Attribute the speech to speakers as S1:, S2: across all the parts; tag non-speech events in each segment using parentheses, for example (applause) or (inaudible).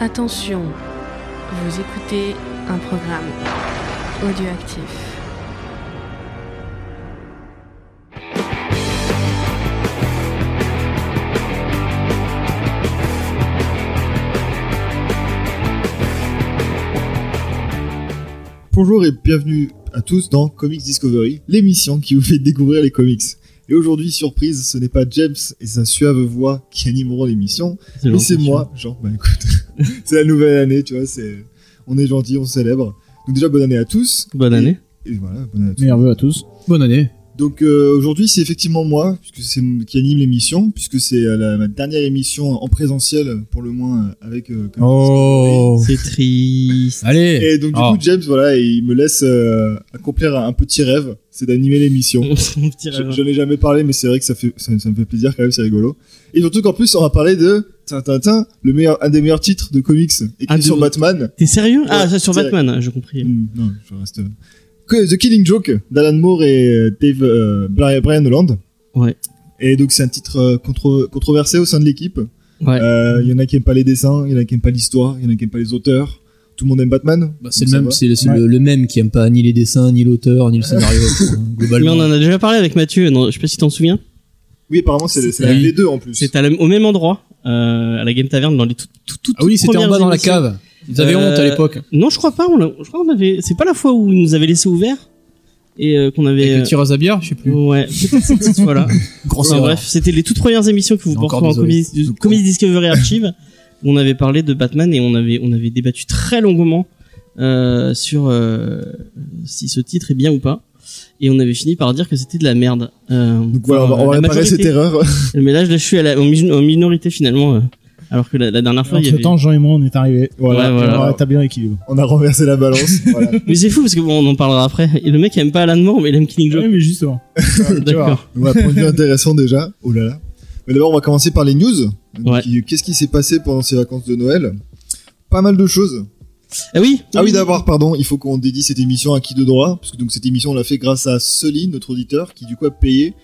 S1: Attention, vous écoutez un programme audioactif.
S2: Bonjour et bienvenue à tous dans Comics Discovery, l'émission qui vous fait découvrir les comics. Et aujourd'hui, surprise, ce n'est pas James et sa suave voix qui animeront l'émission, mais c'est moi. Genre, bah écoute, (laughs) c'est la nouvelle année, tu vois, c'est, on est gentil, on célèbre. Donc déjà, bonne année à tous.
S3: Bonne
S2: Et-
S3: année.
S2: Et voilà, bonne année à tous.
S4: Meilleurs vœux à tous. Bonne année.
S2: Donc euh, aujourd'hui, c'est effectivement moi, puisque c'est m- qui anime l'émission, puisque c'est euh, la, ma dernière émission en présentiel, pour le moins, euh, avec. euh, Comics
S4: Oh.
S3: C'est triste.
S4: Allez.
S3: Eh,
S2: Et donc du
S4: Oh.
S2: coup, James, voilà, il me laisse euh, accomplir un petit rêve, c'est d'animer l'émission.
S3: Mon petit
S2: Je-
S3: rêve.
S2: J'en ai jamais parlé, mais c'est vrai que ça, fait, ça, ça me fait plaisir quand même, c'est rigolo. Et surtout qu'en plus, on va parler de Tintintin, le meilleur, un des meilleurs titres de comics
S3: Un
S2: écrit
S3: des-
S2: sur Batman.
S3: T'es sérieux Ah,
S2: Ouais,
S3: ça sur
S2: direct.
S3: Batman, hein, j'ai compris.
S2: Hmm, non, je reste. Que- The Killing Joke d'Alan Moore et euh, Dave, euh, Bri- Brian Holland.
S3: Ouais.
S2: Et donc, c'est un titre euh, contre- controversé au sein de l'équipe.
S3: Ouais.
S2: Euh, Il y en a qui aiment pas les dessins, il y en a qui aiment pas l'histoire, il y en a qui aiment pas les auteurs. Tout le monde aime Batman.
S4: Bah,
S2: Donc
S4: c'est le
S2: ça
S4: même,
S2: va.
S4: c'est c'est
S2: Ouais.
S4: le, le même qui aime pas ni les dessins, ni l'auteur, ni
S2: (laughs)
S4: le scénario. hein,
S3: Mais on
S4: globalement.
S3: en a déjà parlé avec Mathieu, non, je sais pas si t'en souviens.
S2: Oui, apparemment, c'est c'est
S3: Oui.
S2: les deux en plus.
S3: C'était à la- au même endroit, euh, à la Game Taverne, dans les toutes tout, tout,
S4: ah oui,
S3: toutes
S4: c'était en
S3: premières
S4: bas dans la
S3: émissions.
S4: cave. Ils avaient
S3: Euh,
S4: honte à l'époque.
S3: Non, je crois pas, on l'a- je crois qu'on avait. C'est pas la fois où ils nous avaient laissé ouvert et euh, qu'on avait.
S4: Avec le
S3: euh,
S4: tirage à bière, je sais plus.
S3: Ouais, peut-être (laughs) cette petite fois-là.
S4: Grosse
S3: Enfin,
S4: erreur.
S3: bref, c'était les toutes premières émissions que vous
S4: Encore
S3: portez en
S4: désolé.
S3: Comedy, du- Comedy
S2: (laughs)
S3: Discovery Archive. où on avait parlé de Batman et on avait, on avait débattu très longuement euh, sur euh, si ce titre est bien ou pas. Et on avait fini par dire que c'était de la merde. Euh,
S2: Donc voilà, on va,
S3: enfin,
S2: on va
S3: la
S2: réparer
S3: majorité.
S2: cette erreur. (laughs)
S3: Mais là, je, là, je suis à la, en, mi- en minorité finalement. euh, alors que la, la dernière fois, il y
S5: Entre
S3: avait...
S5: temps, Jean et moi, on est arrivés.
S2: voilà.
S3: Ouais,
S5: On
S4: Ah.
S3: voilà.
S5: a rétabli un équilibre.
S2: On a renversé la
S3: (laughs)
S2: balance. voilà.
S3: Mais c'est fou parce que bon, on en parlera après. Et le mec aime pas Alan Moore, mais il aime Killing
S2: (laughs)
S3: Joke.
S5: Oui, mais justement.
S3: D'accord.
S2: Ouais, point de vue intéressant déjà. Oh là là. Mais d'abord, on va commencer par les news. Donc,
S3: Ouais.
S2: il- Qu'est-ce qui s'est passé pendant ces vacances de Noël Pas mal de choses.
S3: Ah oui.
S2: Ah oui, d'abord, pardon, il faut qu'on dédie cette émission à qui de droit Parce que donc, cette émission, on l'a fait grâce à Sully, notre auditeur, qui du coup a payé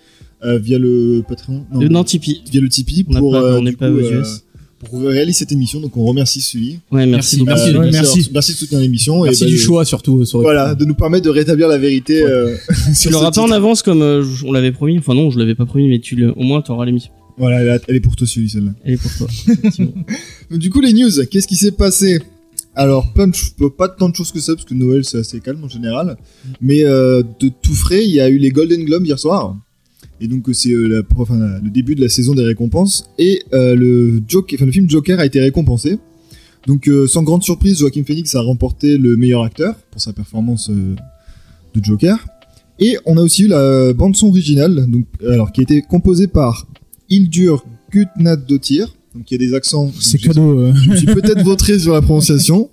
S2: euh, via le Patreon.
S3: Le non Tipeee.
S2: via le Tipeee
S3: On n'a
S2: pour,
S3: pas-
S2: euh,
S3: on n'est
S2: du
S3: pas
S2: coup,
S3: aux
S2: euh,
S3: US.
S2: pour qu'on réalise cette émission. Donc, on remercie Sully.
S3: Ouais, merci.
S4: Merci,
S2: Euh,
S4: merci.
S2: merci. merci de soutenir l'émission.
S4: Merci
S2: et bah,
S4: du
S2: de-
S4: choix surtout. ça aurait
S2: Voilà,
S4: pu-
S2: de nous permettre de rétablir la vérité. euh,
S3: (laughs) Tu
S2: sur
S3: l'auras
S2: ce
S3: pas en
S2: titre.
S3: avance comme euh, je- on l'avait promis. Enfin non, je l'avais pas promis, mais tu le, au moins t'auras l'émission.
S2: Voilà, elle a- elle est pour toi, Sully, celle-là.
S3: Elle est pour
S2: (laughs)
S3: toi.
S2: Donc, du coup, les news, qu'est-ce qui s'est passé Alors, pas, de ch- euh, pas tant de choses que ça, parce que Noël, c'est assez calme en général. Mais euh, de tout frais, il y a eu les Golden Globes hier soir. Et donc, euh, c'est euh, la, pro- enfin, la- le début de la saison des récompenses. Et euh, le, Joker, enfin, le film Joker a été récompensé. Donc, euh, sans grande surprise, Joaquin Phoenix a remporté le meilleur acteur pour sa performance euh, de Joker. Et on a aussi eu la bande-son originale, donc, alors, qui a été composée par Hildur Gutnadottir. Donc, il y a des accents. donc,
S5: C'est
S2: j'ai-
S5: cadeau. euh.
S2: je me suis peut-être vautré sur la prononciation.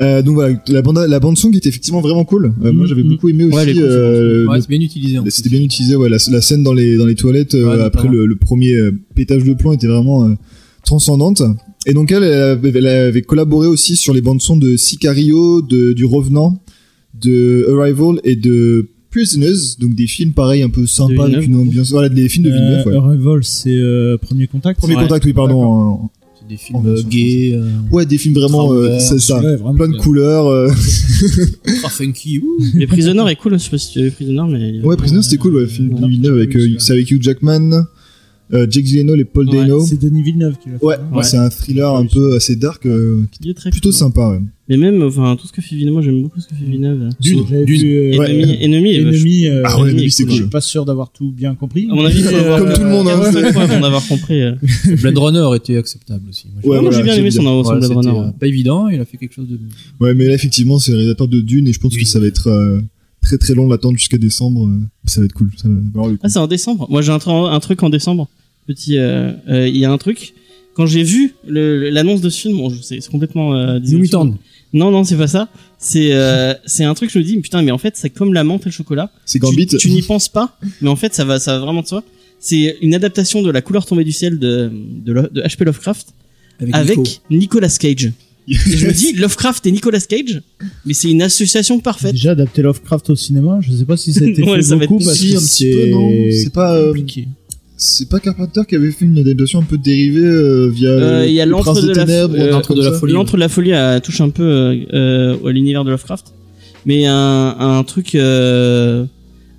S2: Euh, donc voilà, la bande, la bande son qui était effectivement vraiment cool. Euh, moi j'avais
S5: Mhm.
S2: beaucoup aimé aussi.
S3: Ouais, les conférences.
S2: euh,
S4: Ouais,
S2: le-
S4: c'est bien utilisé. en plus.
S2: c'était bien utilisé. Ouais, la, la scène dans les dans les toilettes euh,
S4: Ouais, notamment.
S2: après le, le premier euh, pétage de plomb était vraiment euh, transcendante. Et donc elle, elle avait, elle avait collaboré aussi sur les bandes son de Sicario, de du Revenant, de Arrival et de Prisoners. Donc des films pareils un peu sympas,
S3: Villeneuve,
S2: avec une ambiance. Voilà, des films de Villeneuve. ouais.
S5: Euh, Arrival, c'est euh, premier contact.
S2: Premier
S3: Ouais.
S2: contact, oui, pardon. en-
S4: C'est des
S2: en
S4: films euh,
S2: version
S4: gays, euh,
S2: Ouais, des films vraiment, euh,
S4: Travers,
S2: c'est ça,
S5: Ouais, vraiment.
S2: plein de couleurs. euh,
S4: ultra funky. ouh.
S3: Les prisonneurs est cool. hein, Je sais pas si tu as vu Prisoner, mais
S2: Ouais, Prisoner, c'était cool, ouais, film de
S5: Ouais.
S2: Villeneuve avec, euh,
S5: Ouais.
S2: c'est avec Hugh Jackman, euh, Jake Gyllenhaal et Paul
S3: Ouais,
S2: Dano.
S5: C'est Denis Villeneuve qui l'a fait.
S2: Ouais,
S5: hein.
S2: ouais, c'est un thriller un peu assez dark, euh,
S3: il est très
S2: plutôt
S3: cool. hein.
S2: sympa. ouais.
S3: Mais même, enfin tout ce que fait Villeneuve, moi j'aime beaucoup ce que fait Villeneuve.
S2: Dune,
S5: J'avais
S2: Dune.
S5: vu, euh,
S2: Ouais.
S3: Ennemi, ennemi, est vachement-
S5: Ennemi, euh,
S2: Ah ouais,
S3: Dune est
S2: lui, c'est
S3: cool.
S5: Je suis
S2: cool. Ah,
S5: pas sûr d'avoir tout bien compris.
S3: À mon avis, faut
S5: Mais,
S3: avoir,
S2: Comme tout le monde, hein,
S3: 45 fois
S2: (laughs)
S3: avant d'avoir compris. euh.
S4: Blade Runner était acceptable aussi. Moi, je-
S2: Ouais,
S3: Ah, moi j'ai
S2: voilà,
S3: bien
S2: c'est
S3: aimé son, son
S4: Voilà,
S3: Blade
S4: c'était,
S2: hein.
S3: Runner.
S4: euh, pas évident, il a fait quelque chose de
S2: Ouais, mais là, effectivement, c'est le réalisateur de Dune et je pense que
S4: Oui.
S2: ça va être euh, très très long l'attente jusqu'à décembre. euh, ça va être cool. Ça va avoir le coup.
S3: Ah, c'est en décembre. Moi, j'ai un, tra- un truc en décembre. Petit, euh, euh, il y a un truc. Quand j'ai vu le- l'annonce de ce film, bon, je sais, c'est complètement. Euh,
S4: New Mutant.
S3: Non, non, c'est pas ça. C'est, euh, c'est un truc. Je me dis, putain, mais en fait, c'est comme la menthe et le chocolat.
S2: C'est
S3: Tu,
S2: Gambit.
S3: tu n'y penses pas, mais en fait, ça va, ça va vraiment de soi. C'est une adaptation de La couleur tombée du ciel de de, Lo- de H.P. Lovecraft avec,
S4: Nico.
S3: Nicolas Cage. Et je
S2: (laughs)
S3: me dis, Lovecraft et Nicolas Cage, mais c'est une association parfaite.
S5: Déjà adapté Lovecraft au cinéma, je sais pas si ça a
S3: (laughs)
S5: été
S3: Ouais,
S5: fait
S3: ça va être
S5: beaucoup parce
S2: Si,
S5: que
S2: un petit peu, non C'est pas. euh,
S5: compliqué.
S2: C'est pas Carpenter qui avait fait une adaptation un peu dérivée euh, via
S3: Euh, il y a
S2: le
S3: l'antre
S2: Prince
S3: de
S2: des
S3: la-
S2: Ténèbres,
S3: euh,
S2: un truc
S4: l'antre de
S2: comme
S4: la
S2: ça
S4: folie.
S3: L'antre de la folie euh, touche un peu euh, euh, à l'univers de Lovecraft, mais un, un truc euh,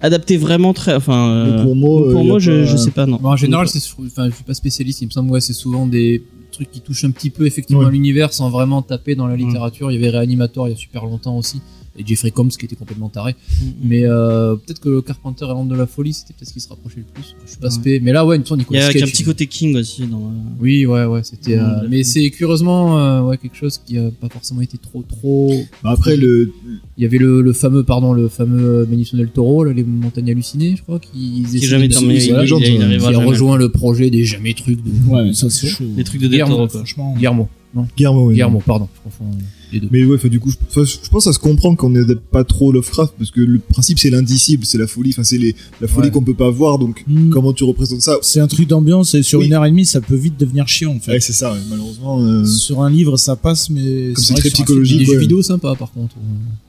S3: adapté vraiment très. Enfin, euh,
S2: Mais pour moi, euh,
S3: pour
S2: il y a
S3: moi, je,
S2: pas-
S3: je sais pas, non.
S4: Bon, en général, c'est, sou- enfin, je suis pas spécialiste, il me semble, ouais, c'est souvent des trucs qui touchent un petit peu effectivement
S2: Ouais.
S4: à l'univers sans vraiment taper dans la
S5: Mm.
S4: littérature. Il y avait Reanimator il y a super longtemps aussi, et Jeffrey Combs qui était complètement taré. Mais euh, peut-être que le Carpenter et l'Antre de la Folie, c'était peut-être ce qui se rapprochait le plus. Je suis pas
S3: Ouais.
S4: spé, mais là, ouais, une fois,
S3: Il y
S4: Nicolas
S3: a avec
S4: Cage,
S3: un petit côté King aussi dans. euh,
S4: Oui, ouais, ouais, c'était.
S3: Ouais,
S4: euh,
S3: de la
S4: mais
S3: folie.
S4: c'est curieusement euh, ouais, quelque chose qui a pas forcément été trop, trop.
S2: Bah après, le,
S4: Il y avait le, le fameux, pardon, le fameux Benicio del Toro, là, les montagnes hallucinées, je crois, qui,
S3: qui est jamais terminé.
S2: c'est
S3: il-
S2: la
S3: il-
S2: légende,
S3: il
S2: ça.
S4: qui
S3: arrivera
S4: a
S3: jamais.
S4: rejoint le projet des jamais trucs de
S5: Ouais, mais ça c'est chaud.
S3: Les trucs de
S4: Guillermo,
S3: Détoro, quoi.
S5: Franchement.
S4: Guillermo. Non,
S2: Guillermo, ouais.
S4: Guillermo, pardon, je confonds les deux.
S2: Mais ouais, enfin, du coup, je, enfin, je je pense à se comprendre qu'on n'adapte pas trop Lovecraft, parce que le principe, c'est l'indicible, c'est la folie, enfin, c'est les- la folie
S4: Ouais.
S2: qu'on peut pas voir, donc
S5: Hmm.
S2: comment tu représentes ça
S5: C'est un truc d'ambiance et sur
S2: Mm. Oui.
S5: une heure et demie, ça peut vite devenir chiant en fait.
S2: Ouais, c'est ça, ouais, malheureusement. euh,
S5: Sur un livre, ça passe, mais
S2: Comme c'est
S5: vrai
S2: très
S5: que sur un
S2: psychologique,
S5: film,
S4: Des
S2: ouais.
S4: jeux vidéo sympas, par contre.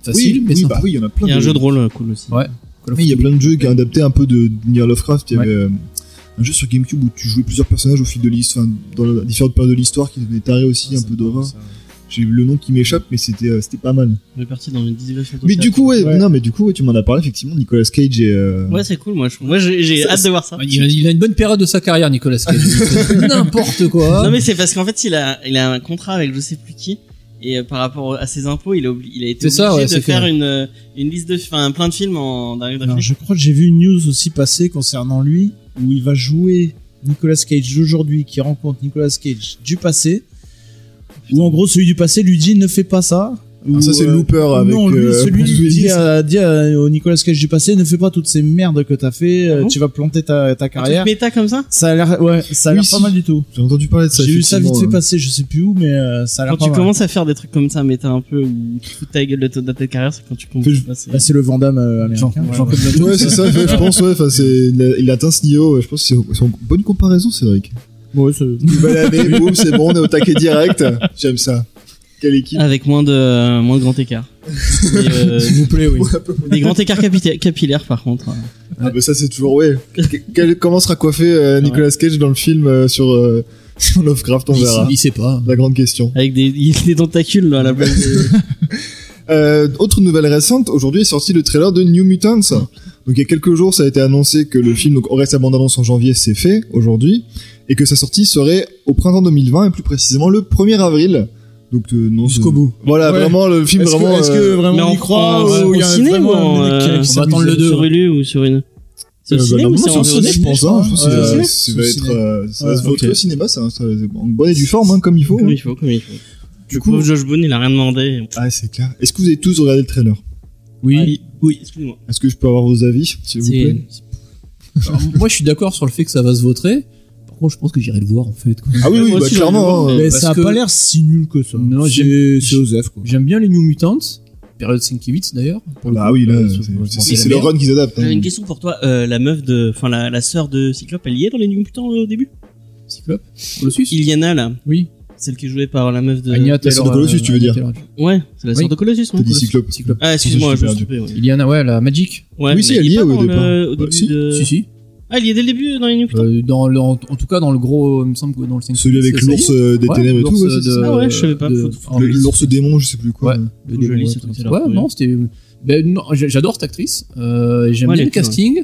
S4: Facile,
S2: oui,
S4: mais
S2: oui,
S4: sympa.
S2: bah oui, il y en a plein.
S3: Il y a un jeu de rôle euh, cool aussi.
S4: Ouais.
S2: Oui, il y a plein de jeux qui ont adapté un peu de d'univers Lovecraft. Il y avait euh, un jeu sur GameCube où tu jouais plusieurs personnages au fil de l'histoire, enfin, dans la- différentes périodes de l'histoire qui devenaient tarés aussi, un peu d'horreur. J'ai le nom qui m'échappe, mais c'était euh, c'était pas mal.
S3: On est parti dans une digression
S2: Mais
S3: totale.
S2: du coup, ouais,
S5: Ouais.
S2: non, mais du coup, ouais, tu m'en as parlé effectivement, Nicolas Cage et. euh,
S3: Ouais, c'est cool, moi. je- Moi, j'ai j'ai
S4: Ça,
S3: hâte de voir ça.
S4: Ouais, Ah, Il a, il a une bonne période de sa carrière, Nicolas
S2: (laughs)
S4: Cage. Il fait N'importe quoi.
S3: Non mais c'est parce qu'en fait il a il a un contrat avec je sais plus qui et euh, par rapport à ses impôts il a obli- il a été
S4: C'est ça,
S3: obligé
S4: ouais,
S3: de
S4: c'est
S3: faire
S4: clair.
S3: une euh, une liste de enfin plein de films en d'un d'un
S5: Alors,
S3: film.
S5: je crois que j'ai vu une news aussi passer concernant lui, où il va jouer Nicolas Cage d'aujourd'hui, qui rencontre Nicolas Cage du passé, où en gros celui du passé lui dit ne fais pas ça.
S2: ah,
S5: ou,
S2: ça, c'est
S5: euh,
S2: Looper avec.
S5: non, lui,
S2: euh,
S5: celui
S2: Bruce
S5: qui
S2: Willis.
S5: dit, à, dit à- au Nicolas Cage du passé ne fais pas toutes ces merdes que t'as fait, euh,
S3: Ah bon
S5: tu vas planter ta, ta
S3: Un truc
S5: carrière.
S3: méta comme ça
S5: Ça a l'air, ouais, ça a
S2: Oui,
S5: l'air
S2: si.
S5: pas mal du tout.
S2: J'ai entendu parler de ça.
S5: J'ai vu ça vite fait
S2: effectivement, hein.
S5: passer, je sais plus où, mais euh, ça a l'air
S3: quand
S5: pas
S3: tu
S5: mal.
S3: commences à faire des trucs comme ça méta un peu où tu fous de ta gueule de ta, de ta carrière c'est quand tu commences
S5: Fais-
S3: à passer.
S5: Bah, c'est le Vandame
S4: Jean-
S5: américain.
S4: Jean-Claude Van Damme.
S2: Ouais, c'est ça, ouais, je pense, ouais, enfin, c'est, il, a- il atteint ce niveau, ouais, je pense que c'est c'est une bonne comparaison, Cédric.
S5: Ouais, c'est-
S2: Nouvelle (laughs) année, boum, c'est bon, on est au taquet direct. J'aime ça. Quelle
S5: Ah
S2: équipe.
S3: avec moins de euh, moins de grand écart. Et, euh,
S4: S'il vous plaît, oui.
S5: Ah
S3: des grands écarts capita- capillaires par contre. hein.
S2: Ah, bah, ça, c'est toujours, ouais. Que- quel- comment sera coiffé euh, Nicolas Cage dans le film euh, sur, euh, (laughs) sur Lovecraft, on
S4: Il, sait-
S2: verra.
S4: il sait pas.
S2: La grande question.
S3: Avec des, des tentacules là, à la place de...
S2: Euh, autre nouvelle récente, aujourd'hui est sorti le trailer de New Mutants. Donc il y a quelques jours, ça a été annoncé que le film, donc on reste à bande-annonce en janvier, c'est fait aujourd'hui, et que sa sortie serait au printemps 2020, et plus précisément le 1er avril. Donc euh, non,
S5: Jusqu'au
S2: c'est-
S5: bout.
S2: Voilà,
S5: Ouais.
S2: vraiment le film
S5: Est-ce
S2: vraiment.
S5: que, est-ce que
S2: euh,
S5: vraiment
S3: mais
S5: on
S3: en
S5: y croit
S3: France,
S5: ou
S3: au
S5: il y a
S3: ciné
S5: vraiment
S3: ou en,
S5: un mec qui-
S3: euh,
S5: qui
S4: on va attendre
S5: s'amuse
S4: le
S5: à-
S4: deux.
S3: sur Hulu ou sur une. C'est
S2: euh,
S3: au
S2: bah,
S3: ciné ou
S2: normalement,
S3: c'est en
S2: sur le
S3: VOD
S2: ciné, je pense. hein. Je pense que
S5: Ouais,
S2: ça-
S5: ouais.
S2: ça va
S5: Sur le
S2: être,
S5: ciné.
S2: euh, ça va
S5: Ouais,
S2: se voter
S5: ok.
S2: au cinéma, ça, hein, ça va être en bonne et due forme, hein, comme il faut.
S3: Comme
S2: hein.
S3: il faut, comme il faut.
S2: Du
S3: Le
S2: coup,
S3: pauvre Josh Boone, il a rien demandé.
S2: ah c'est clair. Est-ce que vous avez tous regardé le trailer
S4: Oui.
S3: oui, oui, excuse-moi.
S2: Est-ce que je peux avoir vos avis, s'il vous plaît
S4: C'est- Alors, Euh, moi, je suis d'accord sur le fait que ça va se vautrer. Par contre, je pense que j'irai le voir, en fait. quoi.
S2: Ah oui,
S3: Moi
S2: oui, bah,
S3: aussi, je
S2: clairement.
S3: vais le voir,
S2: hein.
S5: Mais
S4: Parce
S5: ça a
S4: que-
S5: pas l'air si nul que ça.
S4: Non,
S5: c'est
S4: j'ai-
S5: c'est Osef quoi.
S4: J'aime bien les New Mutants. Période Sienkiewicz, d'ailleurs. pour le
S2: Bah
S4: coup.
S2: oui, là,
S4: Euh,
S2: c'est-
S4: sauf- bon,
S2: c'est- c'est
S4: la
S2: c'est le
S4: merde.
S2: run qu'ils adaptent. hein.
S3: J'avais une question pour toi. Euh, la meuf de. Enfin, la, la sœur de Cyclope, elle y est dans les New Mutants euh, au début
S4: Cyclope. Colossus.
S3: Iliana, là.
S4: Oui.
S3: Celle qui est jouée par la meuf de.
S2: la sœur
S4: Anya
S2: de
S4: Taylor,
S2: Colossus,
S4: euh,
S2: tu veux dire.
S4: Anya Taylor.
S3: Ouais, c'est la sœur
S4: Oui.
S3: de Colossus, non
S2: T'as dit Cyclope.
S4: Cyclope.
S3: Ah, excuse-moi, je me suis trompé. Ouais.
S4: Iliana, ouais, la Magic.
S3: Ouais,
S2: Oui, si,
S3: mais
S2: elle
S3: il
S2: y est
S3: pas
S2: au
S3: dans le- euh,
S2: départ.
S3: au
S2: Bah,
S3: début
S2: si,
S3: de-
S4: Si, si.
S3: Ah, il y est dès le début dans les New Mutants
S4: Euh, dans, le, en tout cas, dans le gros, euh, il me semble que dans le 5
S2: Celui avec l'ours euh, des ténèbres et tout. ouais, c'est ça.
S3: Ah ouais, je savais pas, faut- faut-
S2: Le- L'ours démon, je sais plus quoi.
S4: Ouais.
S3: Faut que je lise ce truc-là.
S4: Ouais,
S3: Ouais.
S4: non, c'était. Ben, non, j'a- j'adore cette actrice. Euh, j'aime
S3: Ouais, elle
S4: bien le
S3: est cool,
S4: casting.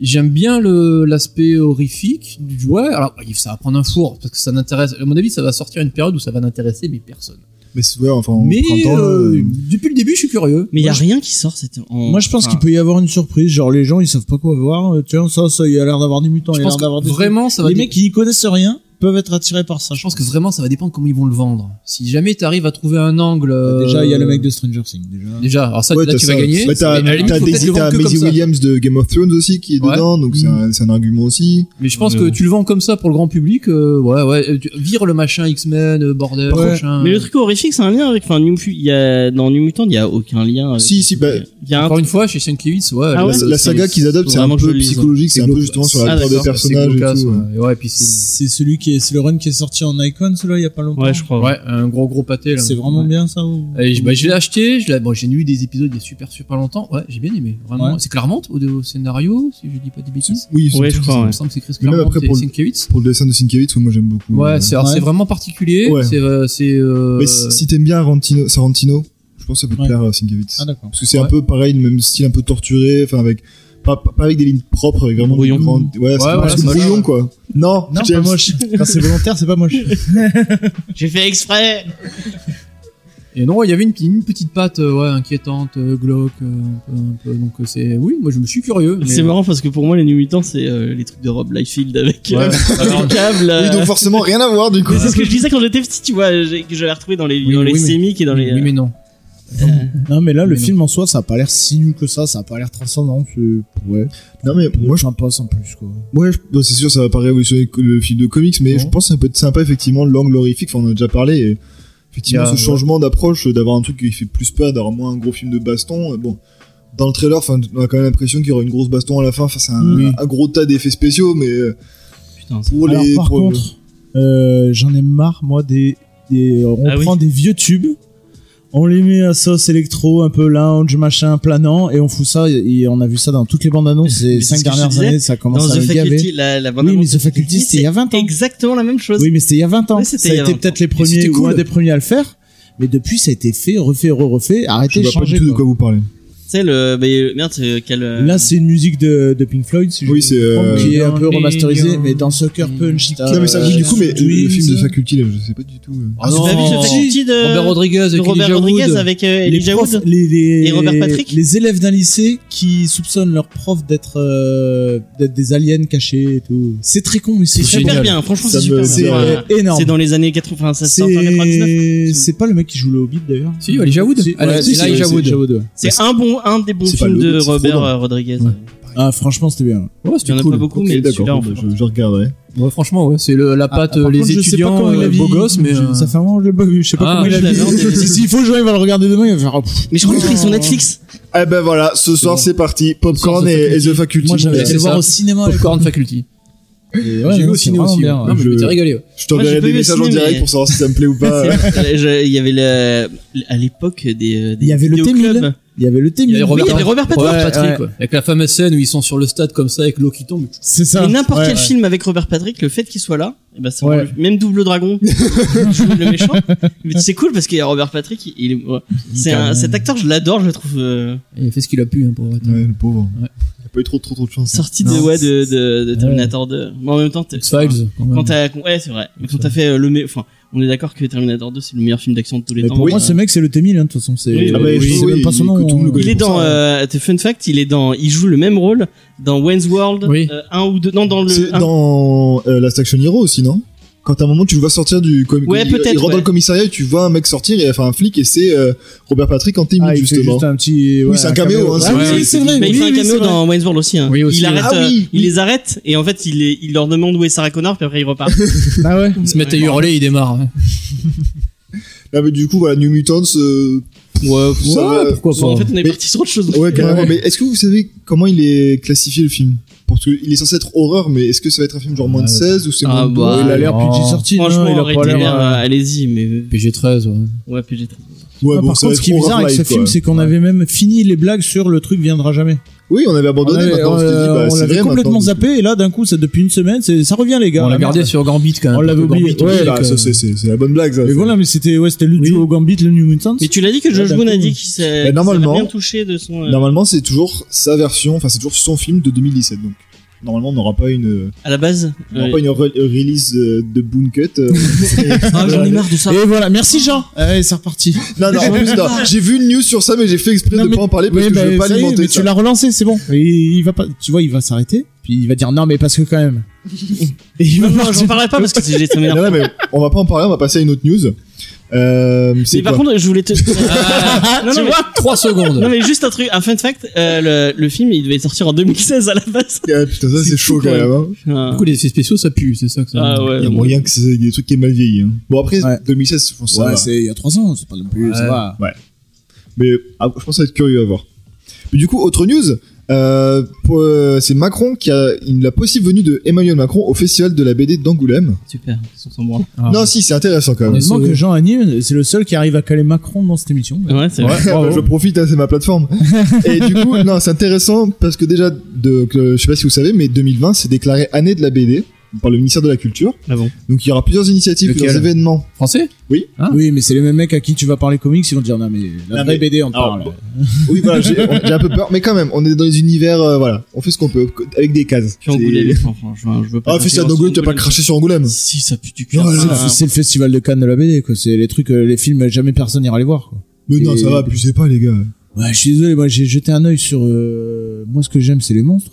S4: J'aime bien le- l'aspect horrifique. du- Ouais, alors il- ça va prendre un four parce que ça n'intéresse. À mon avis, ça va sortir une période où ça va n'intéresser mais personne.
S2: Mais c'est ouais, enfin, en
S4: mais
S2: printemps,
S4: euh,
S2: euh,
S4: depuis le début, je suis curieux.
S3: Mais il y a
S4: Moi,
S3: rien qui sort. c'était en-
S5: Moi je pense
S4: Ah.
S3: enfin,
S5: qu'il peut y avoir une surprise, genre les gens ils savent pas quoi voir, euh, tiens ça ça il a l'air d'avoir des mutants,
S4: je- je
S5: il a
S4: pense
S5: l'air d'avoir
S4: que
S5: des
S4: vraiment ça va.
S5: les
S4: dé-
S5: mecs qui n'y connaissent rien peuvent être attirés par ça.
S4: Je pense que vraiment ça va dépendre comment ils vont le vendre. Si jamais t'arrives à trouver un angle. euh,
S5: Bah, déjà il y a le mec de Stranger Things déjà.
S4: Déjà, alors ça
S2: ouais,
S4: là
S2: t'as
S4: tu
S2: ça.
S4: vas gagner.
S2: Bah, T'as
S4: Mais à la limite,
S2: t'as
S4: faut peut-être
S2: Daisy-
S4: le vendre
S2: t'as
S4: que
S2: Maisie
S4: comme ça.
S2: Williams de Game of Thrones aussi qui est
S4: Ouais.
S2: dedans, donc c'est
S5: Mm.
S2: un, c'est un argument aussi.
S4: Mais je pense
S3: Mais
S4: que
S3: bon.
S4: tu le vends comme ça pour le grand public, euh, ouais, ouais, euh, tu- vire le machin X-Men, euh, bordel,
S5: Ouais.
S4: machin.
S3: Mais le truc horrifique, c'est un lien avec. Enfin, New Fu- il y a... dans New Mutant, il n'y a aucun lien. avec-
S2: Si, si, bah,
S5: euh,
S3: Il y a un
S4: Encore une fois, chez Sienkiewicz, ouais,
S3: Ah
S4: le-
S3: ouais
S2: la, la
S3: c'est-
S2: saga
S3: c'est-
S2: qu'ils adaptent,
S3: faut
S2: c'est un
S3: vraiment que
S2: peu
S3: je le lise, ouais.
S2: psychologique, c'est un peu
S4: glauque,
S2: justement
S4: ouais.
S2: sur la
S3: Ah,
S2: peur des
S3: d'accord,
S4: c'est
S2: personnages et
S4: glauque,
S2: tout. ouais.
S4: ouais. Ouais, et puis c'est-
S5: C'est celui qui qui est, c'est le run qui est sorti en icon, celui-là, il y a pas longtemps.
S3: Ouais, je crois.
S4: Ouais, un gros gros pâté là.
S5: C'est vraiment
S4: Ouais.
S5: bien ça ou...
S4: Et je, bah, je l'ai acheté, je l'ai- bon, j'ai eu des épisodes il y a super super longtemps. Ouais, j'ai bien aimé. Vraiment,
S5: Ouais.
S4: c'est Claremont au, au scénario, si je dis pas des bêtises.
S2: Oui, c'est
S3: Ouais, je
S2: tout
S3: crois,
S2: ça.
S4: Il
S3: ouais.
S4: me semble que c'est Chris
S2: Mais même
S4: Claremont
S2: après,
S4: et
S2: pour le-
S4: Sienkiewicz.
S2: Pour le dessin de Sienkiewicz, oui, moi j'aime beaucoup.
S4: Ouais,
S2: Euh,
S4: c'est alors,
S5: Ouais.
S4: c'est vraiment particulier.
S2: Ouais.
S4: C'est euh, c'est euh,
S2: Mais si si t'aimes bien Arantino- Sarantino, je pense que ça peut te
S5: Ouais.
S2: plaire, euh, Sienkiewicz.
S5: Ah d'accord.
S2: Parce que c'est
S4: Ouais.
S2: un peu pareil, le même style un peu torturé, enfin avec pas, pas pas avec des lignes propres, avec vraiment
S3: Brouillon.
S2: des grandes. Ouais, c'est
S4: ouais,
S2: presque
S4: c'est moche.
S2: brouillon quoi. Non,
S5: Non, pas
S2: James.
S5: moche. Quand c'est volontaire, c'est pas moche.
S3: J'ai fait exprès.
S4: Et non, il y avait une, une petite patte euh, ouais, inquiétante, euh, glauque, euh, un peu, un peu. Donc euh, c'est oui, moi je me suis curieux. mais-
S3: C'est marrant parce que pour moi, les New Mutants, c'est euh, les trucs de Rob Liefeld avec
S4: Ouais.
S3: euh,
S4: (laughs)
S3: les câbles. euh.
S2: Oui, donc forcément rien à voir du coup.
S3: Mais c'est ce que je disais quand j'étais petit, tu vois, j'ai- que j'avais retrouvé dans les,
S4: Oui,
S3: dans les
S4: oui, mais-
S3: sémiques et dans les.
S4: Oui, mais non.
S5: Non, mais là, le
S4: Mais non.
S5: film en soi, ça a pas l'air si nul que ça, ça a pas l'air transcendant. c'est- Ouais.
S2: Non, mais moi, je-
S5: j'en passe en plus, quoi.
S2: Ouais, je- bon, c'est sûr, ça va pas révolutionner que le film de comics, mais
S4: Non.
S2: je pense que ça peut être sympa effectivement l'angle horrifique. Enfin, on en a déjà parlé. et effectivement,
S4: Il y
S2: ce
S4: a-
S2: changement d'approche, euh, d'avoir un truc qui fait plus peur, d'avoir moins un gros film de baston. euh, Bon, dans le trailer, enfin, on a quand même l'impression qu'il y aura une grosse baston à la fin. Enfin, c'est un,
S5: Oui.
S2: un gros tas d'effets spéciaux, mais euh,
S3: Putain,
S2: pour
S5: Alors,
S2: Oh, les
S5: par
S2: pour-
S5: contre, euh, j'en ai marre, moi, des. des- on
S3: Ah oui.
S5: prend des vieux tubes, on les met à sauce électro, un peu lounge, machin, planant, et on fout ça. Et, et on a vu ça dans toutes les bandes
S3: (laughs)
S5: annonces
S3: Mais c'est
S5: ces cinq
S3: ce que je
S5: dernières
S3: disais,
S5: années, ça commence
S3: Dans
S5: à
S3: The
S5: me gaver.
S3: Faculty, la, la bande
S5: Oui, mais
S3: annonce de
S5: The Faculty, c'était il y a 20 ans.
S3: Exactement la même chose.
S5: Oui, mais c'était il y a 20 ans.
S3: Oui, c'était
S5: ça a
S3: il y a
S5: été
S3: 20
S5: peut-être
S3: ans.
S5: les
S3: Et
S5: premiers
S2: c'était
S5: ou un
S2: cool.
S5: des premiers à le faire. Mais depuis, ça a été fait, refait, re refait.
S2: je
S5: Arrêtez,
S2: vois pas
S5: changez.
S2: du tout de
S5: quoi.
S2: quoi vous parlez.
S3: Tu sais, le. bah, euh, merde, c'est quel. euh,
S5: Là, c'est une musique de, de Pink Floyd, si je
S2: Oui,
S5: me
S2: c'est,
S5: trompe,
S2: euh,
S5: qui est un peu
S4: Million.
S5: remasterisée, mais dans Soccer Punch. t'as,
S2: non, mais ça,
S5: euh,
S2: oui, du coup, mais le, le
S5: Twins,
S2: film de Faculty, là, je sais pas du tout. euh.
S4: Ah
S3: T'as
S4: non.
S3: vu The Faculty de.
S4: Robert Rodriguez,
S3: de
S4: avec
S3: euh, Robert
S4: Elijah
S3: Rodriguez
S4: Wood.
S3: avec euh,
S5: les,
S3: Elijah
S5: profs-
S3: Wood.
S5: les, les-
S3: Et Robert Patrick
S5: les élèves d'un lycée qui soupçonnent leurs profs d'être euh, d'être des aliens cachés et tout. C'est très con, mais c'est
S3: C'est super
S5: génial.
S3: bien, franchement,
S2: Ça
S3: c'est super
S2: me-
S5: C'est
S2: c'est,
S3: bien.
S2: euh,
S3: Ouais.
S5: énorme.
S3: C'est dans les années 80, enfin, ça c'est en 99.
S5: C'est c'est pas le mec qui joue le Hobbit d'ailleurs.
S4: Si, Elijah Wood.
S5: Si,
S4: Ah,
S5: ouais,
S4: non,
S5: si,
S4: c'est
S5: si,
S4: Elijah
S5: c'est
S4: Wood.
S5: ouais.
S3: C'est un bon, un des bons
S2: C'est pas
S3: films
S2: le-
S3: de
S2: c'est
S3: Robert
S2: Frodo.
S3: euh, Rodriguez.
S4: Ouais.
S5: Ah, franchement, c'était bien.
S4: Ouais,
S3: Il y en
S4: c'était
S3: a
S4: cool.
S3: pas beaucoup,
S2: Ok,
S3: mais
S2: d'accord,
S3: celui-là, en
S2: bon,
S3: fait.
S2: bah, je, je regarderai.
S4: Ouais, franchement, ouais, c'est le- la patte
S5: Ah, par
S4: euh, les
S5: contre, je sais pas
S4: étudiants,
S5: comment il a
S4: euh,
S5: vieilli.
S4: beaux gosses, mais.
S5: Je-
S4: euh,
S5: Ça fait un moment que je l'ai pas vu. Je sais pas
S4: Ah,
S5: comment il a
S3: je l'avais
S5: (laughs)
S3: en DVD.
S5: vieilli. S'il faut, Jean, il va le regarder demain, il va faire. oh, pff,
S3: Mais je crois
S5: Non.
S3: qu'ils sont sur Netflix.
S2: Eh ben voilà, ce soir,
S4: bon.
S2: c'est parti. Popcorn
S4: Ce soir, The
S2: et, et The Faculty.
S5: Moi,
S4: Ouais,
S5: j'avais
S2: mon
S5: été
S4: c'est
S5: le
S2: gars.
S5: voir
S4: ça.
S5: au cinéma.
S4: Popcorn Faculty.
S5: Et ouais,
S4: J'ai vu
S5: non,
S4: au
S5: c'est
S4: cinéma
S5: vraiment
S4: aussi. ouais.
S5: bien, ouais.
S4: Non, mais je
S2: Je-
S4: m'étais régalé. ouais.
S2: Je te
S3: Moi, j'ai
S2: reverrai
S3: pas
S2: des
S3: vu le
S2: messages en
S3: ciné,
S2: direct
S3: mais-
S2: pour savoir si ça me plaît ou (laughs) pas.
S3: Euh, je- Il y avait le, à l'époque des, euh, des
S5: Il y avait le
S3: vidéoclubs.
S5: T-1000. Il y avait le thème.
S4: Il y avait Robert,
S3: il y avait Robert Patrick.
S4: Robert Patrick,
S5: Ouais,
S4: ouais. Avec la fameuse scène où ils sont sur le stade comme ça, avec l'eau qui tombe.
S5: C'est ça.
S3: Mais n'importe
S5: Ouais,
S3: quel
S5: ouais.
S3: film avec Robert Patrick, le fait qu'il soit là, eh ben c'est
S5: Ouais.
S3: vraiment le- même Double Dragon, joue le méchant. Mais c'est cool parce qu'il y a Robert Patrick, il, il est- ouais. c'est un-
S4: Nickel.
S3: cet acteur, je l'adore, je le trouve euh,
S4: Il a fait ce qu'il a pu, hein, pour être.
S2: Ouais, le pauvre.
S4: Ouais.
S2: Il a pas eu trop trop trop de chance.
S3: sorti de,
S4: Non.
S3: ouais, de, de, de
S4: Ouais.
S3: Terminator 2. Mais en même temps, t'es-
S4: X-Files, quand même.
S3: quand t'as, ouais, c'est vrai. Mais quand t'as fait euh, le, mé- enfin, on est d'accord que Terminator 2 c'est le meilleur film d'action de tous les
S5: Mais
S3: temps.
S5: pour moi,
S3: Euh,
S5: ce mec, c'est le T-1000, hein, de toute façon. C'est
S3: Oui,
S5: euh,
S3: ah bah,
S5: je
S2: oui,
S5: sais
S2: oui,
S5: même pas
S2: il
S5: son
S2: est que tout
S5: nom.
S2: le
S5: hein.
S3: il est dans,
S5: pour ça.
S3: euh, fun fact, il est dans, il joue le même rôle dans Wayne's World,
S4: Oui.
S3: euh, un ou deux, non dans
S2: C'est
S3: le, un-
S2: dans euh, Last Action Hero aussi, non Quand à un moment tu le vois sortir du. com-
S3: Ouais,
S2: il-
S3: peut-être,
S2: Il rentre dans
S3: ouais.
S2: le commissariat et tu vois un mec sortir et enfin un flic et c'est euh, Robert Patrick en T-1000
S5: Ah, il fait
S2: justement.
S5: juste un petit.
S2: Oui,
S5: ouais,
S2: c'est un caméo, hein,
S5: Ah
S2: c'est-
S5: oui,
S2: c'est-
S5: c'est vrai.
S3: Mais il
S5: oui,
S3: fait un
S5: oui, c'est
S3: caméo
S5: vrai.
S3: dans Wayne's World aussi. Hein.
S4: Oui, aussi,
S3: il
S4: oui.
S3: arrête,
S2: Ah
S3: euh,
S2: oui,
S3: il
S2: oui.
S3: les arrête et en fait il, les- il leur demande où est Sarah Connor puis après il
S5: (laughs)
S3: repart.
S5: Ah ouais.
S4: Ils se mettent à hurler, ils démarrent. hein.
S2: Là, Ah, mais du coup, voilà, New Mutants. euh,
S4: Ouais,
S2: Ça va.
S4: pourquoi pas.
S3: en fait on
S2: Mais-
S3: est parti sur autre chose.
S2: Ouais, carrément. Mais est-ce que vous savez comment il est classifié le film Parce qu'il est censé être horreur, mais est-ce que ça va être un film genre moins de
S4: Ouais.
S2: 16 ou c'est
S3: Ah,
S2: moins de-
S3: bah,
S5: Il a l'air
S4: non.
S5: PG sorti. non,
S3: Franchement,
S5: il a pas
S3: arrêtez,
S5: l'air.
S3: euh,
S5: euh,
S3: allez-y, mais
S4: PG-13, ouais.
S3: ouais, PG très.
S2: Ouais,
S5: ah,
S2: bon,
S5: Par
S2: ça va
S5: contre, ce
S2: être
S5: qui est bizarre
S2: horreur
S5: avec ce
S2: live,
S5: film,
S2: quoi.
S5: c'est qu'on avait même fini les blagues sur le truc viendra jamais.
S2: Oui, on avait abandonné.
S5: on avait-
S2: maintenant, on s'était dit,
S5: euh,
S2: bah,
S5: on
S2: c'est
S5: l'avait
S2: vrai,
S5: complètement
S2: maintenant, du coup.
S5: zappé et là, d'un coup, ça depuis une semaine, c'est- ça revient les gars.
S4: on l'a
S5: la
S4: gardé
S5: merde.
S4: sur Gambit quand même.
S5: On l'avait
S4: parce que
S5: oublié.
S4: Gambit,
S5: Ouais,
S4: on
S2: Ouais,
S4: sait
S2: bah,
S4: que-
S2: ça, c'est c'est- c'est la bonne blague, ça.
S5: Mais
S2: c'est-
S5: voilà, mais c'était ouais, c'était le duo Gambit, le New Mutants.
S3: Mais tu l'as dit que Josh
S5: d'un
S3: Boone a
S5: coup,
S3: dit
S5: euh,
S3: qu'il s'est
S2: bah,
S3: qu'il s'est
S2: normalement-
S3: bien touché de son. euh,
S2: Normalement, c'est toujours sa version, enfin, c'est toujours son film de 2017. Donc, normalement, on n'aura pas une,
S3: à la base.
S2: on n'aura
S3: euh,
S2: pas une re- release de, de Boon Cut. euh.
S3: Ah,
S5: (laughs)
S3: j'en ai marre de ça. Ah
S5: Et voilà, merci Jean. Allez, c'est reparti.
S2: non, non, en plus,
S5: (laughs)
S2: non. J'ai vu une news sur ça, mais j'ai fait exprès
S5: Non,
S2: de
S5: mais-
S2: pas en parler parce
S5: Oui,
S2: que
S5: bah,
S2: je veux pas
S5: ça y est,
S2: alimenter
S5: mais
S2: ça.
S5: tu l'as relancé, c'est bon. Et il va pas, tu vois, il va s'arrêter, puis il va dire non, mais parce que quand même.
S3: (laughs)
S5: Et il va
S3: Non, non,
S5: partir.
S3: j'en parlerai pas parce que c'est ça m'énerve.
S2: Non, non, mais on va pas en parler, on va passer à une autre news. Euh, c'est
S3: Mais par
S2: quoi
S3: contre, je
S2: (laughs)
S3: voulais te.
S4: Ah,
S3: non,
S4: tu
S3: non, mais-
S4: vois,
S3: (laughs)
S4: 3
S3: Non
S4: secondes.
S3: mais juste un truc, un fun fact, euh, le, le film il devait sortir en 2016 à la base.
S2: Ah, putain, ça, c'est chaud quand même. hein.
S3: Ah,
S4: Du coup, les effets spéciaux, ça pue, c'est ça que ça.
S3: Ah, ouais.
S2: Il y a moyen que c'est des trucs qui est mal vieilli. hein. Bon, après,
S5: Ouais.
S2: 2016, je pense que ça
S5: Ouais,
S2: va.
S5: c'est il y a trois ans, c'est pas non plus, ça
S4: Ouais.
S5: va.
S2: Mais ah, je pense que ça va être curieux à voir. Mais du coup, autre news, Euh, pour- euh, c'est Macron qui a une- la possible venue de Emmanuel Macron au festival de la BD d'Angoulême.
S3: Super, ils sont sans moi.
S5: Ah.
S2: Non, si, c'est intéressant quand même.
S5: Honnêtement,
S4: c'est-
S5: que Jean Anime, c'est le seul qui arrive à caler Macron dans cette émission.
S3: Ouais, c'est vrai.
S2: (laughs) Ouais, bah, je profite, hein, c'est ma
S3: (laughs)
S2: plateforme. Et du coup, non, c'est intéressant parce que déjà, de, que, je sais pas si vous savez, mais 2020 c'est déclaré année de la BD par le ministère de la Culture.
S3: Ah bon.
S2: Donc il y aura plusieurs initiatives,
S5: Lequel
S2: plusieurs événements.
S4: Français Ah.
S5: Oui, mais c'est les mêmes mecs à qui tu vas parler comics, ils vont te dire non mais la
S2: Non,
S5: vraie
S2: mais-
S5: BD
S3: Ah,
S5: on te
S2: Alors,
S3: bah,
S5: parle.
S2: Oui, (laughs) voilà, j'ai on- j'ai un peu peur, mais quand même, on est dans les univers, euh, voilà, on fait ce qu'on peut avec des cases.
S3: Puis Angoulême, les enfants, je veux- je veux pas.
S2: Ah, festival d'Angoulême, tu vas pas cracher sur Angoulême.
S3: Si, ça pue du cul.
S5: C'est
S3: ça.
S5: le- c'est le festival de Cannes de la BD quoi. C'est les trucs, euh, les films jamais personne n'ira les voir. Quoi.
S2: Mais non,
S5: Et-
S2: ça va, abusez pas, les gars.
S5: Ouais, je suis désolé, moi j'ai jeté un œil sur. euh, Moi ce que j'aime c'est les monstres.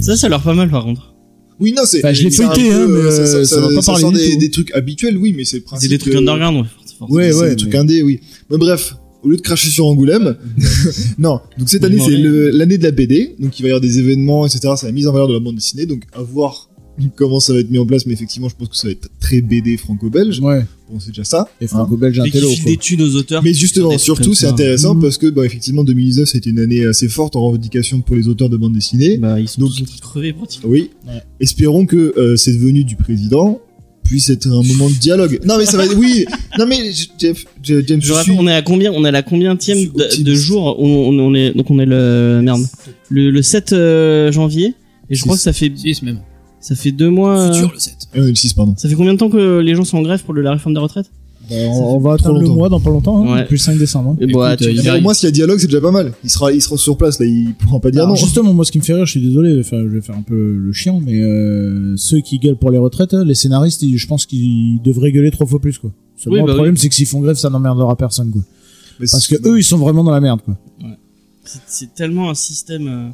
S3: Ça, ça a l'air pas mal par contre.
S2: Ah, Oui, non, c'est.
S5: Enfin, je l'ai
S2: c'est un
S5: feuilleté,
S2: peu,
S5: hein, mais,
S2: euh, ça, ça,
S5: euh, ça va
S2: ça-
S5: pas
S2: ça
S5: parler
S2: sort
S5: du
S2: des,
S5: tout.
S2: des trucs habituels, oui, mais c'est le principe.
S3: C'est des trucs
S2: que-
S3: underground, ouais. forcément.
S5: Ouais,
S2: C'est
S5: ouais.
S2: des trucs
S5: mais-
S2: indés, oui. Mais bref, au lieu de cracher sur Angoulême, (laughs) non. Donc cette
S3: Oui,
S2: année,
S3: mais
S2: c'est
S3: ouais.
S2: le- l'année de la BD. Donc il va y avoir des événements, etc. C'est la mise en valeur de la bande dessinée. Donc à voir (laughs) comment ça va être mis en place. Mais effectivement, je pense que ça va être très BD franco-belge.
S5: Ouais.
S2: Bon, c'est déjà ça.
S5: Et franco-belge
S3: Ah. Mais qui
S5: intello.
S3: file
S5: quoi.
S3: des thunes aux auteurs.
S2: Mais justement,
S3: Des trucs
S2: surtout,
S3: comme
S2: c'est
S3: ça.
S2: intéressant parce que, bah, effectivement, 2019, c'était une année assez forte en revendication pour les auteurs de bande dessinée.
S3: Bah, ils sont
S2: Donc-
S3: tous en train de crever, pratiquement.
S2: Oui.
S5: Ouais.
S2: Espérons que euh, cette venue du président puisse être un moment de dialogue. Non mais ça va. Oui. Non mais je- Jeff, je- James,
S3: Je
S2: je
S3: rappelle,
S2: suis-
S3: on est à combien On est à la combienième
S2: Je suis
S3: de, de
S2: optimiste.
S3: jours on, on- on est donc on est le merde le, le 7 euh, janvier et je crois que ça fait
S4: 6 même.
S3: ça fait deux mois. euh,
S4: Futur le 7.
S2: Euh, le 6, pardon.
S3: ça fait combien de temps que les gens sont en grève pour le- la réforme des retraites
S5: Bah, on, on va
S2: trop
S5: attendre le
S2: longtemps.
S5: mois dans pas longtemps, hein,
S3: Ouais.
S5: depuis le 5 décembre. hein.
S3: Et
S4: Écoute,
S3: bah, tu-
S4: euh, il
S2: Mais Au
S4: arrive.
S2: moins s'il y a dialogue, c'est déjà pas mal. Il sera, il sera sur place là. Il pourra pas dire
S5: Alors,
S2: non.
S5: justement, moi, ce qui me fait rire, je suis désolé, enfin, je vais faire un peu le chiant, mais euh, ceux qui gueulent pour les retraites, hein, les scénaristes, ils- je pense qu'ils devraient gueuler trois fois plus, quoi. Seulement,
S3: Oui, bah
S5: le problème, c'est que s'ils font grève, ça n'emmerdera personne, quoi.
S2: hein. Mais
S5: Parce que
S2: c'est-
S5: eux, ils sont vraiment dans la merde, quoi.
S3: c'est- c'est tellement un système euh,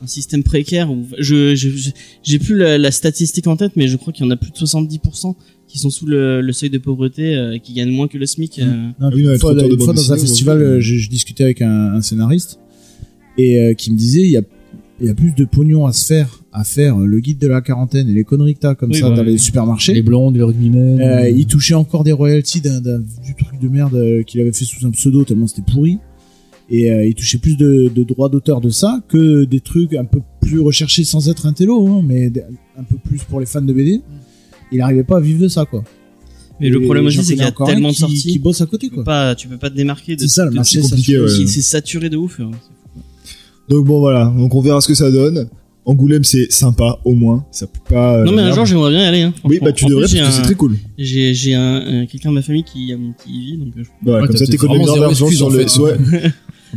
S3: un système précaire où je je- je- j'ai plus la, la statistique en tête mais je crois qu'il y en a plus de 70% qui sont sous le, le seuil de pauvreté euh, et qui gagnent moins que le SMIC. euh.
S5: Non,
S2: Ah oui, non,
S5: une
S2: être
S5: fois,
S2: auteur de
S5: une
S2: bande
S5: fois dans un
S2: dessinée,
S5: festival,
S2: ouais.
S5: euh, je, je discutais avec un, un scénariste et euh, qui me disait il y a, il y a plus de pognon à se faire, à faire euh, le guide de la quarantaine et les conneries que t'as comme
S3: Oui,
S5: ça
S3: bah,
S5: dans
S3: oui.
S5: les supermarchés.
S4: Les blondes, les rugbymen.
S5: Euh, il touchait encore des royalties d'un, d'un- du truc de merde euh, qu'il avait fait sous un pseudo tellement c'était pourri. Et euh, il touchait plus de, de droits d'auteur de ça que des trucs un peu plus recherchés sans être un télo, hein, mais d- un peu plus pour les fans de BD. Il n'arrivait pas à vivre de ça, quoi.
S3: Mais le
S5: Et
S3: problème
S5: j'en
S3: aussi c'est qu'il y
S5: connais
S3: a
S5: encore un
S3: tellement de
S5: qui, qui
S3: sorties.
S5: bosse à côté,
S3: Tu peux
S5: quoi.
S3: pas tu peux pas te démarquer de
S5: C'est ça, le
S3: de-
S5: marché,
S2: c'est
S5: ça,
S2: compliqué, ouais.
S3: c'est c'est saturé de ouf. hein.
S2: Donc bon voilà. Donc on verra ce que ça donne. Angoulême c'est sympa au moins. Ça peut pas. euh,
S3: Non mais un
S2: merde.
S3: jour j'aimerais bien y aller. Hein,
S2: Oui
S3: franchement.
S2: bah tu
S3: En plus,
S2: devrais
S3: j'ai
S2: parce que
S3: un-
S2: c'est très cool.
S3: J'ai j'ai un, un- quelqu'un de ma famille qui, euh, qui y vit donc. euh, je-
S2: Voilà,
S4: Ouais,
S2: Bah, comme
S4: t'as
S2: ça
S4: peut-être
S2: t'économises
S4: vraiment
S2: de
S4: zéro
S2: l'argent sur les.
S4: excuse, en
S2: Ouais.
S4: fait.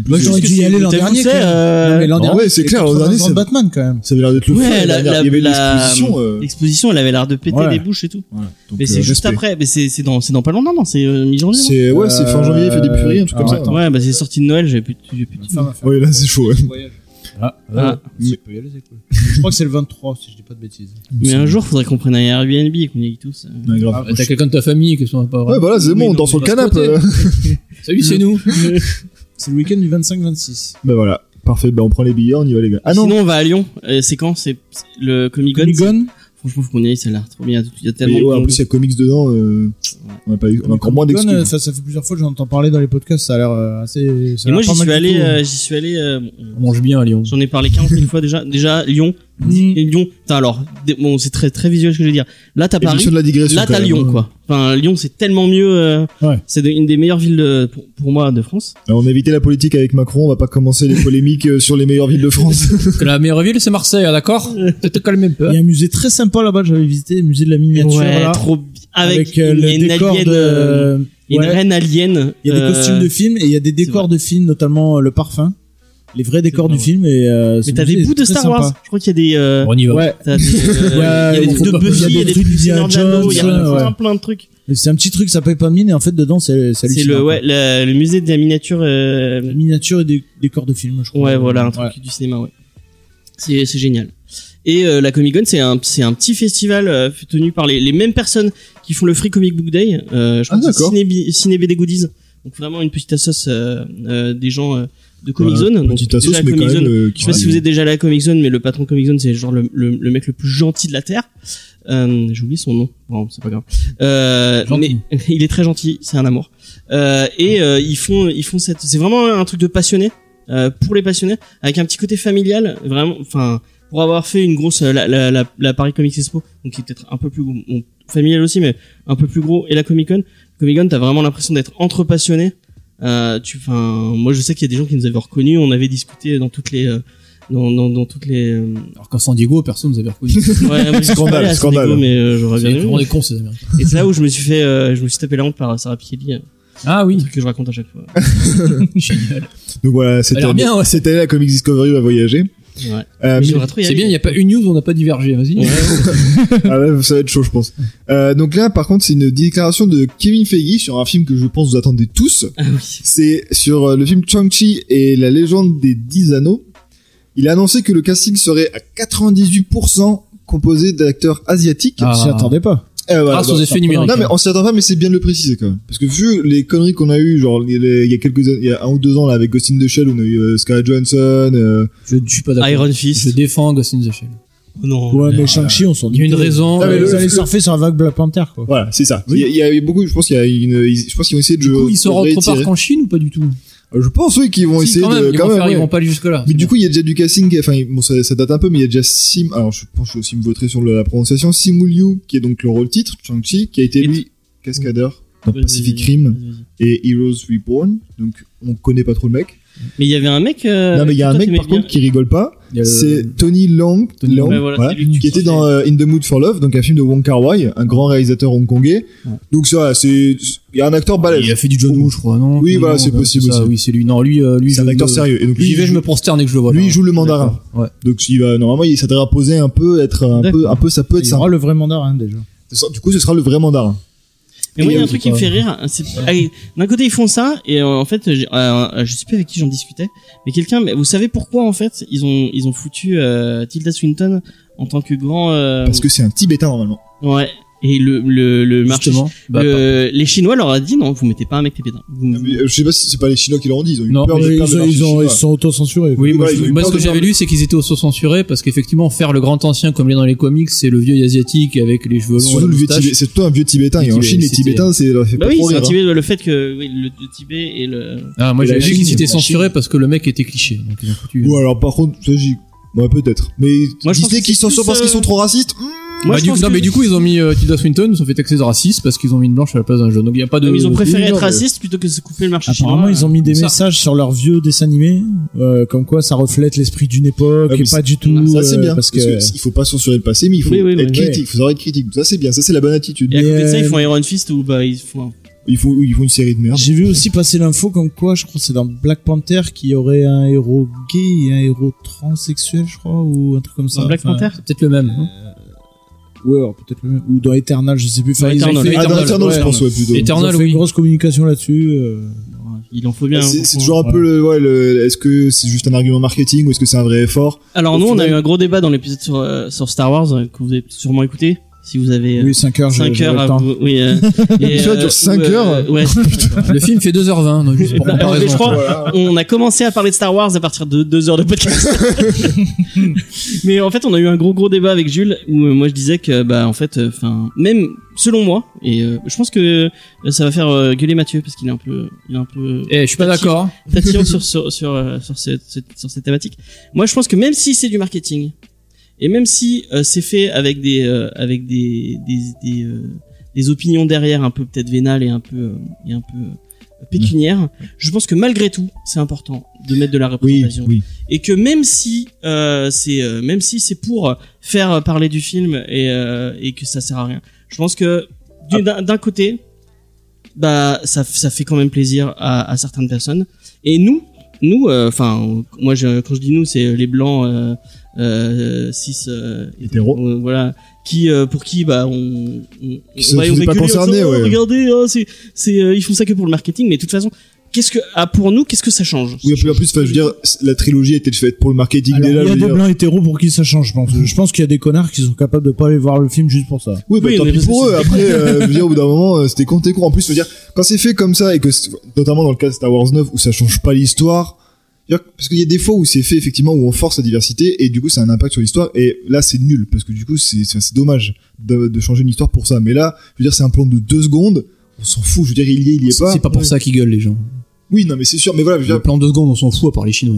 S5: Moi, j'aurais
S3: Parce
S5: dû
S3: que
S5: y aller
S3: c'est-
S5: l'an
S3: t'as vu,
S5: dernier,
S3: c'est,
S5: quand
S3: euh,
S5: Non, mais l'an
S2: Ah
S5: dernier,
S2: ouais, c'est
S5: les
S2: clair, l'an
S5: 80
S2: dernier,
S5: ans de
S2: c'est-
S5: Batman, quand même.
S2: Ça avait l'air d'être le
S3: Ouais,
S2: feu,
S3: la-
S2: dernière. Il y avait une
S3: la-
S2: exposition. euh,
S3: L'exposition elle avait l'air de péter
S5: Ouais.
S3: les bouches et tout.
S2: voilà. Donc,
S3: Mais c'est
S2: euh,
S3: juste
S2: respect.
S3: après. Mais c'est c'est dans c'est dans pas longtemps non c'est euh, mi-journée. non
S2: C'est ouais, c'est fin janvier, il fait des février, un truc comme
S5: Alors,
S2: ça. hein.
S5: attends.
S3: Ouais bah c'est sorti de Noël j'ai plus de- j'ai plus de-
S2: Oui, là, c'est chaud, ouais.
S4: Ah,
S3: Ah.
S5: Tu peux y aller, c'est cool. Je crois que c'est le 23, si je dis pas de bêtises.
S3: Mais un jour faudrait qu'on prenne un Airbnb et qu'on y aille tous. euh.
S2: Ouais, grave.
S4: Bah, T'as quelqu'un de ta famille qui sont pas.
S2: Ah, Ouais, voilà, c'est
S4: Oui,
S2: bon,
S4: non,
S2: on dort
S4: mais
S2: sur le
S4: pas
S2: canapé.
S4: spoté.
S2: euh.
S4: Salut, c'est nous.
S5: C'est le (laughs) week-end du 25-26.
S2: Bah voilà, parfait, bah on prend les billets, on y va les gars. Ah non,
S3: Sinon on va à Lyon. Euh, c'est quand c'est c'est le Comic Con. c'est-
S5: Polygon
S3: Franchement faut qu'on y aille ça a l'air trop bien. Il y
S2: mais
S3: a tellement.
S2: ouais, en
S3: de-
S2: plus il y a comics dedans, euh, on a pas eu, on a encore moins
S5: Polygon, euh,
S2: d'excuses.
S5: Ça, ça fait plusieurs fois que j'entends parler dans les podcasts, ça a l'air euh, assez. ça a
S3: Et
S5: l'air
S3: moi
S5: pas
S3: j'y
S5: mal
S3: suis
S5: du
S3: allé
S5: tout, hein.
S3: euh, j'y suis allé euh,
S4: On mange bien à Lyon.
S3: J'en ai parlé 40 000 fois déjà. Déjà, Lyon.
S5: Mm.
S3: Et Lyon. Putain, alors, dé- bon, c'est très, très visuel ce que je veux dire. Là, t'as Paris.
S2: Émission de la digression.
S3: Là,
S2: quand
S3: t'as
S2: même.
S3: Lyon, quoi. Enfin, Lyon, c'est tellement mieux. euh,
S5: Ouais.
S3: C'est de- une des meilleures villes, de- pour, pour moi, de France.
S2: Alors, on a évité la politique avec Macron, on va pas commencer les polémiques euh, sur les meilleures villes de France.
S4: Parce que la meilleure ville, c'est Marseille, ah, d'accord Peut-être te calmer un peu. hein.
S5: Il y a un musée très sympa là-bas, j'avais visité, le musée de la miniature.
S3: ouais,
S5: là,
S3: trop bi- Avec,
S5: euh,
S3: une,
S5: le
S3: une
S5: décor
S3: alien.
S5: de.
S3: euh, une
S5: ouais.
S3: reine alien.
S5: Il y a des
S3: euh,
S5: costumes de films et il y a des décors de films, notamment euh, le parfum. Les vrais décors
S3: pas
S5: du
S3: vrai.
S5: film et. euh,
S3: Mais
S5: ce
S3: t'as des
S5: musée est
S3: bouts de
S5: très
S3: Star
S5: sympa.
S3: Wars. Je crois qu'il y a des. euh,
S4: On y va.
S5: (laughs) Ouais,
S3: t'as des, euh,
S5: Ouais,
S3: il y a des
S5: bon,
S3: trucs
S5: faut
S3: de
S5: pas- il y a
S3: Buffy,
S5: des
S3: il y a des
S5: trucs
S3: trucs du Seigneur
S5: Indiana
S3: de l'Anneau, il y a
S5: Jones,
S3: plein,
S5: ouais.
S3: plein de trucs.
S5: Mais c'est un petit truc, ça paye pas de mine et en fait dedans c'est c'est
S3: C'est
S5: hallucinant,
S3: le,
S5: quoi.
S3: ouais, le, le musée de la miniature, euh,
S5: La miniature et des décors de films, je crois.
S3: Ouais, voilà, un
S5: Ouais.
S3: truc du cinéma, ouais. C'est c'est génial. Et euh, la Comic Con, c'est un, c'est un petit festival euh, tenu par les, les mêmes personnes qui font le Free Comic Book Day. Euh, je
S2: Ah,
S3: crois que c'est
S2: d'accord.
S3: Ciné, Ciné BD Goodies. Donc vraiment une petite assoce euh, euh, des gens euh, de (laughs) Comic
S2: Voilà,
S3: Zone. Donc,
S2: Petite
S3: déjà,
S2: assoce,
S3: la
S2: mais
S3: Comic
S2: quand
S3: Zone,
S2: même. euh,
S3: je sais pas si vous êtes déjà allé à la Comic Zone, mais le patron de Comic Zone, c'est genre le, le, le mec le plus gentil de la Terre. Euh, J'ai oublié son nom. Bon, c'est pas grave. Euh, mais (laughs)
S4: Gentil.
S3: il est très gentil, c'est un amour. Euh, et euh, ils font, ils font cette. C'est vraiment un truc de passionné. euh, pour les passionnés, avec un petit côté familial, vraiment. Enfin, pour avoir fait une grosse la, la, la, la Paris Comics Expo, donc qui est peut-être un peu plus bon, familial aussi, mais un peu plus gros, et la Comic Con. Comic Con, t'as vraiment l'impression d'être entre passionnés. Euh, tu, enfin, moi je sais qu'il y a des gens qui nous avaient reconnus. On avait discuté dans toutes les, euh, dans, dans, dans toutes les. euh,
S4: Alors qu'en San Diego, personne ne nous avait reconnu.
S2: Ah,
S3: Ouais, moi, je suis
S2: Scandale,
S3: pas allé à San
S2: scandale.
S3: Diego, mais euh, j'aurais bien
S4: C'est
S3: aimé.
S4: vraiment des cons, ces Américains.
S3: Et c'est là où je me suis fait, euh, je me suis tapé la honte par Sarah Pielli, euh,
S4: Ah
S3: un
S2: (laughs)
S4: oui.
S3: truc que je raconte à chaque fois.
S4: Génial.
S2: Donc voilà,
S4: Ça a
S2: c'était
S4: l'air bien, ouais.
S2: cette année la Comics Discovery va voyager.
S3: Ouais.
S2: Euh,
S3: (laughs) Mais
S2: mais-
S3: j'aimerais trop y
S4: C'est
S3: aller.
S4: bien, il n'y a pas une news où on n'a pas divergé, vas-y.
S3: Ouais.
S2: Ah ouais, ça va être chaud, je pense. Euh, donc là, par contre, c'est une déclaration de Kevin Feige sur un film que je pense vous attendez tous.
S3: Ah oui.
S2: C'est sur euh, le film Chang-Chi et la légende des 10 anneaux. Il a annoncé que le casting serait à 98% composé d'acteurs asiatiques.
S5: On s'y
S4: Ah.
S5: attendait pas.
S2: Euh, voilà,
S4: Grâce aux
S2: bah,
S4: effets numériques. hein.
S2: non mais on s'y attend pas mais c'est bien de le préciser quand même parce que vu les conneries qu'on a eu genre il y a- il y a quelques il y a un ou deux ans là avec Ghost in the Shell on a eu euh, Scarlett Johansson euh,
S4: Je ne suis pas d'accord.
S3: Iron
S4: Je
S3: Fist.
S4: défends Ghost in the Shell.
S3: Oh non.
S5: Ouais, mais Shang-Chi, on s'en
S4: Il y a une
S5: doutait.
S4: raison.
S2: Ah, mais
S5: Ouais,
S2: le-
S5: Ils
S2: le-
S5: allaient surfer euh, sur la vague Black Panther, quoi.
S2: voilà c'est ça il y a- il y, a eu beaucoup je pense qu'il y a une ils- je pense qu'ils vont essayer de
S4: Du coup, ils
S2: de
S4: sortent
S2: réitérer. Euh,
S4: trop qu'en Chine ou pas du tout
S2: je pense oui qu'ils vont
S4: Si,
S2: essayer
S4: quand
S2: de
S4: même, ils
S2: quand
S4: vont
S2: même,
S4: faire- ils
S2: ouais.
S4: vont pas aller
S3: Ah,
S4: jusque-là.
S2: mais du coup il y a déjà du casting enfin bon ça, ça date un peu mais il y a déjà Sim alors je pense que je vais aussi me voter sur le- la prononciation Simu Liu qui est donc le rôle titre Chang-Chi qui a été
S3: Et-
S2: lui cascadeur dans
S3: Vas-y,
S2: Pacific
S3: vas-y,
S2: Rim
S3: vas-y, vas-y.
S2: et Heroes Reborn donc on connaît pas trop le mec
S3: Mais il y avait un mec. euh,
S2: non mais il y a
S3: que
S2: un
S3: toi,
S2: mec
S3: t'aimais
S2: par
S3: bien.
S2: contre qui rigole pas
S4: Il y a le-
S2: c'est Tony Long,
S4: Tony
S2: Long,
S3: Ouais, voilà,
S2: voilà,
S3: c'est lui que tu
S2: qui était
S3: kiffais.
S2: dans euh, In the Mood for Love, donc un film de Wong Kar Wai, un grand réalisateur hongkongais. Donc ça, c'est il y a un acteur balèze. Oh.
S4: Il a fait du John Woo, je crois,
S2: Ah
S4: non
S2: Oui,
S4: Non,
S2: voilà,
S4: non,
S2: c'est
S4: non,
S2: possible
S4: ça,
S2: aussi.
S4: Oui, c'est lui. Non, lui, euh, lui
S2: C'est un
S4: je-
S2: acteur sérieux. Et donc
S4: J'y
S2: lui,
S4: vais, je me prosterne dès que je le vois.
S2: lui,
S4: là.
S2: il joue le mandarin.
S4: D'accord. Ouais.
S2: Donc il va normalement, il s'adresse à poser un peu, être un
S3: D'accord.
S2: peu, un peu, ça peut être
S5: Il y
S2: ça.
S5: aura le vrai mandarin, déjà.
S2: Du coup, ce sera le vrai mandarin.
S3: Mais moi, il y a
S4: Et,
S3: un
S4: euh,
S3: truc
S4: c'est
S3: qui me
S4: pas-
S3: fait rire. c'est- allez, D'un côté, ils font ça, et euh, en fait, j'ai- euh, je sais plus avec qui j'en discutais, mais quelqu'un, mais vous savez pourquoi en fait ils ont ils ont foutu euh, Tilda Swinton en tant que grand. euh,
S2: Parce que c'est un Tibétain normalement.
S3: Ouais. Et le le le marché.
S4: Justement. Bah,
S2: Euh,
S4: pas-
S3: le- les Chinois leur a dit non, vous mettez pas un mec tibétain. Vous-
S2: Non, mais, euh, je sais pas si c'est pas les Chinois qui l'ont dit. Ils ont eu
S4: Non,
S2: peur
S5: Ouais,
S2: de
S5: Ils,
S2: peur de
S5: ont-
S2: marcher
S5: ils ont- ils
S2: chinois.
S5: se sont auto-censurés. quoi.
S4: Oui,
S2: Oui,
S4: moi,
S2: voilà,
S4: je-
S2: ils ont eu
S4: moi, ce
S2: peur
S4: que
S2: de
S4: j'avais
S2: leur-
S4: lu, c'est qu'ils étaient auto-censurés parce qu'effectivement, faire le grand ancien comme il est dans les comics, c'est le vieil asiatique avec les cheveux longs. et
S2: Surtout
S4: la
S2: le vieux
S4: moustache.
S2: Tibé- c'est toi un vieux Tibétain.
S4: Les
S2: Et en
S4: Tibé-
S2: Chine, les
S4: c'était-
S2: Tibétains, c'est leur fait
S3: Bah
S2: pas
S3: oui,
S2: trop
S3: c'est un
S2: rire. hein.
S3: Tibet, le fait que oui, le, le Tibet et le.
S4: Ah, moi,
S2: Et la
S4: j'avais vu
S2: Chine,
S4: qu'ils étaient
S2: la Chine.
S4: censurés parce que le mec était cliché. Donc, ils ont foutu-
S2: Ou alors par contre, ça j'y- ouais peut-être. Mais
S3: Moi, je pense
S2: Disney
S3: que
S2: qui
S3: c'est
S2: s'en sort
S3: plus,
S2: parce qu'ils
S3: euh,
S2: sont trop racistes. Hmm.
S3: Moi,
S4: Bah,
S3: je
S4: du-
S3: pense
S4: non,
S3: que-
S4: mais du coup, ils ont mis euh, Tilda Swinton, ils se sont fait taxer de racistes parce qu'ils ont mis une blanche à la place d'un jaune. Donc, il n'y a pas de.
S3: Ah,
S4: euh.
S3: ils ont préféré
S2: oui, non,
S3: être
S2: mais-
S3: racistes plutôt que de se couper le marché
S5: Apparemment,
S3: chinois.
S5: ils ont mis des
S4: Ça.
S5: messages sur leurs vieux dessins animés, euh, comme quoi ça reflète l'esprit d'une époque
S2: Ah, mais
S5: et pas
S2: c'est-
S5: du tout.
S2: Ça c'est
S5: euh,
S2: bien
S5: parce que
S2: il faut pas censurer le passé, mais il faut
S3: Oui, oui, oui,
S2: être
S5: oui.
S2: critique. Il faut savoir être critique. Ça c'est bien. Ça c'est la bonne attitude.
S3: Et à côté de ça,
S5: Mais,
S3: ils font Iron Fist où bah ils font.
S2: Ils font ils font une série de merde.
S5: j'ai vu aussi passer l'info comme quoi, je crois, que c'est dans Black Panther qu'il y aurait un héros gay et un héros transsexuel, je crois, ou un truc comme ça.
S3: Black
S5: Enfin,
S3: Panther.
S4: C'est peut-être le même. hein.
S5: Ouais, alors peut-être le même. Ou dans Eternal, je sais plus.
S3: Dans
S5: ils ont
S3: Eternal.
S5: fait-
S2: Ah, dans
S4: Eternal,
S2: Eternal, je
S5: ouais.
S2: pense ouais, plutôt.
S4: Eternal.
S5: ils ont fait
S4: oui.
S5: une grosse communication là-dessus. euh.
S3: Il en faut bien.
S2: Ah,
S3: hein,
S2: C'est c'est
S3: franchement.
S2: toujours un peu le, ouais, le- est-ce que c'est juste un argument marketing ou est-ce que c'est un vrai effort
S3: Alors
S2: Au
S3: nous, on a
S2: final-
S3: eu un gros débat dans l'épisode sur, euh, sur Star Wars euh, que vous avez sûrement écouté si vous avez
S5: Oui, 5 heures.
S3: 5
S5: j'ai-
S3: heures.
S5: j'avais
S3: à
S5: le temps.
S3: vous- oui, euh, et,
S2: L'épisode dure
S3: où,
S2: cinq heures
S3: Ouais.
S4: Le film fait 2h20, donc juste pour
S3: Bah, (laughs)
S4: comparaison.
S3: mais je crois-
S2: Voilà.
S3: On a commencé à parler de Star Wars à partir de deux heures de podcast. Mais en fait, on a eu un gros gros débat avec Jules où euh, moi je disais que bah en fait, enfin même selon moi et euh, je pense que euh, ça va faire euh, gueuler Mathieu parce qu'il est un peu il est un peu
S4: Eh, je suis pas d'accord.
S3: tatillon sur sur sur, euh, sur, cette, cette- sur cette thématique. Moi, je pense que même si c'est du marketing et même si euh, c'est fait avec des euh, avec des des des, euh, des opinions derrière un peu peut-être vénales et un peu euh, et un peu euh, pécuniaires, je pense que malgré tout, c'est important de mettre de la
S2: Oui,
S3: représentation
S2: oui.
S3: et que même si euh, c'est euh, même si c'est pour faire parler du film et euh, et que ça sert à rien, je pense que du- d'un d'un côté bah ça, ça fait quand même plaisir à, à certaines personnes et nous nous euh, enfin moi je, quand je dis nous c'est les blancs euh, euh, six euh,
S2: Hétéros.
S3: euh, voilà qui euh, pour qui bah on on,
S2: se
S3: on va- on
S2: faisaient
S3: va
S2: pas
S3: gueuler en
S2: concerner,
S3: disant, Oh,
S2: ouais.
S3: regardez oh, c'est c'est euh, ils font ça que pour le marketing mais de toute façon qu'est-ce que ah, pour nous qu'est-ce que ça change
S2: Oui, en plus, en plus, enfin, je veux dire, la trilogie était faite pour le Mhm. marketing
S5: Alors,
S2: dès là.
S5: il y
S2: je
S5: a
S2: veux
S5: des
S2: dire.
S5: blancs hétéros pour qui ça change, je pense. Je pense qu'il y a des connards qui sont capables de pas aller voir le film juste pour ça.
S2: Oui, bah,
S3: Oui,
S2: tant
S3: mais
S2: pis
S3: parce
S2: pour
S3: que
S2: eux. Après, euh, je veux dire, au bout d'un moment, euh, c'était compté court. En plus, je veux dire, quand c'est fait comme ça, et que, c'est- notamment dans le cas de Star Wars 9, où ça change pas l'histoire, je veux dire, parce qu'il y a des fois où c'est fait, effectivement, où on force la diversité, et du coup, ça a un impact sur l'histoire, et là, c'est nul, parce que du coup, c'est c'est- c'est dommage de, de changer une histoire pour ça. Mais là, je veux dire, c'est un plan de deux secondes, on s'en fout, je veux dire, il y est, il y est
S4: C'est
S2: pas.
S4: pas pour ça qu'ils gueulent, les gens.
S2: Oui, non, mais c'est sûr. Mais voilà, je veux
S4: Le
S2: dire-
S4: plan de seconde, on s'en fout à part les Chinois.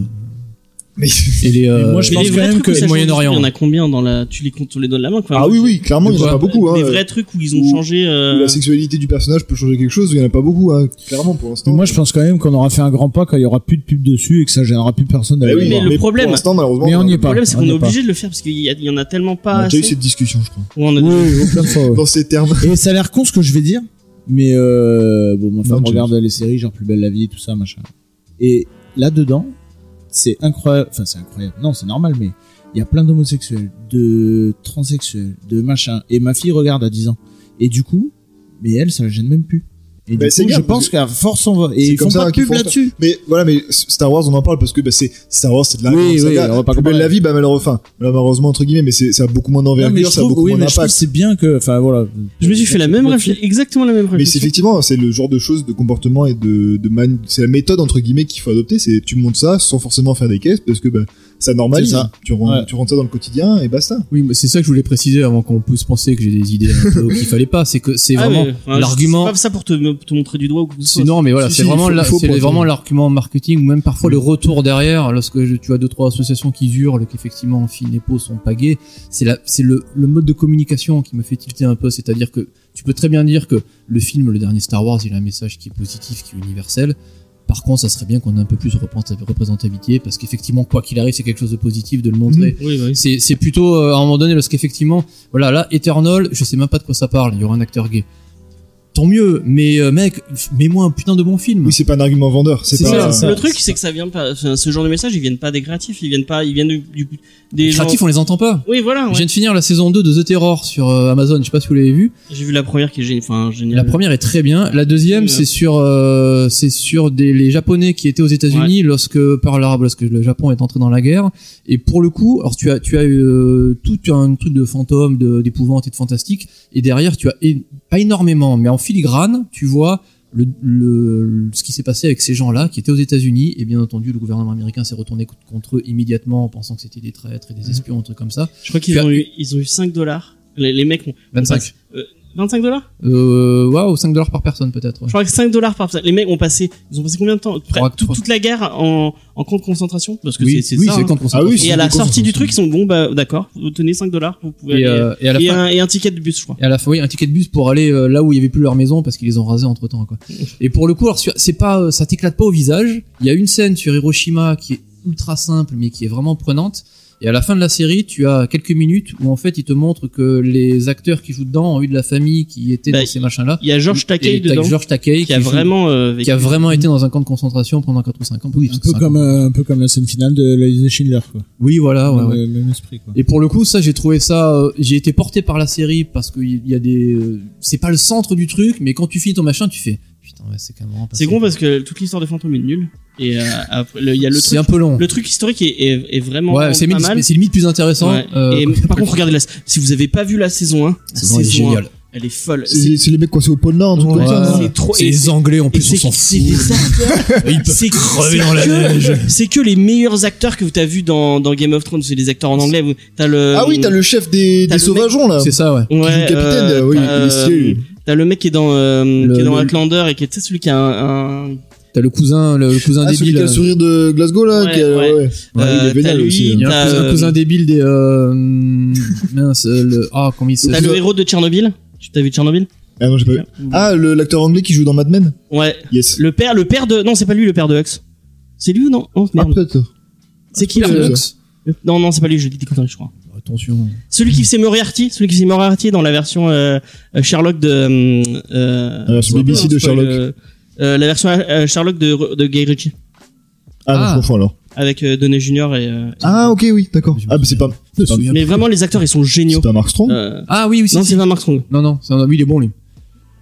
S2: mais-
S4: Et les,
S5: Mais moi,
S4: euh,
S5: je
S4: et
S5: pense
S4: les-
S5: quand même que-
S4: le Moyen-Orient.
S3: Il y en a combien dans la. Tu les comptes sur les doigts de la main, quoi.
S2: (laughs) Ah oui, oui, clairement, il n'y en a
S4: Des
S2: pas beaucoup. Hein.
S3: Des vrais trucs où ils ont
S2: Ou-
S3: changé. euh,
S2: Où La sexualité du personnage peut changer quelque chose, il n'y en a pas beaucoup, hein. clairement, pour l'instant.
S5: Mais moi, je pense quand même qu'on aura fait un grand pas quand il y aura plus de pub dessus et que ça gênera plus personne
S2: Bah
S5: d'aller
S2: oui,
S5: le
S3: mais
S5: voir.
S3: le problème-
S2: Pour l'instant, malheureusement,
S5: Mais on n'y est
S3: Le
S5: pas.
S3: problème, c'est
S5: on
S3: qu'on
S5: y
S3: est
S5: est pas.
S3: obligé de le faire parce qu'il y, a- il y en a tellement
S2: On
S3: pas
S2: a déjà eu
S3: assez.
S2: cette discussion, je crois.
S3: où on a
S5: Oui,
S3: des-
S5: oui, plein de fois, ouais.
S2: Dans ces termes. (laughs)
S5: Et ça a l'air con ce que je vais dire, mais euh, bon, ma femme
S2: Non, tu-
S5: regarde les séries, genre Plus belle la vie, tout ça, machin. Et là-dedans, c'est incroyable, enfin c'est incroyable, non c'est normal, mais il y a plein d'homosexuels, de transsexuels, de machin. Et ma fille regarde à 10 ans. Et du coup, mais elle, ça la gêne même plus. Et
S2: Bah,
S5: du
S2: c'est
S5: coup,
S2: bien,
S5: je
S2: parce
S5: pense qu'à force on va.
S2: c'est
S5: Et ils
S2: comme
S5: font
S2: ça
S5: pas de
S2: qu'ils
S5: pub
S2: font ça.
S5: là-dessus.
S2: Mais voilà, mais Star Wars, on en parle parce que bah, c'est Star Wars, c'est de la
S5: Oui,
S2: grande
S5: oui,
S2: saga.
S5: on va pas
S2: Plus belle
S5: comparer.
S2: la vie, bah, malheureusement, enfin, malheureusement entre guillemets, mais c'est ça a beaucoup moins
S5: Non, mais
S2: d'envergure,
S5: je
S2: ça a
S5: trouve,
S2: beaucoup
S5: oui,
S2: moins
S5: mais je trouve que
S2: d'impact.
S5: c'est bien que, enfin voilà.
S3: Je me suis fait la même réflexion, exactement la même
S2: Mais c'est
S3: réflexion.
S2: effectivement, c'est le genre de choses, de comportement et de, de man... c'est la méthode entre guillemets qu'il faut adopter. C'est tu montes ça sans forcément faire des caisses parce que bah, ça normalise.
S5: C'est ça.
S2: Tu, rends,
S5: Ouais.
S2: tu rentres ça dans le quotidien et basta.
S4: Oui, mais c'est ça que je voulais préciser avant qu'on puisse penser que j'ai des idées un peu (laughs) qu'il fallait pas. C'est que c'est
S3: Ah,
S4: vraiment
S3: mais, enfin,
S4: l'argument.
S3: C'est pas ça pour te, te montrer du doigt ou quoi que ce soit.
S4: C'est non, mais voilà,
S2: Si,
S4: c'est
S2: si, il
S4: vraiment
S2: faut-
S4: la-
S2: il faut Mm.
S4: c'est
S2: pour-
S4: vraiment l'argument marketing ou même parfois le retour derrière lorsque je- tu as deux trois associations qui hurlent qu'effectivement Fine et Po sont pas gays. C'est la, c'est le, le mode de communication qui me fait tilter un peu. C'est-à-dire que tu peux très bien dire que le film, le dernier Star Wars, il a un message qui est positif, qui est universel. Par contre, ça serait bien qu'on ait un peu plus de représent- représentativité parce qu'effectivement, quoi qu'il arrive, c'est quelque chose de positif de le
S2: Mm.
S4: montrer.
S3: Oui, bah oui.
S4: C'est c'est plutôt euh, à un moment donné lorsqu'effectivement, voilà, là, Eternal, je sais même pas de quoi ça parle, il y aura un acteur gay. Tant mieux, mais euh, mec, f- mets-moi un putain de bon film.
S2: Oui, c'est pas un argument vendeur. C'est
S4: C'est
S2: pas.
S4: ça, c'est ça.
S3: Le truc, c'est que ça vient pas. enfin, Ce genre de messages, ils viennent pas des créatifs, ils viennent pas, ils viennent du, du- des
S4: Les créatifs,
S3: gens.
S4: on les entend pas.
S3: Oui, voilà.
S4: Je
S3: ouais.
S4: viens de finir la saison 2 de The Terror sur euh, Amazon, je sais pas si vous l'avez vu.
S3: J'ai vu la première qui est gé- enfin, géniale.
S4: La première est très bien. La deuxième,
S3: Oui,
S4: c'est
S3: là.
S4: sur, euh, c'est sur des, les Japonais qui étaient aux États-Unis lorsque par l'arabe, lorsque le Japon est entré dans la guerre. Et pour le coup, alors tu as, tu as euh, tout un truc de fantôme, de- d'épouvante et de fantastique. Et derrière, tu as é- pas énormément, mais en filigrane, tu vois le, le- ce qui s'est passé avec ces gens-là qui étaient aux États-Unis. Et bien entendu, le gouvernement américain s'est retourné co- contre eux immédiatement en pensant que c'était des traîtres et des espions, un truc comme ça.
S3: Je crois qu'ils
S4: Tu as-
S3: ont eu, ils ont eu 5 dollars. Les, les mecs ont.
S4: 25.
S3: Euh, 25 dollars
S4: Euh, Waouh, 5 dollars par personne peut-être. ouais.
S3: Je crois que 5 dollars par personne. Les mecs ont passé, ils ont passé combien de temps Près-
S4: Trois-
S3: tout-
S4: trois-
S3: Toute la guerre en, en camp de concentration Parce que
S4: Oui,
S3: c'est- c'est
S4: oui,
S3: ça.
S4: c'est
S3: hein.
S4: le camp de
S2: Ah oui,
S4: concentration.
S3: Et à
S2: c'est
S3: la
S2: des cons,
S3: sortie
S2: ça.
S3: du truc, ils sont bon, bah d'accord, vous tenez 5 dollars, vous pouvez
S4: Et,
S3: aller-
S4: euh, et à la
S3: et
S4: fin,
S3: un, et un ticket de bus, je crois.
S4: Et à la fois, oui, un ticket de bus pour aller euh, là où il y avait plus leur maison parce qu'ils les ont rasés entre temps, quoi. Et pour le coup, alors, sur- c'est pas, euh, ça t'éclate pas au visage. Il y a une scène sur Hiroshima qui est ultra simple, mais qui est vraiment prenante. Et à la fin de la série, tu as quelques minutes où en fait, ils te montrent que les acteurs qui jouent dedans ont eu de la famille qui était
S3: Bah,
S4: dans ces machins-là.
S3: Il y a Georges Takei
S4: Et t'as
S3: dedans,
S4: George Takei
S3: qui a
S4: joue-
S3: vraiment euh, vécu.
S4: qui a vraiment été dans un camp de concentration pendant 4 ou 5 ans. Oui,
S5: Un
S4: parce que
S5: peu
S4: cinq
S5: comme,
S4: ans.
S5: euh, un peu comme la scène finale de la liste de Schindler, quoi.
S4: Oui, voilà,
S3: Ah
S4: ouais,
S5: Le-
S4: ouais.
S5: le Même esprit, quoi.
S4: Et pour le coup, ça, j'ai trouvé ça, euh, j'ai été porté par la série parce qu'il y a des, euh, c'est pas le centre du truc, mais quand tu finis ton machin, tu fais, putain, ouais, c'est quand même marrant
S3: C'est con parce que toute l'histoire des fantômes est nulle. Et euh, après, le- il y a le
S4: c'est
S3: truc,
S4: un peu long.
S3: le truc historique est, est, est vraiment
S4: ouais, c'est
S3: pas
S4: limite,
S3: mal.
S4: c'est limite plus intéressant.
S3: Ouais.
S4: euh,
S3: et
S4: (laughs) que-
S3: par contre, regardez la, si vous avez pas vu la saison 1, la
S4: c'est vraiment
S3: saison 1,
S4: génial.
S3: elle est folle. C'est
S2: C'est c'est les mecs coincés au pôle Nord, un truc
S4: Ouais.
S2: comme ça.
S3: c'est trop-
S4: C'est
S3: et
S4: les
S3: c'est-
S4: Anglais en
S3: et
S4: plus, on s'en
S3: c'est
S4: fout.
S3: des acteurs.
S4: (laughs) Ils peuvent
S3: c'est-
S4: crever
S3: c'est
S4: dans la
S3: que-
S4: neige.
S3: C'est que les meilleurs acteurs que t'as vu dans, dans Game of Thrones, c'est les acteurs en anglais. vous- T'as le.
S2: Ah oui, t'as le chef des,
S3: Euh, t'as
S2: des
S3: le
S2: sauvageons là.
S4: C'est ça, ouais.
S3: Ouais,
S2: Qui est le capitaine,
S3: euh,
S2: oui,
S3: t'as,
S2: il est stylé, lui.
S3: t'as le mec qui est dans, euh, qui est dans
S4: le-
S3: Outlander et qui est, tu sais, celui qui a un, un
S4: T'as le cousin, le, le cousin
S2: Ah, celui
S4: débile.
S2: qui a le
S4: euh,
S2: sourire de Glasgow là.
S3: Ouais,
S2: qui a-
S3: ouais.
S2: ouais.
S3: Euh,
S2: il est vénal
S3: t'as lui,
S2: aussi. hein.
S4: Il y a
S3: t'as,
S4: un cousin, un
S3: euh,
S4: cousin débile des, euh, (laughs) mince, euh, le, ah, comment il
S3: T'as le
S4: s'appelle?
S3: héros de Tchernobyl Tu t'as vu Tchernobyl
S2: Ah non, j'ai pas vu. Ah, le- l'acteur anglais qui joue dans Mad Men
S3: Ouais.
S2: Yes.
S3: Le père, le père de. Non, c'est pas lui, le père de Hux. C'est lui ou non Oh,
S2: Ah,
S3: merde.
S2: peut-être.
S3: C'est qui
S2: le-
S3: le Non, non, c'est pas lui, je dis des conneries, je crois.
S4: Attention.
S3: Celui qui fait Moriarty, celui qui fait Moriarty dans la version euh, euh, Sherlock de. euh, euh,
S4: Ah,
S2: La version
S3: euh,
S2: BBC de
S3: euh,
S2: Sherlock.
S3: euh, la version euh, Sherlock de, de Guy Ritchie
S2: Ah, non,
S4: Ah.
S2: je confonds alors.
S3: avec euh, Downey Jr. et. euh,
S2: Ah, ok, oui, d'accord.
S4: Je me
S2: Ah, bah c'est pas,
S4: Je me souviens
S3: mais vraiment, les acteurs, ils sont géniaux.
S2: c'est pas Mark Strong.
S3: Euh,
S4: Ah oui, oui, si,
S3: non,
S4: si.
S3: c'est pas Mark Strong.
S4: Non, non, c'est un, oui, il est bon, lui.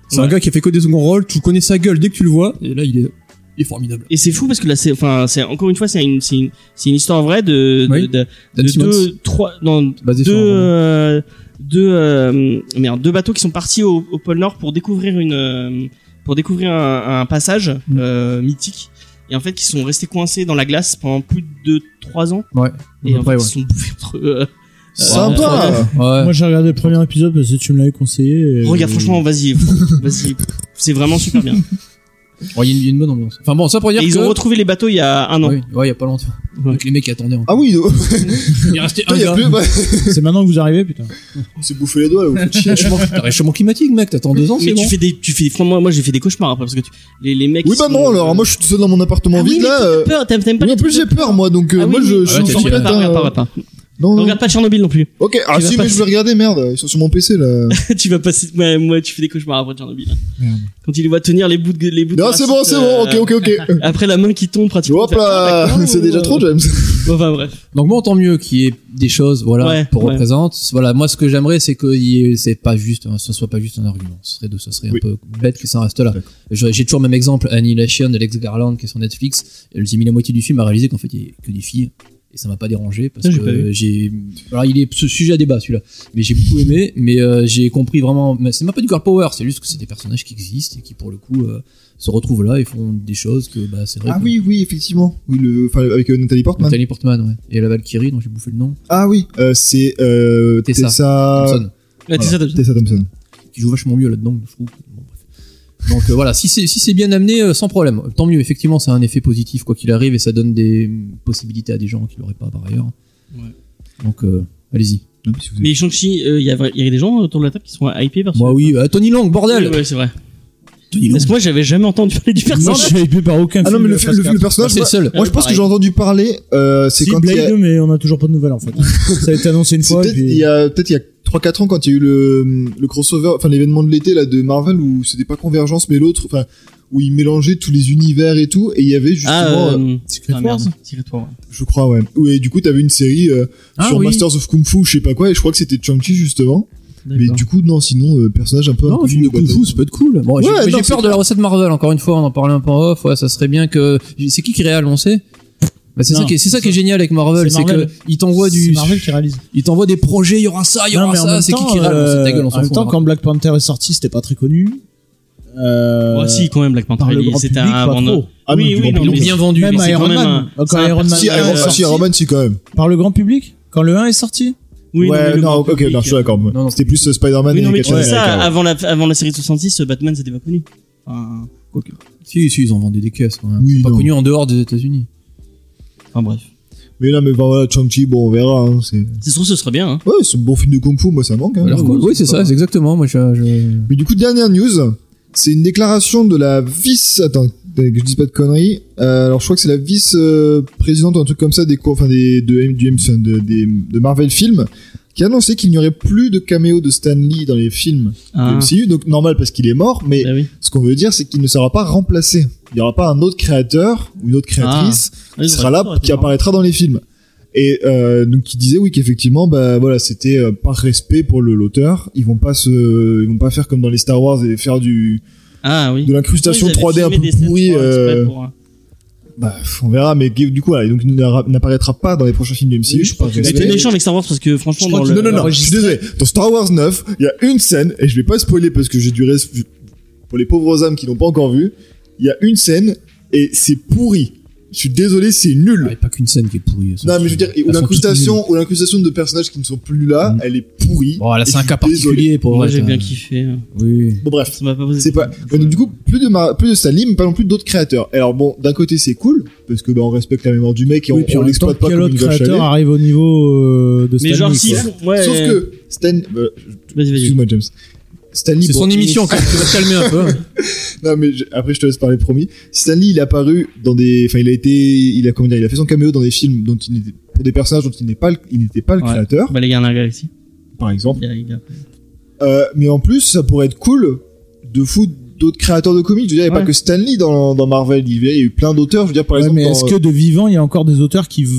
S4: C'est un
S3: Ouais.
S4: gars qui a fait que des seconds rôles, tu connais sa gueule dès que tu le vois, et là, il est, il est formidable.
S3: Et c'est fou parce que là, c'est, enfin, c'est encore une fois, c'est une, c'est une, c'est une histoire vraie de,
S4: Oui.
S3: de, de,
S4: Dan
S3: de
S4: Simmons,
S3: deux, trois, non,
S4: basé
S3: deux,
S4: sur un roman.
S3: euh, deux, euh, merde, deux bateaux qui sont partis au, au pôle Nord pour découvrir une, euh, pour découvrir un, un passage
S4: Mm.
S3: euh, mythique. Et en fait, qui sont restés coincés dans la glace pendant plus de 2-3 ans.
S4: Ouais,
S3: Et
S4: à
S3: en
S4: peu
S3: fait,
S4: près,
S3: ils se sont bouffés entre eux.
S2: Sympa
S4: ouais.
S5: Moi j'ai regardé le premier (laughs) épisode parce que tu me l'avais conseillé. et-
S4: (laughs)
S3: Regarde, franchement, vas-y, vas-y. C'est vraiment super bien.
S4: Bon, Il y a une- il y, a une bonne ambiance. Enfin bon, ça pour dire
S3: Et
S4: que.
S3: ils ont retrouvé les bateaux il y a un an.
S4: Oui, ouais, il y a pas longtemps.
S3: Ouais.
S4: Donc les mecs attendaient.
S2: Ah oui, non.
S4: Il restait
S2: il y a plus, bah,
S5: C'est maintenant que vous arrivez, putain.
S2: c'est bouffé les doigts, là, vous faites chier.
S4: T'as réchauffement climatique, mec. T'attends deux ans,
S3: Mais
S4: c'est bon.
S3: tu fais des, tu fais, franchement, moi j'ai fait des cauchemars après parce que tu, les, les mecs.
S2: Oui,
S3: ils
S2: bah
S3: sont-
S2: non, alors, moi, je suis tout seul dans mon appartement
S3: Ah oui,
S2: vide,
S3: mais
S2: là. euh,
S3: t'as peur, t'aimes t'aimes pas
S2: Oui,
S3: les
S2: en plus, j'ai
S3: trucs-
S2: peur, moi, donc, euh,
S3: Ah oui,
S2: moi,
S3: oui.
S2: je,
S3: Ah
S2: je
S4: ouais,
S2: suis
S4: t'as
S2: sans
S4: fait-
S3: Regarde
S2: plainte,
S3: pas, regarde
S2: hein.
S3: pas, regarde pas.
S2: Non, non.
S3: Regarde pas Tchernobyl non plus.
S2: Ok, ah
S3: vas
S2: si,
S3: pas-
S2: mais je vais regarder, merde. Ils sont sur mon PC, là.
S3: (laughs) tu vas passer. Ouais, moi, tu fais des cauchemars après Tchernobyl. hein.
S2: Merde.
S3: Quand il les voit tenir les bouts de, les bouts de
S2: Non, Ah, c'est
S3: raciste,
S2: bon, c'est
S3: euh,
S2: bon, ok, (laughs) ok, ok.
S3: Après la main qui tombe pratiquement.
S2: Hop là, c'est déjà trop, James.
S3: Bon, Enfin bref.
S4: Donc moi, tant mieux qu'il y ait des choses, voilà,
S3: Ouais,
S4: pour
S3: ouais.
S4: représenter. Voilà, moi, ce que j'aimerais, c'est que il y ait- c'est pas juste, hein, ce soit pas juste un argument. Ce serait, de, ce serait
S2: Oui.
S4: un peu bête que ça reste là.
S2: D'accord.
S4: J'aurais- J'ai toujours le même exemple, Annihilation d'Alex Garland qui est sur Netflix. J'ai mis la moitié du film à réaliser qu'en fait, il y a que des filles. Et ça m'a pas dérangé parce
S3: Ah, j'ai pas
S4: que j'ai. Alors, il est ce sujet à débat celui-là, mais j'ai beaucoup aimé. Mais euh, j'ai compris vraiment. mais C'est même pas du girl power, c'est juste que c'est des personnages qui existent et qui pour le coup euh, se retrouvent là et font des choses que bah c'est vrai.
S2: Ah
S4: que-
S2: oui, oui, effectivement. Oui, le, enfin, avec euh, Nathalie Portman.
S4: Natalie Portman, ouais. Et la Valkyrie dont j'ai bouffé le nom.
S2: Ah oui, euh, c'est euh,
S4: Tessa.
S2: Tessa.
S4: Thompson.
S3: Ouais, t'es ça, t'as-
S2: Tessa Thompson.
S4: qui joue vachement mieux là-dedans, je trouve. Bon, bref. Donc euh, voilà, si c'est si c'est bien amené, euh, sans problème. Tant mieux, effectivement, ça a un effet positif quoi qu'il arrive et ça donne des mm, possibilités à des gens qui l'auraient pas par ailleurs.
S3: Ouais.
S4: Donc euh, allez-y.
S2: Non, mais si vous avez-
S3: Mais Shang-Chi, euh, il y a vrai- il y a des gens autour de la table qui sont hypés par ce-
S4: Moi oui, euh, Tony Long, bordel.
S3: Ouais, c'est vrai.
S4: Tony Long.
S3: Parce que moi j'avais jamais entendu parler du
S5: Moi,
S3: personnage.
S5: je suis hypé par aucun
S2: Ah non,
S5: film
S2: mais le,
S5: de
S2: fi-
S5: phase
S2: le, le
S5: quatre.
S4: Bah,
S2: personnage.
S4: c'est le
S2: moi,
S4: seul.
S2: moi, je pense que j'ai entendu parler, euh, c'est
S5: Si,
S2: quand il y a.
S5: Blade, mais on a toujours pas de nouvelles, en fait. Ça a été annoncé une
S2: c'est
S5: fois, et
S2: peut-être il
S5: puis...
S2: y a peut-être il y a 3-4 ans quand il y a eu le, le crossover, enfin l'événement de l'été là de Marvel où c'était pas Convergence mais l'autre, enfin où ils mélangeaient tous les univers et tout et il y avait justement,
S3: Ah,
S2: euh,
S3: euh,
S5: Secret
S3: ah,
S5: Wars.
S3: merde. Secret Wars, ouais.
S2: je crois ouais, ouais et du coup t'avais une série euh,
S4: Ah
S2: sur
S4: oui.
S2: Masters of Kung Fu, je sais pas quoi et je crois que c'était Chang-Chi justement, mais
S3: D'accord.
S2: du coup non sinon euh, personnage un peu
S4: Non,
S2: inconnu
S4: film de
S2: quoi,
S4: Kung
S2: t'as-
S4: Fu, ça peut être cool. Bon, j'ai-
S2: Ouais,
S4: j'ai
S2: non,
S4: peur
S2: c'est
S4: de la recette Marvel. Encore une fois, on en parlait un peu en off. Ouais, ça serait bien que. C'est qui qui réal On sait. Bah, c'est
S5: Non,
S4: ça qui est, c'est ça qui est génial avec Marvel,
S5: c'est
S4: c'est que
S5: Marvel.
S4: il t'envoie
S5: C'est
S4: du, Ah,
S5: Marvel qui réalise.
S4: il t'envoie des projets. Il y aura ça, il y
S5: Non,
S4: aura
S5: mais en
S4: ça.
S5: même
S4: C'est qui
S5: temps,
S4: qui réal On s'en
S5: euh,
S4: ta gueule, on
S5: En
S4: s'en
S5: même
S4: fout. hein.
S5: temps,
S4: on
S5: quand Black Panther est sorti, c'était pas très connu. Euh,
S3: Ouais, Oh, si, quand même, Black Panther.
S5: par le
S3: il-
S5: grand
S3: C'était
S5: public,
S3: un.
S5: pas
S3: on a-
S5: trop.
S2: Ah non,
S3: oui,
S2: du
S3: oui,
S2: grand
S3: non,
S2: public,
S3: mais
S2: non.
S3: bien vendu.
S5: Même
S3: mais c'est
S5: Iron
S3: quand même
S5: Man.
S3: un-
S5: Quand
S3: c'est un
S5: Iron Man-
S2: Si,
S5: Ah,
S2: Iron,
S5: ouais,
S2: ah, si,
S5: sorti.
S2: Iron Man, si, quand même.
S5: Par le grand public Quand le 1 est sorti
S3: Oui, non, mais
S2: ouais, non,
S3: le grand
S2: ok,
S3: public,
S2: non, je suis d'accord. moi.
S4: Non, non.
S2: C'était plus euh, Spider-Man
S3: Oui, non,
S2: et
S3: mais tu
S2: Captain
S3: vois ça,
S2: America, ouais.
S3: avant la, avant la série de 66, Batman, c'était pas connu. Enfin, quoique.
S4: Si, si, ils ont vendu des caisses quand même.
S2: Oui,
S4: c'est pas
S2: non.
S4: connu en dehors des États-Unis.
S3: Enfin, bref.
S2: Mais là, mais bah, voilà, Chang-Chi, bon, on verra. hein, c'est-
S3: C'est sûr, ce serait bien, hein.
S2: Ouais, c'est un bon film de Kung Fu, moi ça manque. hein.
S4: Alors,
S2: Ouais,
S4: oui, c'est ça,
S2: pas-
S4: c'est exactement. Moi, je, je-
S2: Mais du coup, dernière news, c'est une déclaration de la vice. Attends, que je dise pas de conneries. Euh, alors, je crois que c'est la vice-présidente ou un truc comme ça des cours, enfin, des, de, M- du M- enfin, de, des- de Marvel Films, qui a annoncé qu'il n'y aurait plus de caméo de Stan Lee dans les films
S3: Ah.
S2: de MCU. Donc, normal parce qu'il est mort, mais
S3: Bah oui.
S2: ce qu'on veut dire, c'est qu'il ne sera pas remplacé. Il n'y aura pas un autre créateur ou une autre créatrice
S3: Ouais,
S2: qui
S3: ça
S2: sera
S3: aurait-
S2: là,
S3: ça aurait été
S2: qui
S3: marrant.
S2: apparaîtra dans les films. Et euh, donc qui disait oui qu'effectivement bah voilà c'était euh, par respect pour le l'auteur ils vont pas se ils vont pas faire comme dans les Star Wars et faire du
S3: Ah oui.
S2: de l'incrustation
S3: Ils avaient
S2: 3D un
S3: filmé
S2: peu
S3: des scènes,
S2: pourrie
S3: je crois, exprès
S2: euh,
S3: pour, euh,
S2: bah on verra mais qui- du coup voilà, et donc il n'appara- n'apparaîtra pas dans les prochains films du MCU
S5: Oui, je crois
S2: par
S5: que-
S2: respect.
S3: Mais t'es méchant avec Star Wars parce que franchement,
S2: Non,
S3: dans
S2: non,
S3: le.
S2: non, non, je suis désolé. Dans Star Wars 9, il y a une scène, et je vais pas spoiler parce que j'ai du respect pour les pauvres âmes qui l'ont pas encore vu. Il y a une scène, et c'est pourri. Je suis désolé, c'est nul.
S4: Ah, et pas qu'une scène qui est pourrie.
S2: non, mais je veux dire, et- ou l'incrustation, ou l'incrustation de personnages qui ne sont plus là,
S4: Mm.
S5: Mmh.
S2: elle est pourrie.
S4: Bon, là,
S2: Et
S4: c'est
S2: je
S4: un
S2: suis
S4: cas
S2: désolé.
S4: particulier pour
S3: Moi,
S4: vrai,
S3: j'ai
S4: ça.
S3: bien kiffé. euh,
S4: Oui.
S2: Bon, bref.
S3: Ça m'a pas posé.
S2: C'est pas.
S3: problème.
S2: ouais, donc, du coup, plus de Mar- plus de Salim, mais pas non plus d'autres créateurs. Alors bon, d'un côté c'est cool parce que bah, on respecte la mémoire du mec et on,
S5: Oui,
S2: on
S5: en même temps,
S2: l'exploite pas
S5: Quel
S2: comme
S5: autre
S2: une vache à
S5: créateur
S2: lait.
S5: arrive au niveau euh, de
S3: Mais
S5: Stanley
S3: genre, si.
S5: quoi.
S3: Ouais.
S2: Sauf que Stan, euh,
S3: Vas-y, vas-y.
S2: excuse-moi James, Stanley.
S4: C'est son émission, quand même, tu vas te calmer un peu.
S2: Non mais je- après je te laisse parler promis. Stanley il est apparu dans des, enfin il a été, il a comment dire, il a fait son caméo dans des films dont il n'était pour des personnages dont il n'est pas, le- il n'était pas le
S3: Ouais.
S2: créateur
S3: Bah, les Gardiens de la Galaxie.
S2: par exemple.
S3: Il y a- il y a-
S2: Euh, mais en plus ça pourrait être cool de foutre d'autres créateurs de comics. Je veux dire il n'y a
S3: Ouais.
S2: pas que Stanley dans dans Marvel, il y a eu plein d'auteurs. Je veux dire par
S5: Ouais,
S2: exemple.
S5: mais
S2: dans- euh,
S5: est-ce que de vivant, il y a encore des auteurs qui, v-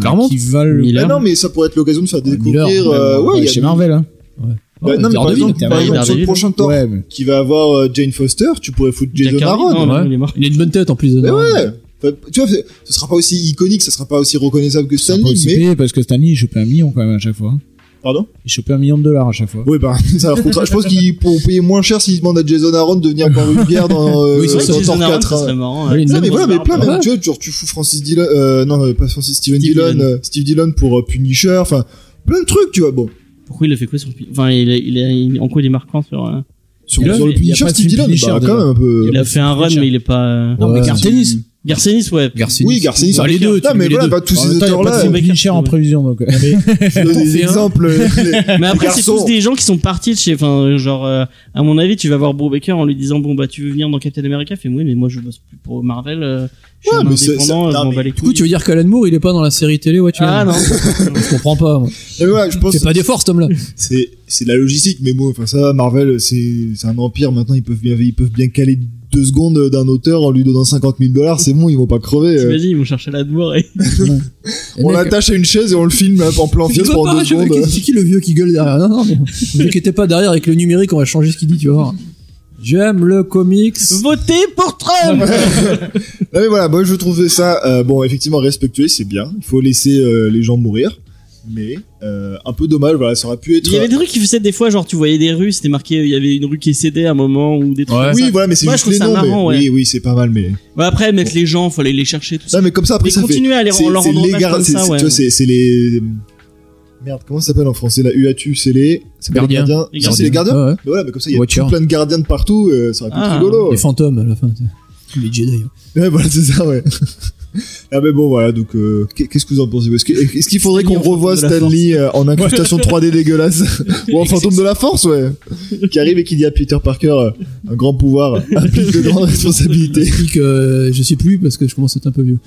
S4: Clairement.
S5: qui valent
S3: Miller.
S2: Ah non mais ça pourrait être l'occasion de faire découvrir.
S4: Miller,
S2: euh, ouais, il y a
S5: chez
S2: des-
S5: Marvel. Hein.
S2: Bah, non mais par
S4: Daredevil,
S2: exemple,
S5: t'as
S2: par
S5: raison.
S2: exemple, sur le
S3: Daredevil.
S2: prochain temps
S5: Ouais, mais-
S2: qui va avoir euh, Jane Foster, tu pourrais foutre Jason
S3: Jack Kirby,
S2: Aaron.
S3: non,
S4: ouais.
S3: non, il est mort.
S4: Il a une bonne tête en plus.
S2: Mais
S4: dedans.
S2: ouais. Enfin, tu vois, c'est- ce sera pas aussi iconique, ça sera pas aussi reconnaissable que
S5: C'est un peu
S2: Stanley,
S5: aussi
S2: mais
S5: payé parce que Stanley, il chopait un million quand même à chaque fois. hein.
S2: pardon.
S5: Il chopait un million de dollars à chaque fois.
S2: Oui, bah, (laughs) ça leur coûtera. Je pense qu'ils pourront payer moins cher s'ils demandent à Jason Aaron de venir boire une bière dans euh,
S4: Oui, c'est
S3: C'est vrai
S4: ça,
S3: que Jason
S2: Thor
S3: Aaron,
S2: 4.
S3: ça serait
S2: hein.
S3: marrant.
S4: Ouais,
S3: euh,
S4: une
S2: Non,
S4: bonne
S2: mais voilà, mais
S3: barbe,
S2: plein,
S4: ouais.
S2: mais tu vois, genre, tu fous Francis Dillon, euh, non, euh, pas Francis, Steven
S3: Steve
S2: Dillon,
S3: Dillon.
S2: euh, Steve Dillon pour euh, Punisher, enfin, plein de trucs, tu vois, bon.
S3: Pourquoi il a fait quoi sur le pi- Enfin, il, a- il, a- il- en quoi il est marquant sur. euh,
S2: Sur,
S5: Dylan,
S2: sur le
S5: il y a
S2: Punisher,
S5: pas de
S2: Steve
S5: film
S2: Dillon,
S5: Punisher,
S2: bah, quand
S5: déjà.
S2: même un peu.
S3: Il a fait un run, mais il est pas. euh,
S5: Non, mais
S4: Ouais.
S5: Gartenis.
S3: Garcenis, ouais.
S4: Garcinis.
S2: Oui, Garcinis,
S3: Ou
S2: ça-
S3: les deux,
S2: Non, mais
S4: les
S2: voilà,
S4: deux.
S2: pas tous
S5: En
S2: ces
S5: même temps, il y a
S2: auteurs-là.
S5: pas de
S3: euh,
S5: Fincher en prévision, donc.
S2: Je donne des
S4: Fait un.
S2: exemples. euh,
S3: Mais après, c'est
S2: Garçon.
S3: tous des gens qui sont partis de chez. Enfin, genre, euh, à mon avis, tu vas voir Brubaker en lui disant Bon, bah, tu veux venir dans Captain America Il fait Oui, mais moi, je bosse plus pour Marvel. euh, je suis
S2: Ouais,
S3: un
S2: mais c'est- c'est-
S3: indépendant, je
S2: non,
S3: m'en
S2: mais
S3: bats les
S4: Du coup,
S3: couilles.
S4: tu veux dire qu'Alan Moore, il est pas dans la série télé, ouais, tu
S3: Ah non
S4: Je comprends pas. moi.
S2: Et voilà, je pense
S4: C'est pas d'effort, cet homme-là.
S2: c'est c'est de la logistique mais bon enfin ça va, Marvel c'est c'est un empire maintenant ils peuvent bien ils peuvent bien caler deux secondes d'un auteur en lui donnant 50 000 dollars c'est bon ils vont pas crever (laughs) euh.
S3: T'imagines, ils vont chercher la demeure et
S2: on
S4: Et mec,
S2: l'attache à une chaise et on le filme hop, en plan
S4: (laughs) tu
S2: fixe
S4: veux
S2: pendant
S4: pas,
S2: deux
S4: je-
S2: secondes
S4: C'est qui le vieux qui gueule derrière Non,
S2: (laughs)
S4: non, mais ne t'inquiète pas, derrière, avec le numérique, on va changer ce qu'il dit, tu vas voir. J'aime le comics.
S3: Votez pour Trump
S2: non mais voilà moi je trouvais ça euh, bon effectivement respectueux c'est bien il faut laisser euh, les gens mourir mais euh, un peu dommage voilà ça aurait pu être
S3: Il y avait des trucs qui faisaient des fois, genre, tu voyais des rues, c'était marqué, euh, il y avait une rue qui est cédée à un moment ou des trucs.
S4: Ouais.
S3: comme
S2: oui
S3: ça.
S2: voilà mais c'est
S3: Moi,
S2: juste
S3: je trouve
S2: les
S3: ça
S2: noms mais-
S3: marrant, ouais.
S2: oui oui c'est pas mal mais
S3: Ouais, après, mettre les gens, fallait les chercher, tout ça.
S2: non mais comme ça après
S3: Mais
S2: ça fait
S3: continuez à les
S2: c'est
S3: leur
S2: c'est
S3: rendre
S2: les
S3: hommage
S2: gar-
S3: comme
S2: c'est-
S3: ça,
S2: c'est-
S3: ouais.
S2: tu vois, c'est c'est les merde comment ça s'appelle en français la UATU c'est les c'est pas les
S4: Gardiens. Ah.
S2: gardiens
S3: Les
S2: Non, c'est les gardiens
S4: Ouais, ouais.
S2: Mais voilà, mais comme ça, il y a
S4: Watcher.
S2: tout plein de gardiens de partout, euh, ça aurait pu être
S3: Ah.
S2: rigolo.
S4: Les fantômes, à la fin. Les Jedi.
S2: Ouais, voilà, c'est ça, ouais. (laughs) ah, mais bon, voilà, donc, euh, qu'est- qu'est-ce que vous en pensez Est-ce que- est-ce qu'il faudrait qu'on
S3: Stanley en
S2: revoie
S3: fantôme de la
S2: Stanley euh, en
S3: (laughs)
S2: incrustation 3D dégueulasse Ou en fantôme de la force, ouais Qui arrive et qui dit à Peter Parker euh, un grand pouvoir implique de grandes responsabilités.
S4: Explique, euh, je sais plus parce que je commence à être un peu vieux.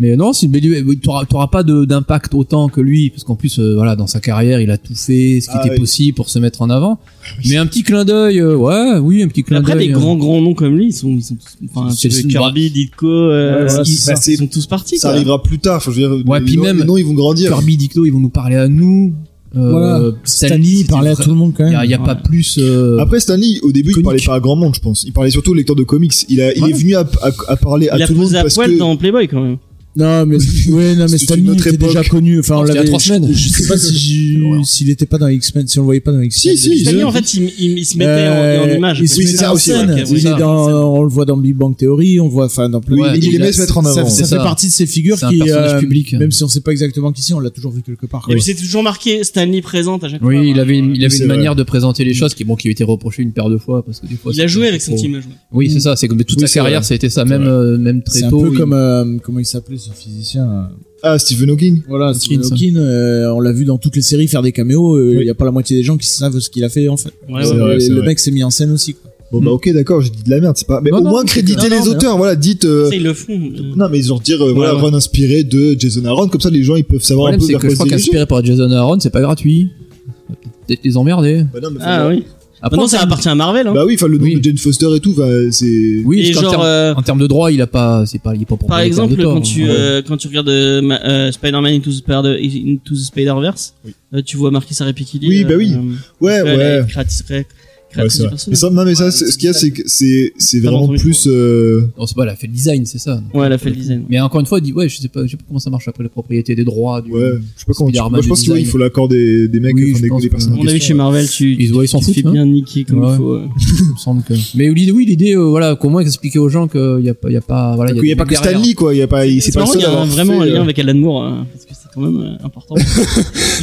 S4: Mais non, si mais lui, t'auras, t'auras pas de- d'impact autant que lui, parce qu'en plus, euh, voilà, dans sa carrière, il a tout fait, ce qui
S2: Ah
S4: était
S2: oui. Ah
S4: possible pour se mettre en avant. Mais un petit clin d'œil, euh, ouais, oui, un petit clin
S3: Après,
S4: d'œil.
S3: des
S4: hein.
S3: grands, grands noms comme lui, ils sont, ils sont tous, enfin,
S4: C'est-
S3: tu veux
S4: c'est-
S3: Kirby, Ditko, euh,
S2: Ouais, voilà,
S3: ils,
S2: c'est ça.
S3: ils sont tous partis,
S2: Ça
S3: quoi.
S2: arrivera plus tard, faut je veux dire,
S4: Ouais,
S2: les
S4: puis
S2: noms-
S4: même-
S2: les noms, ils vont grandir.
S4: Kirby, Dicto, ils vont nous parler à nous. Euh,
S5: Voilà. Stanley, il
S4: c'était
S5: parlait à
S4: vrai-
S5: tout le monde quand
S4: Il y
S5: même.
S4: a, il y a pas
S3: Ouais.
S4: plus. euh,
S2: Après Stanley, au début, il
S4: Conique.
S2: parlait pas à grand monde, je pense. Il parlait surtout aux lecteurs de comics. Il, a, il
S4: Ouais.
S2: est venu à, à- à parler
S3: Il
S2: à
S3: a
S2: tout le monde
S3: posé à
S2: parce
S3: poil
S2: que
S3: dans Playboy, quand même.
S5: Non, mais, ouais, non, mais
S2: C'était une
S5: Stanley
S2: autre
S5: était
S2: époque.
S5: déjà connu. Enfin, on
S4: C'était il y a
S5: l'avait.
S4: trois semaines.
S5: Je, je sais pas
S2: (laughs)
S5: si j'ai-
S4: Ouais.
S5: s'il était pas dans X-Men, si on le voyait pas dans X-Men.
S2: Si, si,
S5: Je-
S3: Stanley, en fait, il, il- il se mettait
S5: Euh,
S3: en, en image.
S5: Il
S3: quoi.
S5: se
S2: Oui,
S5: met
S2: c'est ça
S5: en
S2: aussi,
S5: scène.
S3: ouais.
S5: Il est
S4: Ouais.
S5: dans, on le voit dans Big Bang Theory, on le voit, enfin, dans plein
S4: Oui,
S5: de-
S2: il aimait
S5: a-
S2: se mettre en
S5: ça-
S2: avant.
S5: Ça,
S4: C'est
S5: fait
S4: ça.
S5: partie de ces figures
S4: C'est un
S5: qui,
S4: personnage
S5: euh,
S4: public.
S5: même si on sait pas exactement qui c'est, on l'a toujours vu quelque part.
S3: Et
S5: quoi.
S3: puis, c'est toujours marqué Stanley présente à chaque fois.
S4: oui, il avait une, il avait
S2: C'est
S4: une
S2: vrai.
S4: manière de présenter les choses qui, bon, qui lui était reprochée une paire de fois parce que des fois.
S3: Il a
S4: c'était
S3: joué avec son
S4: trop-
S3: team. je vois.
S4: Oui, c'est ça. C'est comme toute
S2: Oui,
S4: sa
S2: c'est
S4: carrière,
S2: vrai.
S4: ça a été ça. Même, euh, même très
S5: C'est un
S4: tôt.
S5: peu
S4: il-
S5: comme, euh, comment il s'appelait ce physicien? euh,
S2: Ah, Stephen Hawking
S5: Voilà, Stephen
S4: Hawking,
S5: Hawking, euh, on l'a vu dans toutes les séries faire des caméos, euh, il
S2: Oui.
S5: y a pas la moitié des gens qui savent ce qu'il a fait en fait.
S3: Ouais,
S2: C'est
S3: ouais.
S2: vrai,
S5: le
S2: c'est
S5: le
S2: vrai.
S5: mec s'est mis en scène aussi. quoi.
S2: Bon bah ok d'accord, j'ai dit de la merde, c'est pas. Mais
S4: Mm. Non,
S2: au
S4: non,
S2: moins
S4: c'est
S2: créditez
S5: clair.
S2: les
S5: Non, non,
S2: auteurs, voilà, dites. euh,
S3: Ça, ils le font. euh,
S2: Non mais ils ont dire euh, voilà,
S3: ouais.
S2: run inspiré de Jason Aaron, comme ça les gens ils peuvent
S4: Le
S2: savoir un
S4: problème,
S2: peu
S4: c'est
S2: vers
S4: que je crois
S2: quoi se diriger.
S4: qu'inspiré par Jason Aaron, c'est pas gratuit. Ça va Peut-être les emmerder.
S2: Bah non, mais
S3: Ah
S2: enfin,
S3: oui.
S4: Après,
S3: Maintenant,
S4: en
S3: ça
S4: termes-
S3: appartient à Marvel. Hein.
S2: Bah oui, enfin le nom
S4: Oui.
S2: de Jane Foster et tout, enfin, c'est.
S4: Oui,
S3: Et
S4: parce
S3: genre,
S4: qu'en termes-
S3: euh,
S4: en termes de droit, il a pas, c'est pas, il est pas pour
S3: par
S4: les
S3: exemple,
S4: termes de tort,
S3: quand
S4: hein.
S3: tu, euh, quand tu regardes euh, ma- euh, Spider-Man Into the, Spider- Into the Spider-Verse,
S2: Oui.
S3: euh, tu vois Marquis euh, Sarepikili.
S2: Oui, bah oui. Ouais, ouais.
S3: Créatrice,
S2: Ouais,
S3: créatrice
S2: c'est
S3: du
S2: vrai. Mais
S3: personnage.
S2: ça, non mais ça,
S3: Ouais,
S2: c'est-
S3: c'est
S2: ce qu'il y a,
S3: ça.
S2: c'est que c'est c'est
S3: Pas
S2: vraiment
S3: entendu,
S2: plus. euh,
S4: Non, c'est pas, elle a fait le design, c'est ça.
S3: Ouais, elle a fait le design.
S4: Mais encore une fois, elle dit, ouais, je sais pas, je sais pas comment ça marche après la propriété des droits. Du...
S2: Ouais, je sais pas comment. tu-
S4: Spider-Man
S2: Moi, je
S4: du
S2: pense qu'il
S4: design.
S2: faut l'accord des des mecs,
S4: Oui,
S2: enfin,
S4: je
S2: des-
S4: pense
S2: des
S4: que-
S2: personnes. en
S3: On a vu
S2: question,
S3: chez Marvel, tu,
S4: Ils se voient, ils s'en
S3: tu te
S4: foutent,
S3: fais
S4: hein.
S3: bien niquer comme
S4: Ouais.
S3: il faut. euh.
S4: Il me semble que. Mais l'idée, oui, l'idée, euh, voilà, qu'au moins expliquer aux gens qu'il y a pas, il y a pas, voilà,
S2: Donc, Il y a
S4: des
S2: pas que
S4: derrière.
S2: Stanley quoi, il y a pas, il- c'est pas le
S3: marrant,
S2: seul
S3: il y
S2: à
S3: a
S2: avoir
S3: vraiment un
S2: fait,
S3: lien
S2: euh,
S3: avec Alan Moore, euh, parce que c'est quand même euh, important.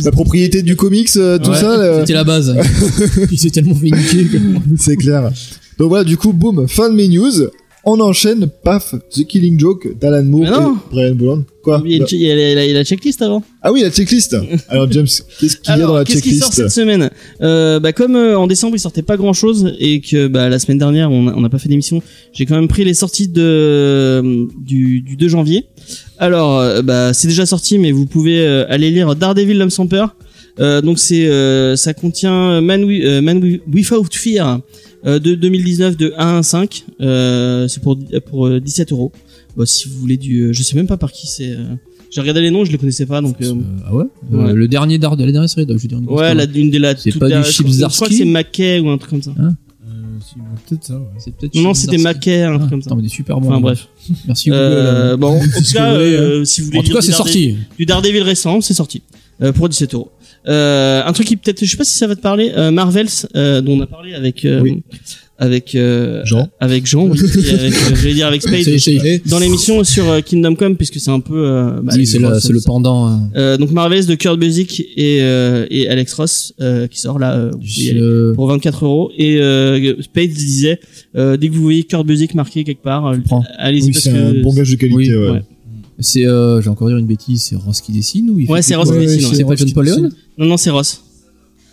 S2: La propriété du comics, euh, tout
S4: Ouais,
S2: ça.
S3: (laughs)
S2: euh,
S4: C'était
S2: (laughs)
S4: la base. il s'est tellement fait niquer. que-
S2: C'est clair. Donc voilà, du coup, boum, fin de mes news. On enchaîne, paf, The Killing Joke d'Alan Moore
S3: Mais non.
S2: et Brian Bolland. Quoi
S3: il, y a, une- il y a la- la- la checklist avant.
S2: Ah oui, la
S3: (laughs)
S2: checklist. Alors James, qu'est-ce qu'il y a dans
S3: Alors,
S2: la
S3: qu'est-ce qui sort
S2: checklist
S3: cette semaine euh, bah, Comme euh, en décembre, il sortait pas grand-chose et que bah, la semaine dernière, on a- on n'a pas fait d'émission, j'ai quand même pris les sorties de, du, du 2 janvier. Alors, euh, bah, c'est déjà sorti, mais vous pouvez euh, aller lire Daredevil, l'homme sans peur. Euh, donc c'est euh, ça contient Man, Wi- euh, Man Wi- Without Fear euh, de 2019 de 1 à 5 euh, c'est pour pour euh, 17 euros bah, si vous voulez du euh, je sais même pas par qui c'est euh, j'ai regardé les noms je les connaissais pas donc euh,
S4: Euh, ah ouais, Euh,
S3: Ouais.
S4: Le dernier d'art de la dernière série, donc, je veux dire. une
S3: Ouais,
S4: histoire.
S3: la, une des la
S4: C'est
S3: toute
S4: pas du
S3: dernière-
S4: Chips
S3: Je crois
S4: Zarsky
S3: que c'est Mackay ou un truc comme ça.
S5: peut-être ça, ouais.
S4: C'est peut-être
S3: non,
S4: Chip
S3: c'était
S4: Zdarsky.
S3: Mackay, un
S4: Ah,
S3: truc comme ça.
S4: Putain, mais des super bons.
S3: Enfin bref.
S4: Merci Google.
S3: Euh,
S4: (laughs)
S3: bon, en tout cas,
S4: que vous voulez,
S3: euh, si vous voulez
S4: en tout
S3: lire
S4: cas,
S3: du
S4: c'est
S3: Daredevil-
S4: sorti.
S3: Du Daredevil récent, c'est sorti euh, pour 17 euros. Euh, Un truc qui peut-être, je sais pas si ça va te parler, euh, Marvels, euh, dont on a parlé avec euh, avec euh,
S5: Jean.
S3: avec Jean,
S4: (laughs)
S3: oui, et avec, euh, j'allais dire avec Spade.
S4: C'est- c'est- c'est-
S3: Dans l'émission sur euh, Kingdom Come, puisque c'est un peu. euh, bah,
S4: oui,
S3: Alex
S4: c'est le,
S3: Ross,
S4: c'est le
S3: ça.
S4: pendant. euh,
S3: Euh, donc Marvel's de Kurt Busiek et, euh, et Alex Ross euh, qui sort là euh, vous pouvez y aller
S4: euh,
S3: pour 24 euros. Et euh, Spade disait euh, dès que vous voyez Kurt Busiek marqué quelque part, euh,
S4: prends.
S3: allez-y
S2: Oui,
S3: parce
S2: c'est un
S3: que
S2: bon gage de qualité,
S4: oui,
S2: ouais.
S3: ouais.
S4: C'est, euh, j'ai encore dire une bêtise, c'est Ross qui dessine ou il
S3: Ouais,
S4: fait
S3: c'est
S4: plus
S3: Ross
S4: quoi
S3: qui dessine,
S4: C'est pas
S5: ouais.
S4: John Paul Leon
S3: non non c'est Ross.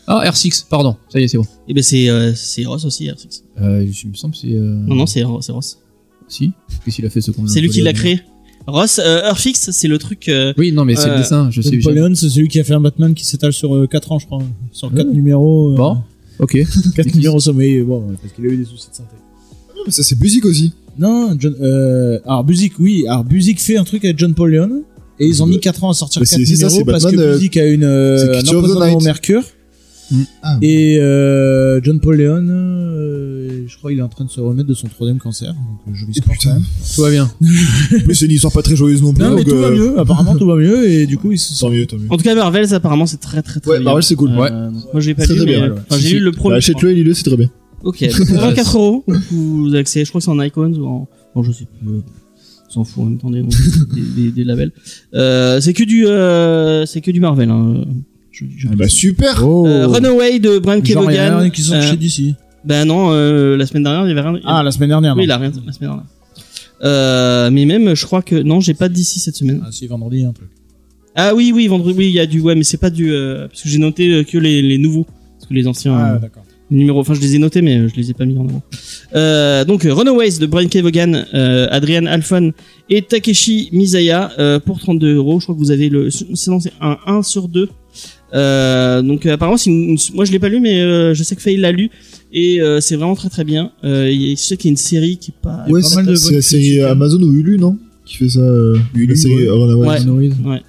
S4: Ah, R6, pardon. Ça y est, c'est bon.
S3: Et ben c'est euh, c'est Ross aussi. R6.
S4: Euh, je il me semble, que c'est. euh,
S3: Non non c'est Ro- c'est
S2: Ah,
S3: Ross.
S4: Si. Qu'est-ce qu'il a fait ce qu'on
S3: C'est lui qui l'a créé. Ross euh, Earthfix c'est le truc. euh,
S4: Oui, non, mais c'est
S3: Euh,
S4: le dessin, je sais.
S5: Tom
S4: j'ai-
S5: Paulion, c'est celui qui a fait un Batman qui s'étale sur 4 ans, je crois. Sur 4
S4: Ouais.
S5: numéros. (laughs)
S4: Bon, ok.
S5: 4 numéros au sommet. Bon, ouais, parce qu'il a eu des soucis de santé.
S2: Mais Ça, c'est musique aussi.
S5: Non, John, euh, alors Buzik, oui, alors Buzik fait un truc avec John Paul Leon et ils ont mis 4 ans à sortir
S2: Mais
S5: 4
S2: c'est- c'est ça,
S5: numéros
S2: c'est
S5: parce
S2: Batman,
S5: que
S2: euh,
S5: Buzik a une
S2: c'est
S5: euh, un
S2: Creature of the
S5: empoisonnement au
S2: Night.
S5: mercure
S2: Ah,
S5: et euh, John Paul Leon, euh, je crois qu'il est en train de se remettre de son troisième cancer. Donc euh, je lui souhaite quand
S2: putain.
S5: même.
S4: Tout va bien.
S2: En plus, c'est une histoire pas très joyeuse non plus.
S5: Non mais
S2: donc,
S5: tout va
S2: euh,
S5: mieux, apparemment tout va mieux et du coup ils se sont
S2: Tant mieux, tant mieux.
S3: En tout cas Marvel's apparemment c'est très très très
S2: Ouais,
S3: bien.
S2: Marvel, c'est cool.
S3: Euh,
S2: Ouais.
S3: Moi je l'ai pas
S2: Très,
S3: lu
S2: très
S3: mais
S2: bien,
S3: euh, enfin, j'ai
S4: Si,
S3: lu le
S2: Bah,
S3: premier. je crois.
S2: Achète-le et lis-le, c'est très bien.
S3: Ok,
S2: (laughs)
S3: donc pour 24 euros, vous accédez, je crois que c'est en icons ou en. Bon, je sais plus. euh, On s'en fout en même temps des, (laughs) des, des- des labels. Euh, c'est que du, euh, c'est que du Marvel. Hein. Je- je-
S2: Ah bah, super!
S5: Oh.
S3: Euh, Runaway de Brian K.
S5: Genre, il y en a
S3: Vaughan.
S5: un qui sont
S3: Euh,
S5: chez d'ici.
S3: bah non, euh, la semaine dernière il y avait rien.
S5: Ah la semaine dernière.
S3: oui,
S5: non.
S3: il a rien la semaine dernière. Euh, mais même, je crois que non, j'ai pas d'ici cette semaine.
S5: Ah si vendredi un truc.
S3: Ah oui, oui, vendredi, oui, il y a du, ouais, mais c'est pas du, euh, parce que j'ai noté euh, que les, les nouveaux, parce que les anciens. euh,
S5: Ah d'accord.
S3: numéro enfin je les ai notés mais euh, je les ai pas mis en avant euh, donc euh, Runaways de Brian K. Vaughan euh, Adrian Alphon et Takeshi Mizaya euh, pour 32 euros je crois que vous avez le c'est non, c'est un 1 sur 2 euh, donc euh, apparemment c'est une- une- moi je l'ai pas lu mais euh, je sais que Faye l'a lu et euh, c'est vraiment très très bien euh, il y a- je sais qu'il y a une série qui est pas
S2: Ouais,
S5: pas mal
S2: c'est
S5: de
S2: c'est
S5: bonnes
S2: la série
S5: critiques, hein.
S2: Amazon ou Hulu, non? Qui fait ça, euh, la
S5: Hulu,
S2: série
S5: ouais.
S2: Runaway.
S3: Ouais.
S4: Noise.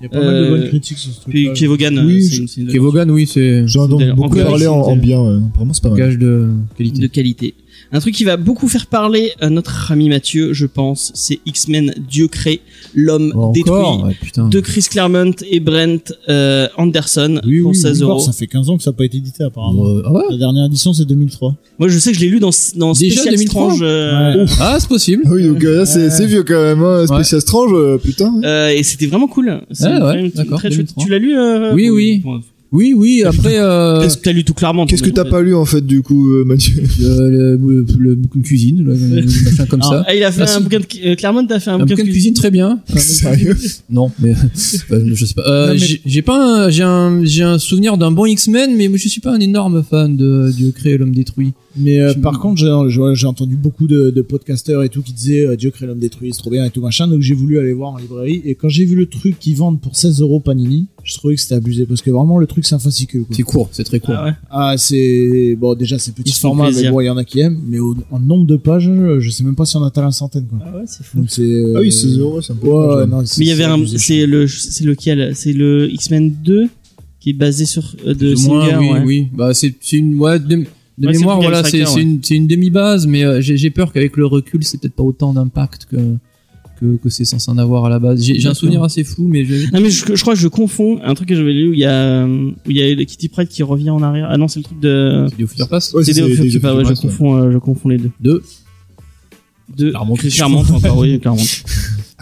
S5: Il y a pas mal
S3: Euh,
S5: de bonnes critiques sur ce truc.
S3: puis K. Vaughan euh,
S2: Oui,
S3: c'est
S2: je-
S3: une- c'est une-
S4: Qui est Vaughan, oui, c'est
S2: J'en ai donc
S3: D'ailleurs,
S2: beaucoup
S3: encore
S2: parlé en,
S3: ici,
S2: en
S3: c'est-
S2: bien, ouais. Vraiment, c'est pas
S4: un
S2: mal.
S4: gage de qualité.
S3: de qualité. Un truc qui va beaucoup faire parler à notre ami Mathieu, je pense, c'est X-Men Dieu crée, l'homme
S4: Oh,
S3: détruit,
S4: encore, ouais, putain.
S3: de Chris Claremont et Brent euh, Anderson
S5: Oui,
S3: pour
S5: oui,
S3: 16
S5: Igor,
S3: euros.
S5: Ça fait 15 ans que ça n'a pas été édité apparemment.
S4: Euh, ah ouais.
S5: La dernière édition
S3: (laughs)
S5: c'est 2003.
S3: Moi, je sais que je l'ai lu dans, dans
S4: Déjà
S3: Spécial
S4: 2003?
S3: Strange. euh,
S5: Ouais.
S4: Ah, c'est possible.
S2: Ah Oui, donc euh, là, c'est
S5: Ouais.
S2: c'est vieux quand même, hein. Spécial Strange, euh, putain.
S3: euh, et c'était vraiment cool. C'est
S4: Ah ouais,
S3: vraiment une-
S4: d'accord,
S3: très chouette.
S4: 2003.
S3: Tu l'as lu euh,
S4: Oui, oui.
S3: bon,
S4: Oui, oui, après, euh,
S3: Qu'est-ce que t'as lu tout clairement
S2: Qu'est-ce que
S3: toi,
S2: t'as pas lu en fait, du coup, euh, Mathieu?
S4: le, euh, le, le bouquin de cuisine, le, le machin comme
S5: Alors,
S4: ça.
S3: Ah, il a fait
S4: Ah,
S3: un
S4: si.
S3: bouquin de cu- euh, Claremont a fait un,
S4: Un bouquin de cuisine très bien.
S2: Sérieux?
S4: Non, mais (laughs) bah, je sais pas. Euh,
S5: Non, mais-
S4: j'ai- J'ai pas, un- j'ai un, j'ai un souvenir d'un bon X-Men, mais je suis pas un énorme fan de Dieu créé l'homme détruit.
S5: Mais euh,
S4: Je-
S5: par contre, j'ai- j'ai j'ai entendu beaucoup de, de podcasteurs et tout qui disaient euh, Dieu crée l'homme détruit, c'est trop bien et tout machin. Donc j'ai voulu aller voir en librairie. Et quand j'ai vu le truc qu'ils vendent pour 16 euros Panini, je trouvais que c'était abusé parce que vraiment le truc c'est un fascicule. quoi.
S4: C'est court, c'est très court.
S3: Ah ouais.
S5: Ah, c'est bon, déjà c'est
S3: Ils
S5: petit
S3: se font
S5: format, mais
S3: plaisir.
S5: bon, il y en a qui aiment. Mais au, en nombre de pages, euh, je sais même pas si on atteint la centaine quoi.
S3: Ah ouais, c'est fou.
S5: Donc c'est. euh,
S2: Ah oui, c'est zéro, ouais, c'est un peu.
S5: Ouais, ouais, non, c'est-
S3: Mais il y avait
S5: c'est
S3: un,
S5: abusé.
S3: c'est le, c'est lequel C'est le X-Men 2 qui est basé sur euh, de
S4: Plus ou moins,
S3: Singer.
S4: oui,
S3: ouais.
S4: oui. Bah, c'est c'est une, ouais, de, de
S3: Ouais, c'est
S4: mémoire,
S3: plus
S4: voilà, c'est
S3: Striker,
S4: c'est
S3: ouais.
S4: une, c'est une demi-base, mais euh, j'ai j'ai peur qu'avec le recul, c'est peut-être pas autant d'impact que, que, que c'est censé en avoir à la base. J'ai j'ai un
S3: D'accord.
S4: souvenir assez flou, mais je-
S3: Non mais je, je crois que je confonds un truc que j'avais lu où il y a euh, où il y a le Kitty Pryde qui revient en arrière. Ah non, c'est le truc de
S4: c'est du Officer Pass.
S2: Ouais,
S3: c'est
S2: c'est
S3: des
S2: des-
S3: Office
S2: des
S3: Occupy, ouais,
S2: Office
S3: je
S2: Occupy,
S3: confonds euh, je confonds les deux.
S4: Deux.
S3: De
S4: Claremont.
S3: Claremont encore (laughs) oui, Claremont.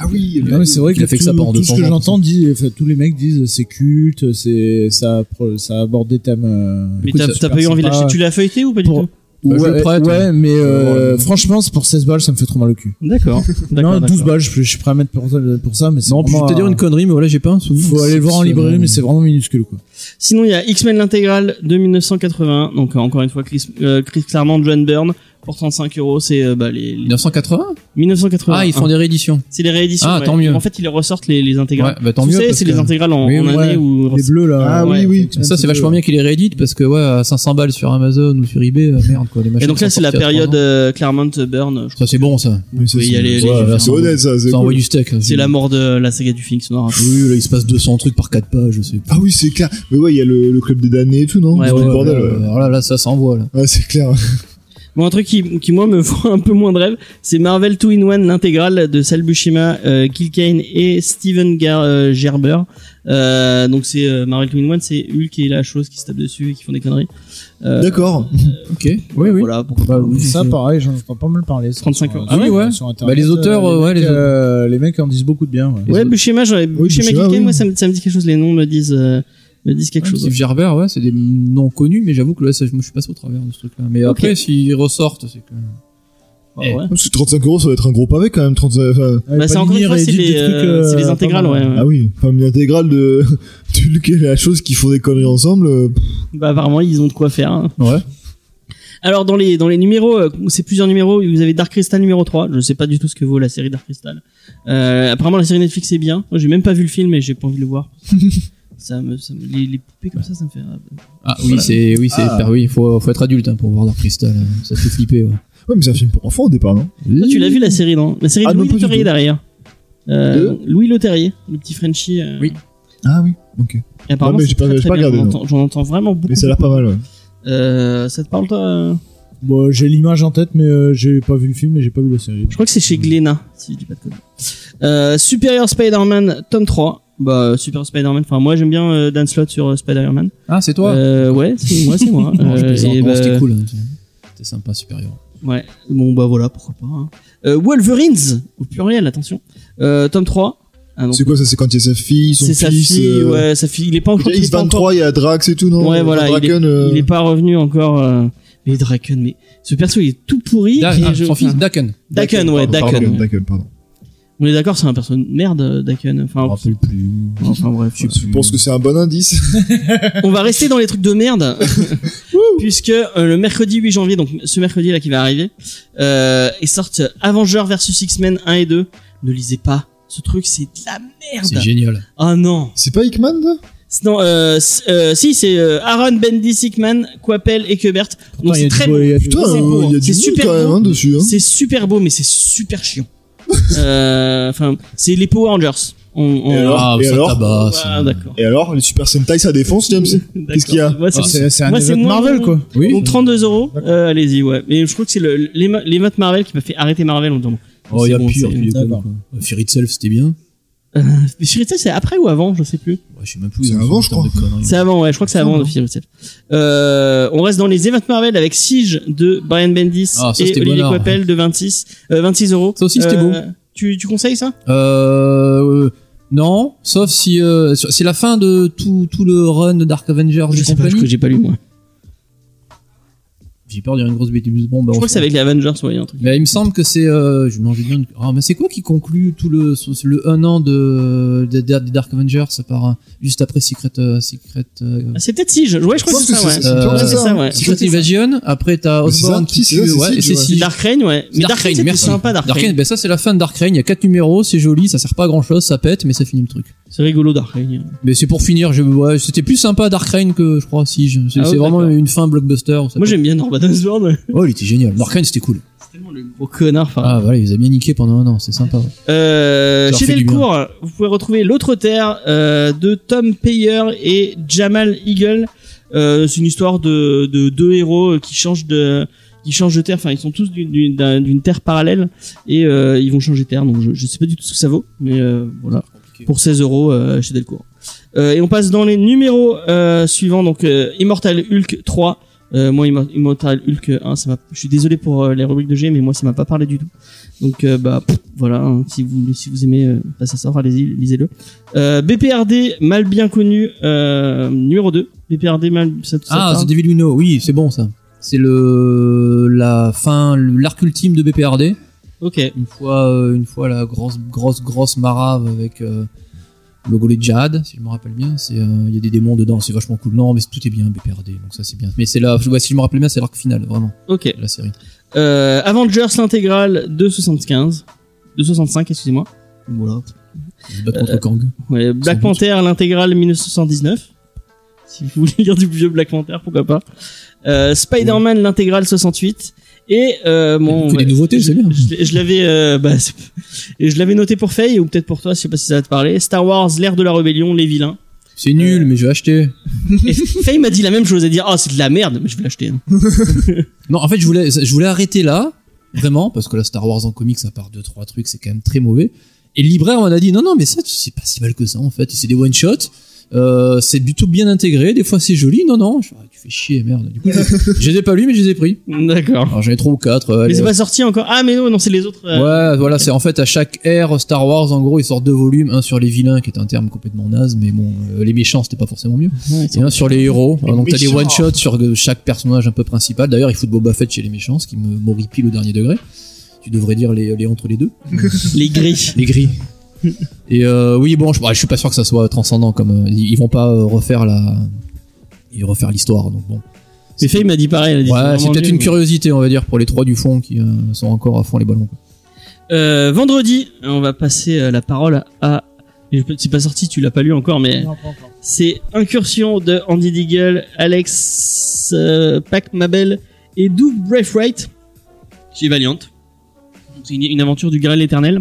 S2: Ah oui,
S5: Non, mais c'est vrai
S4: qu'il
S5: que,
S4: a fait que
S5: tout,
S4: ça pendant
S5: tout
S4: 200
S5: ce que
S4: ans,
S5: j'entends, dit- enfin, tous les mecs disent c'est culte, c'est ça, pro- ça aborde des thèmes. euh,
S3: Mais
S5: écoute,
S3: t'as
S5: super
S3: t'as pas eu envie
S5: sympa.
S3: d'acheter, tu l'as feuilleté ou pas du
S5: Pour-
S3: tout
S4: Bah, je
S5: ouais,
S4: le prête,
S5: ouais,
S4: ouais.
S5: mais
S4: Ouais,
S5: euh,
S4: ouais.
S5: franchement, c'est pour 16 balles, ça me fait trop mal au cul.
S3: D'accord.
S5: Non,
S3: d'accord,
S5: 12
S3: d'accord.
S5: balles, je, je suis prêt à mettre pour, pour ça, mais c'est
S4: Non, puis je
S5: vraiment
S4: vais te dire
S5: un-
S4: une connerie, mais voilà, j'ai pas un souvenir.
S5: Faut aller le voir en librairie, mais c'est vraiment minuscule, quoi.
S3: Sinon, il y a X-Men l'intégrale de 1981. Donc euh, encore une fois Chris, euh, Chris Claremont, John Byrne pour 35 euros. C'est euh, bah, les, les-
S4: 1980
S3: 1981.
S4: Ah, ils font des rééditions.
S3: C'est les rééditions.
S4: Ah,
S3: ouais.
S4: tant mieux.
S3: En fait, ils les ressortent les, les
S4: Ouais,
S3: intégrales.
S4: bah tant
S3: tu
S4: mieux.
S3: sais,
S4: parce
S3: c'est
S4: que-
S3: les intégrales en,
S4: Oui,
S3: en
S4: ouais.
S3: année ou
S5: Les bleus, là.
S2: Ah
S3: Ouais,
S2: oui, oui.
S4: Ça, c'est vachement bien qu'ils les rééditent parce que, ouais, à 500 balles sur Amazon ou sur eBay, euh, merde, quoi. Les machins
S3: Et donc là,
S4: sont
S3: c'est la
S4: sortis à
S3: période
S4: 300.
S3: euh, Claremont euh, Byrne. je crois.
S4: Ça, c'est bon, ça.
S2: Mais ça,
S3: Oui, il y a les-
S2: ouais,
S3: les-
S2: là, c'est
S4: les-
S2: honnête, ça. C'est
S4: Ça
S2: cool.
S4: envoie du steak. là.
S3: C'est la mort de la saga du Phoenix Noir. hein.
S4: Oui, là, il se passe 200 trucs par 4 pages, je sais pas.
S2: Ah oui, c'est clair. Mais ouais, il y a le, le club des damnés et tout, non
S3: Ouais,
S2: C'est
S3: ouais,
S2: le bordel.
S4: Euh,
S2: Ouais,
S4: Alors là, là, ça s'envoie, là.
S2: Ouais, c'est clair.
S3: Bon, un truc qui, qui moi me (laughs) fera un peu moins de rêve, c'est Marvel 2 in 1 l'intégrale de Sal Buscema, euh, Gil Kane et Steven Gar- euh, Gerber. Euh, donc c'est euh, Marvel 2 in 1, c'est Hulk et la chose qui se tape dessus et qui font des conneries. Euh,
S2: D'accord.
S4: Ok. Oui, oui.
S3: Voilà, pourquoi
S5: Bah,
S3: pas.
S5: ça,
S4: c'est-
S5: pareil, j'en entends pas mal parler. ça,
S3: 35
S5: sur,
S3: ans.
S5: euh,
S4: Ah ouais,
S5: sur-
S4: ouais.
S5: sur Internet,
S4: Bah, les auteurs,
S5: euh,
S4: euh, ouais,
S5: les,
S4: les
S5: mecs, euh, les mecs en disent beaucoup de bien. ouais.
S3: Ouais, Buscema, j'aurais, Buscema,
S2: Buscema,
S3: Gil Kane,
S2: oui.
S3: moi ça me, ça me dit quelque chose, les noms me disent, euh, me disent quelque chose.
S4: Steve Gerber, ouais, c'est des noms connus, mais j'avoue que là, ça, moi, je suis passé au travers de ce truc-là. Mais
S3: Ok.
S4: après, s'ils ressortent, c'est que.
S3: Ouais, ouais.
S2: Parce que 35 euros, ça va être un gros pavé quand même. 35, enfin,
S5: Ouais,
S3: Bah, c'est
S5: Panini
S3: encore une fois, c'est
S5: réédite
S3: les,
S5: des trucs,
S3: euh, c'est les
S5: pas
S3: intégrales,
S5: mal.
S3: ouais. ouais.
S2: Ah oui, enfin, mais l'intégrale de (laughs) du Luc et la chose qui font des conneries ensemble. euh,
S3: Bah apparemment ils ont de quoi faire. hein.
S2: Ouais.
S3: Alors dans les dans les numéros, euh, c'est plusieurs numéros. Vous avez Dark Crystal numéro 3 Je sais pas du tout ce que vaut la série Dark Crystal. Euh, apparemment la série Netflix est bien. Moi j'ai même pas vu le film et j'ai pas envie de le
S2: (laughs)
S3: voir. ça me, ça me- les, les poupées comme ça, ça me fait.
S4: Ah oui, c'est, oui, c'est,
S2: Ah.
S4: bah oui, faut, faut être adulte, hein, pour voir Dark Crystal. hein. Ça fait flipper, ouais.
S2: Ouais, mais c'est un film pour enfants au départ, hein. non
S3: Toi, tu l'as vu la série non La série
S2: Ah,
S3: de
S2: non,
S3: Louis
S2: pas
S3: Le
S2: du
S3: Terrier
S2: tout.
S3: derrière. Euh,
S2: De
S3: Louis Le Terrier, le petit Frenchie. euh,
S4: Oui.
S2: Ah oui, ok.
S3: et
S2: Non,
S3: apparemment,
S2: mais j'ai
S3: c'est
S2: pas-
S3: très,
S2: j'ai
S3: très
S2: pas
S3: bien.
S2: regardé,
S3: J'en
S2: non.
S3: entends, j'en entends vraiment beaucoup.
S2: Mais ça a l'air pas mal, ouais.
S3: Euh, ça te parle toi euh
S5: Bon, j'ai l'image en tête, mais euh, j'ai pas vu le film et j'ai pas vu la série.
S3: Je crois que c'est chez Glénat, si je dis pas de conneries. Euh, Superior Spider-Man, tome 3. Bah, euh, Super Spider-Man, enfin, moi j'aime bien euh, Dan Slott sur euh, Spider-Man.
S4: Ah, c'est toi?
S3: Euh, ouais, c'est moi, c'est moi.
S4: Non, je
S3: Euh,
S4: plaisante,
S3: et
S4: bon,
S3: bah,
S4: c'était cool. hein. C'était sympa, supérieur.
S3: Ouais, bon, bah voilà, pourquoi pas. hein. Euh, Wolverines, au pluriel, attention. Euh, tome 3. Ah, non.
S2: C'est quoi ça C'est quand il y a sa fille, son
S3: C'est
S2: fils.
S3: sa fille,
S2: euh,
S3: ouais, sa fille. Il est pas encore. il est pas encore-
S2: X23, il y a Drax et tout, non
S3: Ouais,
S2: Enfin,
S3: voilà, il est-
S2: Draken, euh,
S3: Il est pas revenu encore. euh, Mais Draken, mais ce perso il est tout pourri.
S4: Da-
S3: et
S4: ah,
S3: je-
S4: son fils,
S3: enfin,
S4: Daken.
S3: Daken, ouais,
S2: pardon,
S3: Daken.
S2: Draken, Draken, pardon.
S3: On est d'accord, c'est un perso de merde, euh, Daken. Enfin,
S2: rappelle plus.
S3: enfin bref, je sais
S2: Je pense que c'est un bon indice. (laughs)
S3: On va rester dans les trucs de merde, puisque euh, le mercredi 8 janvier, donc ce mercredi là qui va arriver, euh, ils sortent Avengers versus X-Men 1 et 2. Ne lisez pas, ce truc c'est de la
S4: C'est
S3: merde.
S4: génial.
S3: Ah non.
S2: C'est pas Hickman là
S3: C'est- Non, euh, c'est- euh, si c'est euh, Aaron Bendis, Hickman, Quappel et Kubert. Donc c'est très beau.
S2: Putain,
S3: c'est beau,
S2: euh, il y
S3: hein.
S2: a
S3: C'est
S2: du monde
S3: super
S2: quand même
S3: beau.
S2: hein, dessus. Hein.
S3: C'est super beau, mais c'est super
S2: (laughs)
S3: chiant. Euh, Enfin, c'est les Power Rangers. On, on-
S2: Et alors
S4: Ah,
S2: Et
S4: ça
S2: alors
S4: tabasse.
S3: Ah, d'accord.
S2: Et alors, les Super Sentai, ça défonce, James Qu'est-ce qu'il y a
S3: D'accord. Moi, Ah, c'est-
S5: Ah, C'est un
S3: Moi, c'est
S5: événement
S3: moins-
S5: Marvel, quoi.
S4: Oui.
S3: Donc 32 euros, euh, allez-y, ouais. Mais je crois que c'est le- l'éma- l'émat Marvel qui m'a fait arrêter Marvel en me disant.
S4: Oh, il y a
S3: c'est bon,
S4: pire.
S3: c'est-
S4: puis il y a
S5: d'accord.
S4: quoi, quoi. Fear Itself, c'était bien.
S3: Mais Fear Itself, c'est après ou avant, je sais plus.
S4: Ouais, je sais même plus.
S2: C'est
S4: hein,
S2: avant,
S4: ce
S2: je crois.
S4: genre de conneries.
S3: C'est avant, ouais, je crois que c'est avant Fear Itself. Euh, on reste dans les événements Marvel avec Siege de Brian Bendis
S4: Ah, ça,
S3: et
S4: c'était
S3: Olivier
S4: bonnard.
S3: Coppel de 26, euh, 26 euros.
S4: Ça aussi, c'était
S3: Euh,
S4: beau.
S3: Tu, tu conseilles ça
S4: Euh, euh, non, sauf si euh, c'est la fin de tout, tout le run de Dark Avengers et
S3: parce que
S4: compagnie.
S3: j'ai pas lu moi.
S4: J'ai peur de dire une grosse bêtise. Bon, bah,
S3: Je
S4: on
S3: crois que
S4: se-
S3: c'est avec les Avengers, ouais, un truc.
S4: Mais il me semble que c'est. Euh, je non, j'ai bien. Ah, mais c'est quoi qui conclut tout le le un an de, de, de- des Dark Avengers par un- juste après Secret euh, Secret euh,
S3: Ah, c'est peut-être Siege, ouais, je crois que c'est ça, ouais.
S2: c'est
S4: Euh,
S2: c'est
S3: c'est ça,
S2: ça.
S3: ouais.
S4: Secret Invasion. Après t'as
S2: Mais c'est
S4: Osborn
S2: ça,
S4: qui
S2: c'est
S4: tue-
S2: ça, c'est
S4: ouais, et
S2: Siege,
S4: c'est
S2: ouais.
S3: C'est
S4: Siege.
S3: Dark Reign, ouais. Mais Dark Reign, c'est
S4: merci.
S3: sympa, Dark Reign.
S4: ben ça c'est la fin de Dark Reign. Il y a quatre numéros, c'est joli, ça sert pas à grand chose, ça pète, mais ça finit le truc.
S3: C'est rigolo, Dark Reign.
S4: Mais c'est pour finir, je, ouais, c'était plus sympa Dark Reign que je crois si je- c'est
S3: Ah ouais,
S4: c'est vraiment
S3: d'accord.
S4: une fin blockbuster. ça
S3: Moi,
S4: peut-
S3: j'aime bien Norman
S4: (laughs)
S3: Osborn.
S4: Oh, il était génial. Dark Reign c'était cool.
S3: C'est tellement le gros connard, enfin.
S4: Ah voilà, il les a bien niqués pendant un an, c'est sympa. ouais.
S3: Euh,
S4: Ça leur
S3: chez
S4: fait du
S3: Delcourt, vous pouvez retrouver L'autre Terre euh, de Tom Payer et Jamal Eagle. Euh, c'est une histoire de, de deux héros euh, qui changent de qui changent de terre. Enfin, ils sont tous d'une- d'une d'un- d'une terre parallèle et euh, ils vont changer de terre. Donc, je, je sais pas du tout ce que ça vaut, mais euh, voilà. Pour 16 euros euh, chez Delcourt. Euh, et on passe dans les numéros euh, suivants. Donc, euh, Immortal Hulk 3. Euh, moi, Immo- Immortal Hulk 1, ça m'a. Je suis désolé pour euh, les rubriques de G, mais moi, ça m'a pas parlé du tout. Donc euh, bah pff, voilà, hein, si vous si vous aimez euh, ça sort, allez-y, lisez-le. Euh, BPRD mal bien connu euh, numéro 2. BPRD mal ça, ça
S4: Ah,
S3: parle.
S4: The Devil You Know, oui, c'est bon ça. C'est le la fin, le- l'arc ultime de BPRD.
S3: OK.
S4: Une fois, euh, une fois la grosse, grosse, grosse marave avec euh, le golet de Jihad, si je me rappelle bien. C'est, euh, il y a des démons dedans, c'est vachement cool. Non, mais tout est bien BPRD, donc ça c'est bien. Mais c'est là, ouais, si je me rappelle bien, c'est l'arc final, vraiment,
S3: OK.
S4: de la série.
S3: Euh, Avengers l'intégrale 275 265, excusez-moi. Voilà.
S4: Ils se battent contre Kang.
S3: Ouais, Black
S4: doute.
S3: Panther l'intégrale 1979. Si vous voulez lire du vieux Black Panther, pourquoi pas. Euh, Spider-Man l'intégrale 68 et euh, mon
S4: que des nouveautés,
S3: je-
S4: c'est bien.
S3: Je, l'ai- je l'avais euh, bah, c'est-
S4: (laughs)
S3: et je l'avais noté pour Faye ou peut-être pour toi, je sais pas si ça va te parler. Star Wars l'ère de la rébellion, les vilains.
S4: C'est nul, mais je vais acheter.
S3: Et Faye m'a dit la même chose, elle dit oh c'est de la merde, mais je vais l'acheter. hein.
S4: Non, en fait, je voulais, je voulais arrêter là, vraiment, parce que la Star Wars en comics, à part deux, trois trucs, c'est quand même très mauvais. Et le libraire, on a dit, non, non, mais ça, c'est pas si mal que ça, en fait. C'est des one-shots. Euh, c'est du tout bien intégré. Des fois, c'est joli. Non, non. Je- ah, tu fais chier,
S3: (laughs)
S4: merde. Du coup, je les ai pas lus, mais je les ai pris.
S3: D'accord.
S4: Alors, j'en ai trois ou quatre. euh,
S3: Mais c'est
S4: allez,
S3: pas sorti encore. Ah mais non, non c'est les autres. euh,
S4: Ouais, voilà, c'est en fait à chaque ère Star Wars, en gros, ils sortent deux volumes, un sur les vilains, qui est un terme complètement naze, mais bon, euh, les méchants, c'était pas forcément mieux,
S3: ouais,
S4: et un sur les héros. Alors, donc t'as des
S5: méchants.
S4: one shots sur euh, chaque personnage un peu principal. D'ailleurs, il fout de Boba Fett chez les méchants, ce qui me m'horripile au dernier degré. Tu devrais dire les, les entre les deux,
S3: les
S4: (laughs)
S3: gris.
S4: les gris. Et euh, oui, bon, je, bah, je suis pas sûr que ça soit transcendant comme euh, ils, ils vont pas euh, refaire la, ils vont refaire l'histoire, donc bon.
S3: Mais Faye m'a dit pareil, elle a dit
S4: Ouais, c'est
S3: vraiment
S4: peut-être
S3: nul,
S4: une
S3: mais-
S4: curiosité, on va dire, pour les trois du fond qui euh, sont encore à fond les ballons.
S3: Euh, vendredi, on va passer euh, la parole à. je peux- C'est pas sorti, tu l'as pas lu encore, mais
S5: Non, pas encore.
S3: c'est Incursion de Andy Deagle, Alex euh, Pac Mabel et Doug Braithwaite chez Valiant. Donc, C'est une, une aventure du Graal éternel.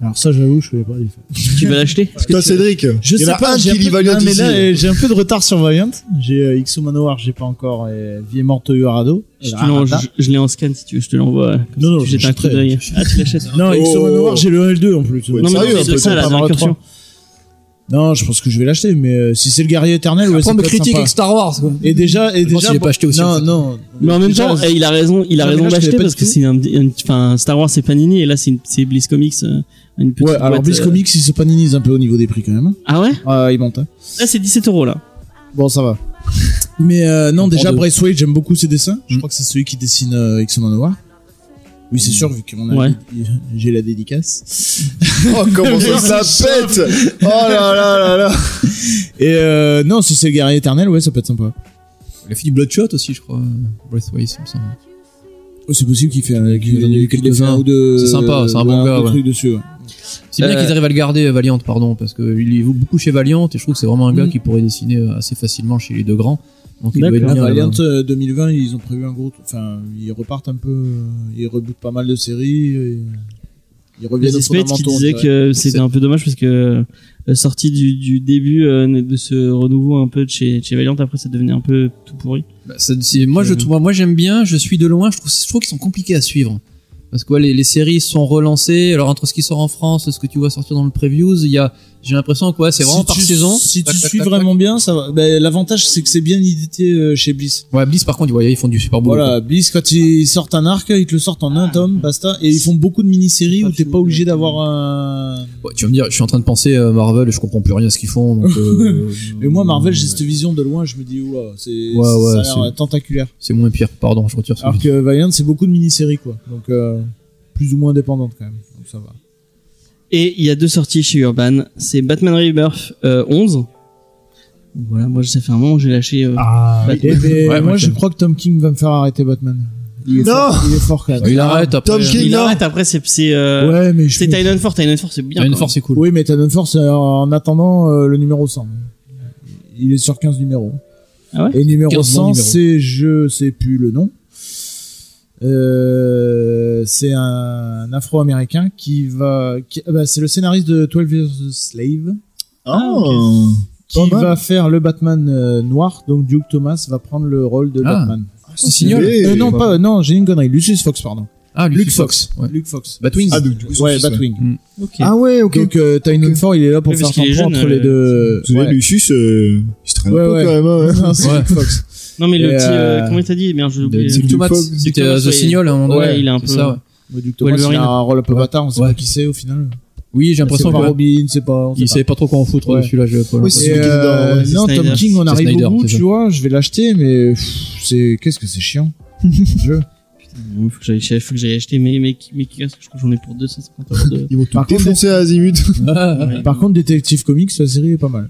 S5: Alors ça, j'avoue, je voulais pas les faire.
S3: Tu vas l'acheter Parce que
S2: Toi,
S3: tu-
S2: Cédric,
S5: Je
S2: il y en
S5: sais
S2: a
S5: pas,
S2: un qui
S5: j'ai un,
S2: lit
S5: peu...
S2: Valiant
S5: non, mais
S2: ici.
S5: là, euh, j'ai un peu de retard sur Valiant. J'ai euh, XO Manoir, j'ai pas encore. Et Vie est morte au Eldorado.
S3: je, te
S5: Ah,
S3: l'en-
S5: ah,
S3: je- je l'ai en scan si tu veux, je te l'envoie. euh, Comme
S5: Non,
S3: ça,
S5: non,
S3: tu
S5: je
S3: jettes un coup
S5: l'achèterai.
S3: d'œil. Ah, tu l'achètes
S5: ah. Non, XO
S2: Oh.
S5: Manoir, j'ai le L2 en plus.
S2: Ouais,
S5: Non,
S3: Non, mais
S2: sérieux,
S3: c'est
S2: un
S3: de
S2: peu,
S3: ça,
S2: on
S3: la
S5: parlera de
S3: Incursion.
S5: je pense que je vais l'acheter, mais euh, si c'est le guerrier éternel, ouais, ça
S4: Prendre
S5: peut être
S4: critique
S5: sympa.
S4: avec Star Wars. quoi.
S5: Et déjà, et
S4: Je pense
S5: déjà,
S4: qu'il est pas acheté aussi, en
S5: Non,
S4: fait.
S5: non.
S3: Mais en même
S5: Déjà,
S3: temps, eh, il a raison, il a
S5: Non, mais
S3: raison
S5: là, je
S3: d'acheter
S5: connais pas
S3: parce
S5: du
S3: que
S5: tout.
S3: c'est un, un- enfin Star Wars c'est Panini et là c'est une- c'est Bliss Comics, euh, une petite
S5: Ouais, alors
S3: boîte,
S5: Bliss
S3: euh,
S5: Comics, ils se panisent un peu au niveau des prix quand même.
S3: Ah ouais
S5: Ah, ils montent. hein.
S3: Là c'est 17 euros là.
S5: Bon, ça va. Mais euh, non,
S4: On
S5: déjà,
S4: prend deux.
S5: Braithwaite, j'aime beaucoup ses dessins. Je
S4: Mm.
S5: crois que c'est celui qui dessine euh, X Manoir. Oui, c'est sûr, vu que mon
S3: Ouais.
S5: avis, j'ai la dédicace.
S2: Oh,
S3: (laughs)
S2: comment ça, ça pète Oh là là là là
S5: Et euh, non, si c'est le guerrier éternel, ouais, ça peut être sympa.
S4: La fille de Bloodshot aussi, je crois. euh, Breathways, il me semble.
S5: Oh, c'est possible qu'il fait,
S4: Il
S5: qu'il
S4: en a eu
S5: ait
S4: quelques-uns.
S5: un ou deux.
S4: C'est sympa, c'est un bon
S5: ouais,
S4: gars,
S5: deux
S4: ouais.
S5: trucs dessus, ouais.
S4: C'est bien
S3: Euh,
S4: qu'ils arrivent à le garder, euh, Valiant, pardon, parce qu'il est beaucoup chez Valiant et je trouve que c'est vraiment un gars
S5: Mhm.
S4: qui pourrait dessiner euh, assez facilement chez les deux grands. Donc il doit
S3: D'accord.
S4: être
S5: Ah,
S4: bien. là-bas.
S5: Valiant euh, 2020, ils ont prévu un gros. t- Enfin, ils repartent un peu. euh, Ils rebootent pas mal de séries. et Ils reviennent
S3: Les
S5: aux
S3: Spades qui
S5: fondamentaux. on
S3: disait
S5: dirait.
S3: que c'était un peu dommage parce que euh, sorti du, du début euh, de ce renouveau un peu de chez, de chez Valiant, après ça devenait un peu tout pourri.
S4: Bah, ça- c'est- moi, je
S5: Euh.
S4: trouve, moi, j'aime bien. Je suis de loin. Je trouve, je trouve qu'ils sont compliqués à suivre. Parce que ouais, les, les séries sont relancées. Alors entre ce qui sort en France, ce que tu vois sortir dans le previews, il y a, j'ai l'impression que ouais, c'est vraiment
S5: si
S4: par
S5: tu-
S4: saison.
S5: Si
S4: Tac,
S5: tu
S4: tac,
S5: suis
S4: tac, tac.
S5: vraiment bien, ça va. Ben, L'avantage, c'est que c'est bien édité euh, chez Bliss.
S4: Ouais, Bliss par contre, ouais, ils font du super boulot.
S5: Voilà, Bliss, quand ils sortent un arc, ils te le sortent en un tome, basta. Et ils font beaucoup de mini-séries
S4: C'est
S5: où
S4: pas
S5: t'es
S4: fini,
S5: pas obligé
S4: ouais.
S5: d'avoir un.
S4: Ouais, tu vas me dire, je suis en train de penser euh, Marvel, je comprends plus rien à ce qu'ils font. Donc,
S5: (laughs)
S4: euh,
S5: Mais moi, Marvel, j'ai
S4: euh,
S5: cette vision de loin, je me dis, ouah, c'est.
S4: Ouais, ouais,
S5: ça a l'air
S4: c'est-
S5: euh, tentaculaire.
S4: C'est moins pire, pardon, je retire ce que
S5: Alors
S4: j'ai dit.
S5: que Valiant, c'est beaucoup de mini-séries, quoi. Donc, euh, plus ou moins indépendante, quand même. Donc, ça va.
S3: Et il y a deux sorties chez Urban, c'est Batman Rebirth euh, 11. Voilà, moi ça fait un moment que j'ai lâché. euh,
S5: Ah,
S3: Batman.
S4: Ouais,
S5: moi,
S4: ouais,
S5: je
S4: c'est-
S5: crois que Tom King va me faire arrêter Batman. Il est
S2: Non
S5: fort, Il est fort, quand même.
S4: Il arrête après.
S2: Tom
S4: euh,
S2: King,
S3: il
S2: non.
S3: arrête après, c'est c'est euh,
S5: Ouais, mais je.
S3: c'est Titanfall, Titanfall c'est bien.
S4: Iron
S3: quoi.
S4: Force, c'est cool.
S5: Oui, mais Talon Force, euh, en attendant euh, le numéro 100. Il est sur 15 numéros.
S3: Ah ouais
S5: Et numéro
S4: 15 bons
S5: 100,
S4: numéros.
S5: c'est je sais plus le nom. Euh, c'est un, afro-américain qui va. qui- bah, c'est le scénariste de 12 Years a Slave
S2: Ah,
S5: qui
S2: Pas mal.
S5: va faire le Batman euh, noir. Donc Duke Thomas va prendre le rôle de
S4: Ah.
S5: Batman.
S4: C'est Signol.
S2: stylé.
S5: Euh, non, pas, non, j'ai une connerie. Lucius Fox, pardon.
S4: Ah,
S5: Luke
S4: Luke Fox. Ouais.
S5: Luke Fox.
S4: Batwing.
S2: Ah, donc, du coup,
S5: ouais,
S2: c'est ça.
S5: Batwing.
S3: Ok.
S2: Ah ouais, ok.
S5: Donc euh, Tynan
S2: Ok.
S5: Ford, il est là pour
S3: Oui,
S5: faire
S3: parce
S5: son
S3: qu'il est
S5: point
S3: jeune,
S5: entre les
S2: Vous
S5: deux.
S2: savez,
S5: Ouais.
S2: Lucius, euh, il se traîne
S5: Ouais,
S2: un peu
S5: ouais.
S2: quand même. hein, (laughs) hein.
S5: Non, c'est
S4: Ouais.
S5: Luke Euh, Fox.
S3: Non mais le
S5: Et,
S3: petit, euh,
S5: euh,
S3: comment il t'a dit Eh Bien, je
S4: De- Duke Thomas.
S2: Thomas,
S4: C'était
S3: ouais,
S4: euh, The
S3: il-
S4: Signal à un moment
S3: ouais,
S4: donné,
S3: il a un
S4: c'est
S3: peu-
S4: ça, ouais.
S5: Ouais, Duke Thomas,
S3: Wolverine.
S5: il a un rôle un peu
S4: Ouais.
S5: bâtard, on sait
S4: Ouais.
S5: pas qui c'est au final.
S4: Oui, j'ai
S5: C'est
S4: l'impression
S5: pas
S4: que
S5: Robin, c'est pas. on sait
S4: il savait pas trop quoi en foutre
S5: Ouais.
S4: euh, celui-là, je Paul.
S2: Oui,
S5: pas.
S2: c'est
S5: Et,
S2: Snyder,
S5: euh,
S2: ouais,
S3: c'est
S5: non,
S3: Snyder.
S5: Tom King, on
S4: C'est
S5: arrive
S4: Snyder,
S5: au bout,
S4: c'est
S5: tu
S4: ça.
S5: vois, je vais l'acheter, mais pff, c'est qu'est-ce que c'est chiant. ce jeu.
S3: Il faut que j'aille faut que j'aille acheter mes mes mes casques, je crois que j'en ai pour 250 euros de.
S2: Ils vont tout
S5: Par contre,
S2: défoncer à Azimut. euh,
S4: Ah,
S3: Ouais.
S5: Par contre, Detective Comics, la série est pas mal.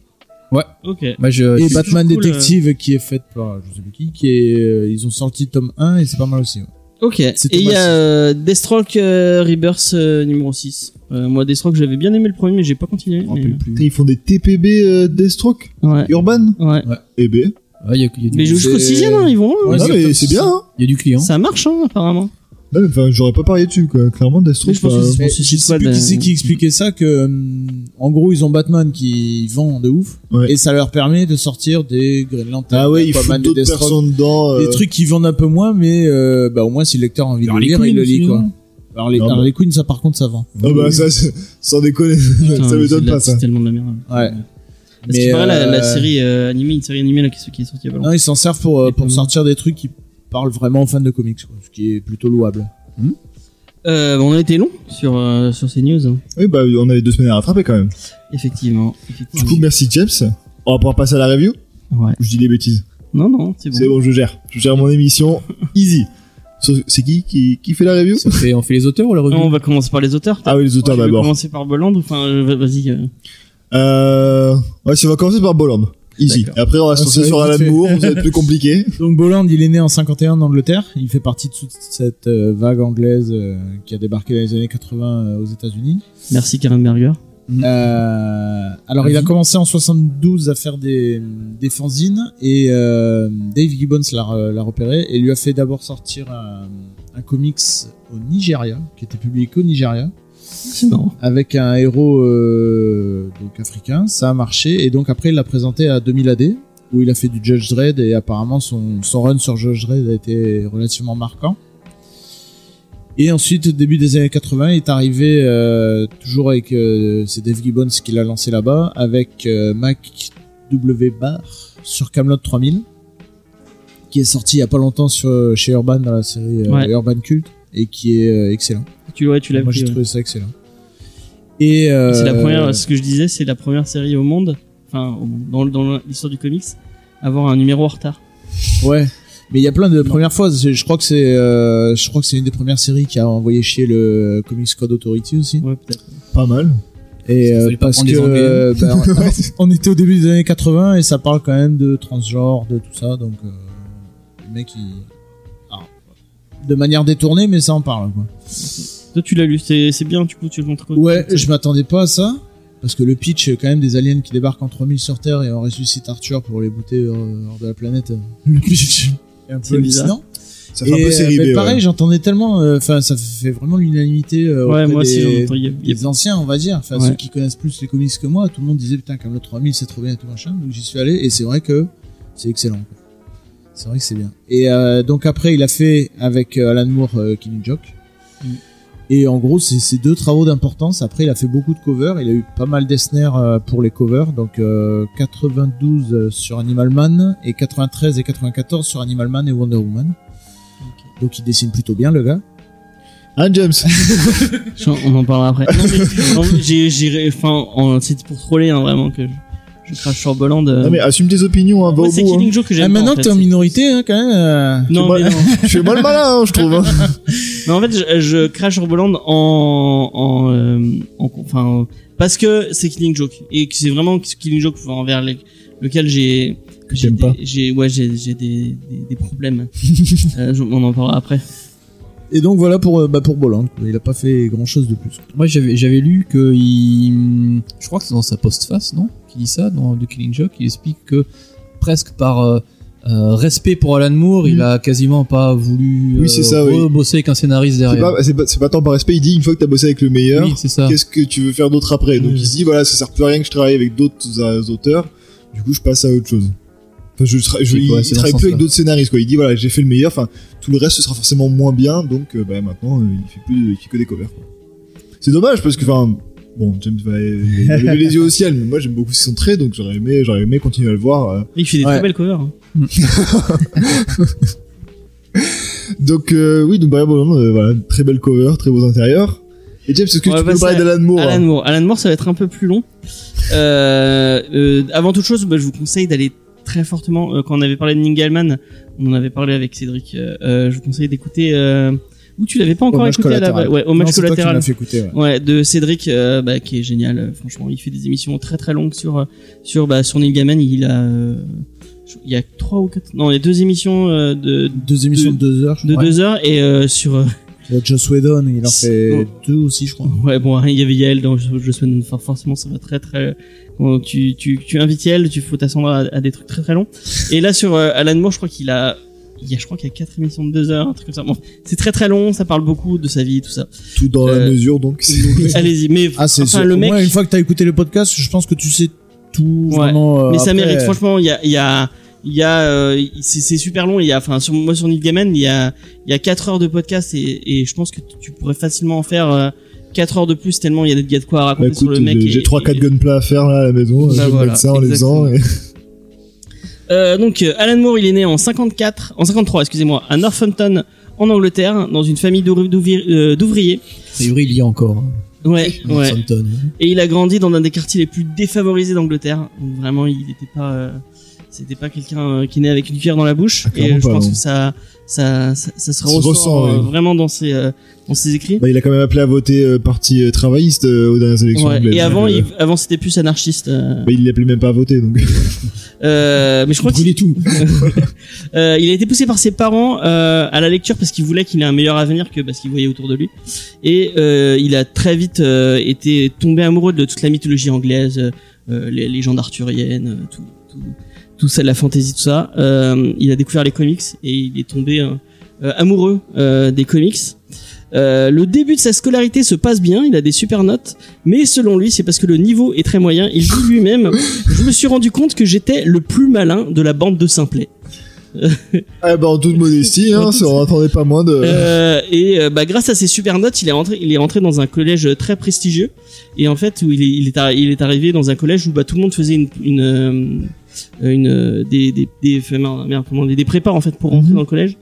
S3: Ok.
S4: (laughs) Moi, je.
S5: Et
S4: je-
S5: Batman
S3: toujours cool,
S5: Detective, qui est faite par je sais plus qui, qui est, euh, ils ont sorti tome 1 et c'est pas mal aussi. ouais.
S3: Ok. Et
S5: C'est
S3: il y
S5: Thomas.
S3: a euh, Deathstroke euh, Rebirth euh, numéro 6. Euh, moi, Deathstroke, j'avais bien aimé le premier, mais j'ai pas continué.
S5: Je me
S3: mais-
S5: rappelle plus.
S2: (laughs) Ils font des TPB euh, Deathstroke
S3: Ouais.
S2: Urban
S3: Ouais.
S2: Eh ben.
S4: Ah, il y a- il y a
S3: Mais
S4: du-
S3: jusqu'au
S5: c'est-
S3: sixième, hein, ils vont loin.
S5: Ouais,
S2: non,
S5: c'est
S2: mais
S5: top
S2: c'est
S5: six.
S2: bien, hein.
S4: il y a du client.
S3: Ça marche, hein, apparemment.
S2: Non, mais enfin, j'aurais pas parié dessus, quoi. Clairement, Deathstroke.
S3: Mais je pense
S2: euh,
S3: que c'est-
S5: Mais
S3: Suicide
S5: je sais
S3: Squad,
S5: plus
S3: euh,
S5: qui c'est qui expliquait ça que hum, en gros ils ont Batman qui vend de ouf
S2: Ouais.
S5: et ça leur permet de sortir des Green Lantern,
S2: Ah ouais, il faut
S5: Aquaman, des
S2: d'autres
S5: Deathstroke,
S2: personnes dedans.
S5: des
S2: euh,
S5: trucs qui vendent un peu moins mais euh, bah au moins si le lecteur a envie de
S4: Harley
S5: lire il
S4: Quinn
S5: le lit
S4: aussi,
S5: quoi.
S4: non
S5: Alors les,
S2: Non, mais-
S5: Harley Quinn ça par contre ça vend.
S2: bah. Ah bah ça, c'est- (laughs) sans déconner,
S3: Putain,
S2: ça
S3: c'est de
S2: m'étonne
S3: la-
S2: pas ça.
S3: C'est tellement de la merde.
S5: Ouais.
S3: Parce qu'il
S5: Mais,
S3: paraît, la, la
S5: euh,
S3: série euh, animée, une série animée là qui, qui est sortie il y a pas longtemps.
S5: Non, ils s'en servent pour, euh,
S3: Et
S5: pour
S3: comment
S5: sortir des trucs qui parlent vraiment aux fans de comics, quoi, ce qui est plutôt louable.
S3: Euh, bah, on a été long sur, euh, sur ces news. hein.
S2: Oui, bah on avait deux semaines à rattraper quand même.
S3: Effectivement.
S2: Du
S3: effectivement.
S2: coup, merci James. On va pouvoir passer à la review
S3: Ouais.
S2: ou je dis des bêtises
S3: Non, non, c'est bon.
S2: C'est bon, je gère. Je gère mon émission. Easy. Sauf- C'est qui, qui qui fait la review
S4: Ça fait- on fait les auteurs ou la revue
S3: Non, on va commencer par les auteurs.
S2: Ah oui, les auteurs
S3: Tu veux
S2: d'abord.
S3: commencer par Bolland ou enfin, euh, va- vas-y. euh.
S2: Euh... Ouais, si on va commencer par Bolland. Easy.
S3: D'accord.
S2: Et après, on va se
S5: Ah,
S2: lancer
S5: ça va
S2: sur
S5: être
S2: Alan
S5: vite fait.
S2: Moore, ça va être plus compliqué.
S5: Donc Bolland, il est né en 51 en Angleterre. Il fait partie de toute cette euh, vague anglaise euh, qui a débarqué dans les années 80 euh, aux États-Unis.
S3: Merci Karen Berger.
S5: Euh, alors, il a
S4: Vas-y.
S5: commencé en 72 à faire des, des fanzines et euh, Dave Gibbons l'a, re- l'a repéré et lui a fait d'abord sortir un, un comics au Nigeria qui était publié qu'au Nigeria
S3: C'est marrant.
S5: avec un héros euh, donc africain. Ça a marché et donc après il l'a présenté à 2000 AD où il a fait du Judge Dredd et apparemment son, son run sur Judge Dredd a été relativement marquant. Et ensuite, au début des années 80, il est arrivé euh, toujours avec euh, c'est Dave Gibbons qui l'a lancé là-bas avec euh, Mac W Barr sur Camelot 3000 qui est sorti il y a pas longtemps sur, chez Urban dans la série euh,
S3: Ouais.
S5: Urban Cult et qui est euh, excellent.
S3: Tu, ouais, tu l'as
S5: Moi,
S3: pris,
S5: j'ai
S3: ouais.
S5: trouvé ça excellent. Et euh,
S3: C'est la première, ce que je disais, c'est la première série au monde, enfin, au monde, dans, dans l'histoire du comics, à avoir un numéro en retard.
S5: Ouais. Mais il y a plein de premières fois. c'est- Je crois que c'est, euh, je crois que c'est une des premières séries qui a envoyé chier le Comics Code Authority aussi.
S3: Ouais, peut-être.
S2: Pas mal.
S4: Parce
S5: Et
S4: qu'il
S5: euh,
S4: fallait pas
S5: parce
S4: prendre
S5: que
S4: des Anglais.
S5: euh, ben,
S4: (laughs)
S5: on était au début des années 80 et ça parle quand même de transgenre, de tout ça. Donc euh, le mec, il... alors, de manière détournée, mais ça en parle. Quoi.
S3: Toi, tu l'as lu, c'est c'est bien, du coup, tu le montres.
S5: Ouais, je m'attendais pas à ça. Parce que le pitch, euh, quand même, des aliens qui débarquent en 3000 sur Terre et on ressuscite Arthur pour les bouter hors, hors de la planète. euh, (laughs) Le pitch est un
S3: C'est
S5: peu hallucinant.
S2: Ça fait un
S5: Et,
S2: peu série
S5: euh, mais
S2: B.
S5: pareil,
S2: ouais.
S5: j'entendais tellement, euh, enfin, ça fait vraiment l'unanimité. euh,
S3: Ouais,
S5: auprès
S3: moi
S5: des,
S3: aussi, j'en entends. il y a- il y a-
S5: des anciens, on va dire, enfin
S3: Ouais.
S5: ceux qui connaissent plus les comics que moi, tout le monde disait putain, Camelot 3000, c'est trop bien et tout machin. Donc j'y suis allé et c'est vrai que c'est excellent. quoi. C'est vrai que c'est bien. Et euh, donc après, il a fait avec euh, Alan Moore euh, Killing Joke.
S3: Mm.
S5: Et en gros, c'est c'est deux travaux d'importance. Après, il a fait beaucoup de covers. Il a eu pas mal d'Esner euh, pour les covers. Donc euh, 92 sur Animal Man et 93 et 94 sur Animal Man et Wonder Woman. Donc il dessine plutôt bien le gars.
S2: Ah, James.
S3: Je- On en
S2: (laughs)
S3: parlera après. Non, mais, non, mais j'ai, j'ai, enfin, en- c'était pour troller, hein, vraiment, que je, je crache sur Bolland. euh.
S2: Non, Ah, mais assume tes opinions, hein, va
S3: Moi,
S2: au
S3: c'est
S2: bout. hein.
S3: Killing Joke que j'aime
S5: Ah,
S3: pas,
S5: maintenant
S3: en
S5: que
S3: fait.
S5: t'es en minorité hein, quand même. euh,
S3: Non, mais
S2: Moi-
S3: non.
S2: Je fais mal malin, hein, je trouve. hein.
S3: Mais en fait, je, je crache sur Bolland en, en, euh, en- enfin, parce que c'est Killing Joke et que c'est vraiment Killing Joke enfin, envers les- lequel j'ai, que j'ai,
S2: t'aimes
S3: des-
S2: pas.
S3: j'ai, ouais, j'ai, j'ai des, des, des
S5: (laughs)
S3: problèmes. Euh, je- on en parlera après.
S5: Et donc voilà pour euh, bah pour Bolland, quoi. il a pas fait grand chose de plus.
S4: Moi, j'avais j'avais lu que il, je crois que c'est dans sa postface, non Qui dit ça dans The Killing Joke, il explique que presque par euh, euh, respect pour Alan Moore, il a quasiment pas voulu
S2: Mm. Oui, c'est ça, oui.
S4: bosser avec un scénariste
S2: C'est
S4: derrière.
S2: pas, c'est pas, c'est pas tant par respect, il dit une fois que t'as bossé avec le meilleur,
S4: Oui, c'est ça.
S2: qu'est-ce que tu veux faire d'autre après Donc
S4: Ah. Oui.
S2: il se dit voilà, ça sert plus à rien que je travaille avec d'autres euh, auteurs. Du coup, je passe à autre chose. Enfin, je, tra- je-
S4: C'est
S2: il,
S4: quoi,
S2: il travaille
S4: c'est dans ce
S2: plus avec
S4: sens-là.
S2: d'autres scénaristes. Quoi. Il dit voilà, j'ai fait le meilleur. Enfin, tout le reste ce sera forcément moins bien. Donc euh, bah, maintenant, euh, il fait plus, il fait que des covers. quoi. C'est dommage parce que enfin, bon, James va euh, il va lever les yeux au ciel, mais moi j'aime beaucoup son trait, donc j'aurais aimé, j'aurais aimé continuer à le voir. euh,
S3: Il fait des
S5: Ouais.
S3: très belles covers. hein.
S2: Donc euh, oui, donc Brian Bolland, euh, voilà, très belle cover, très beaux intérieurs. Et James, est-ce que
S3: On
S2: tu
S3: va
S2: peux nous
S3: passer
S2: parler d'Alan Moore
S3: Alan
S2: hein
S3: Moore. Alan Moore, ça va être un peu plus long. Euh, euh, avant toute chose, bah, je vous conseille d'aller très fortement. euh, quand on avait parlé de Ningalman, on en avait parlé avec Cédric. euh, euh, je vous conseille d'écouter. Euh, ou tu l'avais pas encore
S5: Hommage
S3: écouté à la
S5: collatéral.
S3: ouais,
S5: Non,
S3: hommage
S5: c'est toi qui
S3: collatéral.
S5: m'as fait écouter. ouais.
S3: Ouais, de Cédric, euh, bah, qui est génial. euh, franchement, il fait des émissions très très longues sur euh, sur bah, sur Neil Gaiman. Il a euh, je- il y a trois ou quatre. Non, il y a deux émissions euh, de
S5: Deux émissions de, deux heures. Je
S3: de
S5: crois.
S3: deux heures et euh, sur euh,
S5: Il y a Joss Whedon, il en fait
S3: C'est-
S5: deux aussi, je crois.
S3: (laughs) ouais bon hein, il y avait Yael dans je, je souhaite enfin, forcément ça va très très bon, tu tu tu invites Yael, tu faut t'attendre à, à des trucs très très longs. Et là sur euh, Alan Moore, je crois qu'il a il y a, je crois qu'il y a quatre émissions de deux heures, un truc comme ça. Bon, c'est très très long, ça parle beaucoup de sa vie, tout
S5: (laughs)
S3: ça.
S2: Tout dans la
S3: Euh,
S2: mesure, donc.
S3: Allez-y, mais
S5: Ah, c'est
S3: enfin,
S5: sûr.
S3: le
S5: Au
S3: mec,
S5: moins, une fois que t'as écouté le podcast, je pense que tu sais tout
S3: Ouais.
S5: vraiment. euh,
S3: mais ça
S5: après.
S3: mérite. Franchement, il y a, il y a, il y a, euh, c'est c'est super long. Il y a, enfin, sur moi sur Neil Gaiman, il y a, il y a quatre heures de podcast et, et je pense que tu- tu pourrais facilement en faire euh, quatre heures de plus tellement il y a des il y a de quoi à
S2: Bah,
S3: raconter
S2: écoute,
S3: sur le mec.
S2: j'ai-
S3: et-
S2: j'ai 3
S3: et-
S2: 4 gunplats à faire là à la maison,
S3: Bah,
S2: je vais
S3: voilà,
S2: mettre ça en les faisant et
S3: Euh, donc euh, Alan Moore, il est né en 54, en 53, excusez-moi, à Northampton en Angleterre, dans une famille d'ouvri- d'ouvri- euh, d'ouvriers.
S4: C'est vrai, il y a encore. hein,
S3: Ouais, ouais.
S4: Northampton.
S3: Et il a grandi dans un des quartiers les plus défavorisés d'Angleterre. Donc vraiment, il n'était pas, euh, c'était pas quelqu'un euh, qui naît avec une cuillère dans la bouche.
S2: Ah,
S3: et
S2: clairement
S3: euh, je
S2: pas,
S3: pense
S2: non.
S3: que ça, ça, ça,
S2: Ça
S3: ça se
S2: se
S3: ressort
S2: ressent,
S3: euh,
S2: ouais.
S3: vraiment dans ses, euh, dans ses écrits.
S2: Bah, il a quand même appelé à voter euh, parti euh, travailliste euh, aux dernières élections
S3: Ouais.
S2: anglaises.
S3: Et avant,
S2: donc, euh,
S3: il, avant c'était plus anarchiste. euh,
S2: bah, il l'appelait même pas à voter donc.
S3: euh, mais je crois qu'il
S2: Brûlez tout.
S3: (laughs) Euh, il a été poussé par ses parents euh, à la lecture parce qu'il voulait qu'il ait un meilleur avenir que parce qu'il voyait autour de lui. Et euh, il a très vite euh, été tombé amoureux de toute la mythologie anglaise, euh, euh, les légendes arthuriennes, euh, tout, tout, tout ça, la fantasy, tout ça. Euh, il a découvert les comics et il est tombé euh, euh, amoureux euh, des comics. Euh, le début de sa scolarité se passe bien, il a des super notes, mais selon lui, c'est parce que le niveau est très moyen. Il dit lui-même, je me suis rendu compte que j'étais le plus malin de la bande de Simplet.
S2: (laughs) Ah bah en toute modestie hein, ça, on attendait pas moins de
S3: Euh, et euh, bah, grâce à ses super notes, il est rentré, il est rentré dans un collège très prestigieux. Et en fait, où il est, il est, arri- il est arrivé dans un collège où bah, tout le monde faisait une, une, euh, une, euh, des, des, des, enfin, merde, merde, comment on dit, des prépas en fait pour rentrer dans le collège.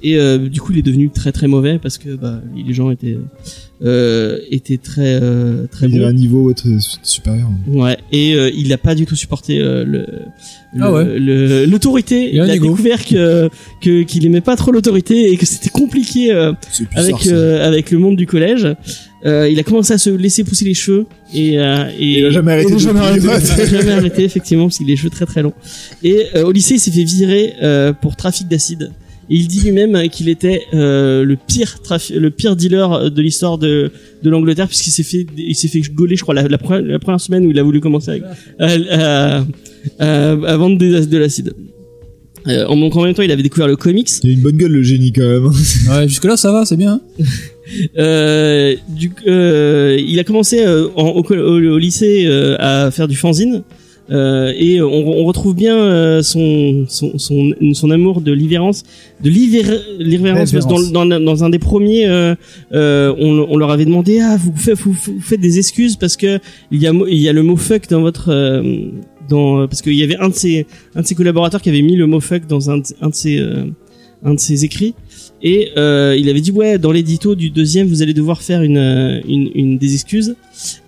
S3: Et euh, du coup, il est devenu très très mauvais parce que bah, les gens étaient euh, étaient très euh, très
S2: il
S3: bons.
S2: avait un niveau ouais, très- supérieur.
S3: Ouais, et euh, il n'a pas du tout supporté euh, le le-
S4: Ah ouais.
S3: le- l'autorité.
S4: Il
S3: il
S4: a un
S3: a
S4: ego.
S3: découvert que que qu'il aimait pas trop l'autorité et que c'était compliqué euh,
S2: C'est bizarre,
S3: avec
S2: ça.
S3: euh, avec le monde du collège. Euh, il a commencé à se laisser pousser les cheveux et euh, et
S2: Il a jamais arrêté.
S3: Il a
S2: de
S3: jamais
S2: le dire. (laughs)
S3: arrêté, jamais arrêté, effectivement parce qu'il a les cheveux très très longs. Et euh, au lycée, il s'est fait virer euh, pour trafic d'acide. Et il dit lui-même qu'il était euh, le pire trafi- le pire dealer de l'histoire de de l'Angleterre puisqu'il s'est fait il s'est fait gauler je crois la, la, pre- la première semaine où il a voulu commencer avec- à, à, à- à vendre des- de l'acide. Euh, en en même temps, il avait découvert le comics
S2: Il a une bonne gueule le génie quand même. hein.
S4: Ouais, jusque là ça va, c'est
S5: hein.
S4: bien.
S3: Euh, du, euh, il a commencé euh, en- au, col- au- au lycée euh, à faire du fanzine. euh, et on, on retrouve bien euh, son, son, son, son amour de l'ivérance, de l'ivér- l'ivérance, parce que dans, dans, dans un des premiers, euh, euh, on, on leur avait demandé ah vous faites, vous, vous faites des excuses parce que il y a, mo- il y a le mot fuck dans votre euh, dans parce qu'il y avait un de ses un de ses collaborateurs qui avait mis le mot fuck dans un de, un de ses euh, un de ses écrits et euh, il avait dit ouais dans l'édito du deuxième vous allez devoir faire une, euh, une, une des excuses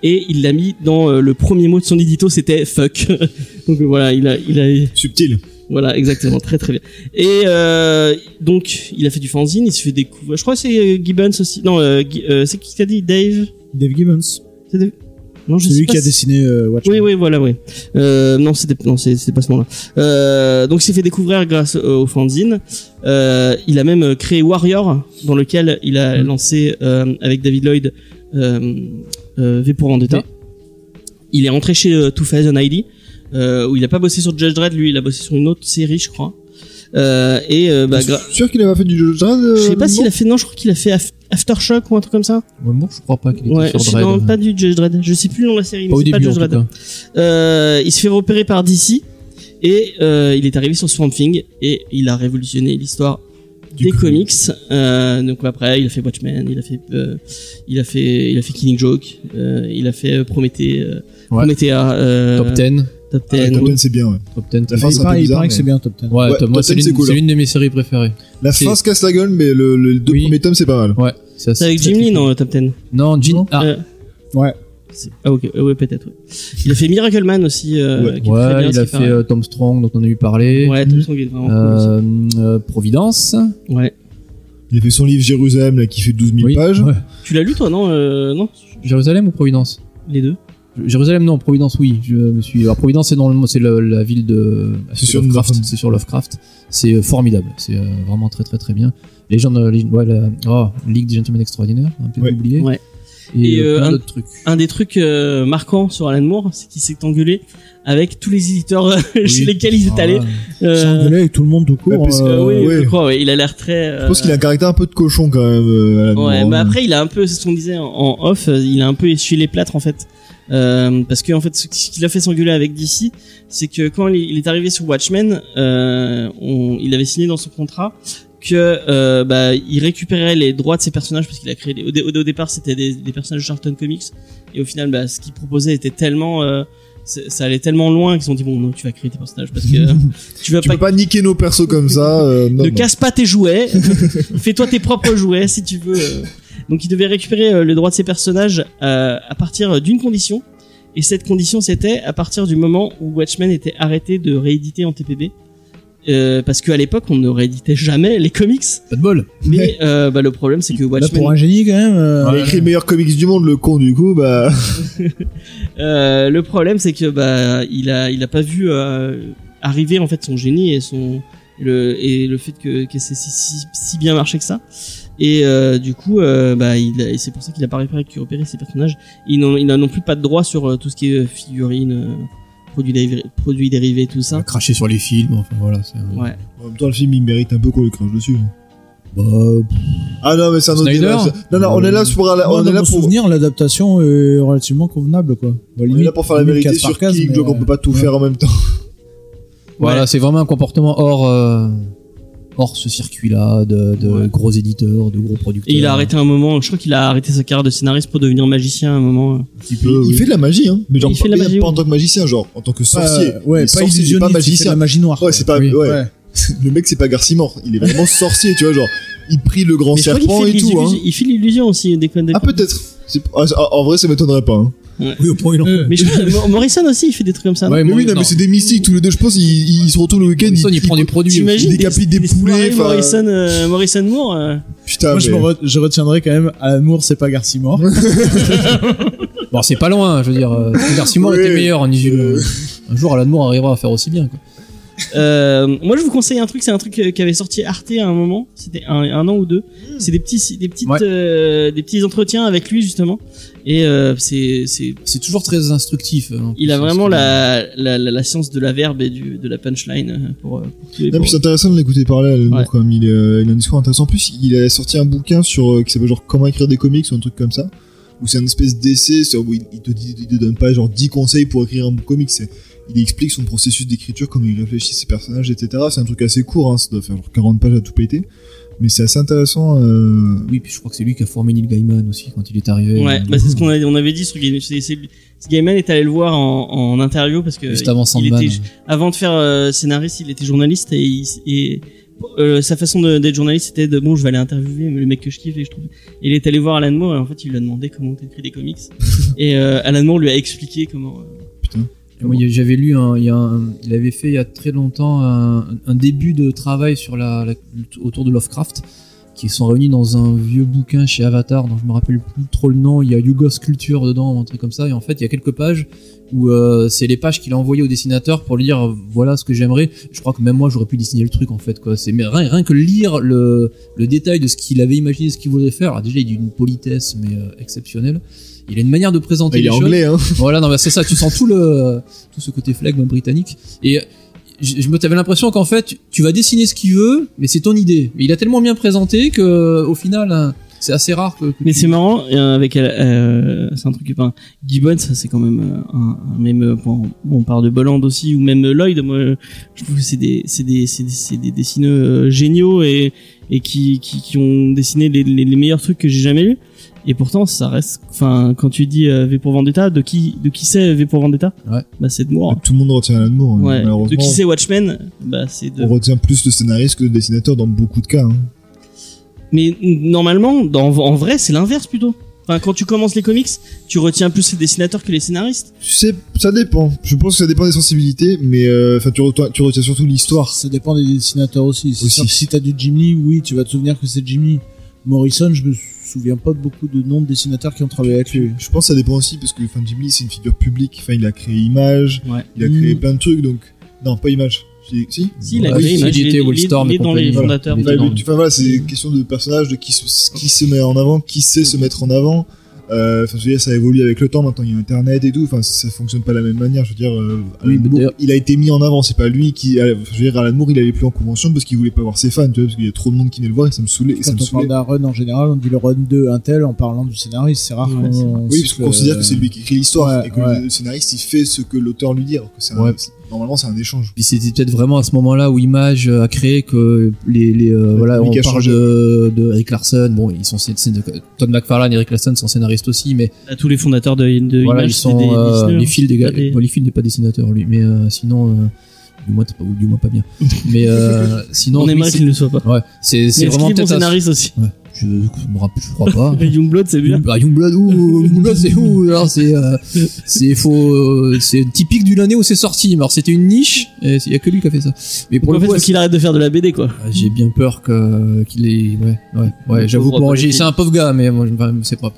S3: et il l'a mis dans euh, le premier mot de son édito c'était fuck (laughs) donc euh, voilà il a il a
S2: (laughs) Subtil.
S3: voilà exactement très très bien et euh, donc il a fait du fanzine il se fait découvrir je crois que c'est euh, Gibbons aussi non euh, Gi- euh, c'est qui qui t'a dit Dave
S5: Dave Gibbons.
S3: C'est Dave non je
S5: C'est
S3: sais
S5: lui
S3: pas
S5: qui a
S3: si-
S5: dessiné euh, Watchmen.
S3: oui, oui, voilà, oui. Euh, non, c'était non, c'est- c'était pas ce moment-là. Euh, donc, il s'est fait découvrir grâce au, au fanzine. Euh, il a même euh, créé Warrior, dans lequel il a
S4: Mm.
S3: lancé euh, avec David Lloyd euh, euh, V pour Vendetta.
S4: Oui.
S3: Il est rentré chez euh, Two Face and ID, euh, où il a pas bossé sur Judge Dredd. Lui, il a bossé sur une autre série, je crois. Euh, et euh, bah, gra-
S2: sûr qu'il avait fait du jeu de jazz, euh,
S3: je sais pas
S2: Alan
S3: s'il a fait. Non, je crois qu'il a fait Af- Aftershock ou un truc comme ça.
S4: Ouais, bon, je crois pas qu'il était
S3: Ouais, je
S4: sur
S3: sais-
S4: Dread.
S3: non, pas du Judge Dredd. Je sais plus le nom de la série. mais
S4: Pas au
S3: c'est
S4: début
S3: Judge
S4: en tout
S3: Dredd.
S4: cas.
S3: Euh, il se fait repérer par DC et euh, il est arrivé sur Swamp Thing et il a révolutionné l'histoire
S2: Du
S3: des
S2: coup.
S3: comics. Euh, donc après, il a fait Watchmen, il a fait, euh, il a fait, il a fait Killing Joke, euh, il a fait euh, Prométhée, euh,
S4: Ouais.
S3: Promethea, euh,
S4: Top 10.
S3: Top
S2: Moore. Ah,
S3: Ten.
S2: Top Gun, c'est bien. Ouais.
S4: Top 10.
S2: La fin,
S5: Il
S2: c'est un peu
S5: paraît, il
S2: bizarre,
S5: paraît que
S2: mais-
S5: c'est bien Top 10.
S4: Ouais,
S2: Ouais,
S4: Top- moi,
S2: Top
S4: c'est
S2: 10, c'est
S4: l'une
S2: cool. hein.
S4: c'est l'une de mes séries préférées.
S2: La
S4: C'est-
S2: fin se casse la gueule, mais le, le- les deux
S4: Oui.
S2: premiers tomes c'est pas mal.
S4: Ouais. C'est
S3: C'est
S4: assez-
S3: avec
S4: très,
S3: Jim
S4: très
S3: Lee,
S4: cool.
S3: non, Top Ten.
S4: Non, Jim.
S5: Non.
S4: Ah,
S3: Euh,
S5: Ouais.
S3: c'est- Ah ok, euh, ouais peut-être. ouais. Il a fait Miracle Man aussi, euh, qui est très
S4: ouais,
S3: bien.
S4: il
S3: ce
S4: a
S3: qu'il
S4: fait euh, Tom Strong dont on a eu parlé.
S3: Ouais, Tom Song est vraiment cool aussi.
S4: Euh, euh, Providence.
S3: Ouais.
S2: Il a fait son livre Jérusalem là qui fait 12 000
S4: Oui.
S2: pages.
S4: Ouais.
S3: Tu l'as lu toi non euh, Non,
S4: Jérusalem ou Providence
S3: les deux.
S4: Jérusalem non, Providence oui. Je me suis. Alors Providence c'est dans le, c'est le- la ville de.
S2: C'est sur
S4: Lovecraft.
S2: Northampton.
S4: C'est sur Lovecraft. C'est euh, formidable. C'est euh, vraiment très très très bien. Les gens de les- ouais, la, oh, Ligue des gentlemen extraordinaires, un peu
S2: Ouais.
S4: oublié.
S3: Ouais.
S4: Et,
S3: Et,
S4: euh,
S3: euh,
S4: plein
S3: un-
S4: d'autres trucs.
S3: un des trucs euh, marquants sur Alan Moore, c'est qu'il s'est engueulé avec tous les éditeurs euh, (laughs) chez lesquels ils
S2: Ah,
S3: étaient allés.
S5: J'ai
S3: Euh,
S5: engueulé avec tout le monde tout
S2: Bah,
S5: court. hein.
S2: parce que,
S3: euh, oui,
S2: ouais.
S3: je crois, ouais, il a l'air très.
S2: Je pense
S3: euh,
S2: qu'il a un caractère un peu de cochon quand même. euh, Alan
S3: Ouais,
S2: Moore,
S3: bah
S2: hein.
S3: après il a un peu, c'est ce qu'on disait en- en off, euh, il a un peu essuyé les plâtres en fait, Euh, parce que en fait ce qui- ce qu'il a fait s'engueuler avec DC, c'est que quand il il est arrivé sur Watchmen, euh, on- il avait signé dans son contrat que euh, bah, il récupérait les droits de ses personnages parce qu'il a créé les- au, dé- au départ c'était des, des personnages de Charlton Comics et au final bah, ce qu'il proposait était tellement euh, c'est- ça allait tellement loin qu'ils ont dit bon non tu vas créer tes personnages parce que euh, tu vas
S2: Tu
S3: pas
S2: peux pas niquer nos persos comme ça. euh, non,
S3: ne
S2: non.
S3: casse pas tes jouets. (laughs) Fais-toi tes propres jouets si tu veux. euh. Donc il devait récupérer euh, le droit de ses personnages euh, à partir d'une condition. Et cette condition, c'était à partir du moment où Watchmen était arrêté de rééditer en TPB. Euh, parce qu'à l'époque, on ne rééditait jamais les comics.
S4: Pas de bol.
S3: Mais euh, bah, le problème, c'est que
S5: Là,
S3: Watchmen,
S5: pour un génie, quand même.
S2: Il
S5: euh,
S2: a écrit le meilleur comics du monde, le con du coup, bah.
S3: euh, le problème, c'est que bah il a il a pas vu euh, arriver en fait son génie et son le et le fait que que c'est si, si, si bien marché que ça. Et euh, du coup, euh, bah, il a- et c'est pour ça qu'il a pas réparé- qu'il a repéré ses personnages. Il n'en- il n'a non plus pas de droit sur euh, tout ce qui est euh, figurines, euh, produits, dérivés- produits dérivés, tout
S4: On va
S3: ça.
S4: cracher sur les films, enfin voilà. c'est-
S3: Ouais.
S2: En même temps, le film il mérite un peu qu'on lui crache dessus. hein.
S4: Bah,
S2: Ah non, mais c'est un autre
S4: Snyder
S2: débat. ça. Non, non, on est là pour,
S5: Moi,
S2: bah, on
S5: dans
S2: est là
S5: mon
S2: pour,
S5: souvenir, l'adaptation est relativement convenable, quoi. Bon,
S2: on est là
S5: limite,
S2: pour faire la
S5: limite
S2: vérité
S5: case par
S2: sur
S5: case,
S2: qui,
S5: mais, euh,
S2: donc on peut pas tout
S5: ouais.
S2: faire en même temps.
S4: Voilà, c'est vraiment un comportement hors, euh, hors ce circuit-là de, de
S3: Ouais.
S4: gros éditeurs, de gros producteurs.
S3: Et il a arrêté un moment. Je crois qu'il a arrêté sa carrière de scénariste pour devenir magicien à un moment. euh.
S2: Il, fait de la magie, hein. Mais genre,
S3: Il fait
S2: pas,
S3: de la magie,
S2: pas
S3: oui.
S2: en tant que magicien, genre, en tant que
S5: pas,
S2: sorcier. Mais
S5: ouais,
S2: sorcier,
S5: pas
S2: il est
S5: illusionniste,
S2: pas
S5: il fait
S2: magicien.
S5: la magie noire.
S2: Ouais, c'est pas,
S4: Oui.
S2: ouais. Le mec, c'est pas Garcimore. Il est vraiment sorcier, tu vois, genre, il prie le grand
S3: Mais je crois qu'il
S2: serpent
S3: fait
S2: et
S3: de
S2: tout, hein.
S3: l'illusion- il fait de l'illusion aussi. Des, des-
S2: Ah, peut-être. C'est- ah, ah, En vrai, ça m'étonnerait pas, hein.
S4: Oui, au point, il en-
S5: Euh,
S3: mais je crois que Mo- Morrison aussi, il fait des trucs comme ça. non
S4: Ouais,
S2: Mais
S4: mon-
S2: oui, non,
S4: non.
S2: mais c'est des mystiques, tous les deux, je pense, ils, ils se retrouvent le week-end.
S4: Wilson,
S2: ils-
S4: il prend des produits.
S3: T'imagines
S2: Il décapite des poulets,
S3: soirées
S2: enfin-
S3: Morrison, euh, Morrison Moore. euh.
S2: Putain,
S5: Moi, je, me
S2: mais-
S5: re- je retiendrai quand même Alan Moore, c'est pas Garcimore.
S4: Bon, c'est pas loin, je veux dire. euh, Garcimore
S2: Oui.
S4: était meilleur en Isil.
S2: Euh.
S4: Un jour, Alan Moore arrivera à faire aussi bien. Quoi.
S3: Euh, moi, je vous conseille un truc. C'est un truc euh, qu'avait sorti Arte à un moment. C'était un, un an ou deux. C'est des petits, des petites,
S4: Ouais.
S3: euh, des petits entretiens avec lui justement. Et euh, c'est, c'est,
S4: C'est toujours très instructif. euh, en plus,
S3: il a
S4: parce
S3: vraiment
S4: que-
S3: la, la, la, la science de la verbe et du, de la punchline euh, pour, euh, pour tous les.
S2: Non,
S3: pour-
S2: puis c'est intéressant de l'écouter parler, Alan Moore,
S3: Ouais.
S2: quand même. Il, est, euh, il a un discours intéressant. En plus, il a sorti un bouquin sur, euh, qui s'appelle genre Comment écrire des comics ou un truc comme ça. Où c'est un espèce d'essai sur- où il, il te dit, il te donne pas genre 10 conseils pour écrire un bon comic. c'est- Il explique son processus d'écriture, comment il réfléchit ses personnages, etc. C'est un truc assez court, hein, ça doit faire genre 40 pages à tout péter. Mais c'est assez intéressant. Euh...
S4: Oui, puis je crois que c'est lui qui a formé Neil Gaiman aussi quand il est arrivé.
S3: Ouais,
S4: Euh,
S3: bah, c'est ce qu'on a- on avait dit sur Game. C'est, c'est, ce Gaiman est allé le voir en, en interview parce que
S4: Juste avant
S3: euh, il
S4: Sandman. hein.
S3: était- avant de faire euh, scénariste, il était journaliste et, il, et euh, sa façon de- d'être journaliste c'était de bon, je vais aller interviewer le mec que je kiffe et je trouve. Et il est allé voir Alan Moore et en fait il lui a demandé comment t'écris des comics et euh, Alan Moore lui a expliqué comment. euh,
S4: Et moi, il y a- J'avais lu, un, il, y a un- il avait fait il y a très longtemps un, un début de travail sur la, la- autour de Lovecraft, qui sont réunis dans un vieux bouquin chez Avatar, dont je me rappelle plus trop le nom. Il y a Yugos Culture dedans, ou un truc comme ça. Et en fait, il y a quelques pages où euh, c'est les pages qu'il a envoyées au dessinateur pour lui dire euh, voilà ce que j'aimerais. Je crois que même moi, j'aurais pu dessiner le truc en fait. Quoi. C'est mais rien, rien que lire le, le détail de ce qu'il avait imaginé, ce qu'il voulait faire. Alors, déjà, il est d'une politesse mais euh, exceptionnelle. Il a une manière de présenter
S2: il
S4: les
S2: est
S4: choses.
S2: anglais, hein.
S4: Voilà, non, bah, c'est ça, tu sens tout le, tout ce côté flegme britannique. Et je, je me t'avais l'impression qu'en fait, tu vas dessiner ce qu'il veut, mais c'est ton idée. Mais il a tellement bien présenté que, au final, hein, c'est assez rare que. que
S3: Mais
S4: tu-
S3: c'est marrant euh, avec euh, c'est un truc enfin Gibbons ça c'est quand même euh, un, un même euh, bon, bon, on parle de Bolland aussi ou même euh, Lloyd moi euh, je trouve que c'est des c'est des c'est des, c'est des dessineux euh, géniaux et et qui qui, qui ont dessiné les, les, les meilleurs trucs que j'ai jamais lus et pourtant ça reste enfin quand tu dis euh, V pour Vendetta de qui de qui c'est V pour Vendetta
S4: Ouais.
S3: bah c'est de Moore
S2: Tout le monde retient Alan Moore. hein.
S3: ouais de
S2: Malheureusement,
S3: qui c'est Watchmen bah c'est de
S2: on retient plus le scénariste que le dessinateur dans beaucoup de cas. hein.
S3: Mais normalement, dans, en vrai, c'est l'inverse plutôt. Enfin, quand tu commences les comics, tu retiens plus les dessinateurs que les scénaristes.
S2: Tu sais, ça dépend. Je pense que ça dépend des sensibilités, mais euh, enfin, tu, retiens- tu retiens surtout l'histoire.
S5: Ça dépend des dessinateurs aussi. C'est
S2: Aussi.
S5: sûr que si t'as du Jim Lee, oui, tu vas te souvenir que c'est Jim Lee. Morrison, je me souviens pas de beaucoup de noms de dessinateurs qui ont travaillé avec lui.
S2: Je pense que ça dépend aussi parce que enfin, Jim Lee c'est une figure publique. Enfin, il a créé Image,
S3: Ouais.
S2: il a créé
S5: Mm.
S2: plein de trucs. Donc non, pas Image. Si. si
S3: Si, il a
S4: Ouais,
S3: créé
S4: oui,
S3: Image,
S4: il
S3: il
S4: était
S3: est-
S4: All
S3: il est-
S4: Star,
S3: il est
S4: mais
S3: dans les
S4: contre-
S3: fondateurs.
S4: il
S2: Enfin,
S4: était dans-
S2: enfin, voilà, c'est une question de personnage, de qui se, qui se met en avant, qui sait se mettre en avant. Euh, Enfin, je veux dire, ça évolue avec le temps. Maintenant, il y a Internet et tout. Enfin, ça fonctionne pas de la même manière. Je veux dire, euh,
S4: Oui,
S2: Alan
S4: mais
S2: Moore,
S4: d'ailleurs-
S2: il a été mis en avant. C'est pas lui qui. enfin, je veux dire, Alan Moore, il allait plus en convention parce qu'il voulait pas voir ses fans, tu vois, parce qu'il y a trop de monde qui venait le voir et ça me saoulait. et ça
S5: Quand
S2: me
S5: on
S2: saoulait.
S5: parle d'un run en général, on dit le run de un tel en parlant du scénariste. C'est rare
S3: Ouais,
S5: qu'on
S3: c'est
S5: on
S2: Oui,
S5: cite
S2: parce qu'on
S5: le-
S2: considère que c'est lui qui écrit l'histoire
S5: Ouais,
S2: et que
S5: ouais.
S2: le scénariste il fait ce que l'auteur lui dit. Alors que c'est un-
S4: Ouais.
S2: c'est- normalement c'est un échange.
S4: Puis c'était peut-être vraiment à ce moment-là où Image euh, a créé que les, les euh, voilà, on
S2: public a
S4: parle
S2: changé.
S4: de, euh, de Eric Larson. Bon, ils sont scén- scén- Todd McFarlane, Eric Larson sont scénaristes aussi, mais
S3: À tous les fondateurs de, de
S4: voilà,
S3: Image,
S4: ils
S3: c'est
S4: sont
S3: des hein.
S4: euh,
S3: dessineurs.
S4: les fils des gars.
S3: Des-
S4: Bon, les fils n'est pas dessinateur lui, mais euh, sinon, euh, du moins, t'es pas, ou du moins
S3: (laughs)
S4: pas bien. Mais euh, sinon,
S3: On
S4: oui,
S3: aimerait
S4: c'est-
S3: qu'ils ne le soient pas.
S4: Ouais, c'est c'est
S3: Mais est-ce
S4: vraiment
S3: qu'il est bon
S4: peut-être. à-
S3: scénariste aussi
S4: Ouais, je me rappelle, je crois pas.
S3: Mais Youngblood, c'est bien.
S4: Bah, Youngblood, ouh, Youngblood, c'est où Alors c'est euh, c'est faux, euh, c'est typique du l'année où c'est sorti. Alors c'était une niche, et il y a que lui qui a fait ça. Mais pour
S3: Donc, en
S4: le
S3: fait,
S4: coup,
S3: faut
S4: ouais,
S3: qu'il arrête de faire de la BD, quoi.
S4: c'est- j'ai bien peur que qu'il est ouais ouais
S3: Le
S4: ouais. J'avoue,
S3: pauvre
S4: bon, j'ai-
S3: Patrick.
S4: c'est un pauvre gars, mais moi je enfin, c'est pas.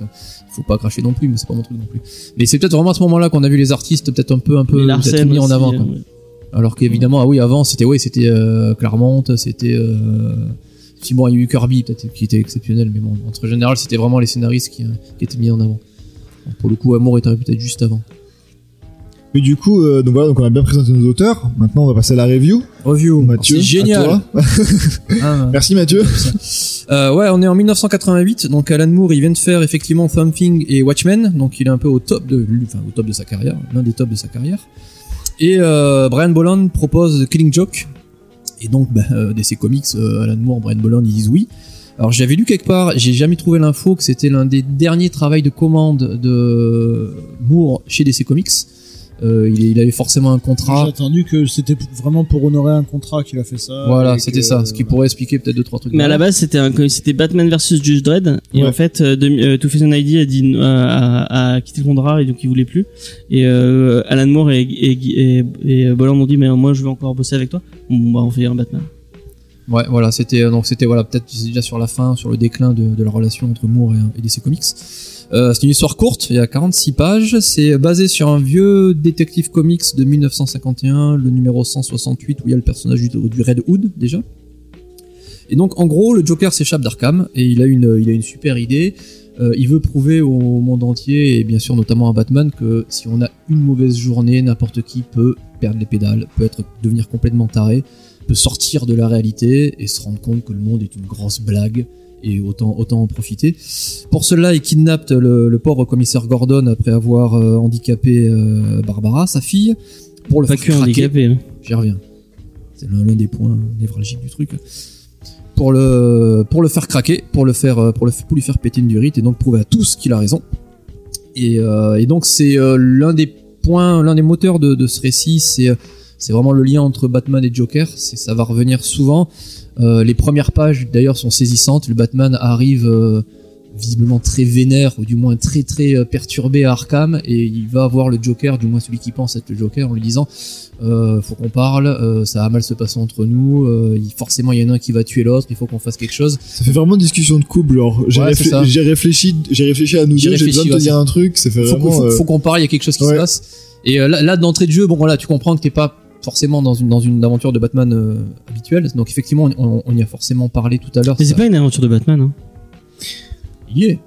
S4: Faut pas cracher non plus, mais c'est pas mon truc non plus. Mais c'est peut-être vraiment à ce moment-là qu'on a vu les artistes peut-être un peu un peu
S3: Et
S4: peut-être
S3: Larsen
S4: mis en
S3: aussi,
S4: avant.
S3: euh,
S4: quoi.
S3: ouais.
S4: Alors qu'évidemment, ah oui, avant, c'était ouais, c'était euh, Claremont, c'était. Euh, si bon, il y a eu Kirby, peut-être, qui était exceptionnel, mais bon, entre général, c'était vraiment les scénaristes qui, euh, qui étaient mis en avant. Alors, pour le coup, Amour est arrivé peut-être juste avant.
S2: Mais du coup, euh, donc voilà, donc on a bien présenté nos auteurs. Maintenant, on va passer à la review.
S4: Review,
S2: Mathieu,
S4: Oh, c'est
S2: à
S4: génial.
S2: toi.
S4: Ah,
S2: Merci Mathieu.
S4: Euh, ouais, on est en 1988, donc Alan Moore, il vient de faire effectivement Something et Watchmen, donc il est un peu au top de, enfin, au top de sa carrière, l'un des tops de sa carrière. Et euh, Brian Bolland propose Killing Joke, et donc bah, euh, DC Comics, euh, Alan Moore, Brian Bolland, ils disent oui. Alors j'avais lu quelque part, j'ai jamais trouvé l'info que c'était l'un des derniers travails de commande de Moore chez DC Comics. Euh, il, il avait forcément un
S5: J'ai
S4: contrat.
S5: attendu que c'était p- vraiment pour honorer un contrat qu'il a fait ça.
S4: Voilà,
S5: et
S4: c'était
S5: que- euh,
S4: ça, ce qui
S5: voilà.
S4: pourrait expliquer peut-être deux trois trucs.
S3: Mais à la base, c'était un- c'était Batman versus Judge Dredd. Et
S2: Ouais.
S3: en fait, euh, demi- euh, Two Face and ID a, dit, euh, a, a quitté le contrat et donc il voulait plus. Et euh, Alan Moore et, et, et, et Bolland ont dit mais moi je veux encore bosser avec toi. Bon bah on fait un Batman.
S4: Ouais, voilà, c'était euh, donc c'était voilà peut-être déjà sur la fin, sur le déclin de, de la relation entre Moore et, et DC Comics. Euh, c'est une histoire courte, il y a 46 pages. C'est basé sur un vieux détective comics de 1951, le numéro 168 où il y a le personnage du, du Red Hood déjà. Et donc en gros, le Joker s'échappe d'Arkham et il a une il a une super idée. Euh, il veut prouver au monde entier et bien sûr notamment à Batman que si on a une mauvaise journée, n'importe qui peut perdre les pédales, peut être devenir complètement taré peut sortir de la réalité et se rendre compte que le monde est une grosse blague et autant, autant en profiter. Pour cela, il kidnappe le, le pauvre commissaire Gordon après avoir euh, handicapé euh, Barbara, sa fille, pour le
S3: Pas
S4: faire
S3: que
S4: craquer.
S3: handicapé. hein.
S4: J'y reviens. C'est l'un l'un des points névralgiques du truc. Pour le, pour le faire craquer, pour, le faire, euh, pour, le, pour lui faire péter une durite et donc prouver à tous qu'il a raison. Et, euh, et donc c'est euh, l'un des points, l'un des moteurs de, de ce récit, c'est euh, c'est vraiment le lien entre Batman et Joker. C'est ça va revenir souvent. Euh, les premières pages d'ailleurs sont saisissantes. Le Batman arrive euh, visiblement très vénère ou du moins très très euh, perturbé à Arkham et il va voir le Joker, du moins celui qui pense être le Joker, en lui disant euh, faut qu'on parle, euh, ça va mal se passer entre nous, euh, il- forcément il y en a un qui va tuer l'autre, il faut qu'on fasse quelque chose.
S2: Ça fait vraiment discussion de couple. Genre, j'ai
S4: Ouais,
S2: réflé-
S4: c'est ça.
S2: j'ai réfléchi, j'ai réfléchi à nous
S4: J'ai
S2: deux. J'ai
S4: réfléchi,
S2: besoin de te
S4: ouais,
S2: dire
S4: c'est-
S2: un truc. Ça fait
S4: faut qu'on
S2: vraiment.
S4: faut-
S2: euh,
S4: faut qu'on parle, il y a quelque chose qui
S2: ouais.
S4: se passe. Et euh, là, là, d'entrée de jeu, bon voilà, tu comprends que t'es pas forcément dans une, dans une aventure de Batman euh, habituelle, donc effectivement on, on- on y a forcément parlé tout à l'heure.
S3: Mais
S4: ça-
S3: c'est pas une aventure de Batman. Hein.
S4: Il y est.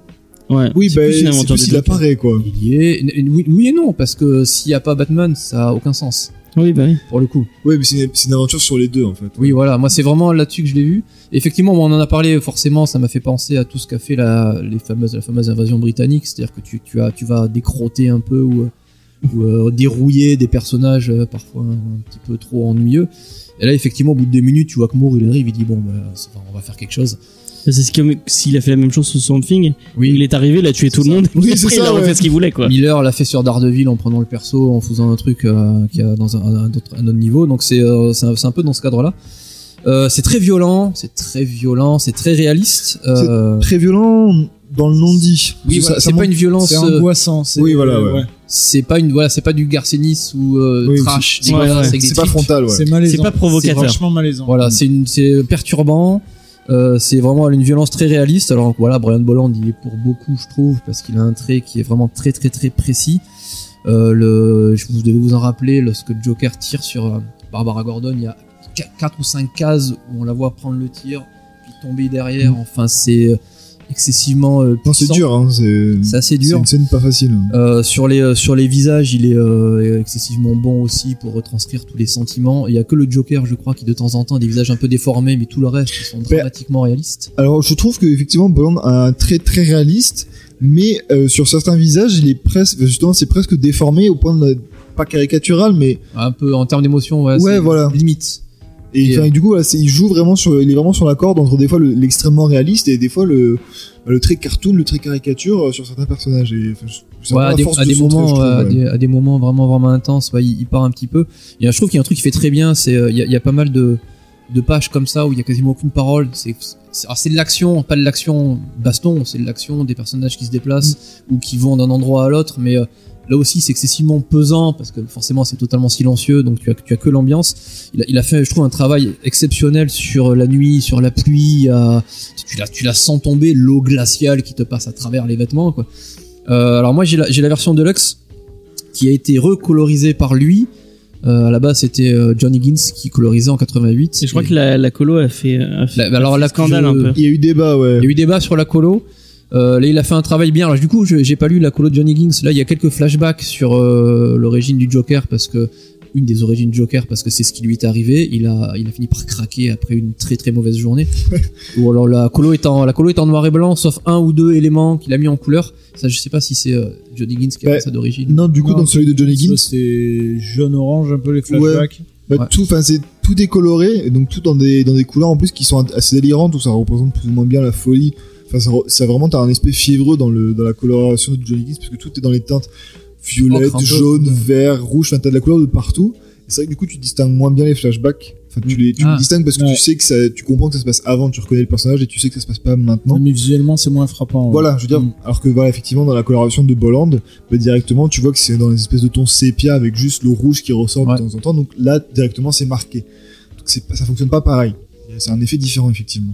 S3: Ouais.
S2: Oui,
S3: c'est
S2: bah,
S3: plus une
S2: c'est
S3: aventure
S2: plus
S3: de
S2: il
S3: Joker.
S2: apparaît quoi.
S4: Il y est. N- n- Oui, oui et non, parce que s'il n'y a pas Batman, ça a aucun sens,
S3: Oui bah oui.
S4: pour le coup.
S2: Oui, mais c'est une, c'est une aventure sur les deux en fait.
S4: Oui, voilà, moi c'est vraiment là-dessus que je l'ai vu. Effectivement, on en a parlé, forcément, ça m'a fait penser à tout ce qu'a fait la, les fameuses, la fameuse invasion britannique, c'est-à-dire que tu, tu, as, tu vas décrotter un peu ou, euh, ou euh, dérouiller des personnages euh, parfois un, un petit peu trop ennuyeux. Et là, effectivement, au bout de deux minutes, tu vois que Moore il arrive, il dit Bon, bah, ça va, on va faire quelque chose.
S3: C'est ce qu'il s'il a fait la même chose sous Something. Il est arrivé, il a tué
S4: C'est
S3: tout le
S4: ça.
S3: monde.
S2: Oui,
S3: et
S2: c'est
S3: après, il
S2: ça,
S3: a refait
S2: ouais.
S3: ce qu'il voulait quoi.
S4: Miller l'a fait sur Daredevil en prenant le perso, en faisant un truc euh, qui a dans un, un autre, un autre niveau. Donc c'est euh, c'est un, c'est un peu dans ce cadre-là. Euh, c'est très violent, c'est très violent, c'est très réaliste. Euh,
S2: Très violent dans le non dit.
S4: oui, voilà, c'est pas une violence,
S5: C'est
S4: euh,
S5: angoissant. c'est-
S2: Oui, voilà, ouais.
S4: c'est pas une voilà, c'est pas du Garcenis ou euh,
S2: Oui,
S4: trash.
S3: c'est-
S4: voilà,
S3: ouais,
S4: c'est
S3: ouais.
S4: avec des
S2: C'est pas
S4: tripes.
S2: frontal. Ouais.
S5: C'est malaisant.
S3: C'est pas provocateur.
S5: C'est franchement malaisant.
S4: Voilà, c'est une- c'est perturbant. Euh, c'est vraiment une violence très réaliste. Alors voilà, Brian Bolland, il est pour beaucoup, je trouve, parce qu'il a un trait qui est vraiment très très très précis. Euh, le, je vous devez vous en rappeler, lorsque Joker tire sur euh, Barbara Gordon, il y a 4 ou 5 cases où on la voit prendre le tir, puis tomber derrière. Enfin, c'est euh, excessivement
S2: Non,
S4: euh,
S2: Mm. c'est
S4: puissant.
S2: dur, hein, c'est
S4: C'est assez
S2: c'est
S4: dur.
S2: une scène pas facile.
S4: Euh, sur les euh, sur les visages, il est euh, excessivement bon aussi pour retranscrire tous les sentiments. Il y a que le Joker, je crois, qui de temps en temps a des visages un peu déformés, mais tout le reste ils sont dramatiquement réalistes.
S2: Alors, je trouve que effectivement Bolland a un trait très réaliste, mais euh, sur certains visages, il est presque justement c'est presque déformé au point de pas caricatural, mais
S4: Un peu en termes d'émotion, ouais.
S2: Ouais,
S4: c'est
S2: voilà.
S4: Limite.
S2: et,
S4: Et,
S2: enfin, du coup, voilà, c'est- il joue vraiment sur, il est vraiment sur la corde entre des fois le- l'extrêmement réaliste et des fois le bah, le trait cartoon, le trait caricature euh, sur certains personnages. Et, enfin, c'est
S4: Ouais,
S2: un peu
S4: à,
S2: la
S4: des,
S2: force
S4: à
S2: de
S4: des
S2: son trait,
S4: moments,
S2: je trouve,
S4: euh, à
S2: ouais.
S4: des, à des moments vraiment vraiment intenses, ouais, il, il part un petit peu. Et euh, je trouve qu'il y a un truc qui fait très bien, c'est euh, il y, a- il y a pas mal de, de pages comme ça où il y a quasiment aucune parole. C'est c'est- alors, c'est de l'action, pas de l'action baston, c'est de l'action des personnages qui se déplacent
S2: Mm.
S4: ou qui vont d'un endroit à l'autre, mais euh, là aussi c'est excessivement pesant parce que forcément c'est totalement silencieux, donc tu as, tu as que l'ambiance. Il a, il a fait, je trouve, un travail exceptionnel sur la nuit, sur la pluie. à- tu, la, tu la sens tomber, l'eau glaciale qui te passe à travers les vêtements, quoi. Euh, alors moi j'ai la, j'ai la version deluxe qui a été recolorisée par lui. Euh, à la base c'était euh, John Higgins qui colorisait en 88.
S3: Et je crois
S4: Et-
S3: que la, la colo a fait, a fait-
S4: La- bah alors,
S3: a fait
S4: la-
S3: scandale
S4: je-
S3: un peu.
S2: Il y a eu débat, ouais.
S4: il y a eu débat sur la colo. Euh, là, il a fait un travail bien. Alors, du coup, je- j'ai pas lu la colo de Johnny Higgins. Là, il y a quelques flashbacks sur euh, l'origine du Joker parce que une des origines du Joker parce que c'est ce qui lui est arrivé. Il a, il a fini par craquer après une très très mauvaise
S2: (laughs)
S4: journée. ou alors la colo est en, la colo est en noir et blanc, sauf un ou deux éléments qu'il a mis en couleur. Ça, je sais pas si c'est euh, Johnny Higgins qui a
S2: Bah,
S4: fait ça d'origine.
S2: Non, du coup,
S5: Non,
S2: dans celui de Johnny Higgins,
S5: C'était jaune-orange un peu les flashbacks.
S2: bah,
S4: Ouais.
S2: tout, enfin, c'est tout décoloré, et donc tout dans des, dans des couleurs en plus qui sont assez délirantes, où ça représente plus ou moins bien la folie. Enfin, ça, re- ça vraiment, t'as un aspect fiévreux dans, le, dans la coloration de Johnny Higgins, parce que tout est dans les teintes violettes,
S4: Ocre un peu.
S2: jaune, vert, rouge, enfin, t'as de la couleur de partout. Et C'est vrai que du coup, tu distingues moins bien les flashbacks. Enfin, tu les, tu
S4: Ah.
S2: les distingues parce que
S5: Ouais.
S2: tu sais que ça, tu comprends que ça se passe avant, tu reconnais le personnage et tu sais que ça se passe pas maintenant.
S5: Non, mais visuellement, c'est moins frappant.
S2: Voilà, je veux dire,
S4: hmm.
S5: Mm.
S2: alors que voilà, effectivement, dans la coloration de Bolland, bah, directement, tu vois que c'est dans une espèce de ton sépia avec juste le rouge qui ressort
S4: Ouais.
S2: de temps en temps. Donc là, directement, c'est marqué. Donc c'est pas- ça fonctionne pas pareil. C'est un effet différent, effectivement.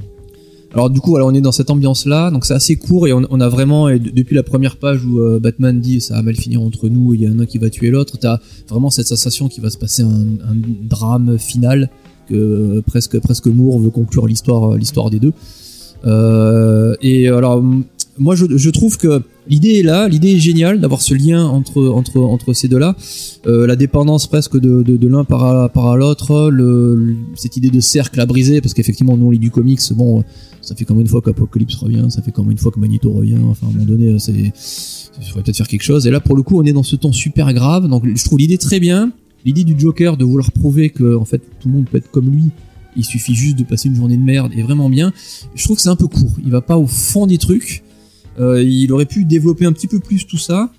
S4: Alors du coup, voilà, on est dans cette ambiance-là, donc c'est assez court et on, on a vraiment, et de- depuis la première page où euh, Batman dit ça va mal finir entre nous, il y en a un qui va tuer l'autre, t'as vraiment cette sensation qu'il va se passer un, un drame final que euh, presque presque Moore veut conclure l'histoire euh, l'histoire des deux. Euh, et alors m- moi je, je trouve que l'idée est là, l'idée est géniale d'avoir ce lien entre entre entre ces deux-là, Euh, la dépendance presque de, de, de l'un par à- par à l'autre, le, le- cette idée de cercle à briser parce qu'effectivement nous on lit du comics, bon ça fait comme une fois qu'Apocalypse revient, ça fait comme une fois que Magneto revient, enfin à un moment donné, euh, c'est. Il faudrait peut-être faire quelque chose. Et là, pour le coup, on est dans ce ton super grave, donc je trouve l'idée très bien. L'idée du Joker de vouloir prouver que, en fait, tout le monde peut être comme lui, il suffit juste de passer une journée de merde, est vraiment bien. Je trouve que c'est un peu court, il va pas au fond des trucs. Euh, il aurait pu développer un petit peu plus tout ça.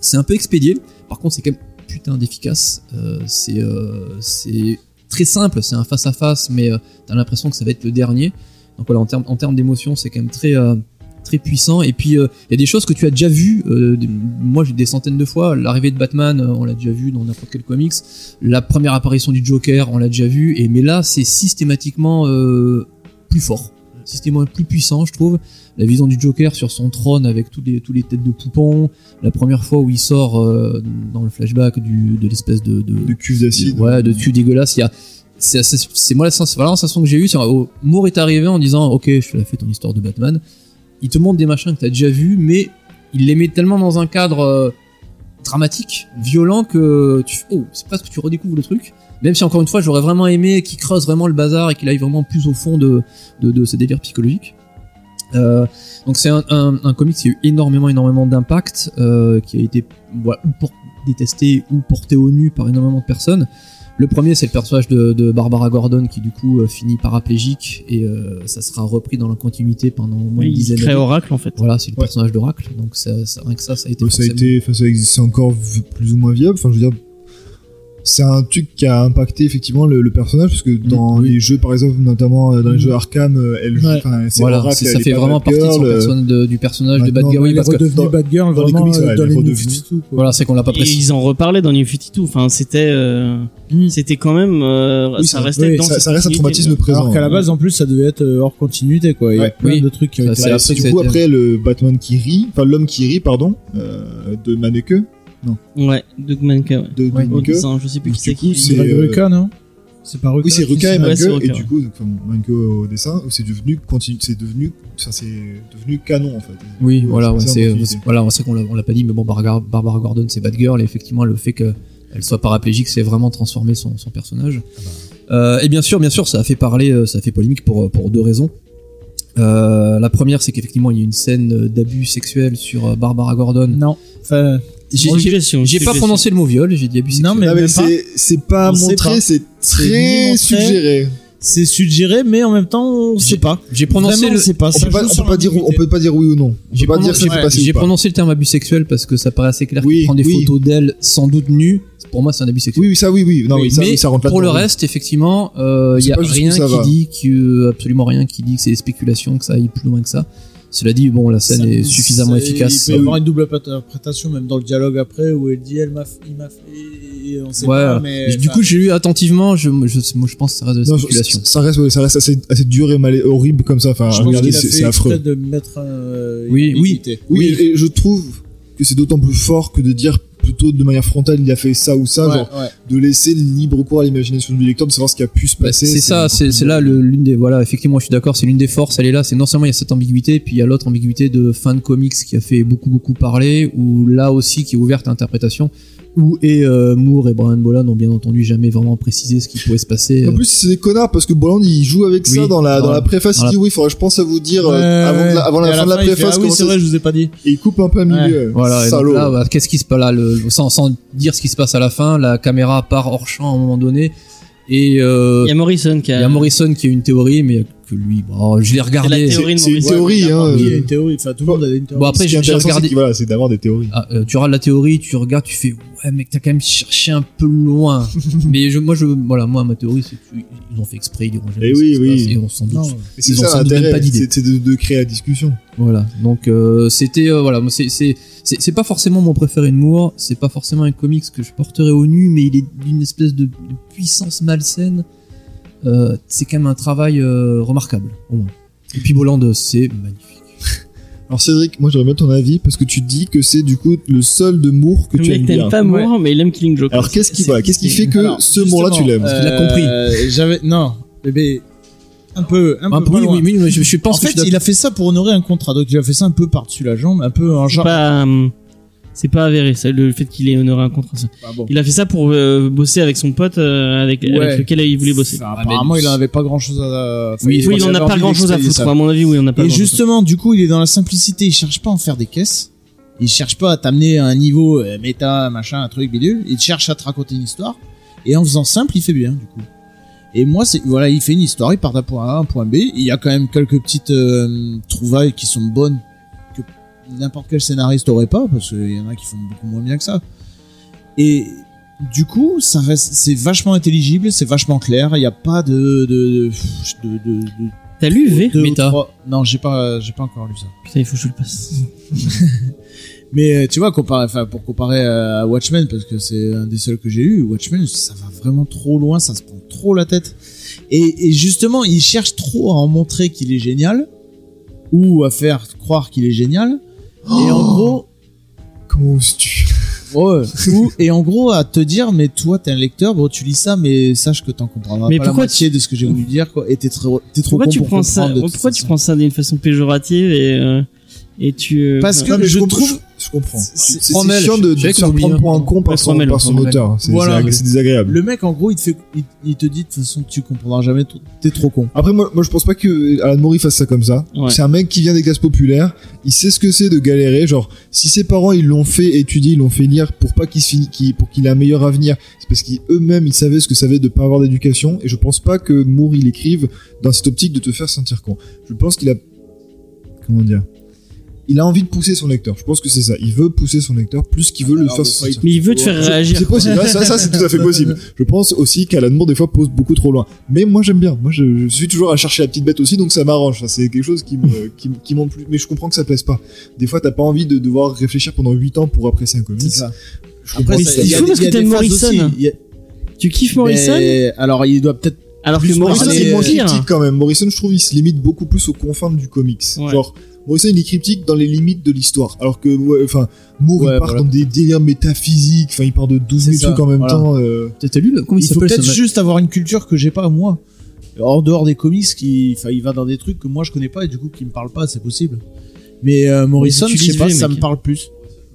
S4: C'est un peu expédié. Par contre, c'est quand même putain d'efficace. Euh, c'est euh, c'est très simple, c'est un face-à-face, mais euh, t'as l'impression que ça va être le dernier. Donc voilà, en termes en termes d'émotion, c'est quand même très euh, très puissant. Et puis euh, il y a des choses que tu as déjà vues. euh, des- moi, j'ai des centaines de fois. L'arrivée de Batman, euh, on l'a déjà vu dans n'importe quel comics. La première apparition du Joker, on l'a déjà vu. Et mais là, c'est systématiquement euh, plus fort, systématiquement plus puissant, je trouve. La vision du Joker sur son trône avec tous les tous les têtes de poupons. La première fois où il sort euh, dans le flashback du, de l'espèce de- de,
S2: De cuve d'acide.
S4: Ouais, de dessus dégueulasse. Il y a, c'est, assez- c'est moi la sensation, voilà, la sensation que j'ai eue. C'est, oh, Moore est arrivé en disant, ok, je te la fais ton histoire de Batman. Il te montre des machins que t'as déjà vu, mais il les met tellement dans un cadre euh, dramatique, violent que tu, fais, oh, c'est pas ce que tu redécouvres le truc. Même si encore une fois, j'aurais vraiment aimé qu'il creuse vraiment le bazar et qu'il aille vraiment plus au fond de de, de ce délire psychologique. Euh, donc c'est un, un, un comic qui a eu énormément énormément d'impact, euh, qui a été voilà, ou pour- détesté ou porté au nu par énormément de personnes. Le premier, c'est le personnage de, de Barbara Gordon qui du coup euh, finit paraplégique et euh, ça sera repris dans la continuité pendant au moins
S3: Oui,
S4: une
S3: il
S4: dizaine
S3: crée
S4: d'années.
S3: Oracle en fait.
S4: Voilà, c'est le
S2: Ouais.
S4: personnage d'Oracle, donc ça, ça- rien que ça, ça a été.
S2: Ouais, Bah, ça a
S4: forcément-
S2: été, enfin, ça existe, c'est encore v- plus ou moins viable. Enfin, je veux dire, c'est un truc qui a impacté effectivement le, le personnage, parce que dans
S4: Mm. oui. Mm.
S2: les jeux, par exemple, notamment euh, dans les jeux Arkham, euh, elle joue,
S5: Ouais.
S2: enfin, c'est
S4: Voilà,
S2: Oracle,
S4: c'est-
S2: elle
S4: ça
S2: est
S4: fait
S2: pas
S4: vraiment partie de son
S2: Batgirl, euh,
S4: personne- de- du personnage de
S2: maintenant,
S4: Batgirl. oui,
S5: Elle est
S4: parce que
S5: redevenue
S2: dans-
S5: Batgirl
S2: dans les
S5: vraiment
S2: comics,
S5: euh,
S2: elle
S5: dans
S2: est
S5: les New
S2: redevenue.
S5: 52, quoi.
S4: voilà, c'est qu'on l'a pas
S3: Et
S4: précisé.
S3: ils en reparlaient dans New 52. Enfin, c'était, euh,
S5: Mm.
S3: c'était quand même, euh,
S2: Oui,
S3: ça
S2: ça-
S3: restait
S5: oui,
S3: dans
S2: ça,
S3: cette
S2: ça reste un
S3: continuité.
S2: traumatisme présent.
S5: Alors qu'à la base, en plus, ça devait être euh, hors continuité, quoi. Il y a
S2: Ouais.
S5: plein
S4: Oui.
S5: de trucs qui
S4: Ça,
S5: ont été.
S4: Euh, c'est
S2: Bah, Et
S4: après
S2: c'est
S4: que
S2: du
S4: ça
S2: coup
S4: a été-
S2: après le Batman qui rit, enfin l'homme qui rit, pardon, euh, de Maneke,
S3: Ouais, Doug Manka, ouais.
S2: de, de
S4: Ouais.
S3: Oh,
S2: Maneke.
S3: ça, je sais plus
S2: Donc,
S3: qui c'est
S2: du coup,
S3: qui.
S2: c'est-
S5: Greg
S2: euh,
S5: Rucka, non C'est pas Ruka.
S2: Oui, c'est
S5: qui
S2: Ruka et
S5: se-
S3: ouais,
S2: Manke,
S3: c'est Ruka,
S2: et
S3: ouais.
S2: du coup, donc, enfin, Manke au dessin, c'est devenu, continu, c'est devenu, enfin, c'est devenu canon, en fait.
S4: Oui, voilà, ouais,
S2: ça,
S4: c'est
S2: en fait,
S4: euh, voilà, c'est vrai qu'on l'a- on l'a pas dit, mais bon, Barbara, Barbara Gordon, c'est Batgirl, et effectivement, le fait qu'elle soit paraplégique, c'est vraiment transformé son, son personnage.
S2: Ah bah.
S4: Euh, et bien sûr, bien sûr, ça a fait parler, euh, ça a fait polémique pour euh, pour deux raisons. Euh, la première, c'est qu'effectivement, il y a une scène euh, d'abus sexuel sur euh, Barbara Gordon.
S5: Non. Enfin,
S4: J'ai- J'ai j'ai pas prononcé le mot viol, j'ai dit abus sexuel.
S5: Non, mais
S2: Ah, mais
S5: même pas.
S2: c'est, c'est pas
S5: On sait
S2: montré,
S5: pas.
S2: c'est
S5: ni
S2: très
S5: montré,
S2: suggéré.
S5: c'est suggéré, mais en même temps, on sait pas.
S4: j'ai prononcé
S5: Vraiment,
S4: le,
S5: on sait pas.
S2: On
S5: Ça
S2: peut pas,
S5: joue
S2: on
S5: sur
S2: peut pas dire, on
S5: l'ambiguïté.
S2: peut pas dire oui ou non. On
S4: J'ai
S2: peut pas
S4: prononcé-
S2: dire si c'est
S5: ouais,
S2: passé
S4: J'ai
S2: ou pas.
S4: prononcé le terme abus sexuel parce que ça paraît assez clair
S2: Oui,
S4: qu'on prend des
S2: oui.
S4: photos d'elle sans doute nue. Pour moi, c'est un abus sexuel.
S2: Oui, oui, ça, oui, oui. Non,
S4: Oui,
S2: oui, ça,
S4: mais
S2: oui, ça rentre
S4: pour le
S2: là-dedans, oui.
S4: reste, effectivement, il
S2: Je
S4: y
S2: sais
S4: a
S2: pas jusqu'où
S4: rien qui
S2: ça va.
S4: dit que euh, absolument rien qui dit que c'est des spéculations, que ça aille plus loin que ça. Cela dit, bon, la scène
S5: Ça-
S4: est suffisamment
S5: ça-
S4: efficace.
S5: Il peut y
S2: Ah
S5: avoir une double interprétation, même dans le dialogue après, où elle dit elle m'a, il m'a fait, et on sait
S4: Ouais.
S5: pas, mais.
S4: Et du coup, j'ai lu attentivement. Je, je- moi, je pense que ça reste de la
S2: Non,
S4: spéculation.
S2: ça- ça reste, ouais, ça reste assez, assez dur et mal, horrible comme ça. Enfin,
S5: je pense
S2: Ah, regardez,
S5: qu'il a
S2: c'est,
S5: fait
S2: c'est affreux.
S5: exprès de mettre euh,
S4: Oui,
S5: une
S4: oui.
S5: ambiguïté.
S2: Oui, et je trouve que c'est d'autant plus fort que de dire plutôt de manière frontale, il a fait ça ou ça,
S5: Ouais,
S2: genre
S5: ouais.
S2: de laisser libre cours à l'imagination du lecteur de savoir ce qui a pu se
S4: Bah,
S2: passer.
S4: c'est ça, c'est c'est là le- l'une des. Voilà, effectivement, je suis d'accord, c'est l'une des forces, elle est là. C'est non seulement il y a cette ambiguïté, puis il y a l'autre ambiguïté de fin de comics qui a fait beaucoup, beaucoup parler, ou là aussi qui est ouverte à interprétation, où et euh, Moore et Brian Bolan n'ont bien entendu jamais vraiment précisé ce qui pouvait se passer. euh,
S2: En plus, c'est des connards parce que Bolland il joue avec ça
S4: Oui,
S2: dans la,
S4: dans
S2: dans
S4: la-
S2: la préface.
S4: dans
S2: Il dit oui, faudrait, je pense à vous dire euh, avant, de la, avant la
S5: Et à
S2: fin de la
S5: il fait,
S2: préface.
S5: ah oui,
S2: comment
S5: c'est
S2: ça
S5: vrai,
S2: se-
S5: je vous ai pas dit.
S2: Et il coupe un peu au milieu.
S4: Voilà, et donc
S2: salaud.
S4: là, bah, qu'est-ce qui se passe là le, sans, sans dire ce qui se passe à la fin, la caméra part hors champ à un moment donné, et euh,
S3: Il y a Morrison qui
S4: il
S3: a.
S4: y a Morrison qui a une théorie, mais que lui, bon, je l'ai
S3: C'est la
S4: regardé.
S3: théorie de
S2: c'est une
S3: Morrison.
S2: théorie. Hein,
S5: Il y a
S2: euh,
S5: une théorie, enfin, tout le monde a une théorie.
S4: Bon, après,
S2: ce qui est
S4: j'ai j'ai
S2: intéressant,
S4: regardé.
S2: c'est que, voilà, c'est d'avoir des théories.
S4: Ah, euh, tu regardes la théorie, tu regardes, tu fais ouais mec t'as quand même cherché un peu
S3: (laughs)
S4: loin. mais je, moi je voilà moi ma théorie c'est qu'ils ont fait exprès ils diront jamais
S2: Eh
S4: ce
S2: oui,
S4: qui se
S2: oui.
S4: passe, et on s'en doute.
S5: Non,
S2: Et c'est
S4: Ils ont
S2: ça
S4: sans doute même pas
S2: l'intérêt,
S4: d'idée.
S2: c'est c'est de, de créer la discussion.
S4: Voilà donc euh, c'était euh, voilà moi, c'est c'est c'est c'est pas forcément mon préféré de Moore, c'est pas forcément un comics que je porterai au nu mais il est d'une espèce de, de puissance malsaine. Euh, c'est quand même un travail euh, remarquable au moins. Et puis Bolland c'est magnifique.
S2: Alors Cédric, moi j'aimerais bien ton avis parce que tu dis que c'est du coup le seul de Moore que
S3: Le
S2: tu aimes
S3: mec
S2: bien.
S3: t'aimes pas Moore, mais il aime Killing Joke.
S2: Alors qu'est-ce qui
S3: C'est-
S2: voilà, qu'est-ce qui
S3: c'est-
S2: fait que
S5: Alors,
S2: ce Moore-là tu
S5: justement,
S2: l'aimes
S4: qu'il a
S5: euh, J'avais, non, bébé, un peu, un
S4: Ah,
S5: peu. pas
S4: oui,
S5: loin.
S4: oui, oui, mais je, je pense
S5: en
S4: que je
S5: fait,
S4: suis d'accord.
S5: il a fait ça pour honorer un contrat. Donc, il a fait ça un peu par-dessus la jambe, un peu en
S3: C'est
S5: genre.
S3: pas. euh, C'est pas avéré, ça, le fait qu'il ait honoré un contrat. ça.
S5: Ah, bon.
S3: Il a fait ça pour euh, bosser avec son pote euh, avec,
S5: Ouais.
S3: avec lequel il voulait bosser.
S5: Enfin, Ah, apparemment, il en avait pas grand-chose à. enfin,
S3: Oui,
S5: je pense
S3: il
S5: qu'il
S3: en
S5: avait
S3: a pas
S5: envie
S3: grand chose à
S5: d'expédier
S3: foutre.
S5: ça.
S3: À mon avis, oui, on n'a pas
S5: Et
S3: grand-chose à
S5: justement, du coup, il est dans la simplicité. Il cherche pas à en faire des caisses. Il cherche pas à t'amener à un niveau euh, méta, machin, un truc bidule. Il cherche à te raconter une histoire. Et en faisant simple, il fait bien, du coup. Et moi, c'est voilà, il fait une histoire. Il part d'un point A à un point B. Il y a quand même quelques petites euh, trouvailles qui sont bonnes que n'importe quel scénariste aurait pas, parce qu'il y en a qui font beaucoup moins bien que ça. Et du coup, ça reste, c'est vachement intelligible, c'est vachement clair. Il n'y a pas de de de, de, de, de
S3: T'as lu V
S5: deux ou
S4: Méta.
S5: trois- Non, j'ai pas, j'ai pas encore lu ça.
S3: Putain, il faut que je le passe.
S5: Mais euh, tu vois, comparé, enfin, pour comparer euh, à Watchmen, parce que c'est un des seuls que j'ai eu, Watchmen, ça va vraiment trop loin, ça se prend trop la tête. Et, et justement, il cherche trop à en montrer qu'il est génial, ou à faire croire qu'il est génial. et en gros,
S2: Comment oses-tu
S3: Oh
S5: ouais, ou, et en gros, à te dire, mais toi, t'es un lecteur, bon, tu lis ça, mais sache que t'en comprendras
S3: Mais
S5: pas la
S3: pourquoi
S5: moitié de ce que j'ai voulu dire, quoi. Et t'es trop, t'es trop
S3: Pourquoi
S5: con
S3: tu
S5: pour
S3: prends ça
S5: comprendre de toute
S3: Pourquoi tu
S5: façon.
S3: prends ça d'une façon péjorative et euh, et tu euh,
S5: Parce que
S2: Non, mais
S5: je
S2: comp-
S5: trouve
S2: je, je comprends.
S5: C'est-
S2: C'est
S4: Rommel,
S2: c'est chiant de, de
S4: je sais
S2: se
S4: qu'on
S2: faire
S4: oublie,
S2: prendre pour un
S4: hein.
S2: con par son,
S3: Rommel,
S2: par son
S3: Rommel.
S2: auteur. C'est
S5: Voilà.
S2: c'est agré- c'est désagréable.
S5: Le mec, en gros, il te, fait, il, il te dit de toute façon, tu comprendras jamais, t- t'es trop con.
S2: Après, moi, moi, je pense pas que Alan Mori fasse ça comme ça.
S3: Ouais.
S2: C'est un mec qui vient des classes populaires. Il sait ce que c'est de galérer. Genre, si ses parents ils l'ont fait étudier, ils l'ont fait lire pour pas qu'il se fini- qu'il- pour qu'il ait un meilleur avenir, c'est parce qu'eux-mêmes ils savaient ce que ça veut de pas avoir d'éducation. Et je pense pas que Moore il écrive dans cette optique de te faire sentir con. Je pense qu'il a comment dire. Il a envie de pousser son lecteur. Je pense que c'est ça. Il veut pousser son lecteur plus qu'il veut le
S5: Alors,
S2: faire
S5: des fois, il
S2: sentir
S3: mais il veut te faire
S2: je-
S3: réagir.
S2: C'est possible,
S3: quoi.
S2: Ah, ça, ça, c'est tout à fait possible. Je pense aussi qu'Alan Moore des fois pose beaucoup trop loin. Mais moi j'aime bien, moi je, je suis toujours à chercher la petite bête aussi, donc ça m'arrange. Enfin, c'est quelque chose qui me, qui, me- qui m'en plus. Mais je comprends que ça plaise pas. Des fois t'as pas envie de devoir réfléchir pendant 8 ans pour apprécier un comics. Je comprends
S3: Après,
S2: que
S3: c'est-
S2: ça-
S3: il faut parce que t'aimes Morrison. Tu kiffes Morrison
S5: alors, il doit peut-être.
S3: alors que
S2: Plus
S3: Morrison
S2: Morrison
S5: parler- euh,
S2: c'est
S3: c'est
S2: moins
S3: pire.
S2: critique quand même. Morrison je trouve il se limite beaucoup plus aux confins du comics.
S3: Ouais.
S2: Genre Morrison il est cryptique dans les limites de l'histoire. Alors que, ouais, enfin, Moore
S5: Ouais,
S2: il part
S5: voilà.
S2: dans des délires métaphysiques, enfin, il part de 12
S5: C'est
S2: 000
S5: ça,
S2: trucs en même
S5: voilà.
S2: temps. euh,
S4: T'as- T'as lu le- comment il,
S5: Il faut
S4: s'appelle
S5: peut-être
S4: ce ma-
S5: juste avoir une culture que j'ai pas moi. En dehors des comics, qui, enfin, il va dans des trucs que moi je connais pas et du coup qui me parlent pas, c'est possible. Mais euh, Morrison,
S3: Mais tu
S5: je sais
S3: lis
S5: pas,
S3: V,
S5: ça
S3: mec.
S5: me parle plus.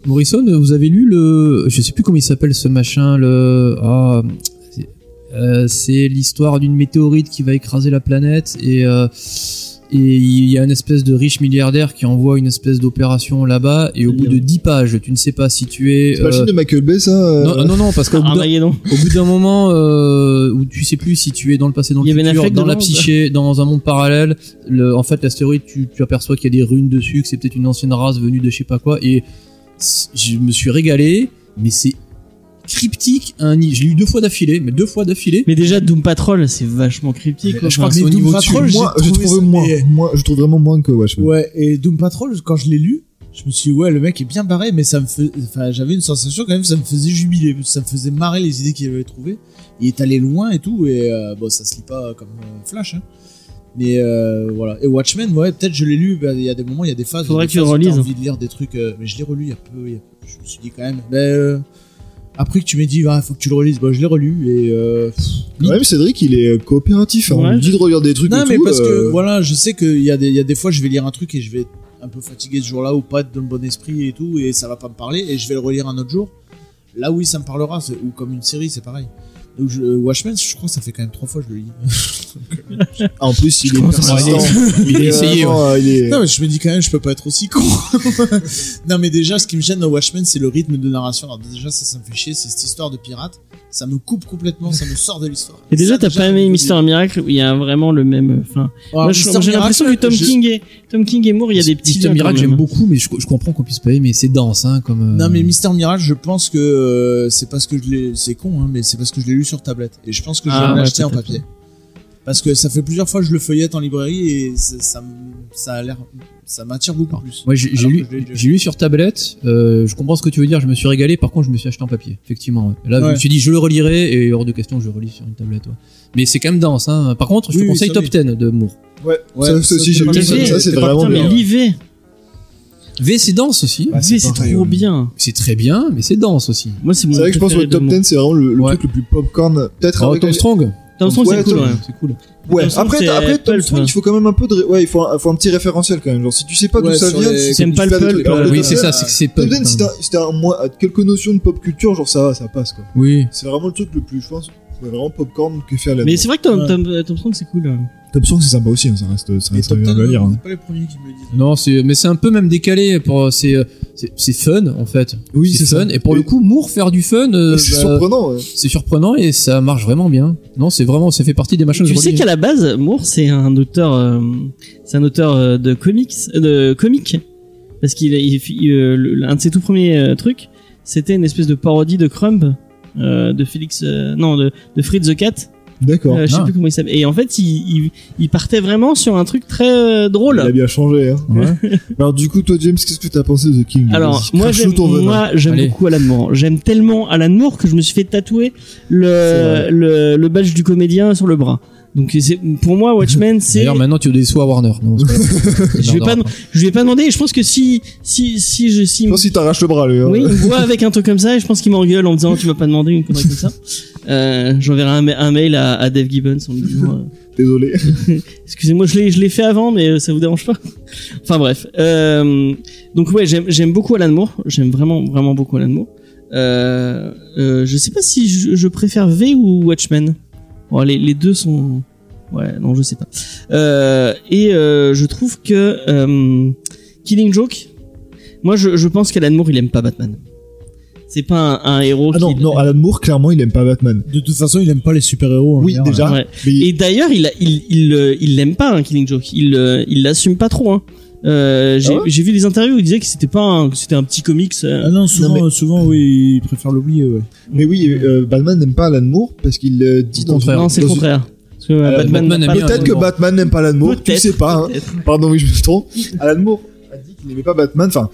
S4: Morrison, vous avez lu le, je sais plus comment il s'appelle ce machin, le, ah, c'est- euh, c'est l'histoire d'une météorite qui va écraser la planète et euh, et il y a une espèce de riche milliardaire qui envoie une espèce d'opération là-bas et au bout de 10 pages, tu ne sais pas si tu es
S2: C'est pas le film
S4: euh,
S2: de Michael Bay, ça euh,
S4: non, non, non,
S3: Ah,
S4: parce qu'au bout d'un-
S3: Armageddon.
S4: au bout d'un moment euh, où tu sais plus si tu es dans le passé, dans le
S3: Il y avait
S4: futur,
S3: Ben Affleck
S4: dans la
S3: dedans,
S4: psyché, dans un monde parallèle, le, en fait l'astéroïde, tu, tu aperçois qu'il y a des runes dessus, que c'est peut-être une ancienne race venue de je sais pas quoi, et c- je me suis régalé, mais c'est cryptique, à un, ni- je l'ai eu deux fois d'affilée, mais deux fois d'affilée.
S3: Mais déjà, Doom Patrol, c'est vachement cryptique. quoi.
S4: je crois que
S5: Mais
S4: c'est au
S5: Doom
S4: niveau
S5: Patrol,
S4: dessus.
S5: j'ai
S2: Moi, je
S5: trouvé
S2: trouve
S5: ça-
S2: moins,
S5: mais-
S2: moins- je trouve vraiment moins que Watchmen.
S5: Ouais, et Doom Patrol, quand je l'ai lu, je me suis dit, ouais, le mec est bien barré, mais ça me fait, enfin, j'avais une sensation quand même, ça me faisait jubiler, ça me faisait marrer les idées qu'il avait trouvées. Il est allé loin et tout, et euh, bon, ça se lit pas comme euh, Flash, hein. Mais euh, voilà. Et Watchmen, ouais, peut-être je l'ai lu, bah, il y a des moments, il y a des phases.
S3: Faudrait
S5: il
S3: que tu
S5: y a des
S3: le
S5: phases où t'as
S3: relises. hein.
S5: envie de lire des trucs, euh, mais je l'ai relu il y a peu, il y a peu. je me suis dit quand même, ben, euh, après que tu m'aies dit, il faut que tu le relises, bon, je l'ai relu, et euh,
S2: Ouais, mais Cédric, il est coopératif. hein. On
S3: Ouais.
S2: lui dit de regarder des trucs
S5: non,
S2: et
S5: mais
S2: tout,
S5: parce que
S2: euh,
S5: voilà, je sais qu'il y, a des- il y a des fois, je vais lire un truc et je vais être un peu fatigué ce jour-là ou pas être dans le bon esprit et tout, et ça va pas me parler, et je vais le relire un autre jour. Là, oui, ça me parlera, c'est- ou comme une série, c'est pareil. Donc, je, euh, Watchmen, je crois que ça fait quand même trois fois que je le lis.
S2: En plus, il est
S3: commence à
S2: persistant. Il est
S4: essayé,
S2: vraiment, euh, il est-
S5: (laughs) non, mais je me dis quand même, je peux pas être aussi con. (laughs) non, mais déjà, ce qui me gêne dans Watchmen, c'est le rythme de narration. Alors, déjà, ça, ça me fait chier, c'est cette histoire de pirate. Ça me coupe complètement, ça me sort de l'histoire.
S3: Et déjà,
S5: Ça,
S3: t'as pas
S5: je
S3: aimé
S5: me dis-
S3: Mister Miracle où il y a vraiment le même. euh, Enfin, moi, je-
S5: Alors, Ah, Mister
S3: moi, j'ai l'impression que
S5: Miracle,
S3: Tom
S5: je-
S3: King et Tom King et Moore, il y a des petits.
S4: Mister
S3: liens
S4: Miracle,
S3: quand
S4: j'aime
S3: même. hein.
S4: beaucoup, mais je, je comprends qu'on puisse pas aimer, mais c'est dense, hein, comme. euh,
S5: Non mais Mister Mirage, je pense que euh, c'est parce que je l'ai, c'est con hein, mais c'est parce que je l'ai lu sur tablette et je pense que je
S3: Ah,
S5: vais
S3: ouais,
S5: l'acheter en
S3: peut-être.
S5: papier. Parce que ça fait plusieurs fois que je le feuillette en librairie et ça, ça, me- ça a l'air, ça m'attire beaucoup plus.
S4: Moi, j'ai j'ai
S5: Alors
S4: lu,
S5: que je l'ai déjà.
S4: j'ai lu sur tablette. euh, je comprends ce que tu veux dire. Je me suis régalé. Par contre, je me suis acheté en papier. Effectivement. ouais. Là, je
S5: Ouais.
S4: me suis dit, je le relirai et hors de question, je relis sur une tablette. ouais. Mais c'est quand même dense. Hein. Par contre, je te
S5: Oui, oui,
S4: conseille
S5: ça,
S4: Top
S5: oui.
S4: 10 de Moore.
S2: Ouais,
S5: Ouais,
S2: ça, ça aussi, j'ai
S5: ça,
S2: vu
S5: c'est
S2: ça.
S5: pas-
S2: Ça, c'est
S3: Putain,
S2: vraiment
S3: mais
S2: bien. hein.
S3: l'IV,
S4: V, c'est dense aussi. hein.
S2: Ouais,
S3: V, c'est
S2: Bah, pareil,
S3: trop
S2: ouais.
S3: bien.
S4: C'est très bien, mais c'est dense aussi.
S3: Moi, c'est mon.
S2: C'est vrai que je pense que
S3: préféré
S2: le top
S3: de
S2: 10, c'est vraiment le, le
S4: Ouais.
S2: truc le plus popcorn. Peut-être
S4: Oh,
S2: avec
S4: Tom Strong.
S3: mon- Tom Strong,
S2: Ouais,
S3: c'est cool. hein.
S2: Tom-
S3: ouais.
S4: C'est cool.
S2: Ouais,
S3: Tom Strong,
S2: après,
S3: c'est
S2: t'as- après Tom
S3: pulp,
S2: Strong,
S3: ouais.
S2: il faut quand même un peu de. ré- Ouais, il faut un, faut un petit référentiel quand même. Genre, si tu sais pas d'où
S5: Ouais,
S2: ça
S5: sur
S2: vient,
S5: les-
S2: tu sais
S3: T'aimes
S2: tu
S3: pas le
S2: fais des
S3: pulp,
S2: trucs.
S3: là,
S2: Alors que
S4: oui,
S2: Top
S4: c'est
S2: 10,
S4: ça. C'est que c'est
S2: Euh, Top
S4: pulp,
S2: 10, si
S4: hein.
S2: t'as- si t'as un moins- quelques notions de pop culture, genre ça va, ça passe quoi.
S4: Oui.
S2: C'est vraiment le truc le plus, je pense, ouais, vraiment popcorn que faire là-dedans.
S3: Mais c'est vrai que Tom,
S5: Ouais.
S3: Tom, Tom Strong, c'est cool. hein.
S2: Top Strong, c'est sympa aussi, hein, ça reste, ça
S5: Mais
S2: reste
S5: Top
S2: agréable à
S5: 10,
S2: lire.
S5: vous
S2: hein.
S5: n'êtes pas les premiers qui me le disent.
S4: Non, c'est mais c'est un peu même décalé. Pour c'est euh, c'est- c'est fun en fait.
S2: Oui,
S4: c'est
S2: c'est
S4: fun.
S2: ça.
S4: Et pour le coup, Moore faire du fun, euh,
S2: C'est
S4: bah,
S2: surprenant. hein. ouais.
S4: c'est surprenant et ça marche vraiment bien. Non, c'est vraiment, ça fait partie des machins. que
S3: Tu
S4: je
S3: sais
S4: relis.
S3: qu'à la base, Moore, c'est un auteur, euh, c'est un auteur euh, de comics, euh, de comique, parce qu'il, il- il- euh, le- l'un de ses tout premiers euh, trucs, c'était une espèce de parodie de Crumb, euh, de Félix, euh, non, de, de Fritz the Cat.
S2: D'accord.
S3: Euh, je sais
S4: Ah.
S3: plus comment il s'appelle. Et en fait, il, il, il partait vraiment sur un truc très euh,
S2: Il
S3: drôle.
S2: a bien changé. Hein.
S4: Ouais.
S2: (laughs) Alors du coup, toi James, qu'est-ce que t'as pensé de The King
S3: Alors
S2: Vas-y,
S3: moi
S2: crache-nous
S3: j'aime
S2: ton venin.
S3: moi j'aime
S4: Allez.
S3: beaucoup Alan Moore. J'aime tellement Alan Moore que je me suis fait tatouer
S2: C'est
S3: le
S2: vrai.
S3: le, le badge du comédien sur le bras. Donc c'est pour moi
S2: (laughs)
S3: Watchmen c'est
S4: D'ailleurs, maintenant, tu déçois Warner. Non, c'est pas grave.
S3: Je vais
S4: Non,
S3: pas
S4: non.
S3: je lui ai pas demandé et je pense que si si si je si
S2: Je pense qu'il t'arrache le bras lui. hein.
S3: oui, il me voit avec un truc comme ça et je pense qu'il m'engueule en me disant tu m'as pas demandé une connerie comme
S2: (laughs)
S3: ça. Euh, j'enverrai un, ma- un mail à, à Dave Gibbons en lui disant euh,
S2: (laughs) Désolé.
S3: Excusez-moi, je l'ai, je l'ai fait avant, mais euh, ça vous dérange pas (laughs) Enfin bref. Euh, donc ouais, j'aime, j'aime beaucoup Alan Moore. J'aime vraiment, vraiment beaucoup Alan Moore. Euh, euh, je sais pas si je, je préfère V ou Watchmen. Bon, les, les deux sont. Ouais, non, je sais pas. Euh, et euh, je trouve que euh, Killing Joke. Moi, je, je pense qu'Alan Moore, il aime pas Batman. C'est pas un, un héros.
S2: Ah non,
S3: qui-
S2: non, Alan Moore, clairement, il aime pas Batman.
S5: De toute façon, il aime pas les super héros.
S2: Oui, déjà.
S3: Ouais.
S2: Mais
S3: Et d'ailleurs, il a- il il euh, il l'aime pas hein, Killing Joke. Il euh, il l'assume pas trop. Hein. Euh, j'ai
S2: Ah ouais
S3: j'ai vu des interviews où il disait que c'était pas un, que c'était un petit comics. euh.
S5: Ah non, souvent,
S2: Non, mais-
S5: euh, souvent, oui, il préfère l'oublier. Ouais.
S2: Mais oui, euh, Batman n'aime pas Alan Moore parce qu'il euh, dit
S4: Au
S2: dans
S4: contraire.
S3: non, c'est le
S2: dans
S3: contraire. Parce que euh,
S2: Euh,
S3: Batman,
S4: Batman
S3: n'a
S4: aime
S3: pas
S4: bien hein.
S3: de-
S2: Peut-être que
S4: Moore.
S2: Batman n'aime pas Alan Moore, tu
S3: Peut-être,
S2: sais pas. hein.
S3: peut-être.
S2: (laughs) Pardon, oui, je me trompe. Alan Moore a dit qu'il n'aimait pas Batman. Enfin,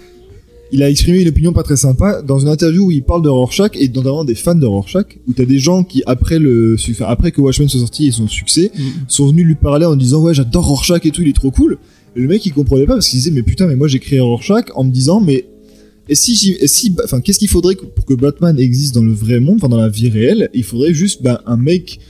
S2: il a exprimé une opinion pas très sympa dans une interview où il parle de Rorschach et notamment des fans de Rorschach, où t'as des gens qui après le enfin, après que Watchmen soit sorti et son succès,
S3: Mm.
S2: sont venus lui parler en disant ouais j'adore Rorschach et tout, il est trop cool. Et le mec il comprenait pas parce qu'il disait mais putain mais moi j'ai créé Rorschach en me disant mais et si j'y- et si bah, enfin qu'est-ce qu'il faudrait que- pour que Batman existe dans le vrai monde enfin dans la vie réelle il faudrait juste bah, un mec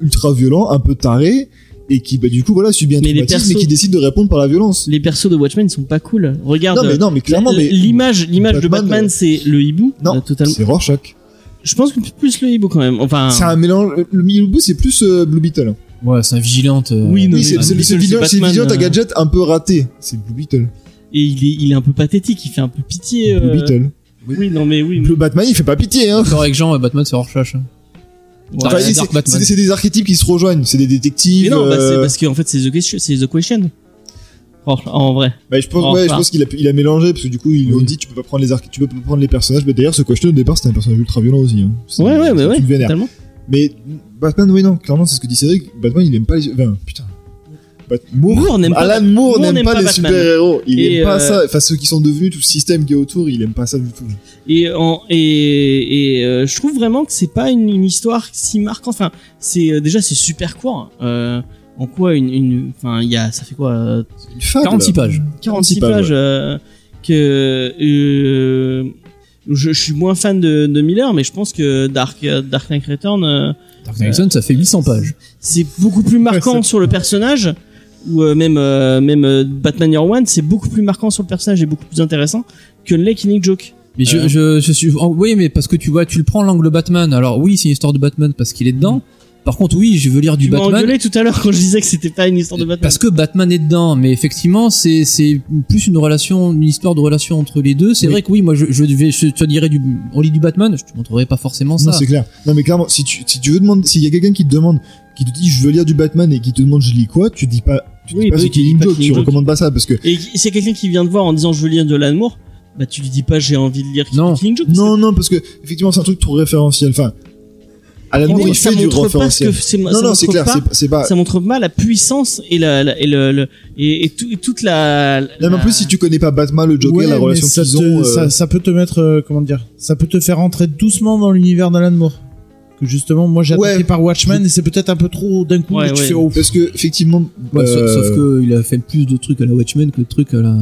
S2: ultra violent un peu taré et qui bah du coup voilà subit un
S3: Mais les
S2: traumatisme et
S3: persos-
S2: qui décide de répondre par la violence.
S3: Les persos de Watchmen ils sont pas cool. Regarde. euh,
S2: Non mais non mais clairement mais
S3: L'image, l'image de
S2: Batman,
S3: Batman,
S2: euh,
S3: c'est le hibou.
S2: Non.
S3: euh, totalement.
S2: c'est Rorschach.
S3: Je pense que plus le hibou quand même. Enfin.
S2: C'est un mélange le Milou c'est plus euh, Blue Beetle.
S4: Ouais, c'est un vigilante. euh,
S3: Oui,
S2: Oui,
S3: non, mais
S2: c'est
S3: Blue
S2: c'est-
S3: Beetle,
S2: c'est
S3: c'est
S2: Vigilante, c'est
S3: Batman,
S2: Vigilante à
S3: euh,
S2: gadget un peu raté. C'est Blue Beetle.
S3: Et il est, il est un peu pathétique. Il fait un peu pitié. euh,
S2: Blue Beetle.
S3: Oui, non mais oui. mais-
S2: Le Batman, il fait pas pitié, hein.
S4: D'accord avec Jean, euh, Batman c'est Rorschach. hein.
S3: Ouais.
S2: Enfin,
S4: c'est
S2: c'est-
S4: Dark
S2: c'est-
S4: Batman.
S2: c'est- c'est des archétypes qui se rejoignent, c'est des détectives.
S3: Mais non, bah, c'est
S2: euh,
S3: parce qu'en fait, c'est The Question. C'est The Question. Or- en vrai.
S2: bah, je pense,
S3: Oh,
S2: ouais, je
S3: bah.
S2: pense qu'il a, il a mélangé parce que du coup ils lui ont
S4: Oui.
S2: dit tu peux pas prendre les arché- tu peux pas prendre les personnages. Mais d'ailleurs, ce question au départ c'était un personnage ultra violent aussi. hein. C'est-
S3: Ouais, ouais,
S2: c'est
S3: mais
S2: un
S3: ouais.
S2: truc vénère.
S3: Totalement.
S2: Mais Batman, oui non, clairement c'est ce que dit Cédric. Batman, il aime pas les, enfin, putain. Bat- Moore,
S3: Moore n'aime pas
S2: Alan Moore n'aime pas, les
S3: Batman.
S2: super héros. Il
S3: Et,
S2: aime pas
S3: euh,
S2: ça. Enfin, ceux qui sont devenus tout le système qui est autour, il aime pas ça du tout.
S3: Et, en, et, et euh, je trouve vraiment que c'est pas une, une histoire si marquante. Enfin, c'est euh, déjà c'est super court. Euh, en quoi une, une enfin il y a ça fait quoi euh,
S2: Une fable.
S4: 46 pages.
S3: 46
S2: pages,
S3: pages, euh, que euh, je, je suis moins fan de, de Miller, mais je pense que Dark euh, Dark Knight Return euh,
S4: Dark Knight Zone, ça fait 800 pages.
S3: c'est beaucoup plus marquant
S2: Ouais,
S3: sur le personnage ou euh, même euh, même euh, Batman Year One c'est beaucoup plus marquant sur le personnage et beaucoup plus intéressant que le Killing Joke.
S4: Mais je,
S3: Euh.
S4: je, je suis. oh, oui, mais parce que tu vois, tu le prends l'angle Batman. Alors oui, c'est une histoire de Batman parce qu'il est dedans. Par contre, oui, je veux lire du
S3: Tu m'as
S4: Batman. euh,
S3: engueulé tout à l'heure quand je disais que c'était pas une histoire de Batman.
S4: Parce que Batman est dedans, mais effectivement, c'est c'est plus une relation, une histoire de relation entre les deux. C'est
S2: Oui.
S4: vrai que oui, moi, je, je vais, je te dirais du, on lit du Batman, je te montrerai pas forcément ça.
S2: Non, c'est clair. Non, mais clairement, si tu, si tu veux demander, s'il y a quelqu'un qui te demande, qui te dit je veux lire du Batman et qui te demande je lis quoi, tu dis pas, tu
S3: Oui,
S2: dis pas
S3: bah
S2: ce
S3: oui, tu
S2: qui est
S3: dis
S2: une
S3: pas
S2: joke,
S3: qu'il y a
S2: tu
S3: une joke.
S2: recommandes pas ça parce que.
S3: Et c'est quelqu'un qui vient te voir en disant je veux lire de l'amour, bah tu lui dis pas j'ai envie de lire
S4: Non.
S3: Killing Joke. parce
S2: Non, non, parce que, effectivement, c'est un truc trop référentiel. Enfin, à
S3: que-
S2: la il
S3: ça
S2: fait du
S3: montre pas ce que
S2: référentiel.
S3: c'est.
S2: Non, non, c'est clair,
S3: Pas,
S2: c'est pas- c'est pas.
S3: ça montre pas la puissance et la, la- et le, le- et, et tout- et toute la.
S2: Non, mais en
S3: la-
S2: plus, si tu connais pas Batman, le Joker,
S5: Ouais,
S2: la
S5: mais
S2: relation
S5: ça,
S2: qu'ils
S5: te-
S2: ont. euh,
S5: ça, ça peut te mettre, euh, comment dire, ça peut te faire entrer doucement dans l'univers d'Alan Moore. Que justement, moi j'ai
S2: Ouais.
S5: attaqué par Watchmen et c'est peut-être un peu trop d'un coup.
S3: Ouais,
S5: et tu
S3: ouais.
S5: fais, oh,
S2: Parce que, effectivement.
S4: Ouais, sauf-
S2: euh,
S4: Sauf que il a fait plus de trucs à la Watchmen que de trucs à la.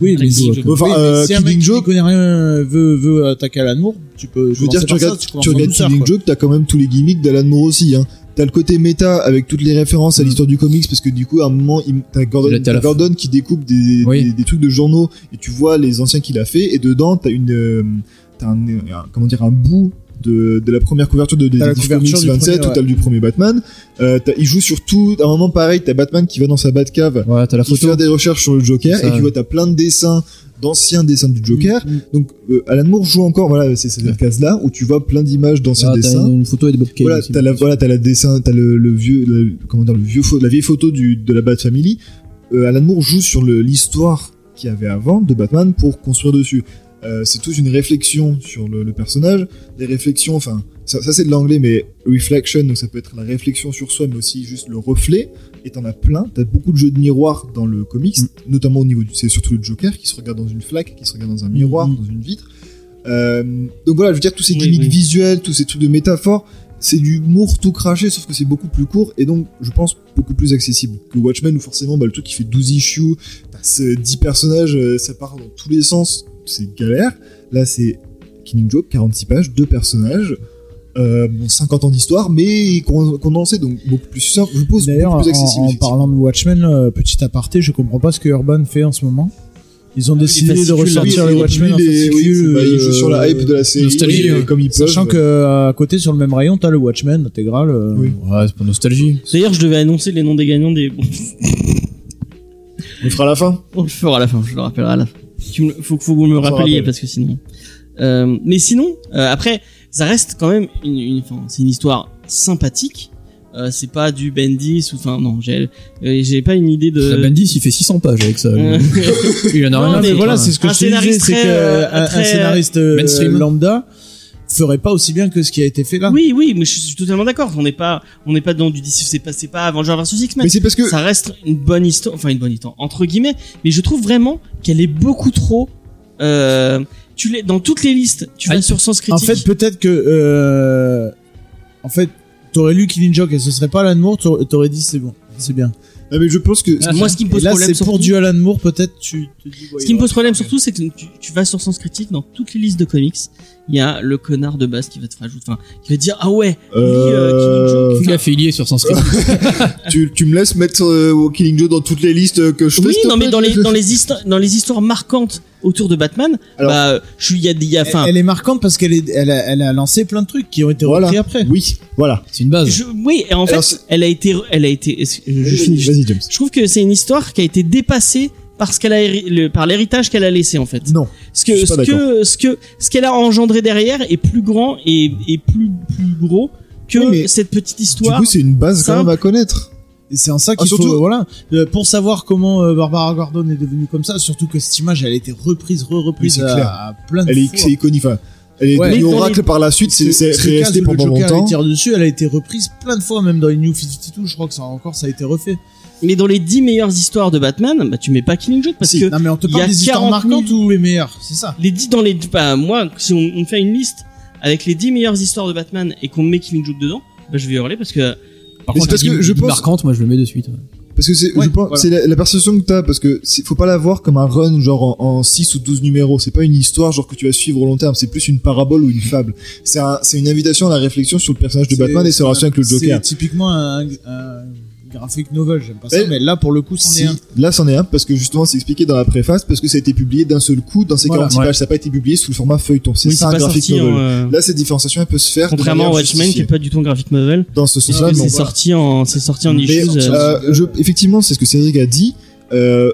S5: oui,
S3: Avec
S5: mais
S3: Killing
S5: oui,
S3: Joke.
S2: Enfin,
S5: mais
S2: euh,
S5: si un mec
S2: Killing
S5: qui
S2: Joke-
S5: connaît rien euh, veut, veut attaquer Alan Moore, tu peux.
S2: Je veux dire, tu regardes, tu regardes Killing Joke, t'as quand même tous les gimmicks d'Alan Moore aussi. Hein. T'as le côté méta avec toutes les références à
S4: Mm.
S2: l'histoire du comics, parce que du coup, à un moment, il- t'as Gordon,
S4: Là, t'as la-
S2: t'as Gordon qui découpe des,
S4: Oui.
S2: des, des trucs de journaux et tu vois les anciens qu'il a fait, et dedans, t'as une, euh, t'as un, euh, un- comment dire, un bout de, de la première couverture de
S5: la
S2: Detective Comics
S5: couverture du
S2: 27
S5: premier,
S2: où t'as le du premier Batman. Euh, t'as- il joue sur tout. À un moment pareil, t'as Batman qui va dans sa Batcave
S4: Ouais, t'as la
S2: qui
S4: photo. Mm.
S2: fait des recherches sur le Joker
S4: C'est ça. Mm.
S2: et tu vois t'as plein de dessins d'anciens dessins du Joker
S4: Ah,
S2: donc euh, Alan Moore joue encore voilà c'est c'est cette case là où tu vois plein d'images d'anciens
S4: Ah, t'as
S2: dessins
S4: une, une photo avec Bob Kane.
S2: voilà
S4: aussi.
S2: t'as la voilà t'as la dessin t'as le, le vieux le- comment dire le vieux pho- la vieille photo du de la Bat Family Euh, Alan Moore joue sur le- l'histoire qu'il y avait avant de Batman pour construire dessus Euh, c'est toute une réflexion sur le, le personnage des réflexions enfin ça, ça, c'est de l'anglais mais reflection donc ça peut être la réflexion sur soi mais aussi juste le reflet et t'en as plein t'as beaucoup de jeux de miroir dans le comics
S3: Mm.
S2: notamment au niveau du c'est surtout le Joker qui se regarde dans une flaque qui se regarde dans un miroir dans une vitre Euh, donc voilà je veux dire tous ces
S3: Mm. Oui,
S2: gimmicks
S3: oui.
S2: visuels tous ces trucs de métaphores c'est du mour tout craché, sauf que c'est beaucoup plus court et donc, je pense, beaucoup plus accessible que Watchmen où forcément, bah, le truc qui fait 12 issues, t'as ce- 10 personnages, euh, ça part dans tous les sens, c'est galère. Là, c'est Killing Joke, 46 pages, 2 personnages, euh, bon, 50 ans d'histoire, mais con- condensé, donc beaucoup plus simple, je pense,
S5: D'ailleurs,
S2: beaucoup
S5: en,
S2: plus accessible.
S5: en
S2: effectivement.
S5: parlant de Watchmen, euh, petit aparté, je comprends pas ce que Urban fait en ce moment. Ils ont
S3: Ah oui,
S5: décidé
S3: les fascicules,
S5: de
S2: Oui,
S5: ressortir
S2: et
S5: les
S2: donc,
S5: Watchmen en
S2: lui, les- oui,
S5: fascicule,
S2: bah, il joue
S5: euh,
S2: sur la hype de la série,
S4: nostalgie,
S2: oui,
S4: ouais.
S2: comme il peut.
S5: Sachant que euh, à côté, sur le même rayon, t'as le Watchmen intégral. euh,
S2: Oui.
S4: Ouais, c'est pour nostalgie.
S3: D'ailleurs, je devais annoncer les noms des gagnants des. Bon, (laughs)
S2: On le fera à la fin.
S3: on le fera à la fin. Je le rappellerai à la fin. Tu me- Faut, faut que vous me le
S2: On s'en
S3: rappeliez
S2: rappelle.
S3: parce que sinon. Euh, mais sinon, euh, après, ça reste quand même une, une enfin, c'est une histoire sympathique. Euh, c'est pas du Bendis ou enfin non, j'ai, euh, j'ai pas une idée
S4: La
S3: de.
S4: Bendis, il fait 600 pages avec (laughs) ça.
S3: Euh,
S4: il en a
S3: Non,
S4: rien à
S3: mais
S4: foutre,
S5: voilà,
S4: hein.
S5: c'est ce que
S3: Un
S5: je te disais,
S3: scénariste
S5: c'est
S3: très,
S5: que,
S3: euh,
S5: un-
S3: très,
S5: un scénariste euh,
S4: mainstream.
S5: lambda ferait pas aussi bien que ce qui a été fait là.
S3: oui, oui, mais je suis totalement d'accord. On n'est pas, on n'est pas dans du DC. C'est pas, c'est pas Avenger versus X-Men.
S2: Mais c'est parce que
S3: ça reste une bonne histoire, enfin une bonne histoire entre guillemets, mais je trouve vraiment qu'elle est beaucoup trop. Euh, tu l'es dans toutes les listes. Tu vas
S4: Ah,
S3: sur Sens
S5: En
S3: Critique.
S5: fait, peut-être que euh, en fait, t'aurais lu Killing Joke et ce serait pas Alan Moore, t'aurais t'aurais dit c'est bon, c'est bien.
S2: Non, mais je pense que.
S3: Ah, moi, ce qui me
S5: Et
S3: pose
S5: là,
S3: problème,
S5: c'est pour
S3: surtout-
S5: du Alan Moore, peut-être, tu te dis. ouais,
S3: Ce qui me
S5: il
S3: pose
S5: aura-
S3: problème surtout, c'est que tu, tu vas sur Sens Critique, dans toutes les listes de comics, il y a le connard de base qui va te rajouter, enfin, qui va te dire, ah ouais, lui,
S2: Euh,
S3: euh, Killing Joke.
S4: Tu l'as fait lier sur son script.
S2: Tu, tu me laisses mettre euh, Killing Joe dans toutes les listes que je fais
S3: Oui,
S2: s'il te
S3: non, mais
S2: plaît
S3: dans les, dans les histoires, dans les histoires marquantes autour de Batman,
S2: Alors-
S3: bah, euh, je suis, il y a, il y a, enfin,
S5: Elle- Elle est marquante parce qu'elle est, elle a, elle a lancé plein de trucs qui ont été
S2: Voilà.
S5: repris après.
S2: Oui, voilà.
S4: C'est une base.
S3: je- oui, et en fait,
S2: Alors, c'est-
S3: elle a été, elle a été, est-ce- je, finis
S2: Vas-y,
S3: juste.
S2: James.
S3: Je trouve que c'est une histoire qui a été dépassée parce qu'elle a, héri- le- par l'héritage qu'elle a laissé, en fait.
S2: Non.
S3: ce
S2: Je
S3: que
S2: suis pas
S3: ce que ce que ce qu'elle a engendré derrière est plus grand et, et plus plus gros que
S2: Oui, mais
S3: cette petite
S2: Du
S3: histoire.
S2: coup, c'est une base quand
S3: simple.
S2: même à connaître.
S5: Et C'est en ça qu'il
S2: Ah, surtout-
S5: faut, voilà, Euh, pour savoir comment euh, Barbara Gordon est devenue comme ça, surtout que cette image, elle a été reprise,
S2: Oui,
S5: re-reprise
S2: c'est
S5: à,
S2: clair.
S5: à plein de
S2: Elle est,
S5: fois.
S2: c'est iconique. Enfin, elle est
S5: Ouais.
S2: devenue
S3: Mais dans
S2: oracle
S3: les-
S2: par la suite. C'est, c'est,
S5: Ce- ce cas
S2: resté
S5: de
S2: pendant
S5: Joker,
S2: longtemps.
S5: Elle tire dessus, elle a été reprise plein de fois, même dans les New 52, je crois que ça encore, ça a été refait.
S3: Mais dans les 10 meilleures histoires de Batman, bah tu mets pas Killing Joke parce
S5: Si.
S3: que
S5: non mais on te
S3: il y a
S5: parle des histoires
S3: 40 000
S5: marquantes ou les meilleures, c'est ça.
S3: les 10 dans les bah moi si on, on fait une liste avec les 10 meilleures histoires de Batman et qu'on met Killing Joke dedans, bah je vais hurler parce que
S4: Par
S2: Mais parce
S4: contre, la
S2: que
S4: guide-
S2: je
S4: guide
S2: pense-
S4: marquante, moi je le mets de suite. ouais.
S2: Parce que c'est,
S5: Ouais,
S2: je pense,
S5: voilà.
S2: c'est la, la perception que t'as, parce que c'est, faut pas la voir comme un run, genre en, en 6 ou 12 numéros. C'est pas une histoire, genre que tu vas suivre au long terme. C'est plus une parabole ou une fable. C'est un, c'est une invitation à la réflexion sur le personnage de
S5: C'est-
S2: Batman et ses relations avec le Joker.
S5: C'est typiquement un, un graphic novel, j'aime pas ça,
S2: Eh,
S5: mais là pour le coup, c'en
S2: Si,
S5: est un.
S2: là, c'en est un, parce que justement, c'est expliqué dans la préface, parce que ça a été publié d'un seul coup dans ces
S5: Voilà,
S2: 46
S4: ouais.
S2: pages. Ça n'a pas été publié sous le format feuilleton. C'est
S3: oui, c'est
S2: ça un
S3: pas
S2: graphic
S3: sorti
S2: novel.
S3: en euh,
S2: Là, cette différenciation, elle peut se faire. de
S3: contrairement à
S2: manière
S3: Watchmen qui
S2: justifiée.
S3: est pas du tout un graphic novel.
S2: Dans ce
S3: Parce
S2: sens-là,
S3: que
S2: non.
S3: c'est sorti en c'est sorti en
S2: Mais,
S3: issues. euh,
S2: euh, je- effectivement, c'est ce que Cédric a dit. Euh,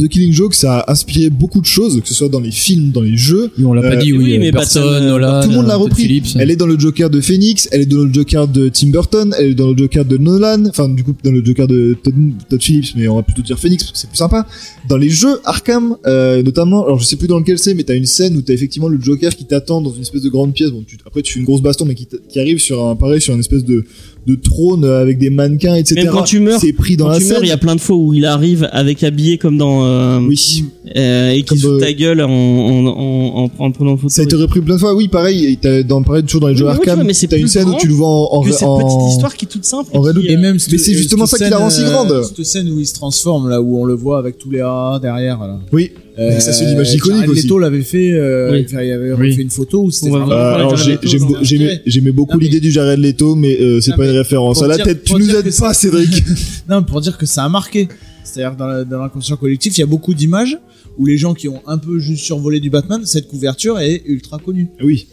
S2: The Killing Joke, ça a inspiré beaucoup de choses, que ce soit dans les films, dans les jeux.
S4: Oui, on l'a
S2: Euh,
S4: pas dit, oui.
S3: oui, mais
S4: euh, personne,
S3: Batman, euh,
S4: Nolan,
S2: tout le monde l'a
S4: euh,
S2: repris.
S4: Phillips.
S2: Elle est dans le Joker de Phoenix, elle est dans le Joker de Tim Burton, elle est dans le Joker de Nolan, enfin du coup dans le Joker de Todd, Todd Phillips, mais on va plutôt dire Phoenix parce que c'est plus sympa. Dans les jeux Arkham, euh, notamment, alors je sais plus dans lequel c'est, mais t'as une scène où t'as effectivement le Joker qui t'attend dans une espèce de grande pièce. Bon, tu- après tu fais une grosse baston, mais qui, t- qui arrive sur un pareil sur une espèce de de trône avec des mannequins, etc.
S3: Même quand tu meurs-
S2: c'est pris dans
S3: Quand
S2: la
S3: tu
S2: scène.
S3: meurs, il y a plein de fois où il arrive avec habillé comme dans euh,
S2: Oui.
S3: euh, et qui
S2: Comme,
S3: se
S2: euh,
S3: fout de ta gueule en, en, en, en, en prenant photo.
S2: Ça a été repris plein de fois. Oui, pareil, et t'as- dans pareil toujours dans les
S3: Oui,
S2: jeux
S3: mais ouais, tu
S2: Arkham,
S3: vois, mais c'est
S2: t'as une
S3: plus
S2: scène où
S3: grand
S2: tu le vois en, en-
S3: que cette petite
S2: en-
S3: histoire qui est toute simple.
S2: en
S3: et
S2: Red
S3: qui,
S2: Hood.
S3: euh,
S5: Et même
S2: Mais
S5: cette-
S2: c'est justement
S5: cette
S2: ça qui la rend si
S5: scène, euh,
S2: grande.
S5: Cette scène où il se transforme là, où on le voit avec tous les A derrière. Là. Euh,
S2: Oui. Mais ça, c'est une image iconique
S5: Jared
S2: aussi.
S5: Leto l'avait fait. euh,
S3: Oui.
S5: enfin, Il avait
S4: Oui.
S5: fait une photo où c'était.
S3: On va
S5: vraiment-
S3: voir.
S2: Euh, alors
S3: Jared
S2: j'ai-
S3: Leto,
S2: j'aime
S3: non,
S2: beau-
S5: c'est
S2: j'aimais
S5: vrai.
S2: j'aimais beaucoup
S5: Non, mais-
S2: l'idée du Jared Leto, mais euh, c'est
S5: Non,
S2: pas
S5: mais
S2: une référence
S5: pour
S2: à la
S5: dire-
S2: tête. Tu
S5: pour
S2: nous
S5: dire
S2: aides
S5: que
S2: pas, Cédric.
S5: Non, pour dire que ça a marqué. C'est-à-dire dans la- dans l'inconscient collectif, il y a beaucoup d'images où les gens qui ont un peu juste survolé du Batman, cette couverture est ultra connue.
S2: (laughs) oui.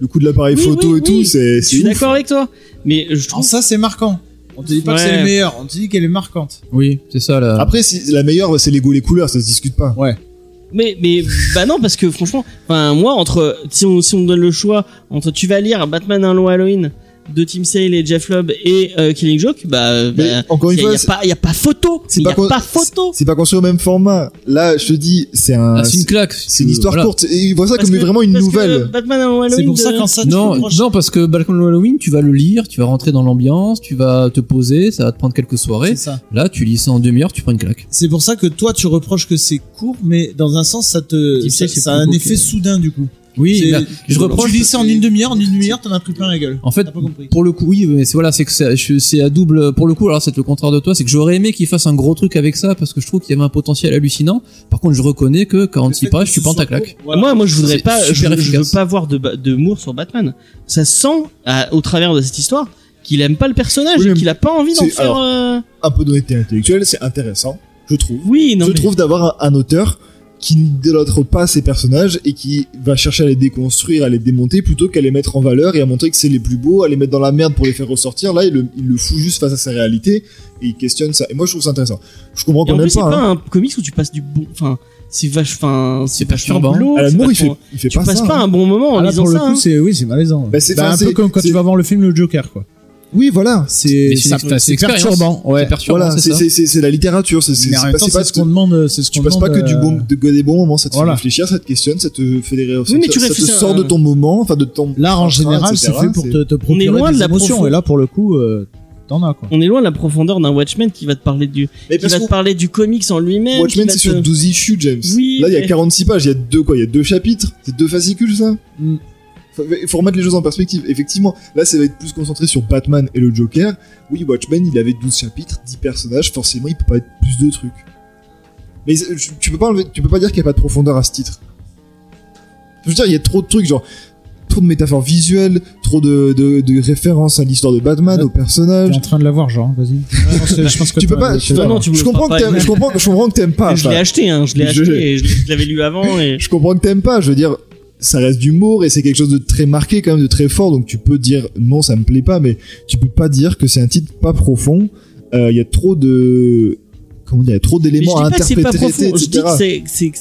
S2: Le coup de l'appareil
S3: Oui,
S2: photo
S3: oui,
S2: et tout,
S3: oui.
S2: c'est
S3: Je
S2: c'est
S3: suis
S2: ouf.
S3: d'accord avec toi, mais je
S5: Alors
S3: trouve
S5: Ah, ça, c'est marquant. On te dit pas que c'est
S3: Ouais.
S5: le meilleur, on te dit qu'elle est marquante.
S4: Oui, c'est ça là.
S2: Après, si- la meilleure, c'est les goûts, les couleurs, ça se discute pas.
S3: Mais, mais bah non, parce que franchement, enfin, moi, entre si on, si on me donne le choix entre tu vas lire Batman un long Halloween de Tim Sale et Jeff Lobb et euh, Killing Joke, bah,
S2: Mais
S3: bah
S2: encore
S3: il
S2: une
S3: n'y a,
S2: fois,
S3: y a pas- y a pas photo.
S2: c'est
S3: Il n'y
S2: pas
S3: a
S2: con-
S3: pas photo.
S2: c'est pas construit au même format. Là, je te dis, c'est un,
S4: Ah, c'est une
S2: bah, c'est
S4: claque.
S2: c'est une histoire
S4: Voilà.
S2: courte. Et il voit ça
S3: Parce
S2: comme
S3: que-
S2: vraiment une
S3: parce que euh,
S2: nouvelle.
S3: Batman un long Halloween.
S5: C'est pour ça
S3: de-
S5: qu'en ça, tu
S4: Non,
S5: peux projeter-
S4: non, parce que Balcon de Halloween, tu vas le lire, tu vas rentrer dans l'ambiance, tu vas te poser, ça va te prendre quelques soirées.
S5: c'est ça.
S4: Là, tu lis ça en demi-heure, tu prends une claque.
S5: C'est pour ça que toi, tu reproches que c'est court, mais dans un sens, ça te,
S4: Tu
S5: ça,
S4: sais, c'est
S5: ça
S4: plus
S5: a un
S4: beau
S5: effet
S4: que-
S5: soudain du coup.
S4: Oui,
S5: C'est-
S4: mais je reproche.
S5: Tu lis ça en une demi-heure, en une demi-heure, t'en as pris plein la gueule.
S4: En fait,
S5: T'as pas compris.
S4: pour le coup, oui, mais c'est voilà, c'est que c'est je- c'est à double. Pour le coup, alors c'est le contraire de toi, c'est que j'aurais aimé qu'il fasse un gros truc avec ça parce que je trouve qu'il y avait un potentiel hallucinant. Par contre, je reconnais que
S5: Le
S4: 46
S5: fait que
S4: pages,
S5: ce
S4: tu prends
S5: soit
S4: ta claque.
S5: court, voilà.
S3: Moi, moi, je voudrais
S4: C'est
S3: pas, je,
S4: super
S3: veux- je veux
S4: efficace.
S3: pas voir de, ba- de Moore sur Batman. Ça sent, à- au travers de cette histoire, qu'il aime pas le personnage
S2: Oui,
S3: et
S2: mais
S3: qu'il a pas envie d'en
S2: c'est-
S3: faire.
S2: alors-
S3: euh,
S2: Un peu d'honnêteté intellectuelle, c'est intéressant, je trouve.
S3: Oui, non.
S2: je
S3: mais-
S2: trouve d'avoir un, un auteur qui n'idolâtre pas ses personnages et qui va chercher à les déconstruire, à les démonter plutôt qu'à les mettre en valeur et à montrer que c'est les plus beaux, à les mettre dans la merde pour les faire ressortir. Là, il le, il le fout juste face à sa réalité et il questionne ça. Et moi, je trouve ça intéressant. Je comprends
S3: Et
S2: qu'on
S3: en
S2: n'aime
S3: plus, c'est
S2: pas.
S3: pas
S2: hein.
S3: un comics où tu passes du bon. Enfin, c'est vache. Enfin, c'est
S4: pas hein.
S3: vachement
S4: turbant.
S3: glauque,
S2: Alan
S3: c'est
S2: Ah, Moore, il fait,
S3: vachement-
S2: il fait
S3: Tu
S2: pas
S3: passes
S2: ça.
S3: pas
S2: hein.
S3: un bon moment en
S5: Ah, là,
S3: lisant
S5: pour le
S3: ça.
S5: coup,
S3: hein.
S5: c'est oui, c'est malaisant.
S2: Bah, c'est-
S5: Bah, un
S2: enfin, c'est-
S5: peu comme quand
S2: c'est-
S5: tu vas voir le film Le Joker, quoi.
S2: Oui, voilà.
S5: C'est
S4: c'est une
S5: ça-
S4: ex- c'est
S5: c'est
S4: une expérience.
S5: perturbant, ouais.
S4: C'est perturbant,
S2: Voilà,
S4: c'est
S2: c'est
S4: ça.
S2: c'est- c'est- c'est la littérature. C'est c'est-
S5: Mais en
S2: c'est
S5: même
S2: pas,
S5: temps,
S2: c'est
S5: c'est
S2: pas
S5: ce qu'on demande. C'est ce
S2: tu
S5: qu'on
S2: passes pas
S5: demande,
S2: que du
S5: euh,
S2: bon, de, que des bons moments, ça te
S5: voilà.
S2: fait réfléchir, ça te questionne, ça te fait des
S3: Oui, mais
S2: ça,
S3: tu
S2: ça te
S3: réfléchis à-
S2: sort de ton moment, enfin de ton.
S5: L'art en
S2: train,
S5: général, c'est
S2: Ah, etc.,
S5: fait pour
S2: c'est-
S5: te, te procurer
S3: loin de
S5: des
S3: la
S5: émotions.
S3: profonde-
S5: Et là, pour le coup, euh, t'en as quoi.
S3: On est loin de la profondeur d'un Watchmen qui va te parler du,
S2: Mais
S3: qui
S2: parce
S3: va te
S2: qu'on-
S3: parler du comics en lui-même.
S2: Watchmen,
S3: qui va
S2: c'est
S3: te-
S2: sur 12 issues, James.
S3: Oui,
S2: Là, il y a
S3: mais-
S2: 46 pages, il y a deux quoi, il y a deux chapitres, c'est deux fascicules ça.
S5: Mm.
S2: Il faut remettre les choses en perspective. Effectivement, là, ça va être plus concentré sur Batman et le Joker. Oui, Watchmen, il avait 12 chapitres, 10 personnages, forcément, il peut pas être plus de trucs. Mais euh, je- tu peux pas, enlever- tu peux pas dire qu'il y a pas de profondeur à ce titre. Je veux dire, il y a trop de trucs, genre, trop de métaphores visuelles, trop de, de, de références à l'histoire de Batman,
S5: Ouais.
S2: aux
S5: T'es
S2: personnages.
S5: en train de l'avoir, Jean, vas-y. Je pense que- je pense que
S2: Tu peux
S5: t'as-
S2: pas,
S5: t'as-
S2: je,
S3: euh, Non, non, tu me
S2: je
S3: le
S2: comprends
S3: feras
S2: que
S3: pas.
S2: t'aimes- je comprends, que- je comprends que t'aimes pas.
S3: je
S2: ça.
S3: l'ai acheté, hein, je l'ai
S2: Je-
S3: acheté, et je, je l'avais lu avant et
S2: je comprends que t'aimes pas, je veux dire, ça reste d'humour et c'est quelque chose de très marqué quand même, de très fort, donc tu peux dire non, ça me plaît pas, mais tu peux pas dire que c'est un titre pas profond. Euh, Il y a trop de. Comment dire, il y a trop
S3: Mais je dis
S2: d'éléments à
S3: pas que c'est
S2: interpréter,
S3: pas profond, je dis
S2: etc.
S3: que c'est c'est- que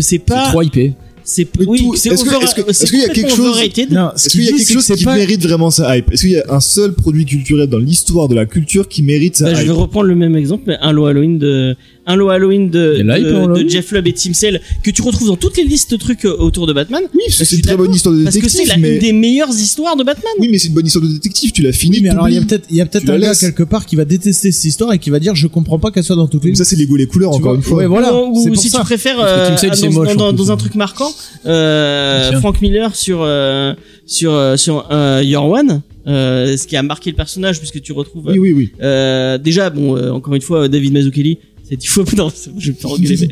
S3: c'est
S4: C'est
S3: pas
S4: trop hypé.
S3: c'est
S2: Mais
S3: oui,
S2: tout-
S3: c'est
S2: est-ce que-
S3: over-
S2: est-ce que-
S3: c'est
S2: est-ce qu'il y a quelque
S3: complètement
S2: chose-
S3: overrated.
S5: Non, ce
S2: Est-ce qu'il y a
S5: dit,
S2: quelque
S5: c'est
S2: chose
S5: c'est
S2: qui
S5: pas-
S2: mérite vraiment sa hype Est-ce qu'il y a un seul produit culturel dans l'histoire de la culture qui mérite sa
S3: Bah, je
S2: hype
S3: vais reprendre le même exemple, mais un lot Halloween de, un lot Halloween de,
S4: Il y a de la hype,
S3: de-
S4: hein,
S3: de
S4: Halloween
S3: Jeff Lubb et Tim Sale que tu retrouves dans toutes les listes de trucs euh, autour de Batman.
S2: Oui, parce que
S3: je
S2: c'est
S3: suis
S2: une très
S3: d'accord,
S2: bonne histoire de
S3: Parce que c'est
S2: détective,
S3: la-
S2: mais
S3: une des meilleures histoires de Batman.
S2: oui, mais c'est une bonne histoire de détective. Tu l'as fini,
S5: Oui, mais alors il y a
S2: t'oublies.
S5: peut-être il y a peut-être
S2: Tu
S5: un
S2: la
S5: gars
S2: laisses.
S5: quelque part qui va détester cette histoire et qui va dire je comprends pas qu'elle soit dans toutes les
S2: Comme ça, c'est les goûts, les couleurs.
S5: Tu
S2: Encore
S5: vois,
S2: une fois,
S5: ouais, voilà,
S3: ou,
S5: c'est
S3: ou
S5: pour
S3: si
S5: ça.
S3: tu préfères
S4: Parce que
S3: euh,
S4: Tim Sale,
S3: dans,
S4: c'est moche,
S3: dans- dans-
S4: en plus.
S3: dans un truc marquant, euh,
S4: Tiens.
S3: Frank Miller sur euh, sur euh, sur euh, Your One, euh, ce qui a marqué le personnage puisque tu retrouves
S2: oui, oui, oui.
S3: Euh, déjà, bon, euh, encore une fois, euh, David Mazzucchelli, c'est dix fois. (laughs) Non, c'est bon, je vais me faire engueuler.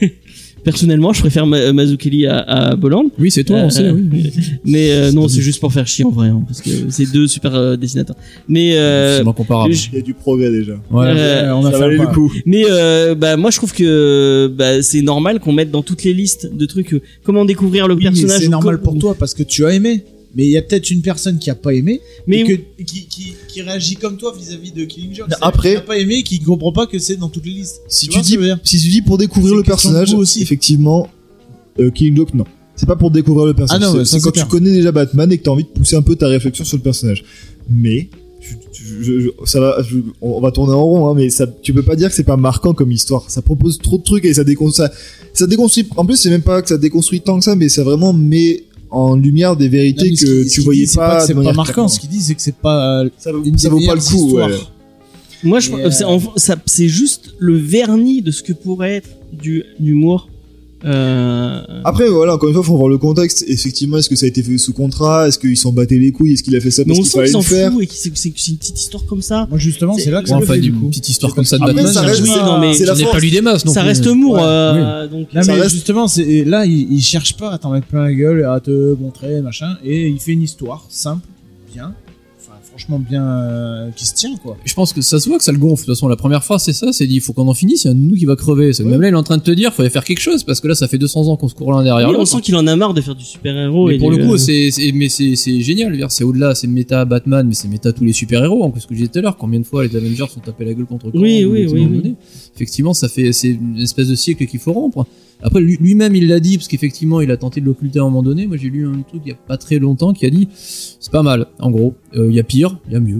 S3: mais- (laughs) Personnellement, je préfère Ma- Mazzucchelli à, à Bolland,
S4: Oui, c'est toi,
S3: Euh,
S4: on sait. oui.
S3: mais euh, non, c'est juste pour faire chier en vrai, hein, parce que c'est deux super euh, dessinateurs. Mais euh,
S4: C'est moins comparable.
S3: je-
S2: Il y a du progrès déjà.
S4: Voilà.
S3: euh,
S5: Ouais, on
S2: Ça
S5: a fait
S2: valait
S5: un
S2: le
S5: pas.
S2: coup.
S3: mais euh, bah moi, je trouve que bah, c'est normal qu'on mette dans toutes les listes de trucs euh, comment découvrir le
S5: Oui, mais
S3: personnage.
S5: c'est
S3: ou
S5: normal
S3: co-
S5: pour toi parce que tu as aimé. Mais il y a peut-être une personne qui a pas aimé,
S3: Mais
S5: et que- qui, qui, qui réagit comme toi vis-à-vis de Killing Joke.
S2: Non,
S5: C'est-à-dire
S2: après-
S5: qui a pas aimé, et qui ne comprend pas que c'est dans toutes les listes.
S2: Si
S5: Tu
S2: tu,
S5: vois ce que
S2: dis,
S5: je veux dire
S2: si tu dis pour découvrir
S5: C'est
S2: le
S5: une question de
S2: personnage,
S5: goût aussi.
S2: effectivement, euh, Killing Joke, non. C'est pas pour découvrir le personnage.
S5: Ah non,
S2: c'est-
S5: ouais, ça,
S2: c'est
S5: c'est
S2: quand
S5: clair.
S2: tu connais déjà Batman et que t'as envie de pousser un peu ta réflexion sur le personnage. Mais tu- tu- je- je- ça va, je- on on va tourner en rond, hein, mais ça, tu peux pas dire que c'est pas marquant comme histoire. Ça propose trop de trucs et ça déconstruit. Ça, ça déconstruit. En plus, c'est même pas que ça déconstruit tant que ça, mais ça vraiment met en lumière des
S5: Non,
S2: vérités
S5: mais ce
S2: que
S5: qu'il- ce
S2: tu
S5: qu'il
S2: voyais
S5: dit, c'est
S2: pas.
S5: que c'est
S2: de manière
S5: pas marquant.
S2: claire.
S5: Ce qu'il dit, c'est que c'est pas euh,
S2: Ça, vaut-
S5: une
S2: ça
S5: des
S2: vaut pas
S5: meilleures
S2: le coup.
S5: histoires.
S2: ouais.
S3: Moi, je,
S5: Mais, euh,
S3: c'est, en- ça, c'est juste le vernis de ce que pourrait être du l'humour. Euh,
S2: Après, voilà, encore une fois, faut voir le contexte. Effectivement, est-ce que ça a été fait sous contrat Est-ce qu'ils s'en battaient les couilles Est-ce qu'il a fait ça
S3: mais
S2: parce
S3: on
S2: qu'il
S3: sent
S2: fallait
S3: qu'ils s'en
S2: le faire
S3: foutent et que c'est, c'est- c'est une petite histoire comme ça.
S5: Moi justement,
S3: C'est-
S5: c'est là que
S4: Ouais,
S5: ça me
S4: enfin,
S5: fait
S4: des
S5: du coup.
S4: petites histoires comme ça de
S2: Après,
S4: Batman.
S2: ça
S4: j'en ai-
S2: reste-
S3: non, mais-
S2: c'est la
S4: J'en ai
S2: France.
S4: pas lu des masses non
S3: ça
S4: plus.
S3: reste humour.
S5: Ouais,
S3: euh, Donc,
S5: Non
S2: Ça
S5: mais
S2: reste-
S5: justement, c'est et là il, il cherche pas à t'en mettre plein la gueule, à te montrer machin, et il fait une histoire simple, bien, enfin franchement bien, euh, qui se tient quoi.
S4: Je pense que ça se voit que ça le gonfle. De toute façon, la première phrase, c'est ça c'est dit, il faut qu'on en finisse, il y en a de nous qui va crever. C'est que
S2: Ouais.
S4: Même là, il est en train de te dire, il fallait faire quelque chose, parce que là, ça fait 200 ans qu'on se court l'un derrière
S3: oui, on
S4: l'autre.
S3: sent qu'il en a marre de faire du super-héros.
S4: Mais
S3: et
S4: pour
S3: du-
S4: le coup,
S3: euh,
S4: c'est c'est- mais c'est c'est génial. je veux dire, C'est au-delà, c'est méta Batman, mais c'est méta tous les super-héros. En plus, ce que je disais tout à l'heure, combien de fois les Avengers sont tapés la gueule contre Kang,
S3: Oui,
S4: ou
S3: oui,
S4: les
S3: oui,
S4: Illuminés. Effectivement, ça fait c'est une espèce de siècle qu'il faut rompre. Après, lui- lui-même, il l'a dit parce qu'effectivement, il a tenté de l'occulter à un moment donné. Moi, j'ai lu un truc il y a pas très longtemps qui a dit c'est pas mal. En gros, Euh, il y a pire, il y a mieux.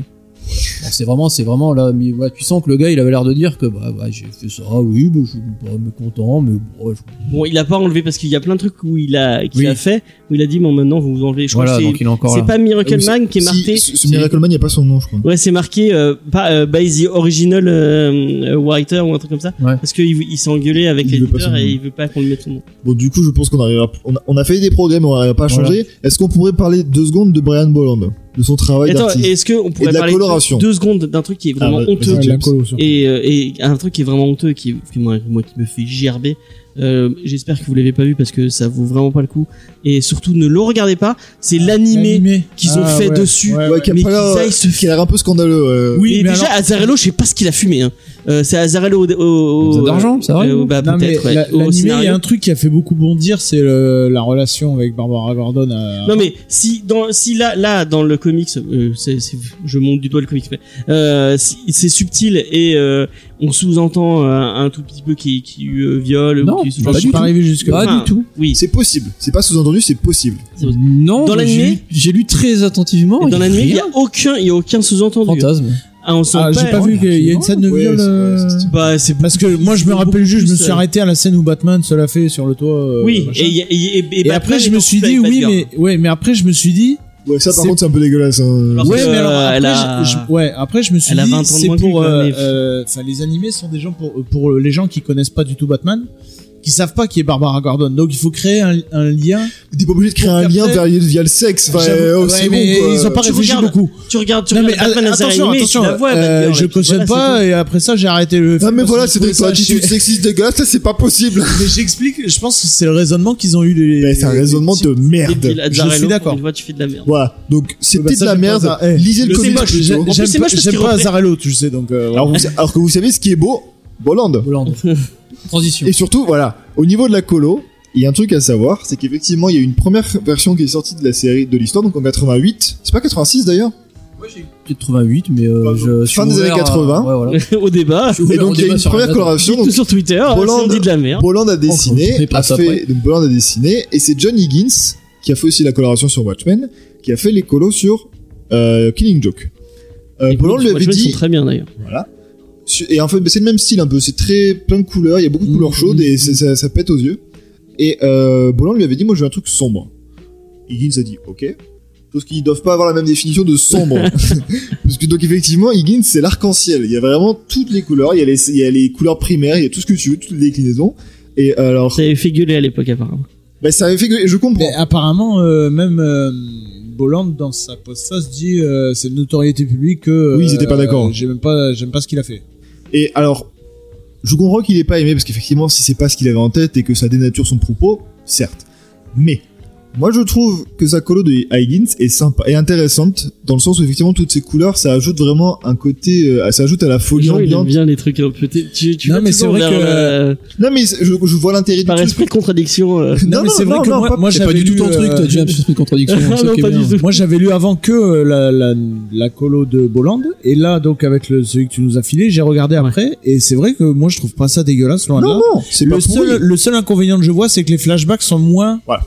S4: Bon, c'est vraiment, c'est vraiment là. Mais voilà, tu sens que le gars, il avait l'air de dire que bah, bah, j'ai fait ça, oui, bah, je suis pas content, mais bon, je-
S3: Bon, il a pas enlevé parce qu'il y a plein de trucs où il a, qu'il
S4: Oui.
S3: a fait, où il a dit, bon, maintenant, vous vous enlevez. Je crois
S4: voilà.
S3: que c'est,
S4: Donc, il est encore
S3: c'est
S4: là.
S3: pas Miracle Man qui est
S2: Ah Si,
S3: marqué.
S2: ce, ce Miracle Man, il n'y a pas son nom, je crois.
S3: Ouais, c'est marqué euh, pas, euh, by the original euh, euh, writer ou un truc comme ça.
S4: Ouais.
S3: Parce qu'il il s'est engueulé avec
S2: Il veut pas
S3: l'éditeur
S2: son
S3: et
S2: nom.
S3: il veut pas qu'on lui mette son nom.
S2: Bon, du coup, je pense qu'on arrivera. On a, on a fait des progrès, mais on n'arrive pas à
S4: Voilà.
S2: changer. Est-ce qu'on pourrait parler deux secondes de Brian Bolland De son travail
S3: Attends,
S2: d'artiste
S3: est-ce qu'on pourrait
S2: de la
S3: parler
S2: coloration.
S3: deux secondes d'un truc qui est vraiment
S2: Ah, bah,
S3: honteux
S2: vas-y. la
S5: colo sur.
S3: et, euh, et un truc qui est vraiment honteux, qui, est- qui moi, moi, qui me fait gerber. Euh, J'espère que vous l'avez pas vu parce que ça vaut vraiment pas le coup. Et surtout, ne le regardez pas. C'est l'animé. qu'ils ont fait dessus.
S5: Ah, Ouais,
S2: Ouais,
S5: ouais.
S2: qui a
S3: mais
S2: pas l'air-
S3: qu'ils aillent se
S2: qui a l'air un peu scandaleux. euh,
S5: Oui,
S3: mais,
S5: mais
S3: déjà,
S5: alors-
S3: Azarello, je sais pas ce qu'il a fumé. Hein. Euh, c'est Azarello au.
S4: Il
S3: au,
S4: faisait
S3: au
S4: de l'argent, ça va
S3: euh, bah,
S5: Non, mais
S3: peut-être. ouais,
S5: la-
S3: au
S5: l'animé, il y
S3: scénario.
S5: a un truc qui a fait beaucoup bondir, c'est le- la relation avec Barbara Gordon. à-
S3: Non mais si dans si là là dans le comics euh, c'est- c'est- je monte du doigt le comics mais euh, si- c'est subtil et euh, on sous-entend euh, un, tout petit peu qui qui euh, viole
S4: Non,
S3: ou qui, ce genre de
S4: pas
S5: Enfin, je suis
S4: du
S5: pas
S4: tout.
S5: arrivé jusque là.
S4: Pas
S3: Enfin,
S4: du tout.
S3: oui
S2: C'est possible. C'est pas sous-entendu, c'est possible.
S4: Non,
S3: Dans
S4: mais
S3: l'animé-
S4: j'ai lu- j'ai lu très attentivement.
S3: Et dans
S4: il y a
S3: l'anime il y
S4: rien.
S3: a aucun il y a aucun sous-entendu
S4: fantasme.
S3: ah on sent
S5: Ah, j'ai
S3: pas,
S5: pas vu qu'il y a une scène de
S2: Ouais,
S5: viol.
S2: c'est-
S5: euh,
S2: ouais, c'est-
S3: bah c'est
S5: Parce que moi, je me rappelle juste, je me
S2: euh,
S5: suis arrêté à la scène où Batman se l'a fait sur le toit. euh,
S3: oui
S5: machin.
S3: et, il y a- et, et- et
S5: Et
S3: Batman
S5: après,
S3: est
S5: je
S3: dans
S5: me suis
S3: tout
S5: dit,
S3: avec
S5: oui,
S3: Batgirl.
S5: mais, ouais, mais après, je me suis dit,
S2: Ouais, ça, par
S5: C'est-
S2: contre, c'est un peu dégueulasse. hein.
S3: Parce
S5: ouais,
S3: que,
S5: mais alors,
S3: euh,
S5: après,
S3: elle a-
S5: je, je- ouais, après, je me suis
S3: elle a
S5: dit,
S3: 20 ans de
S5: c'est
S3: moins que
S5: pour,
S3: lui, quoi,
S5: euh,
S3: mais-
S5: euh, enfin, les animés sont des gens pour, pour les gens qui connaissent pas du tout Batman. qui savent pas qui est Barbara Gordon. Donc il faut créer un, un lien.
S2: T'es pas obligé de créer un
S5: Après-
S2: lien vers- via le sexe. Enfin,
S5: J'avoue-
S2: oh,
S5: ouais,
S2: c'est
S5: mais
S2: bon, quoi.
S5: ils ont pas
S3: Tu
S5: réfléchi
S3: regardes-
S5: beaucoup.
S3: Tu regardes, tu
S5: Non, mais
S3: regardes Batman
S5: a-
S3: as
S5: attention,
S3: animé,
S5: attention.
S3: tu la vois,
S5: euh,
S3: Batgirl, et
S5: je
S3: puis
S5: cautionne
S3: voilà, c'est
S5: pas et après ça j'ai arrêté le.
S2: Non, mais
S5: parce
S2: voilà,
S5: que je
S2: c'est
S5: trouvais
S2: des
S5: ça
S2: attitudes
S5: chier.
S2: sexistes dégueulasses, ça c'est pas possible.
S5: (laughs) Mais j'explique. Je pense que c'est le raisonnement qu'ils ont eu. Les,
S2: Mais c'est un
S5: les-
S2: raisonnement
S5: les-
S2: de
S3: tout.
S2: merde.
S3: Débile, Azzarello,
S5: suis
S3: pour
S5: d'accord.
S3: ah, Une fois, tu fais de la merde.
S2: Voilà, donc
S5: Ouais, bah,
S2: c'était de
S5: ça,
S2: la
S5: j'aime pas
S2: merde.
S5: ça. Eh,
S2: Lisez le
S3: c'est
S2: comics
S3: moche,
S2: plutôt.
S5: J'ai-
S3: En plus,
S5: J'aime
S3: c'est
S5: pas,
S3: moche parce
S5: j'aime
S3: qu'il
S5: pas
S3: reprend-
S5: Azzarello, tu sais. Donc euh, voilà.
S2: Alors, vous- alors que vous savez ce qui est beau, Bolland.
S4: Hollande. Transition.
S2: Et surtout, voilà, au niveau de la colo, il y a un truc à savoir, c'est qu'effectivement, il y a eu une première version qui est sortie de la série de l'histoire, donc en 88. C'est pas 86 d'ailleurs.
S4: Moi j'ai 88, mais euh,
S2: Pardon.
S4: je suis
S2: Fin des années
S4: ouvert à-
S2: 80.
S4: ouais,
S3: (laughs)
S4: voilà.
S3: Au débat,
S4: Je suis
S2: Et
S4: ouvert au
S2: donc il y
S4: débat
S2: a une
S4: sur
S2: première
S4: la date.
S2: coloration.
S3: dites-nous
S2: Donc,
S3: sur Twitter, hein, si on
S2: Bolland-
S3: dit de la merde.
S2: Bolland a
S4: on
S2: dessiné,
S4: fait pas
S2: a
S4: ça
S2: fait,
S4: après.
S2: donc Bolland a dessiné, et c'est John Higgins qui a fait aussi la coloration sur Watchmen, qui a fait les colos sur euh, Killing Joke. Euh,
S3: Les
S2: Bolland lui
S3: Watchmen
S2: avait
S3: sont
S2: dit,
S3: très bien d'ailleurs.
S2: Su- Et en fait, bah, c'est le même style un peu. C'est très plein de couleurs. Il y a beaucoup de
S4: Mmh,
S2: couleurs chaudes
S4: mmh,
S2: et ça, ça- ça pète aux yeux. Et euh, Bolland lui avait dit, moi, je veux un truc sombre. Higgins a dit, ok. Sauf qu'ils doivent pas avoir la même définition de sombre. (laughs) Parce que donc effectivement, Higgins, c'est l'arc-en-ciel. Il y a vraiment toutes les couleurs. Il y, a les, il y a les couleurs primaires. Il y a tout ce que tu veux, toutes les déclinaisons. Et euh, alors,
S3: Ça avait fait gueuler à l'époque apparemment.
S2: bah, ça avait fait que je comprends.
S5: Mais Ben, apparemment, euh, même euh, Bolland dans sa postface dit euh, c'est de notoriété publique que.
S2: Oui, ils étaient pas
S5: euh,
S2: d'accord.
S5: J'aime pas, j'aime pas ce qu'il a fait.
S2: Et alors, je comprends qu'il n'ait pas aimé, parce qu'effectivement, si c'est pas ce qu'il avait en tête et que ça dénature son propos, certes. Mais, moi je trouve que sa colo de Higgins est sympa et intéressante, dans le sens où effectivement toutes ces couleurs, ça ajoute vraiment un côté, euh, ça ajoute à la
S3: Les
S2: folie
S3: gens, ils aiment
S2: ambiante.
S3: bien les trucs un peu. Tu, tu- tu
S5: Non,
S3: vas
S5: mais
S3: toujours
S5: c'est vrai
S3: vers,
S5: que-
S3: euh,
S2: Non mais c'est- je, je vois l'intérêt du
S3: par
S2: truc.
S3: esprit de contradiction. euh,
S2: Non,
S5: mais
S2: non,
S5: c'est vrai
S2: non,
S5: que
S2: non,
S5: moi-
S2: pas-
S5: moi,
S4: C'est
S5: j'avais
S4: pas du tout
S5: lu,
S4: ton
S5: euh,
S4: truc, t'as
S5: (laughs)
S4: déjà un petit peu de contradiction.
S3: Non,
S4: c'est ça qui est
S3: pas du
S4: bien.
S3: tout.
S5: Moi, j'avais lu avant que euh, la, la, la colo de Bolland, et là, donc, avec le, celui que tu nous as filé, j'ai regardé après, et c'est vrai que moi, je trouve pas ça dégueulasse, loin de
S2: Non,
S5: là.
S2: non, c'est pas
S5: Le
S2: pourri.
S5: seul, le seul inconvénient que je vois, c'est que les flashbacks sont moins,
S2: Voilà.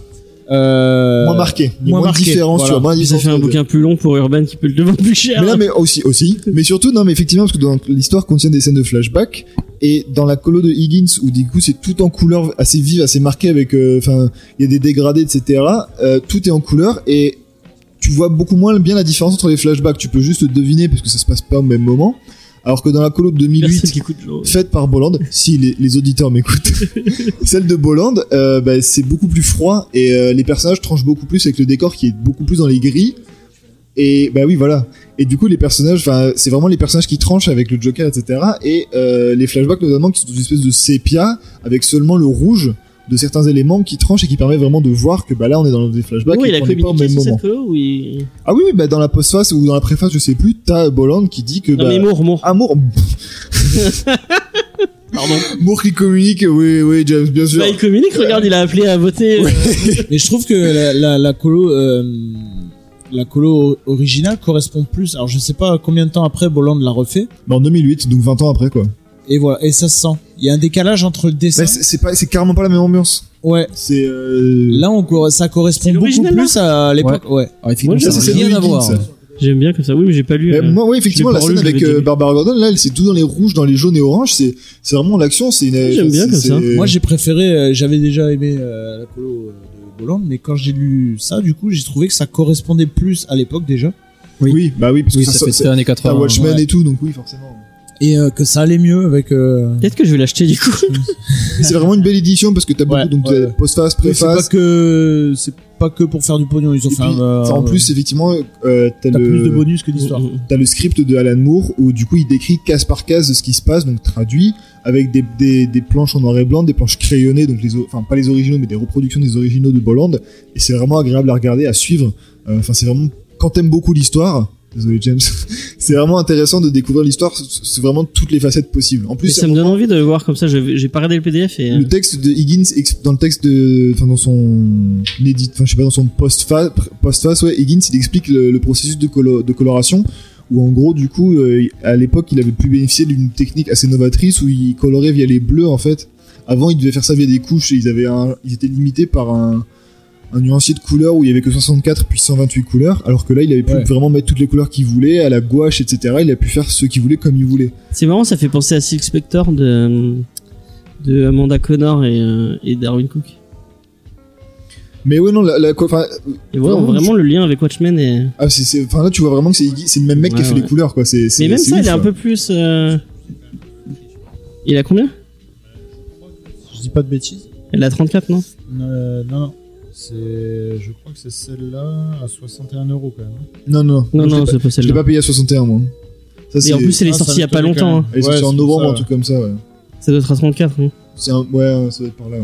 S5: euh,
S2: moins marqué, Il y a
S5: moins
S2: moins de
S5: marqué,
S2: différence,
S5: voilà.
S2: tu vois, moins de
S3: Ça fait
S2: différence
S3: un
S2: de-
S3: bouquin plus long pour Urban qui peut le devant plus cher.
S2: Mais là, mais aussi, aussi. Mais surtout, non, mais effectivement, parce que dans l'histoire contient des scènes de flashback. Et dans la colo de Higgins, où du coup c'est tout en couleur assez vive, assez marquée, avec, euh, enfin, il y a des dégradés, etc. euh, tout est en couleur et tu vois beaucoup moins bien la différence entre les flashbacks. Tu peux juste le deviner parce que ça se passe pas au même moment. Alors que dans la colo de
S3: Personne
S2: 2008,
S3: qui écoute l'eau.
S2: faite par Bolland, si les, les auditeurs m'écoutent,
S3: (laughs)
S2: celle de Bolland, euh, bah, c'est beaucoup plus froid et euh, les personnages tranchent beaucoup plus avec le décor qui est beaucoup plus dans les gris. Et bah oui, voilà. Et du coup, les personnages, enfin, c'est vraiment les personnages qui tranchent avec le Joker, etc. Et euh, les flashbacks, notamment, qui sont une espèce de sépia avec seulement le rouge de certains éléments qui tranchent et qui permet vraiment de voir que bah là, on est dans des flashbacks
S3: Oui,
S2: et
S3: il a
S2: qu'on est pas au
S3: communiqué
S2: même
S3: sur
S2: moment.
S3: cette colo ou il...
S2: Ah oui, oui, bah dans la postface ou dans la préface, je sais plus, t'as Bolland qui dit que
S3: Non,
S2: bah,
S3: mais Moore, Moore.
S2: amour,
S3: Pardon.
S2: Moore qui communique, oui, oui, James, bien sûr.
S3: Bah, il communique, regarde, il a appelé à voter. euh,
S5: Mais je trouve que la, la, la colo, euh, la colo originale correspond plus. Alors, je sais pas combien de temps après Bolland l'a refait.
S2: Mais en 2008, donc 20 ans après, quoi.
S5: Et voilà. Et ça se sent. Il y a un décalage entre le dessin.
S2: Mais c'est c'est pas, c'est carrément pas la même ambiance.
S5: ouais.
S2: C'est euh...
S5: Là, on, cor- ça
S3: C'est
S5: correspond beaucoup
S3: l'original, là
S5: plus à l'époque. Ouais.
S4: Ah, effectivement,
S3: Moi,
S4: ça
S3: je-
S4: n'a
S2: c'est
S4: rien
S2: Higgins,
S4: à voir.
S2: ça.
S3: J'aime bien comme ça. Oui, mais j'ai pas lu.
S2: Mais
S3: euh,
S2: moi, oui, effectivement,
S3: je
S2: la
S3: l'ai pas
S2: scène
S3: relu, je
S2: avec
S3: l'avais
S2: euh,
S3: déjà lu.
S2: Barbara Gordon, là, elle c'est tout dans les rouges, dans les jaunes et oranges. C'est, c'est vraiment l'action. C'est une.
S3: J'aime bien
S2: c'est-
S3: comme
S2: c'est-
S3: ça.
S5: Moi, j'ai préféré, euh, j'avais déjà aimé euh, la colo euh, de Bolland, mais quand j'ai lu ça, du coup, j'ai trouvé que ça correspondait plus à l'époque déjà,
S2: Oui. bah oui, parce que
S4: Oui,
S2: ça,
S4: ça fait hein.
S2: ça-
S4: très années
S2: t'as
S4: 80.
S2: Watchmen
S5: ouais.
S2: et tout, donc oui, forcément.
S5: et euh, que ça allait mieux avec. euh,
S3: Peut-être que je vais l'acheter du coup.
S2: Mais c'est vraiment une belle édition parce que t'as
S5: Ouais,
S2: beaucoup, donc
S5: ouais,
S2: t'as
S5: ouais.
S2: postface,
S5: C'est pas
S2: préface.
S5: que c'est pas que pour faire du pognon, ils ont
S2: Et
S5: fait.
S2: puis,
S5: un, euh,
S2: enfin, en plus, effectivement, euh, t'as,
S5: t'as
S2: le...
S5: plus de bonus que d'histoire.
S2: T'as le script de Alan Moore où du coup il décrit case par case de ce qui se passe, donc traduit, avec des, des, des planches en noir et blanc, des planches crayonnées, donc les, o- enfin pas les originaux mais des reproductions des originaux de Bolland, et c'est vraiment agréable à regarder, à suivre. Euh, Enfin c'est vraiment, quand t'aimes beaucoup l'histoire, (laughs) désolé James, c'est vraiment intéressant de découvrir l'histoire, c'est- c'est vraiment toutes les facettes possibles. En
S3: Mais
S2: plus,
S3: ça me donne envie de voir comme ça. je vais- J'ai pas regardé le PDF et. euh,
S2: le texte de Higgins, ex- dans le texte de, enfin dans son édit, enfin je sais pas, dans son postface, postface ouais, Higgins il explique le, le processus de, colo- de coloration où en gros du coup euh, à l'époque il avait pu bénéficier d'une technique assez novatrice où il colorait via les bleus en fait. Avant ils devaient faire ça via des couches et ils avaient un- ils étaient limités par un un nuancier de couleurs où il y avait que 64 puis 128 couleurs, alors que là il avait pu
S5: Ouais.
S2: vraiment mettre toutes les couleurs qu'il voulait, à la gouache, etc. Il a pu faire ce qu'il voulait comme il voulait.
S3: C'est marrant, ça fait penser à Silk Spector de, euh, de Amanda Connor et, euh, et Darwin Cook.
S2: Mais ouais, non, la, la, enfin,
S3: Et voilà,
S2: Non,
S3: vraiment le lien avec Watchmen est.
S2: Ah, c'est, c'est- enfin là, tu vois vraiment que c'est, Iggy- c'est le même mec qui
S3: Ouais,
S2: a fait
S3: ouais.
S2: les couleurs, quoi. C'est, c'est, hein.
S3: Mais même
S2: c'est ouf,
S3: ça, euh, il est un
S2: là.
S3: peu plus. euh, Il a combien
S5: dis pas de bêtises.
S3: Elle a 34, non
S5: Euh, non, non. C'est, je crois que c'est celle-là à 61 euros quand même.
S2: Non, non.
S3: Non,
S2: Moi, je l'ai
S3: non,
S2: pas-
S3: c'est pas
S2: Je l'ai
S3: celle-là.
S2: pas payé à 61, moi. Ça,
S3: Et en plus, elle est
S5: Ah, ça
S3: sortie il y a pas
S5: m'étonne
S3: longtemps.
S5: quand
S3: hein.
S5: même.
S2: elle est
S5: Ouais,
S2: sortie
S5: c'est
S2: en
S5: pour
S2: novembre,
S5: ça,
S2: un
S5: ouais.
S2: truc comme ça, ouais.
S3: Ça doit être à 34. hein.
S2: C'est un... Ouais, ça va être par là, ouais.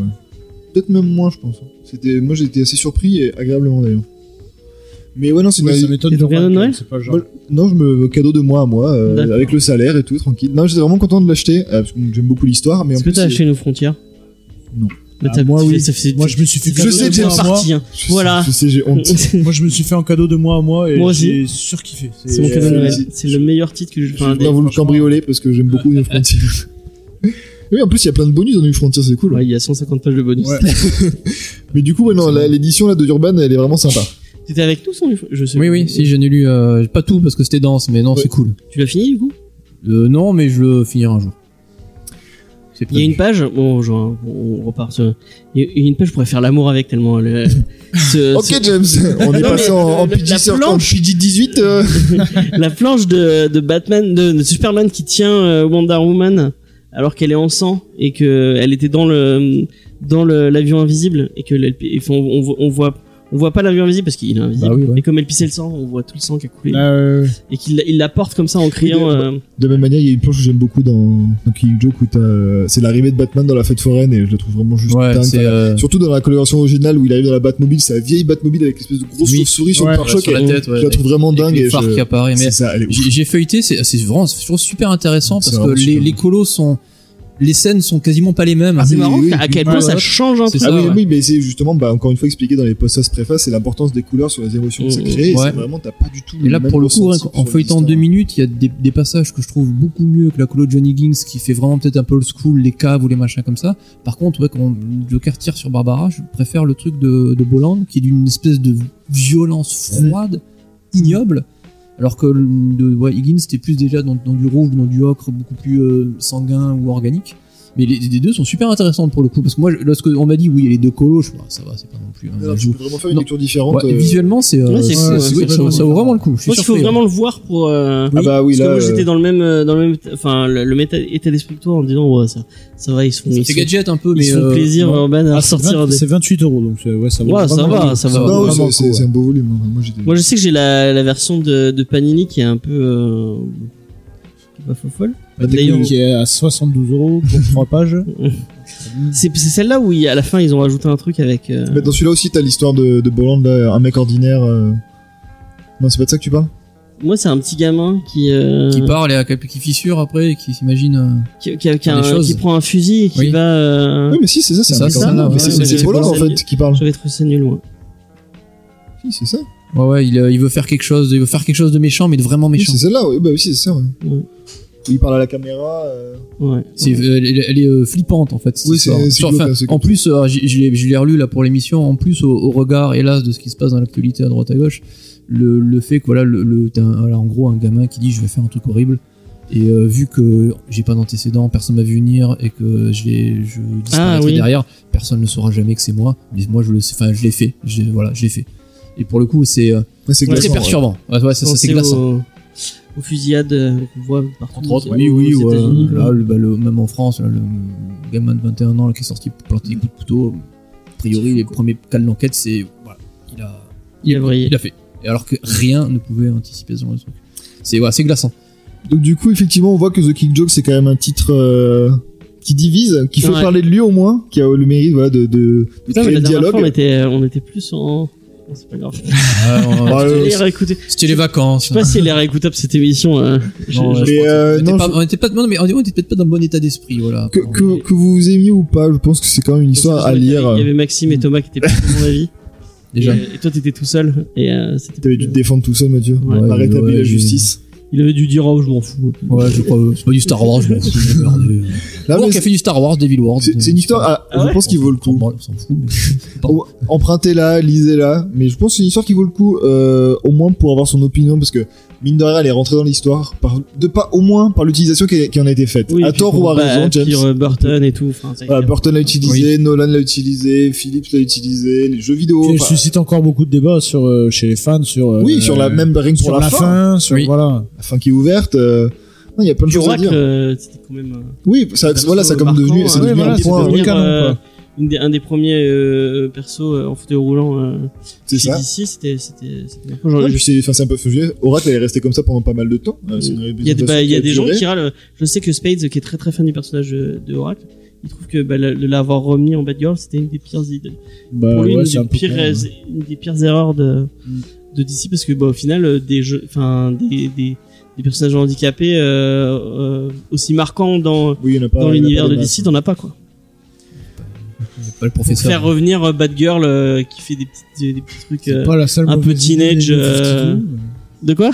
S2: Peut-être même moins, je pense. hein. C'était... Moi, j'ai été assez surpris et agréablement d'ailleurs. Mais ouais, non, c'est une.
S5: Ouais, ça m'étonne
S3: Et ton
S5: pas,
S3: cadeau de Noël
S5: C'est pas le genre.
S2: Moi, non, je me cadeau de moi à moi, euh,
S3: D'accord.
S2: avec le salaire et tout, tranquille. Non, j'étais vraiment content de l'acheter, euh, parce que j'aime beaucoup l'histoire, mais en
S3: Est-ce que
S2: plus.
S3: t'as
S2: c'est-
S3: acheté nos frontières
S2: Non.
S3: Mais
S5: Ah,
S3: t'as-
S5: moi,
S3: tu
S5: oui.
S3: fais- ça fait-
S5: Moi, je me suis fait
S2: Je
S5: cadeau
S2: sais
S5: de
S2: que c'est
S5: moi à moi.
S3: parti. hein.
S2: Je sais-
S3: Voilà.
S2: Je sais, j'ai
S3: (laughs)
S2: honte.
S5: Moi, je me suis fait un cadeau de moi à moi et
S3: Moi aussi.
S5: j'ai surkiffé.
S3: (laughs) C'est mon
S5: euh,
S3: cadeau de Noël.
S2: c'est-
S3: C'est le meilleur titre que je.
S2: J'ai
S3: Enfin,
S2: bien voulu le
S5: franchement.
S2: cambrioler parce que j'aime beaucoup New
S3: (laughs)
S2: Frontier. oui, en plus, il y a plein de bonus dans New Frontier, c'est cool.
S3: ouais, il y a 150 pages de bonus.
S5: Ouais.
S2: Mais du coup, ouais, non, la- l'édition là de Durban, elle est vraiment sympa.
S3: (laughs)
S4: Euh,
S3: T'étais avec nous, sans Je sais.
S4: Oui, oui, si j'en ai lu, euh, pas tout parce que c'était dense, mais non,
S2: Ouais.
S4: c'est cool.
S3: Tu l'as fini du coup
S4: Euh, non, mais je le finirai un jour. C'est
S3: Il y a
S4: prévu.
S3: une page. Bon, genre, on repart. sur- Il y a- il y a une page. Je pourrais faire l'amour avec
S2: (laughs)
S3: tellement. le- ce-
S2: Ok,
S3: ce-
S4: (laughs)
S2: James, on est
S3: Non,
S2: passé
S3: mais
S2: en, en
S3: le- la
S2: PG-18. En
S3: planche.
S2: PG-18 euh,
S3: La planche de, de Batman, de, de Superman qui tient euh, Wonder Woman alors qu'elle est en sang et que elle était dans le dans le- l'avion invisible et que l'elle- et on, on voit- on voit on voit pas l'avion invisible parce qu'il est invisible.
S4: Bah oui, ouais.
S3: Et comme elle pissait le sang, on voit tout le sang qui a coulé
S5: Ah, ouais, ouais.
S3: et qu'il la- il la porte comme ça en criant.
S2: Oui,
S3: euh,
S2: De même manière, il y a une planche que j'aime beaucoup dans, dans Killing Joke où t'as, euh, c'est l'arrivée de Batman dans la fête foraine et je la trouve vraiment juste
S4: Ouais,
S2: dingue.
S3: hein.
S4: c'est.
S2: Enfin,
S4: euh,
S2: Surtout dans la coloration originale où il arrive dans la Batmobile, sa vieille Batmobile avec l'espèce de grosse
S4: Oui.
S2: chauve-souris sur
S5: Ouais,
S2: le pare-choc.
S4: sur la
S2: et-
S4: tête, ouais.
S2: Je la trouve vraiment
S4: avec
S2: dingue.
S4: les
S2: et
S4: phares
S2: je-
S4: qui apparaît, mais
S2: c'est ça, elle est ouf.
S4: J'ai j'ai feuilleté, c'est ah, c'est vraiment, je trouve super intéressant
S2: C'est
S4: parce que
S2: vraiment
S4: les,
S2: super. Ah,
S4: les colos sont, les scènes sont quasiment pas les mêmes.
S3: c'est
S2: oui,
S3: marrant
S2: oui,
S3: à
S2: oui,
S3: quel
S2: oui,
S3: point
S2: ouais,
S3: ça
S2: ouais.
S3: change un
S4: C'est
S3: peu.
S4: ça,
S2: ah oui,
S4: ouais.
S2: oui, mais c'est justement, bah, encore une fois expliqué dans les post préfaces, c'est l'importance des couleurs sur les émotions que ça
S3: Mmh,
S2: crée. et
S4: Oh, ouais.
S2: c'est vraiment, t'as pas du tout.
S4: Et là, pour le coup,
S2: ressenti
S4: hein, en
S2: sur
S4: feuilletant deux
S2: l'existence.
S4: minutes, il y a des, des passages que je trouve beaucoup mieux que la colo de Johnny Gings qui fait vraiment peut-être un peu old school, les caves ou les machins comme ça. Par contre, ouais, quand Joker tire sur Barbara, je préfère le truc de, de Boland qui est d'une espèce de violence froide, ignoble. Alors que le- de, ouais, Higgins, c'était plus déjà dans, dans du rouge, dans du ocre, beaucoup plus euh, sanguin ou organique. Mais les, les deux sont super intéressantes pour le coup. Parce que moi, je- lorsqu'on m'a dit, oui, il y a les deux colos, je me suis dit, ah, ça va, c'est pas non plus un
S2: Alors, tu
S4: ajout.
S2: peux vraiment faire une
S4: Non.
S2: lecture différente.
S4: Ouais,
S2: euh,
S4: Visuellement, c'est euh,
S3: Ouais, c'est
S4: c'est-
S3: cool, ouais,
S4: c'est-
S3: c'est
S4: ouais, ça vaut- ça vaut vraiment le coup. Je
S3: Je
S4: suis
S3: pense qu'il faut
S4: surpris, ouais.
S3: vraiment le voir pour. euh,
S2: Ah bah oui,
S3: parce que
S2: là.
S3: moi j'étais
S2: euh,
S3: dans le même euh, dans le même enfin le, le méta- état d'esprit que toi en disant ouais ça ça va ils se font ils se
S4: C'est
S3: font-
S4: gadget un peu,
S3: ils
S4: mais.
S3: se font
S4: euh,
S3: plaisir
S5: non.
S3: Urban à
S5: Ah, c'est
S3: sortir
S5: 20
S3: des
S5: c'est 28 euros donc euh, ouais, ça vaut
S3: Ouais, ça
S5: vraiment le
S3: va,
S5: coup.
S3: ça va.
S5: vaut
S2: non,
S5: vraiment
S2: c'est-
S5: le
S2: c'est
S5: coup,
S2: c'est un beau volume. hein. Moi, j'étais.
S3: Moi, je sais que j'ai la, la version de, de Panini qui est un peu. Euh, qui est pas fofolle.
S2: Ah, t'as
S3: D'ailleurs,
S5: ouais. Qui est à 72 euros
S3: (laughs)
S5: pour 3 pages.
S3: c'est c'est celle-là où il y a- à la fin ils ont rajouté un truc avec. euh,
S2: Mais dans celui-là aussi, t'as l'histoire de, de Bolland, là, un mec ordinaire. euh, Non, c'est pas de ça que tu parles
S3: Moi, c'est un petit gamin qui. euh,
S4: qui parle et à- qui fissure après et qui s'imagine. euh,
S3: qui, qui- qui a
S4: des
S3: un-
S4: choses.
S3: qui prend un fusil et qui
S4: Oui.
S3: va. euh,
S2: Oui, mais si, c'est ça, c'est
S4: C'est
S2: un
S4: ça,
S2: mec
S4: c'est
S2: ordinaire.
S4: ça,
S2: Mais
S4: ouais,
S2: c'est-
S4: ouais,
S2: c'est
S4: ouais,
S2: Bolland, en
S3: c'est-
S2: fait, qui parle.
S3: J'avais trouvé ça nul, moi.
S2: Si, c'est ça.
S4: Ouais, ouais, il, euh, il veut faire quelque chose, de- il veut faire quelque chose de méchant, mais de vraiment
S2: Oui,
S4: méchant.
S2: c'est celle-là, oui, bah oui, c'est ça, ouais.
S3: Ouais.
S2: Il parle à la caméra. euh,
S3: Ouais.
S4: C'est, euh, elle, elle- elle est euh, flippante en fait. cette
S2: Oui, c'est-
S4: histoire.
S2: c'est
S4: Enfin,
S2: glauque, hein, c'est
S4: en plus, euh, j'ai- je l'ai- je l'ai relu là pour l'émission. En plus, au, au regard, hélas, de ce qui se passe dans l'actualité à droite à gauche, le, le fait que voilà, le, le- t'as un- voilà, en gros un gamin qui dit je vais faire un truc horrible. Et euh, vu que j'ai pas d'antécédent, personne m'a vu venir et que je vais je disparaîtrai
S3: oui.
S4: derrière, personne ne saura jamais que c'est moi. Mais moi, je le, sais- enfin, je l'ai fait. Je, l'ai- voilà, je l'ai fait. Et pour le coup, c'est euh,
S2: ouais, C'est
S4: très
S2: glaçant, ouais.
S4: perturbant. Ouais, ouais, ça, ça, c'est
S3: Pensez
S4: glaçant.
S3: Aux, aux fusillades euh, qu'on voit partout.
S4: Entre autres,
S3: aux-
S4: oui,
S3: aux
S4: oui, ouais,
S3: États-Unis, quoi.
S4: là, le, bah, le- même en France, là, le gamin de 21 ans là, qui est sorti pour planter des coups de couteau, a priori, les premiers cas de l'enquête, c'est. Voilà, il a,
S3: Il a brillé.
S4: il a fait. Et Alors que rien ne pouvait anticiper ce genre de truc. C'est ouais, c'est glaçant.
S2: Donc du coup, effectivement, on voit que The King Joke, c'est quand même un titre euh, qui divise, qui fait
S3: Ouais.
S2: parler de lui au moins, qui a le mérite voilà, de, de, de
S3: Putain, mais
S2: créer
S3: la
S2: le
S3: dernière
S2: dialogue.
S3: fois, on était, euh, on était plus en. Bon, C'est pas grave.
S4: Alors, euh,
S2: Ouais,
S3: Allez, réécoutez.
S4: C'était les vacances.
S3: Je sais pas si elle est réécoutable cette émission. euh, je-
S4: Non,
S3: je-
S4: ouais, je
S2: mais,
S4: pense que-
S2: euh,
S4: on était
S2: non,
S4: pas-
S2: je-
S4: on était pas- non, mais on était peut-être pas dans le bon état d'esprit, voilà.
S2: Que, que, que vous vous aimiez ou pas, je pense que c'est quand même une histoire à euh.
S3: Il y avait-
S2: lire.
S3: Il y avait Maxime et Thomas qui étaient pas de
S2: (laughs)
S3: mon avis.
S4: Déjà.
S3: Et, et toi, t'étais tout seul. Et euh, c'était.
S2: T'avais dû te défendre tout seul, Mathieu.
S3: Ouais.
S2: Arrête
S4: Ouais,
S2: d'établir la
S4: j'ai-
S2: justice.
S3: Il avait dû dire oh, je m'en fous.
S4: Ouais, je crois, euh, c'est pas du Star Wars, je m'en fous. merde.
S2: Là,
S4: Bon,
S2: mais
S4: qui a fait du Star Wars, Devil Wars. euh,
S2: c'est c'est une histoire, à-
S3: Ah ouais
S2: je pense qu'il vaut le coup.
S4: On s'en fout, mais-
S2: Ou- Empruntez-la, lisez-la, mais je pense que c'est une histoire qui vaut le coup, euh, au moins pour avoir son opinion, parce que mine de rien, elle est rentrée dans l'histoire, par, de pas au moins par l'utilisation qui, a- qui en a été faite. à tort ou à raison,
S5: Bah,
S2: James.
S3: Puis euh, Burton et tout. enfin, c'est-
S2: Voilà, Burton l'a utilisé, Nolan l'a utilisé, Phillips l'a utilisé, les jeux vidéo.
S5: Et
S2: enfin,
S5: suscite encore beaucoup de débats sur, euh, chez les fans sur. euh,
S2: oui, sur la même, rien que
S5: Sur
S2: pour
S5: la fin, sur
S4: Oui.
S5: voilà.
S2: la fin qui est ouverte. euh, Non, il y a plein de
S3: Du
S2: choses à
S3: Oracle,
S2: dire.
S3: euh, c'était quand même. euh,
S2: Oui, ça,
S3: perso
S2: voilà, ça comme
S3: marquant,
S2: devenu,
S3: euh,
S2: c'est
S5: ouais,
S2: devenu
S5: voilà,
S2: un
S5: c'est
S2: point.
S5: devenu-
S2: hein.
S3: devenir,
S5: canon,
S3: euh,
S5: quoi.
S3: une des- un des premiers euh, persos euh, en fauteuil roulant euh,
S2: C'est
S3: chez
S2: ça.
S3: DC, c'était c'était c'était-
S2: Ouais, puis c'est, enfin, c'est un peu fusé. Oracle, elle est restée comme ça pendant pas mal de temps. Euh, c'est une
S3: Il y a, des- bah,
S2: représentation
S3: il y a des gens
S2: duré.
S3: qui râlent. Je sais que Spades, qui est très très fan du personnage euh, de, de Oracle, il trouve que bah, la- de l'avoir remis en Batgirl, c'était une des pires idées.
S5: Bah,
S3: Pour lui,
S5: ouais,
S3: une,
S5: c'est un
S3: des
S5: peu
S3: pires,
S5: con, ouais.
S3: une des pires erreurs de,
S5: Mm.
S3: de DC parce que bah, au final, euh, des, jeux, enfin, des, des, des personnages handicapés euh, euh, aussi marquants dans,
S2: Oui, il y en a pas. il
S3: dans
S2: y en a
S3: l'univers
S2: pas
S3: de
S2: des
S3: DC, t'en as pas quoi.
S4: Pas le
S3: Pour faire
S4: professeur.
S3: revenir euh, Batgirl euh, qui fait des, petites, des, des petits trucs. euh,
S5: C'est pas la seule
S3: un peu
S5: mauvaise idée
S3: teenage,
S5: de Fifty
S3: euh,
S5: Two, mais-
S3: De quoi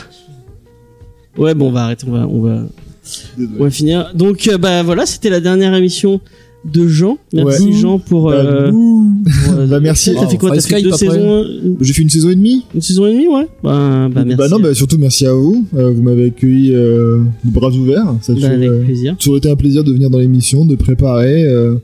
S3: Ouais, bon, on va arrêter, on va, on va,
S2: masses. Désolé.
S3: on va finir. Donc, euh, bah voilà, c'était la dernière émission de Jean. Merci
S2: Ouais.
S3: Jean pour.
S2: Bah,
S3: euh, pour, euh,
S2: Bah, merci.
S3: T'as fait quoi
S4: Wow.
S3: T'as
S4: Enfin,
S3: fait
S4: Skype,
S3: deux
S4: après.
S3: saisons une,
S2: Bah, J'ai fait une saison et demie.
S3: une saison et demie, ouais. Bah, bah merci.
S2: Bah non, bah surtout merci à vous. Euh, vous m'avez accueilli euh, de bras ouverts. Ça a
S3: Bah,
S2: toujours,
S3: avec
S2: euh,
S3: plaisir.
S2: toujours été un plaisir de venir dans l'émission, de préparer. Euh,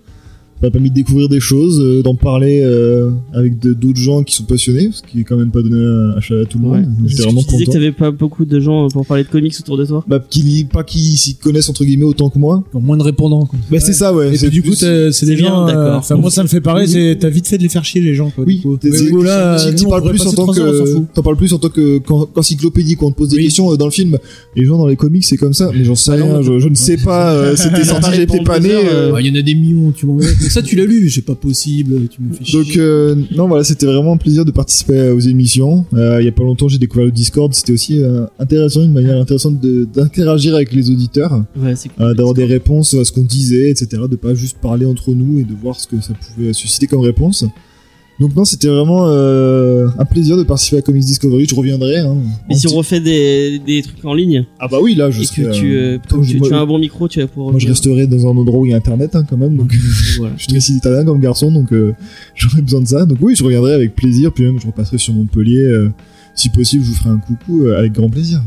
S2: ça m'a permis de découvrir des choses, euh, d'en parler euh, avec de- d'autres gens qui sont passionnés, ce qui est quand même pas donné à, à tout le
S3: Ouais.
S2: monde.
S3: Parce que
S2: J'étais vraiment
S3: tu disais que
S2: content.
S3: t'avais pas beaucoup de gens euh, pour parler de comics autour de toi.
S2: Bah, qui, pas qui s'y connaissent entre guillemets autant que moi.
S4: Encore moins de répondants. quoi.
S2: Bah c'est ça, ouais.
S5: Et
S2: c'est
S5: puis du
S2: plus-
S5: coup, t'as- c'est
S3: C'est
S5: des
S3: bien,
S5: gens. euh,
S3: d'accord.
S5: Enfin, moi, ça me fait pareil. c'est- T'as vite fait de les faire chier, les gens. Quoi,
S2: Oui,
S5: du coup.
S2: t'es-
S5: Mais
S2: c'est-
S5: bon, là,
S2: si-
S5: euh,
S2: tu
S5: nous, on
S2: parles
S5: pourrait
S2: plus en
S5: passer
S2: tant
S5: trois heures, on s'en
S2: que
S5: fout.
S2: t'en parles plus en tant que qu'en- qu'encyclopédie quand on te pose des
S5: Oui.
S2: questions euh, dans le film. Les gens dans les comics c'est comme ça. Mais j'en sais
S4: Bah non,
S2: rien,
S4: mais-
S2: je, je ne sais pas.
S5: (laughs)
S2: euh, C'était sorti,
S3: Pareil
S2: j'étais
S3: pendant
S2: pas
S3: deux
S2: né.
S3: heures,
S2: euh,
S3: euh,
S4: Ouais, Bah, Il y en a des millions, tu m'en veux. Mais (laughs) ça, tu l'as lu, c'est pas possible, tu me fais chier.
S2: Donc euh, non voilà c'était vraiment un plaisir de participer euh, aux émissions. Euh, il y a pas longtemps j'ai découvert le Discord c'était aussi euh, intéressant une manière intéressante de- d'interagir avec les auditeurs,
S3: Ouais, c'est cool.
S2: euh, d'avoir des réponses à ce qu'on disait etc, de pas juste parler entre nous et de voir ce que ça pouvait susciter comme réponse. Donc non c'était vraiment euh, un plaisir de participer à Comics Discovery je reviendrai. Hein,
S3: Et
S2: En
S3: si on
S2: petit-
S3: refait des, des trucs en ligne
S2: Ah bah oui là je
S3: et
S2: serai,
S3: que tu,
S2: euh,
S3: euh,
S2: comme je-
S3: tu,
S2: moi,
S3: tu as un bon micro, tu vas pouvoir.
S2: moi, je
S3: revenir.
S2: resterai dans un endroit où il y a internet hein, quand même donc
S3: (laughs) Voilà.
S2: Je suis très citadin comme garçon, donc euh, (laughs) j'aurais besoin de ça. Donc oui, je reviendrai avec plaisir, puis même je repasserai sur Montpellier. euh, si possible, je vous ferai un coucou euh, avec grand plaisir.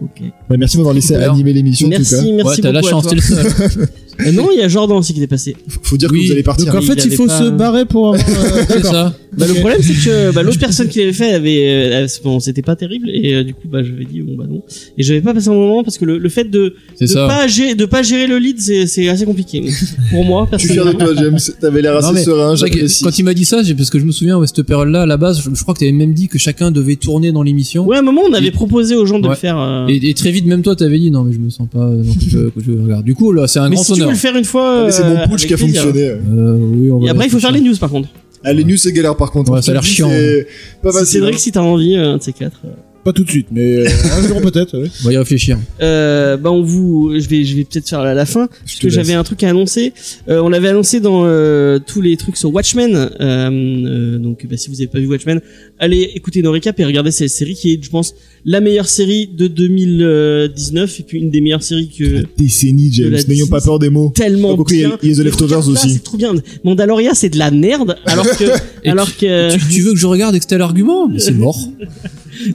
S3: Ok.
S2: Bah, merci de m'avoir laissé
S4: Super.
S2: animer l'émission, en tout cas.
S3: Merci, merci
S4: ouais, t'as
S3: beaucoup.
S4: la
S3: à
S4: chance,
S3: toi.
S4: t'es le (laughs) seul.
S3: Euh, non, il y a Jordan aussi qui est passé.
S2: F- Faut dire
S4: Oui,
S2: que vous allez partir.
S5: Donc en
S3: Il
S5: fait, il
S3: avait
S5: faut
S3: pas-
S5: se barrer pour (laughs) avoir. euh,
S4: C'est
S5: d'accord.
S4: ça.
S3: Bah,
S5: Ok.
S3: Le problème, c'est que
S2: (laughs)
S3: bah, l'autre personne qui l'avait fait avait, euh, euh, bon, c'était pas terrible, et euh, du coup, bah, je vais dit, bon, bah non. Et j'avais pas passé un moment parce que le, le fait de,
S4: C'est
S3: de
S4: ça.
S3: pas gérer, de pas gérer le lead, c'est, c'est assez
S4: (laughs)
S3: compliqué. Pour moi,
S2: Tu fier de
S3: personnellement.
S2: toi, James. T'avais l'air
S4: Non,
S2: assez
S4: mais
S2: serein,
S4: C'est vrai que
S2: j'apprécie.
S4: Quand il m'a dit ça, j'ai- parce que je me souviens, ouais, cette période-là, à la base, je, je crois que t'avais même dit que chacun devait tourner dans l'émission.
S3: Ouais, à un moment, on avait
S4: Et-
S3: proposé aux gens de
S4: Ouais.
S3: le faire. euh,
S4: Et, et très vite, même toi, t'avais dit non, mais je me sens pas, euh, donc je, que je regarde. Du coup, là, c'est un
S3: Mais
S4: grand
S3: si tu
S4: honneur.
S3: veux le faire une fois.
S2: Allez, Ah, C'est
S3: euh,
S2: mon putsch
S3: avec
S2: qui a
S3: plaisir.
S2: fonctionné. ouais.
S4: Euh, oui, on va
S3: Et après, il faut faire les news par contre.
S2: Ah, les news, c'est galère par contre.
S4: Ouais,
S2: Je
S4: ça a
S2: te
S4: l'air
S2: le dis,
S4: chiant,
S2: C'est pas
S3: C'est
S2: facile.
S3: Cédric,
S2: hein.
S3: si t'as envie, euh, un de ces quatre. euh.
S5: Pas tout de suite, mais
S2: (laughs)
S5: euh, un jour peut-être. ouais.
S4: On va y réfléchir.
S3: Euh, bah, on vous, je vais, je vais peut-être faire la, la fin. Parce
S4: te
S3: que
S4: laisse.
S3: j'avais un truc à annoncer. Euh, on l'avait annoncé dans euh, tous les trucs sur Watchmen. Euh, euh, donc, bah, si vous n'avez pas vu Watchmen, allez écouter nos récaps et regardez cette série qui est, je pense, la meilleure série de 2019 et puis une des meilleures séries que
S2: Décennie,
S3: De
S2: James.
S3: la
S2: N'ayons pas peur des mots.
S3: tellement
S2: Pas beaucoup, il y a-
S3: bien.
S2: il y a The
S3: Et
S2: Leftovers
S3: regarde ça,
S2: aussi.
S3: C'est trop bien. Mandalorian, c'est de la merde. Alors que,
S4: (laughs) Et
S3: alors que,
S4: Tu, tu veux que je regarde et que t'as l'argument Mais C'est mort.
S3: (laughs)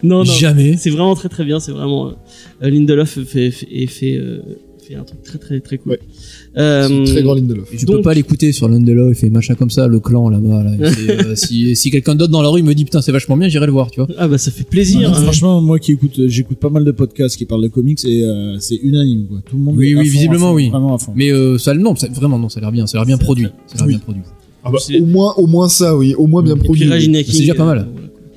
S3: non, non.
S4: Jamais.
S3: C'est vraiment très très bien. C'est vraiment euh, euh, Lindelof fait fait, et fait, euh, fait un truc très très très cool.
S2: Ouais.
S3: Euh,
S2: C'est une Très grand ligne de l'offre.
S4: Je
S3: Donc-
S4: peux pas l'écouter sur Lindelof et machin comme ça, le clan là-bas. Là. Et c'est, euh, si si quelqu'un d'autre dans la rue me dit putain c'est vachement bien, j'irai le voir, tu vois.
S3: Ah bah ça fait plaisir.
S5: Non,
S3: hein.
S5: Franchement, moi qui écoute, j'écoute pas mal de podcasts qui parlent de comics et euh, c'est unanime quoi. Tout le monde.
S4: Oui,
S5: est à
S4: oui,
S5: fond, à
S4: visiblement,
S5: fond,
S4: oui.
S5: Vraiment à fond.
S4: Mais euh, ça, non, ça, vraiment non, ça a l'air bien, ça a l'air bien
S3: Ça-
S4: produit, ça a l'air
S2: oui.
S4: bien produit.
S2: Ah bah,
S3: C'est-
S2: au moins, au moins ça, oui. Au moins bien
S4: Et puis
S3: Et puis
S2: produit.
S3: Regina King,
S4: déjà pas mal.
S3: euh,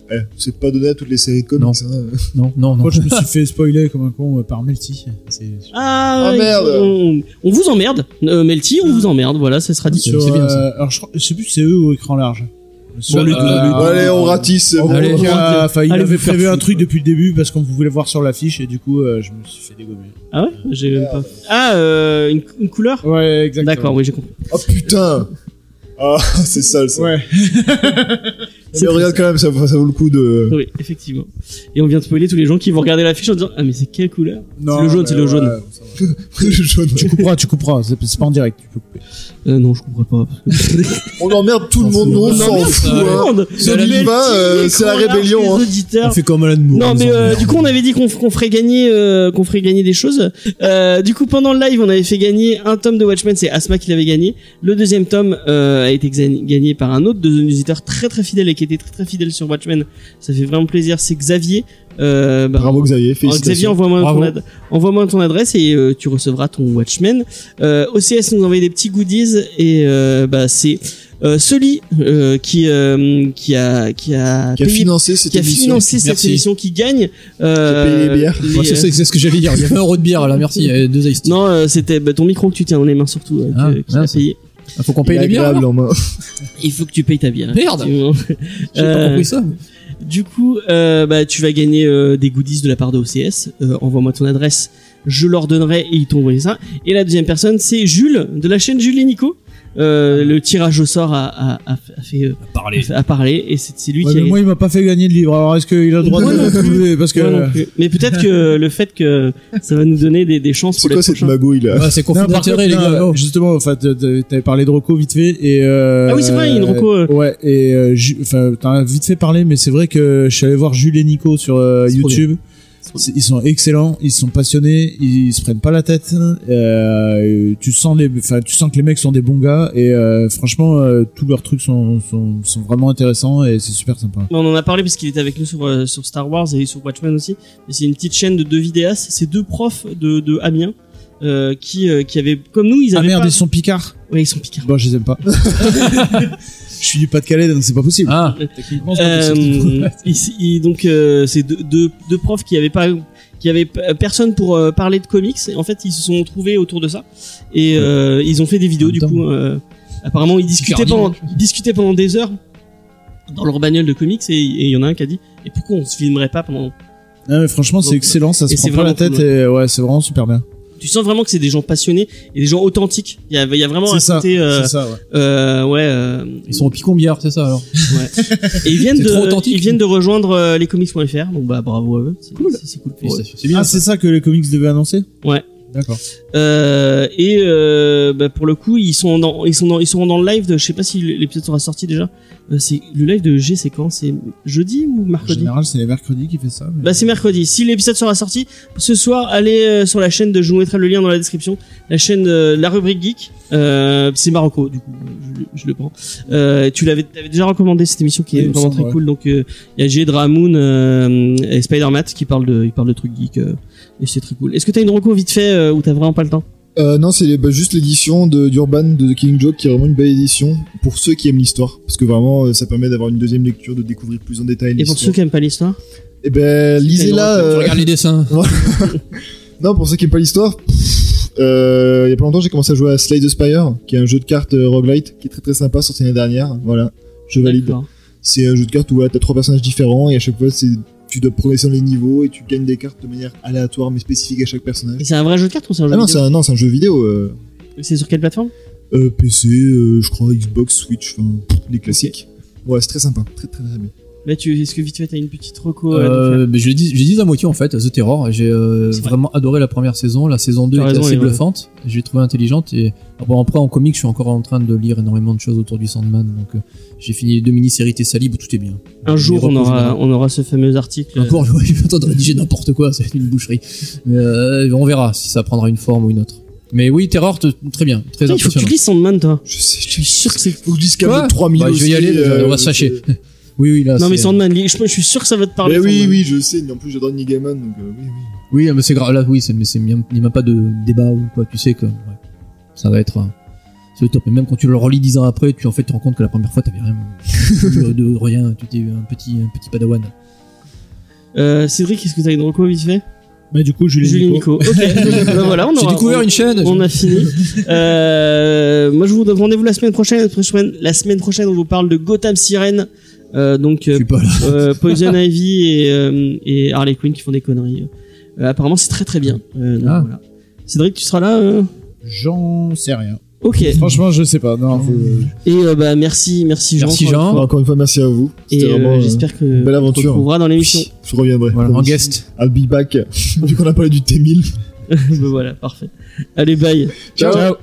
S3: voilà.
S2: Eh, C'est pas donné à toutes les séries de comics. hein.
S4: Non, non, non.
S5: Moi, je me suis fait spoiler comme un con euh, par Melty. C'est-
S3: Ah,
S2: Ah,
S3: ouais,
S2: merde.
S3: On, on vous emmerde, euh, Melty, on vous emmerde. Voilà, ça sera dit.
S5: Sur,
S4: c'est bien,
S5: euh,
S4: ça.
S5: alors, je, crois- je sais plus si c'est eux ou écran large. Sur
S4: Bon,
S5: le-
S4: euh,
S5: le-
S2: Bon, allez, on ratisse. c'est
S5: En
S2: bon.
S5: gros,
S4: Allez,
S5: il y a-
S3: allez,
S5: enfin, il
S3: allez
S5: avait
S3: vous faire
S5: prévu un
S3: foutre.
S5: truc depuis le début parce qu'on voulait le voir sur l'affiche et du coup, euh, je me suis fait dégommer.
S3: Ah ouais, j'ai même pas. Ah, euh, une, une couleur.
S5: Ouais, exactement.
S3: D'accord, oui, j'ai compris.
S2: Oh putain Ah, (laughs) c'est sale ça.
S5: Ouais.
S2: Mais Eh ben, regarde quand même, ça, ça vaut le coup de. (laughs)
S3: Oui, effectivement. Et on vient de spoiler tous les gens qui vont regarder l'affiche en disant Ah, mais c'est quelle couleur
S5: Non,
S3: le jaune,
S5: mais
S3: c'est le jaune.
S5: ouais, ça va.
S2: le jaune.
S5: Tu couperas, tu couperas. C'est c'est pas en direct, tu peux couper.
S3: euh, Non, je comprends pas.
S2: On emmerde tout le monde, nous, on
S4: Non,
S2: s'en
S4: merde,
S2: fout.
S4: ça,
S2: hein.
S3: Merde,
S2: C'est
S3: Melty,
S2: Oliva, euh, c'est la
S3: écran large,
S2: rébellion,
S3: les
S2: hein.
S3: auditeurs.
S4: On fait comme Alan Moore.
S3: Non
S4: on
S3: mais
S4: s'en
S3: euh,
S4: fout.
S3: du coup on avait dit qu'on f- qu'on ferait gagner euh, qu'on ferait gagner des choses. Euh, du coup pendant le live on avait fait gagner un tome de Watchmen, c'est Asma qui l'avait gagné. Le deuxième tome euh, a été exa- gagné par un autre de nos auditeurs très très fidèle et qui était très très fidèle sur Watchmen. Ça fait vraiment plaisir, c'est Xavier Euh, bah,
S2: Bravo Xavier,
S3: alors, Xavier,
S2: félicitations.
S3: envoie-moi ton,
S4: Bravo.
S3: ad- envoie-moi ton adresse et euh, tu recevras ton Watchmen. Euh, OCS nous envoie des petits goodies et euh, bah, c'est euh, Soli euh, qui, euh, qui a qui a,
S2: Qui a
S3: payé-
S2: financé cette
S3: qui a
S2: émission.
S3: financé cette
S4: Merci.
S3: émission qui gagne. euh,
S2: Qui a payé les bières.
S3: les-
S4: Ouais, c'est ça, c'est ce que j'allais dire. Il y avait un euro de bière là, merci. euh, Deux iced tea.
S3: euh, non, euh, c'était bah, ton micro que tu tiens dans les mains surtout euh,
S4: Ah,
S3: que- qui a
S4: mince.
S3: payé.
S4: Ah, Faut qu'on
S2: Il est
S4: paye les bières.
S2: agréable
S4: alors
S2: en main.
S3: Il faut que tu payes ta bière.
S4: Merde.
S3: effectivement.
S4: J'ai
S3: Euh,
S4: pas compris ça.
S3: Du coup, euh, bah, tu vas gagner euh, des goodies de la part de OCS. Euh, Envoie-moi ton adresse, je leur donnerai et ils t'envoient ça. Et la deuxième personne, c'est Jules de la chaîne Jules et Nico. Euh, le tirage au sort a, a, a- a fait euh, a
S4: Parler.
S3: fait- a parlé et c'est c'est lui
S5: Ouais,
S3: qui
S5: mais
S3: a
S5: moi, il m'a pas fait gagner le livre. Alors, est-ce qu'il a le droit
S3: Moi
S5: de
S3: non
S5: le Parce que
S3: Moi non plus. mais peut-être
S5: (laughs)
S3: que le fait que ça va nous donner des, des chances
S2: C'est
S3: pour les
S2: quoi cette
S3: prochains.
S2: magouille là
S4: Ouais, c'est conflit
S5: Euh, Non, par
S4: d'intérêt, les
S5: contre,
S4: gars.
S5: non, Justement, enfin, t- t- t'avais parlé de Rocco vite fait et. euh,
S3: Ah oui, c'est vrai, il y a une Rocco, euh.
S5: Ouais, et euh, Ju- enfin, t'en as vite fait parler, mais c'est vrai que je suis allé voir Jules et Nico sur euh,
S3: C'est trop
S5: YouTube. C'est- Ils sont excellents, ils sont passionnés, ils se prennent pas la tête. euh, tu sens les, enfin, tu sens que les mecs sont des bons gars et euh, franchement, euh, tous leurs trucs sont, sont sont vraiment intéressants et c'est super sympa.
S3: Mais On en a parlé parce qu'il était avec nous sur, euh, sur Star Wars et sur Watchmen aussi. Mais c'est une petite chaîne de deux vidéastes, c'est deux profs de, de Amiens euh, qui, euh, qui avaient, comme nous, ils
S5: Ah
S3: avaient
S5: merde,
S3: pas...
S5: ils sont picards.
S3: Ouais, ils sont picards.
S5: Bon, je les
S3: (laughs)
S5: aime pas. je suis du Pas-de-Calais, donc c'est pas possible.
S4: Ah,
S5: Techniquement, c'est pas
S3: Euh,
S5: possible.
S3: il- il- donc euh, c'est deux, deux, deux profs qui avaient pas qui avaient p- personne pour euh, parler de comics et en fait ils se sont trouvés autour de ça et euh, ils ont fait des vidéos
S4: En même
S3: du
S4: temps.
S3: coup euh, apparemment ils discutaient
S4: Cardinal.
S3: pendant ils discutaient pendant des heures dans leur bagnole de comics et et il y en a un qui a dit et pourquoi on se filmerait pas pendant
S5: Non, mais Ah franchement, c'est
S3: Donc,
S5: excellent, ça se
S3: et c'est
S5: prend pas la
S3: vraiment
S5: tête
S3: cool,
S5: et ouais, c'est vraiment super bien.
S3: tu sens vraiment que c'est des gens passionnés et des gens authentiques il y a, il y a vraiment un
S5: C'est ça.
S3: côté euh,
S5: C'est ça, ouais.
S3: euh, ouais euh,
S4: ils sont au picon bière, c'est ça alors.
S3: et ils viennent
S4: C'est trop
S3: de euh,
S4: authentique.
S3: ils viennent de rejoindre euh, lescomics.fr donc bah bravo à eux c'est cool c'est cool pour eux.
S4: C'est
S5: Ah, c'est ça que les comics devaient annoncer
S3: Ouais.
S5: D'accord.
S3: Euh, et euh, bah, pour le coup, ils sont dans, ils sont dans, ils sont dans le live de, je sais pas si l'épisode sera sorti déjà. Euh, c'est le live de G, c'est quand C'est jeudi ou
S5: En
S3: mercredi
S5: général, c'est les mercredis qui fait ça. mais-
S3: Bah c'est mercredi. Si l'épisode sera sorti ce soir, allez euh, sur la chaîne de. Je vous mettrai le lien dans la description. La chaîne, euh, la rubrique geek. Euh, c'est Marocco, du coup, je, le- je le prends. Euh, tu l'avais t'avais déjà recommandé cette émission qui
S5: Oui,
S3: est
S5: il me
S3: vraiment
S5: semble,
S3: très
S5: ouais.
S3: cool. Donc euh, il y a G, Dramoon euh, et Spider-Man qui parlent de, ils parlent de trucs geek euh, et c'est très cool. Est-ce que t'as une reco vite fait euh, ou t'as vraiment pas le temps
S2: Euh, non, c'est les- bah, juste l'édition de- d'Urban de The Killing Joke qui est vraiment une belle édition pour ceux qui aiment l'histoire. Parce que vraiment, euh, ça permet d'avoir une deuxième lecture, de découvrir plus en détail
S3: Et pour ceux
S2: l'histoire.
S3: qui aiment pas l'histoire
S2: Et ben, lisez-la.
S4: Tu
S2: euh, (laughs)
S4: regardes les dessins.
S2: Non, pour ceux qui aiment pas l'histoire, pff, euh, il y a pas longtemps, j'ai commencé à jouer à Slay the Spire, qui est un jeu de cartes euh, roguelite qui est très très sympa, sorti l'année dernière. Voilà, je valide.
S3: D'accord.
S2: C'est un jeu de cartes où tu t'as trois personnages différents et à chaque fois, c'est tu dois progresser dans les niveaux et tu gagnes des cartes de manière aléatoire mais spécifique à chaque personnage.
S3: Et c'est un vrai jeu de cartes ou c'est un jeu
S2: Ah non, c'est
S3: vidéo
S2: un, non, c'est un jeu vidéo. euh,
S3: C'est sur quelle plateforme
S2: Euh, PC, euh, je crois Xbox, Switch, enfin, pff, les classiques. Ouais, c'est très sympa, très très très bien.
S3: Là, tu est-ce que vite fait t'as une petite reco euh, de
S4: Euh, mais je l'ai dit, je l'ai dit à moitié en fait, The Terror. J'ai euh,
S3: C'est vrai.
S4: vraiment adoré la première saison. La saison 2
S3: T'as
S4: était
S3: raison,
S4: assez
S3: elle est-
S4: bluffante. Je l'ai trouvée intelligente. Et ah bon, après en comics, je suis encore en train de lire énormément de choses autour du Sandman. Donc euh, j'ai fini les deux mini-séries Tessalib, tout est bien.
S3: faire Un jour,
S4: Les
S3: on
S4: repos
S3: aura,
S4: généraux.
S3: on aura ce fameux article.
S4: Encore, (laughs) ouais, je vais attendre de rédiger n'importe quoi, ça va être une boucherie. Mais, euh, on verra si ça prendra une forme ou une autre. Mais oui, Terror, t- très bien, très
S3: Putain, il faut que tu
S4: impressionnant.
S3: lis Sandman, toi.
S2: Je sais,
S3: Je suis sûr que c'est.
S2: faut que je dise qu'à
S4: Quoi
S2: votre 3000
S4: Bah, je vais
S2: aussi,
S4: y aller,
S2: euh,
S4: on va se fâcher.
S2: euh,
S4: (laughs) Oui, oui, là.
S3: Non, mais
S4: c'est-
S3: Sandman, lis- je, je suis sûr que ça va te parler.
S2: Mais Eh oui,
S3: Sandman.
S2: oui, je sais, mais en plus j'adore Neil Gaiman, donc euh, oui, oui.
S4: Oui, mais c'est grave. Là, oui, c'est, mais c'est, il n'y a même pas de débat ou quoi. Tu sais que ouais, ça va être. euh, C'est le top. Et même quand tu le relis dix ans après, tu en fait, tu te rends compte que la première fois, t'avais
S3: (laughs)
S4: rien. de, de rien. Tu t'es un petit, un petit padawan.
S3: Euh, Cédric, est-ce que t'as une reco vite fait
S5: Mais du coup, Julien
S3: Julie
S5: Nico.
S2: (laughs)
S3: Nico. Ok. Bah voilà, on
S4: J'ai
S3: aura-
S4: découvert
S3: on-
S4: une chaîne.
S3: On
S4: (laughs)
S3: a fini. Euh, moi, je vous donne rendez-vous la semaine prochaine. La semaine- La semaine prochaine, on vous parle de Gotham Sirène. Euh, donc,
S4: Je
S3: euh,
S4: suis pas là.
S3: euh, Poison Ivy et, euh, et Harley Quinn qui font des conneries. Euh, apparemment, c'est très très bien. Euh, donc,
S4: Ah.
S3: voilà. Cédric, tu seras là euh
S5: J'en sais rien.
S3: Ok. Et
S5: Franchement, je sais pas. Non, faut-
S3: euh, bah merci, merci Jean.
S4: Merci
S3: encore une
S4: Jean.
S2: Bah,
S3: fois.
S2: Encore une fois, merci à vous.
S3: Et
S2: C'était
S3: euh,
S2: vraiment. euh,
S3: j'espère que
S2: belle
S3: on
S2: aventure.
S3: te retrouvera dans
S2: (laughs)
S3: l'émission.
S2: Je reviendrai.
S4: Voilà, en
S2: promis.
S4: guest.
S2: I'll (laughs) be back. Vu qu'on a parlé du T1000.
S3: Bah, voilà, parfait. Allez, bye.
S5: Ciao.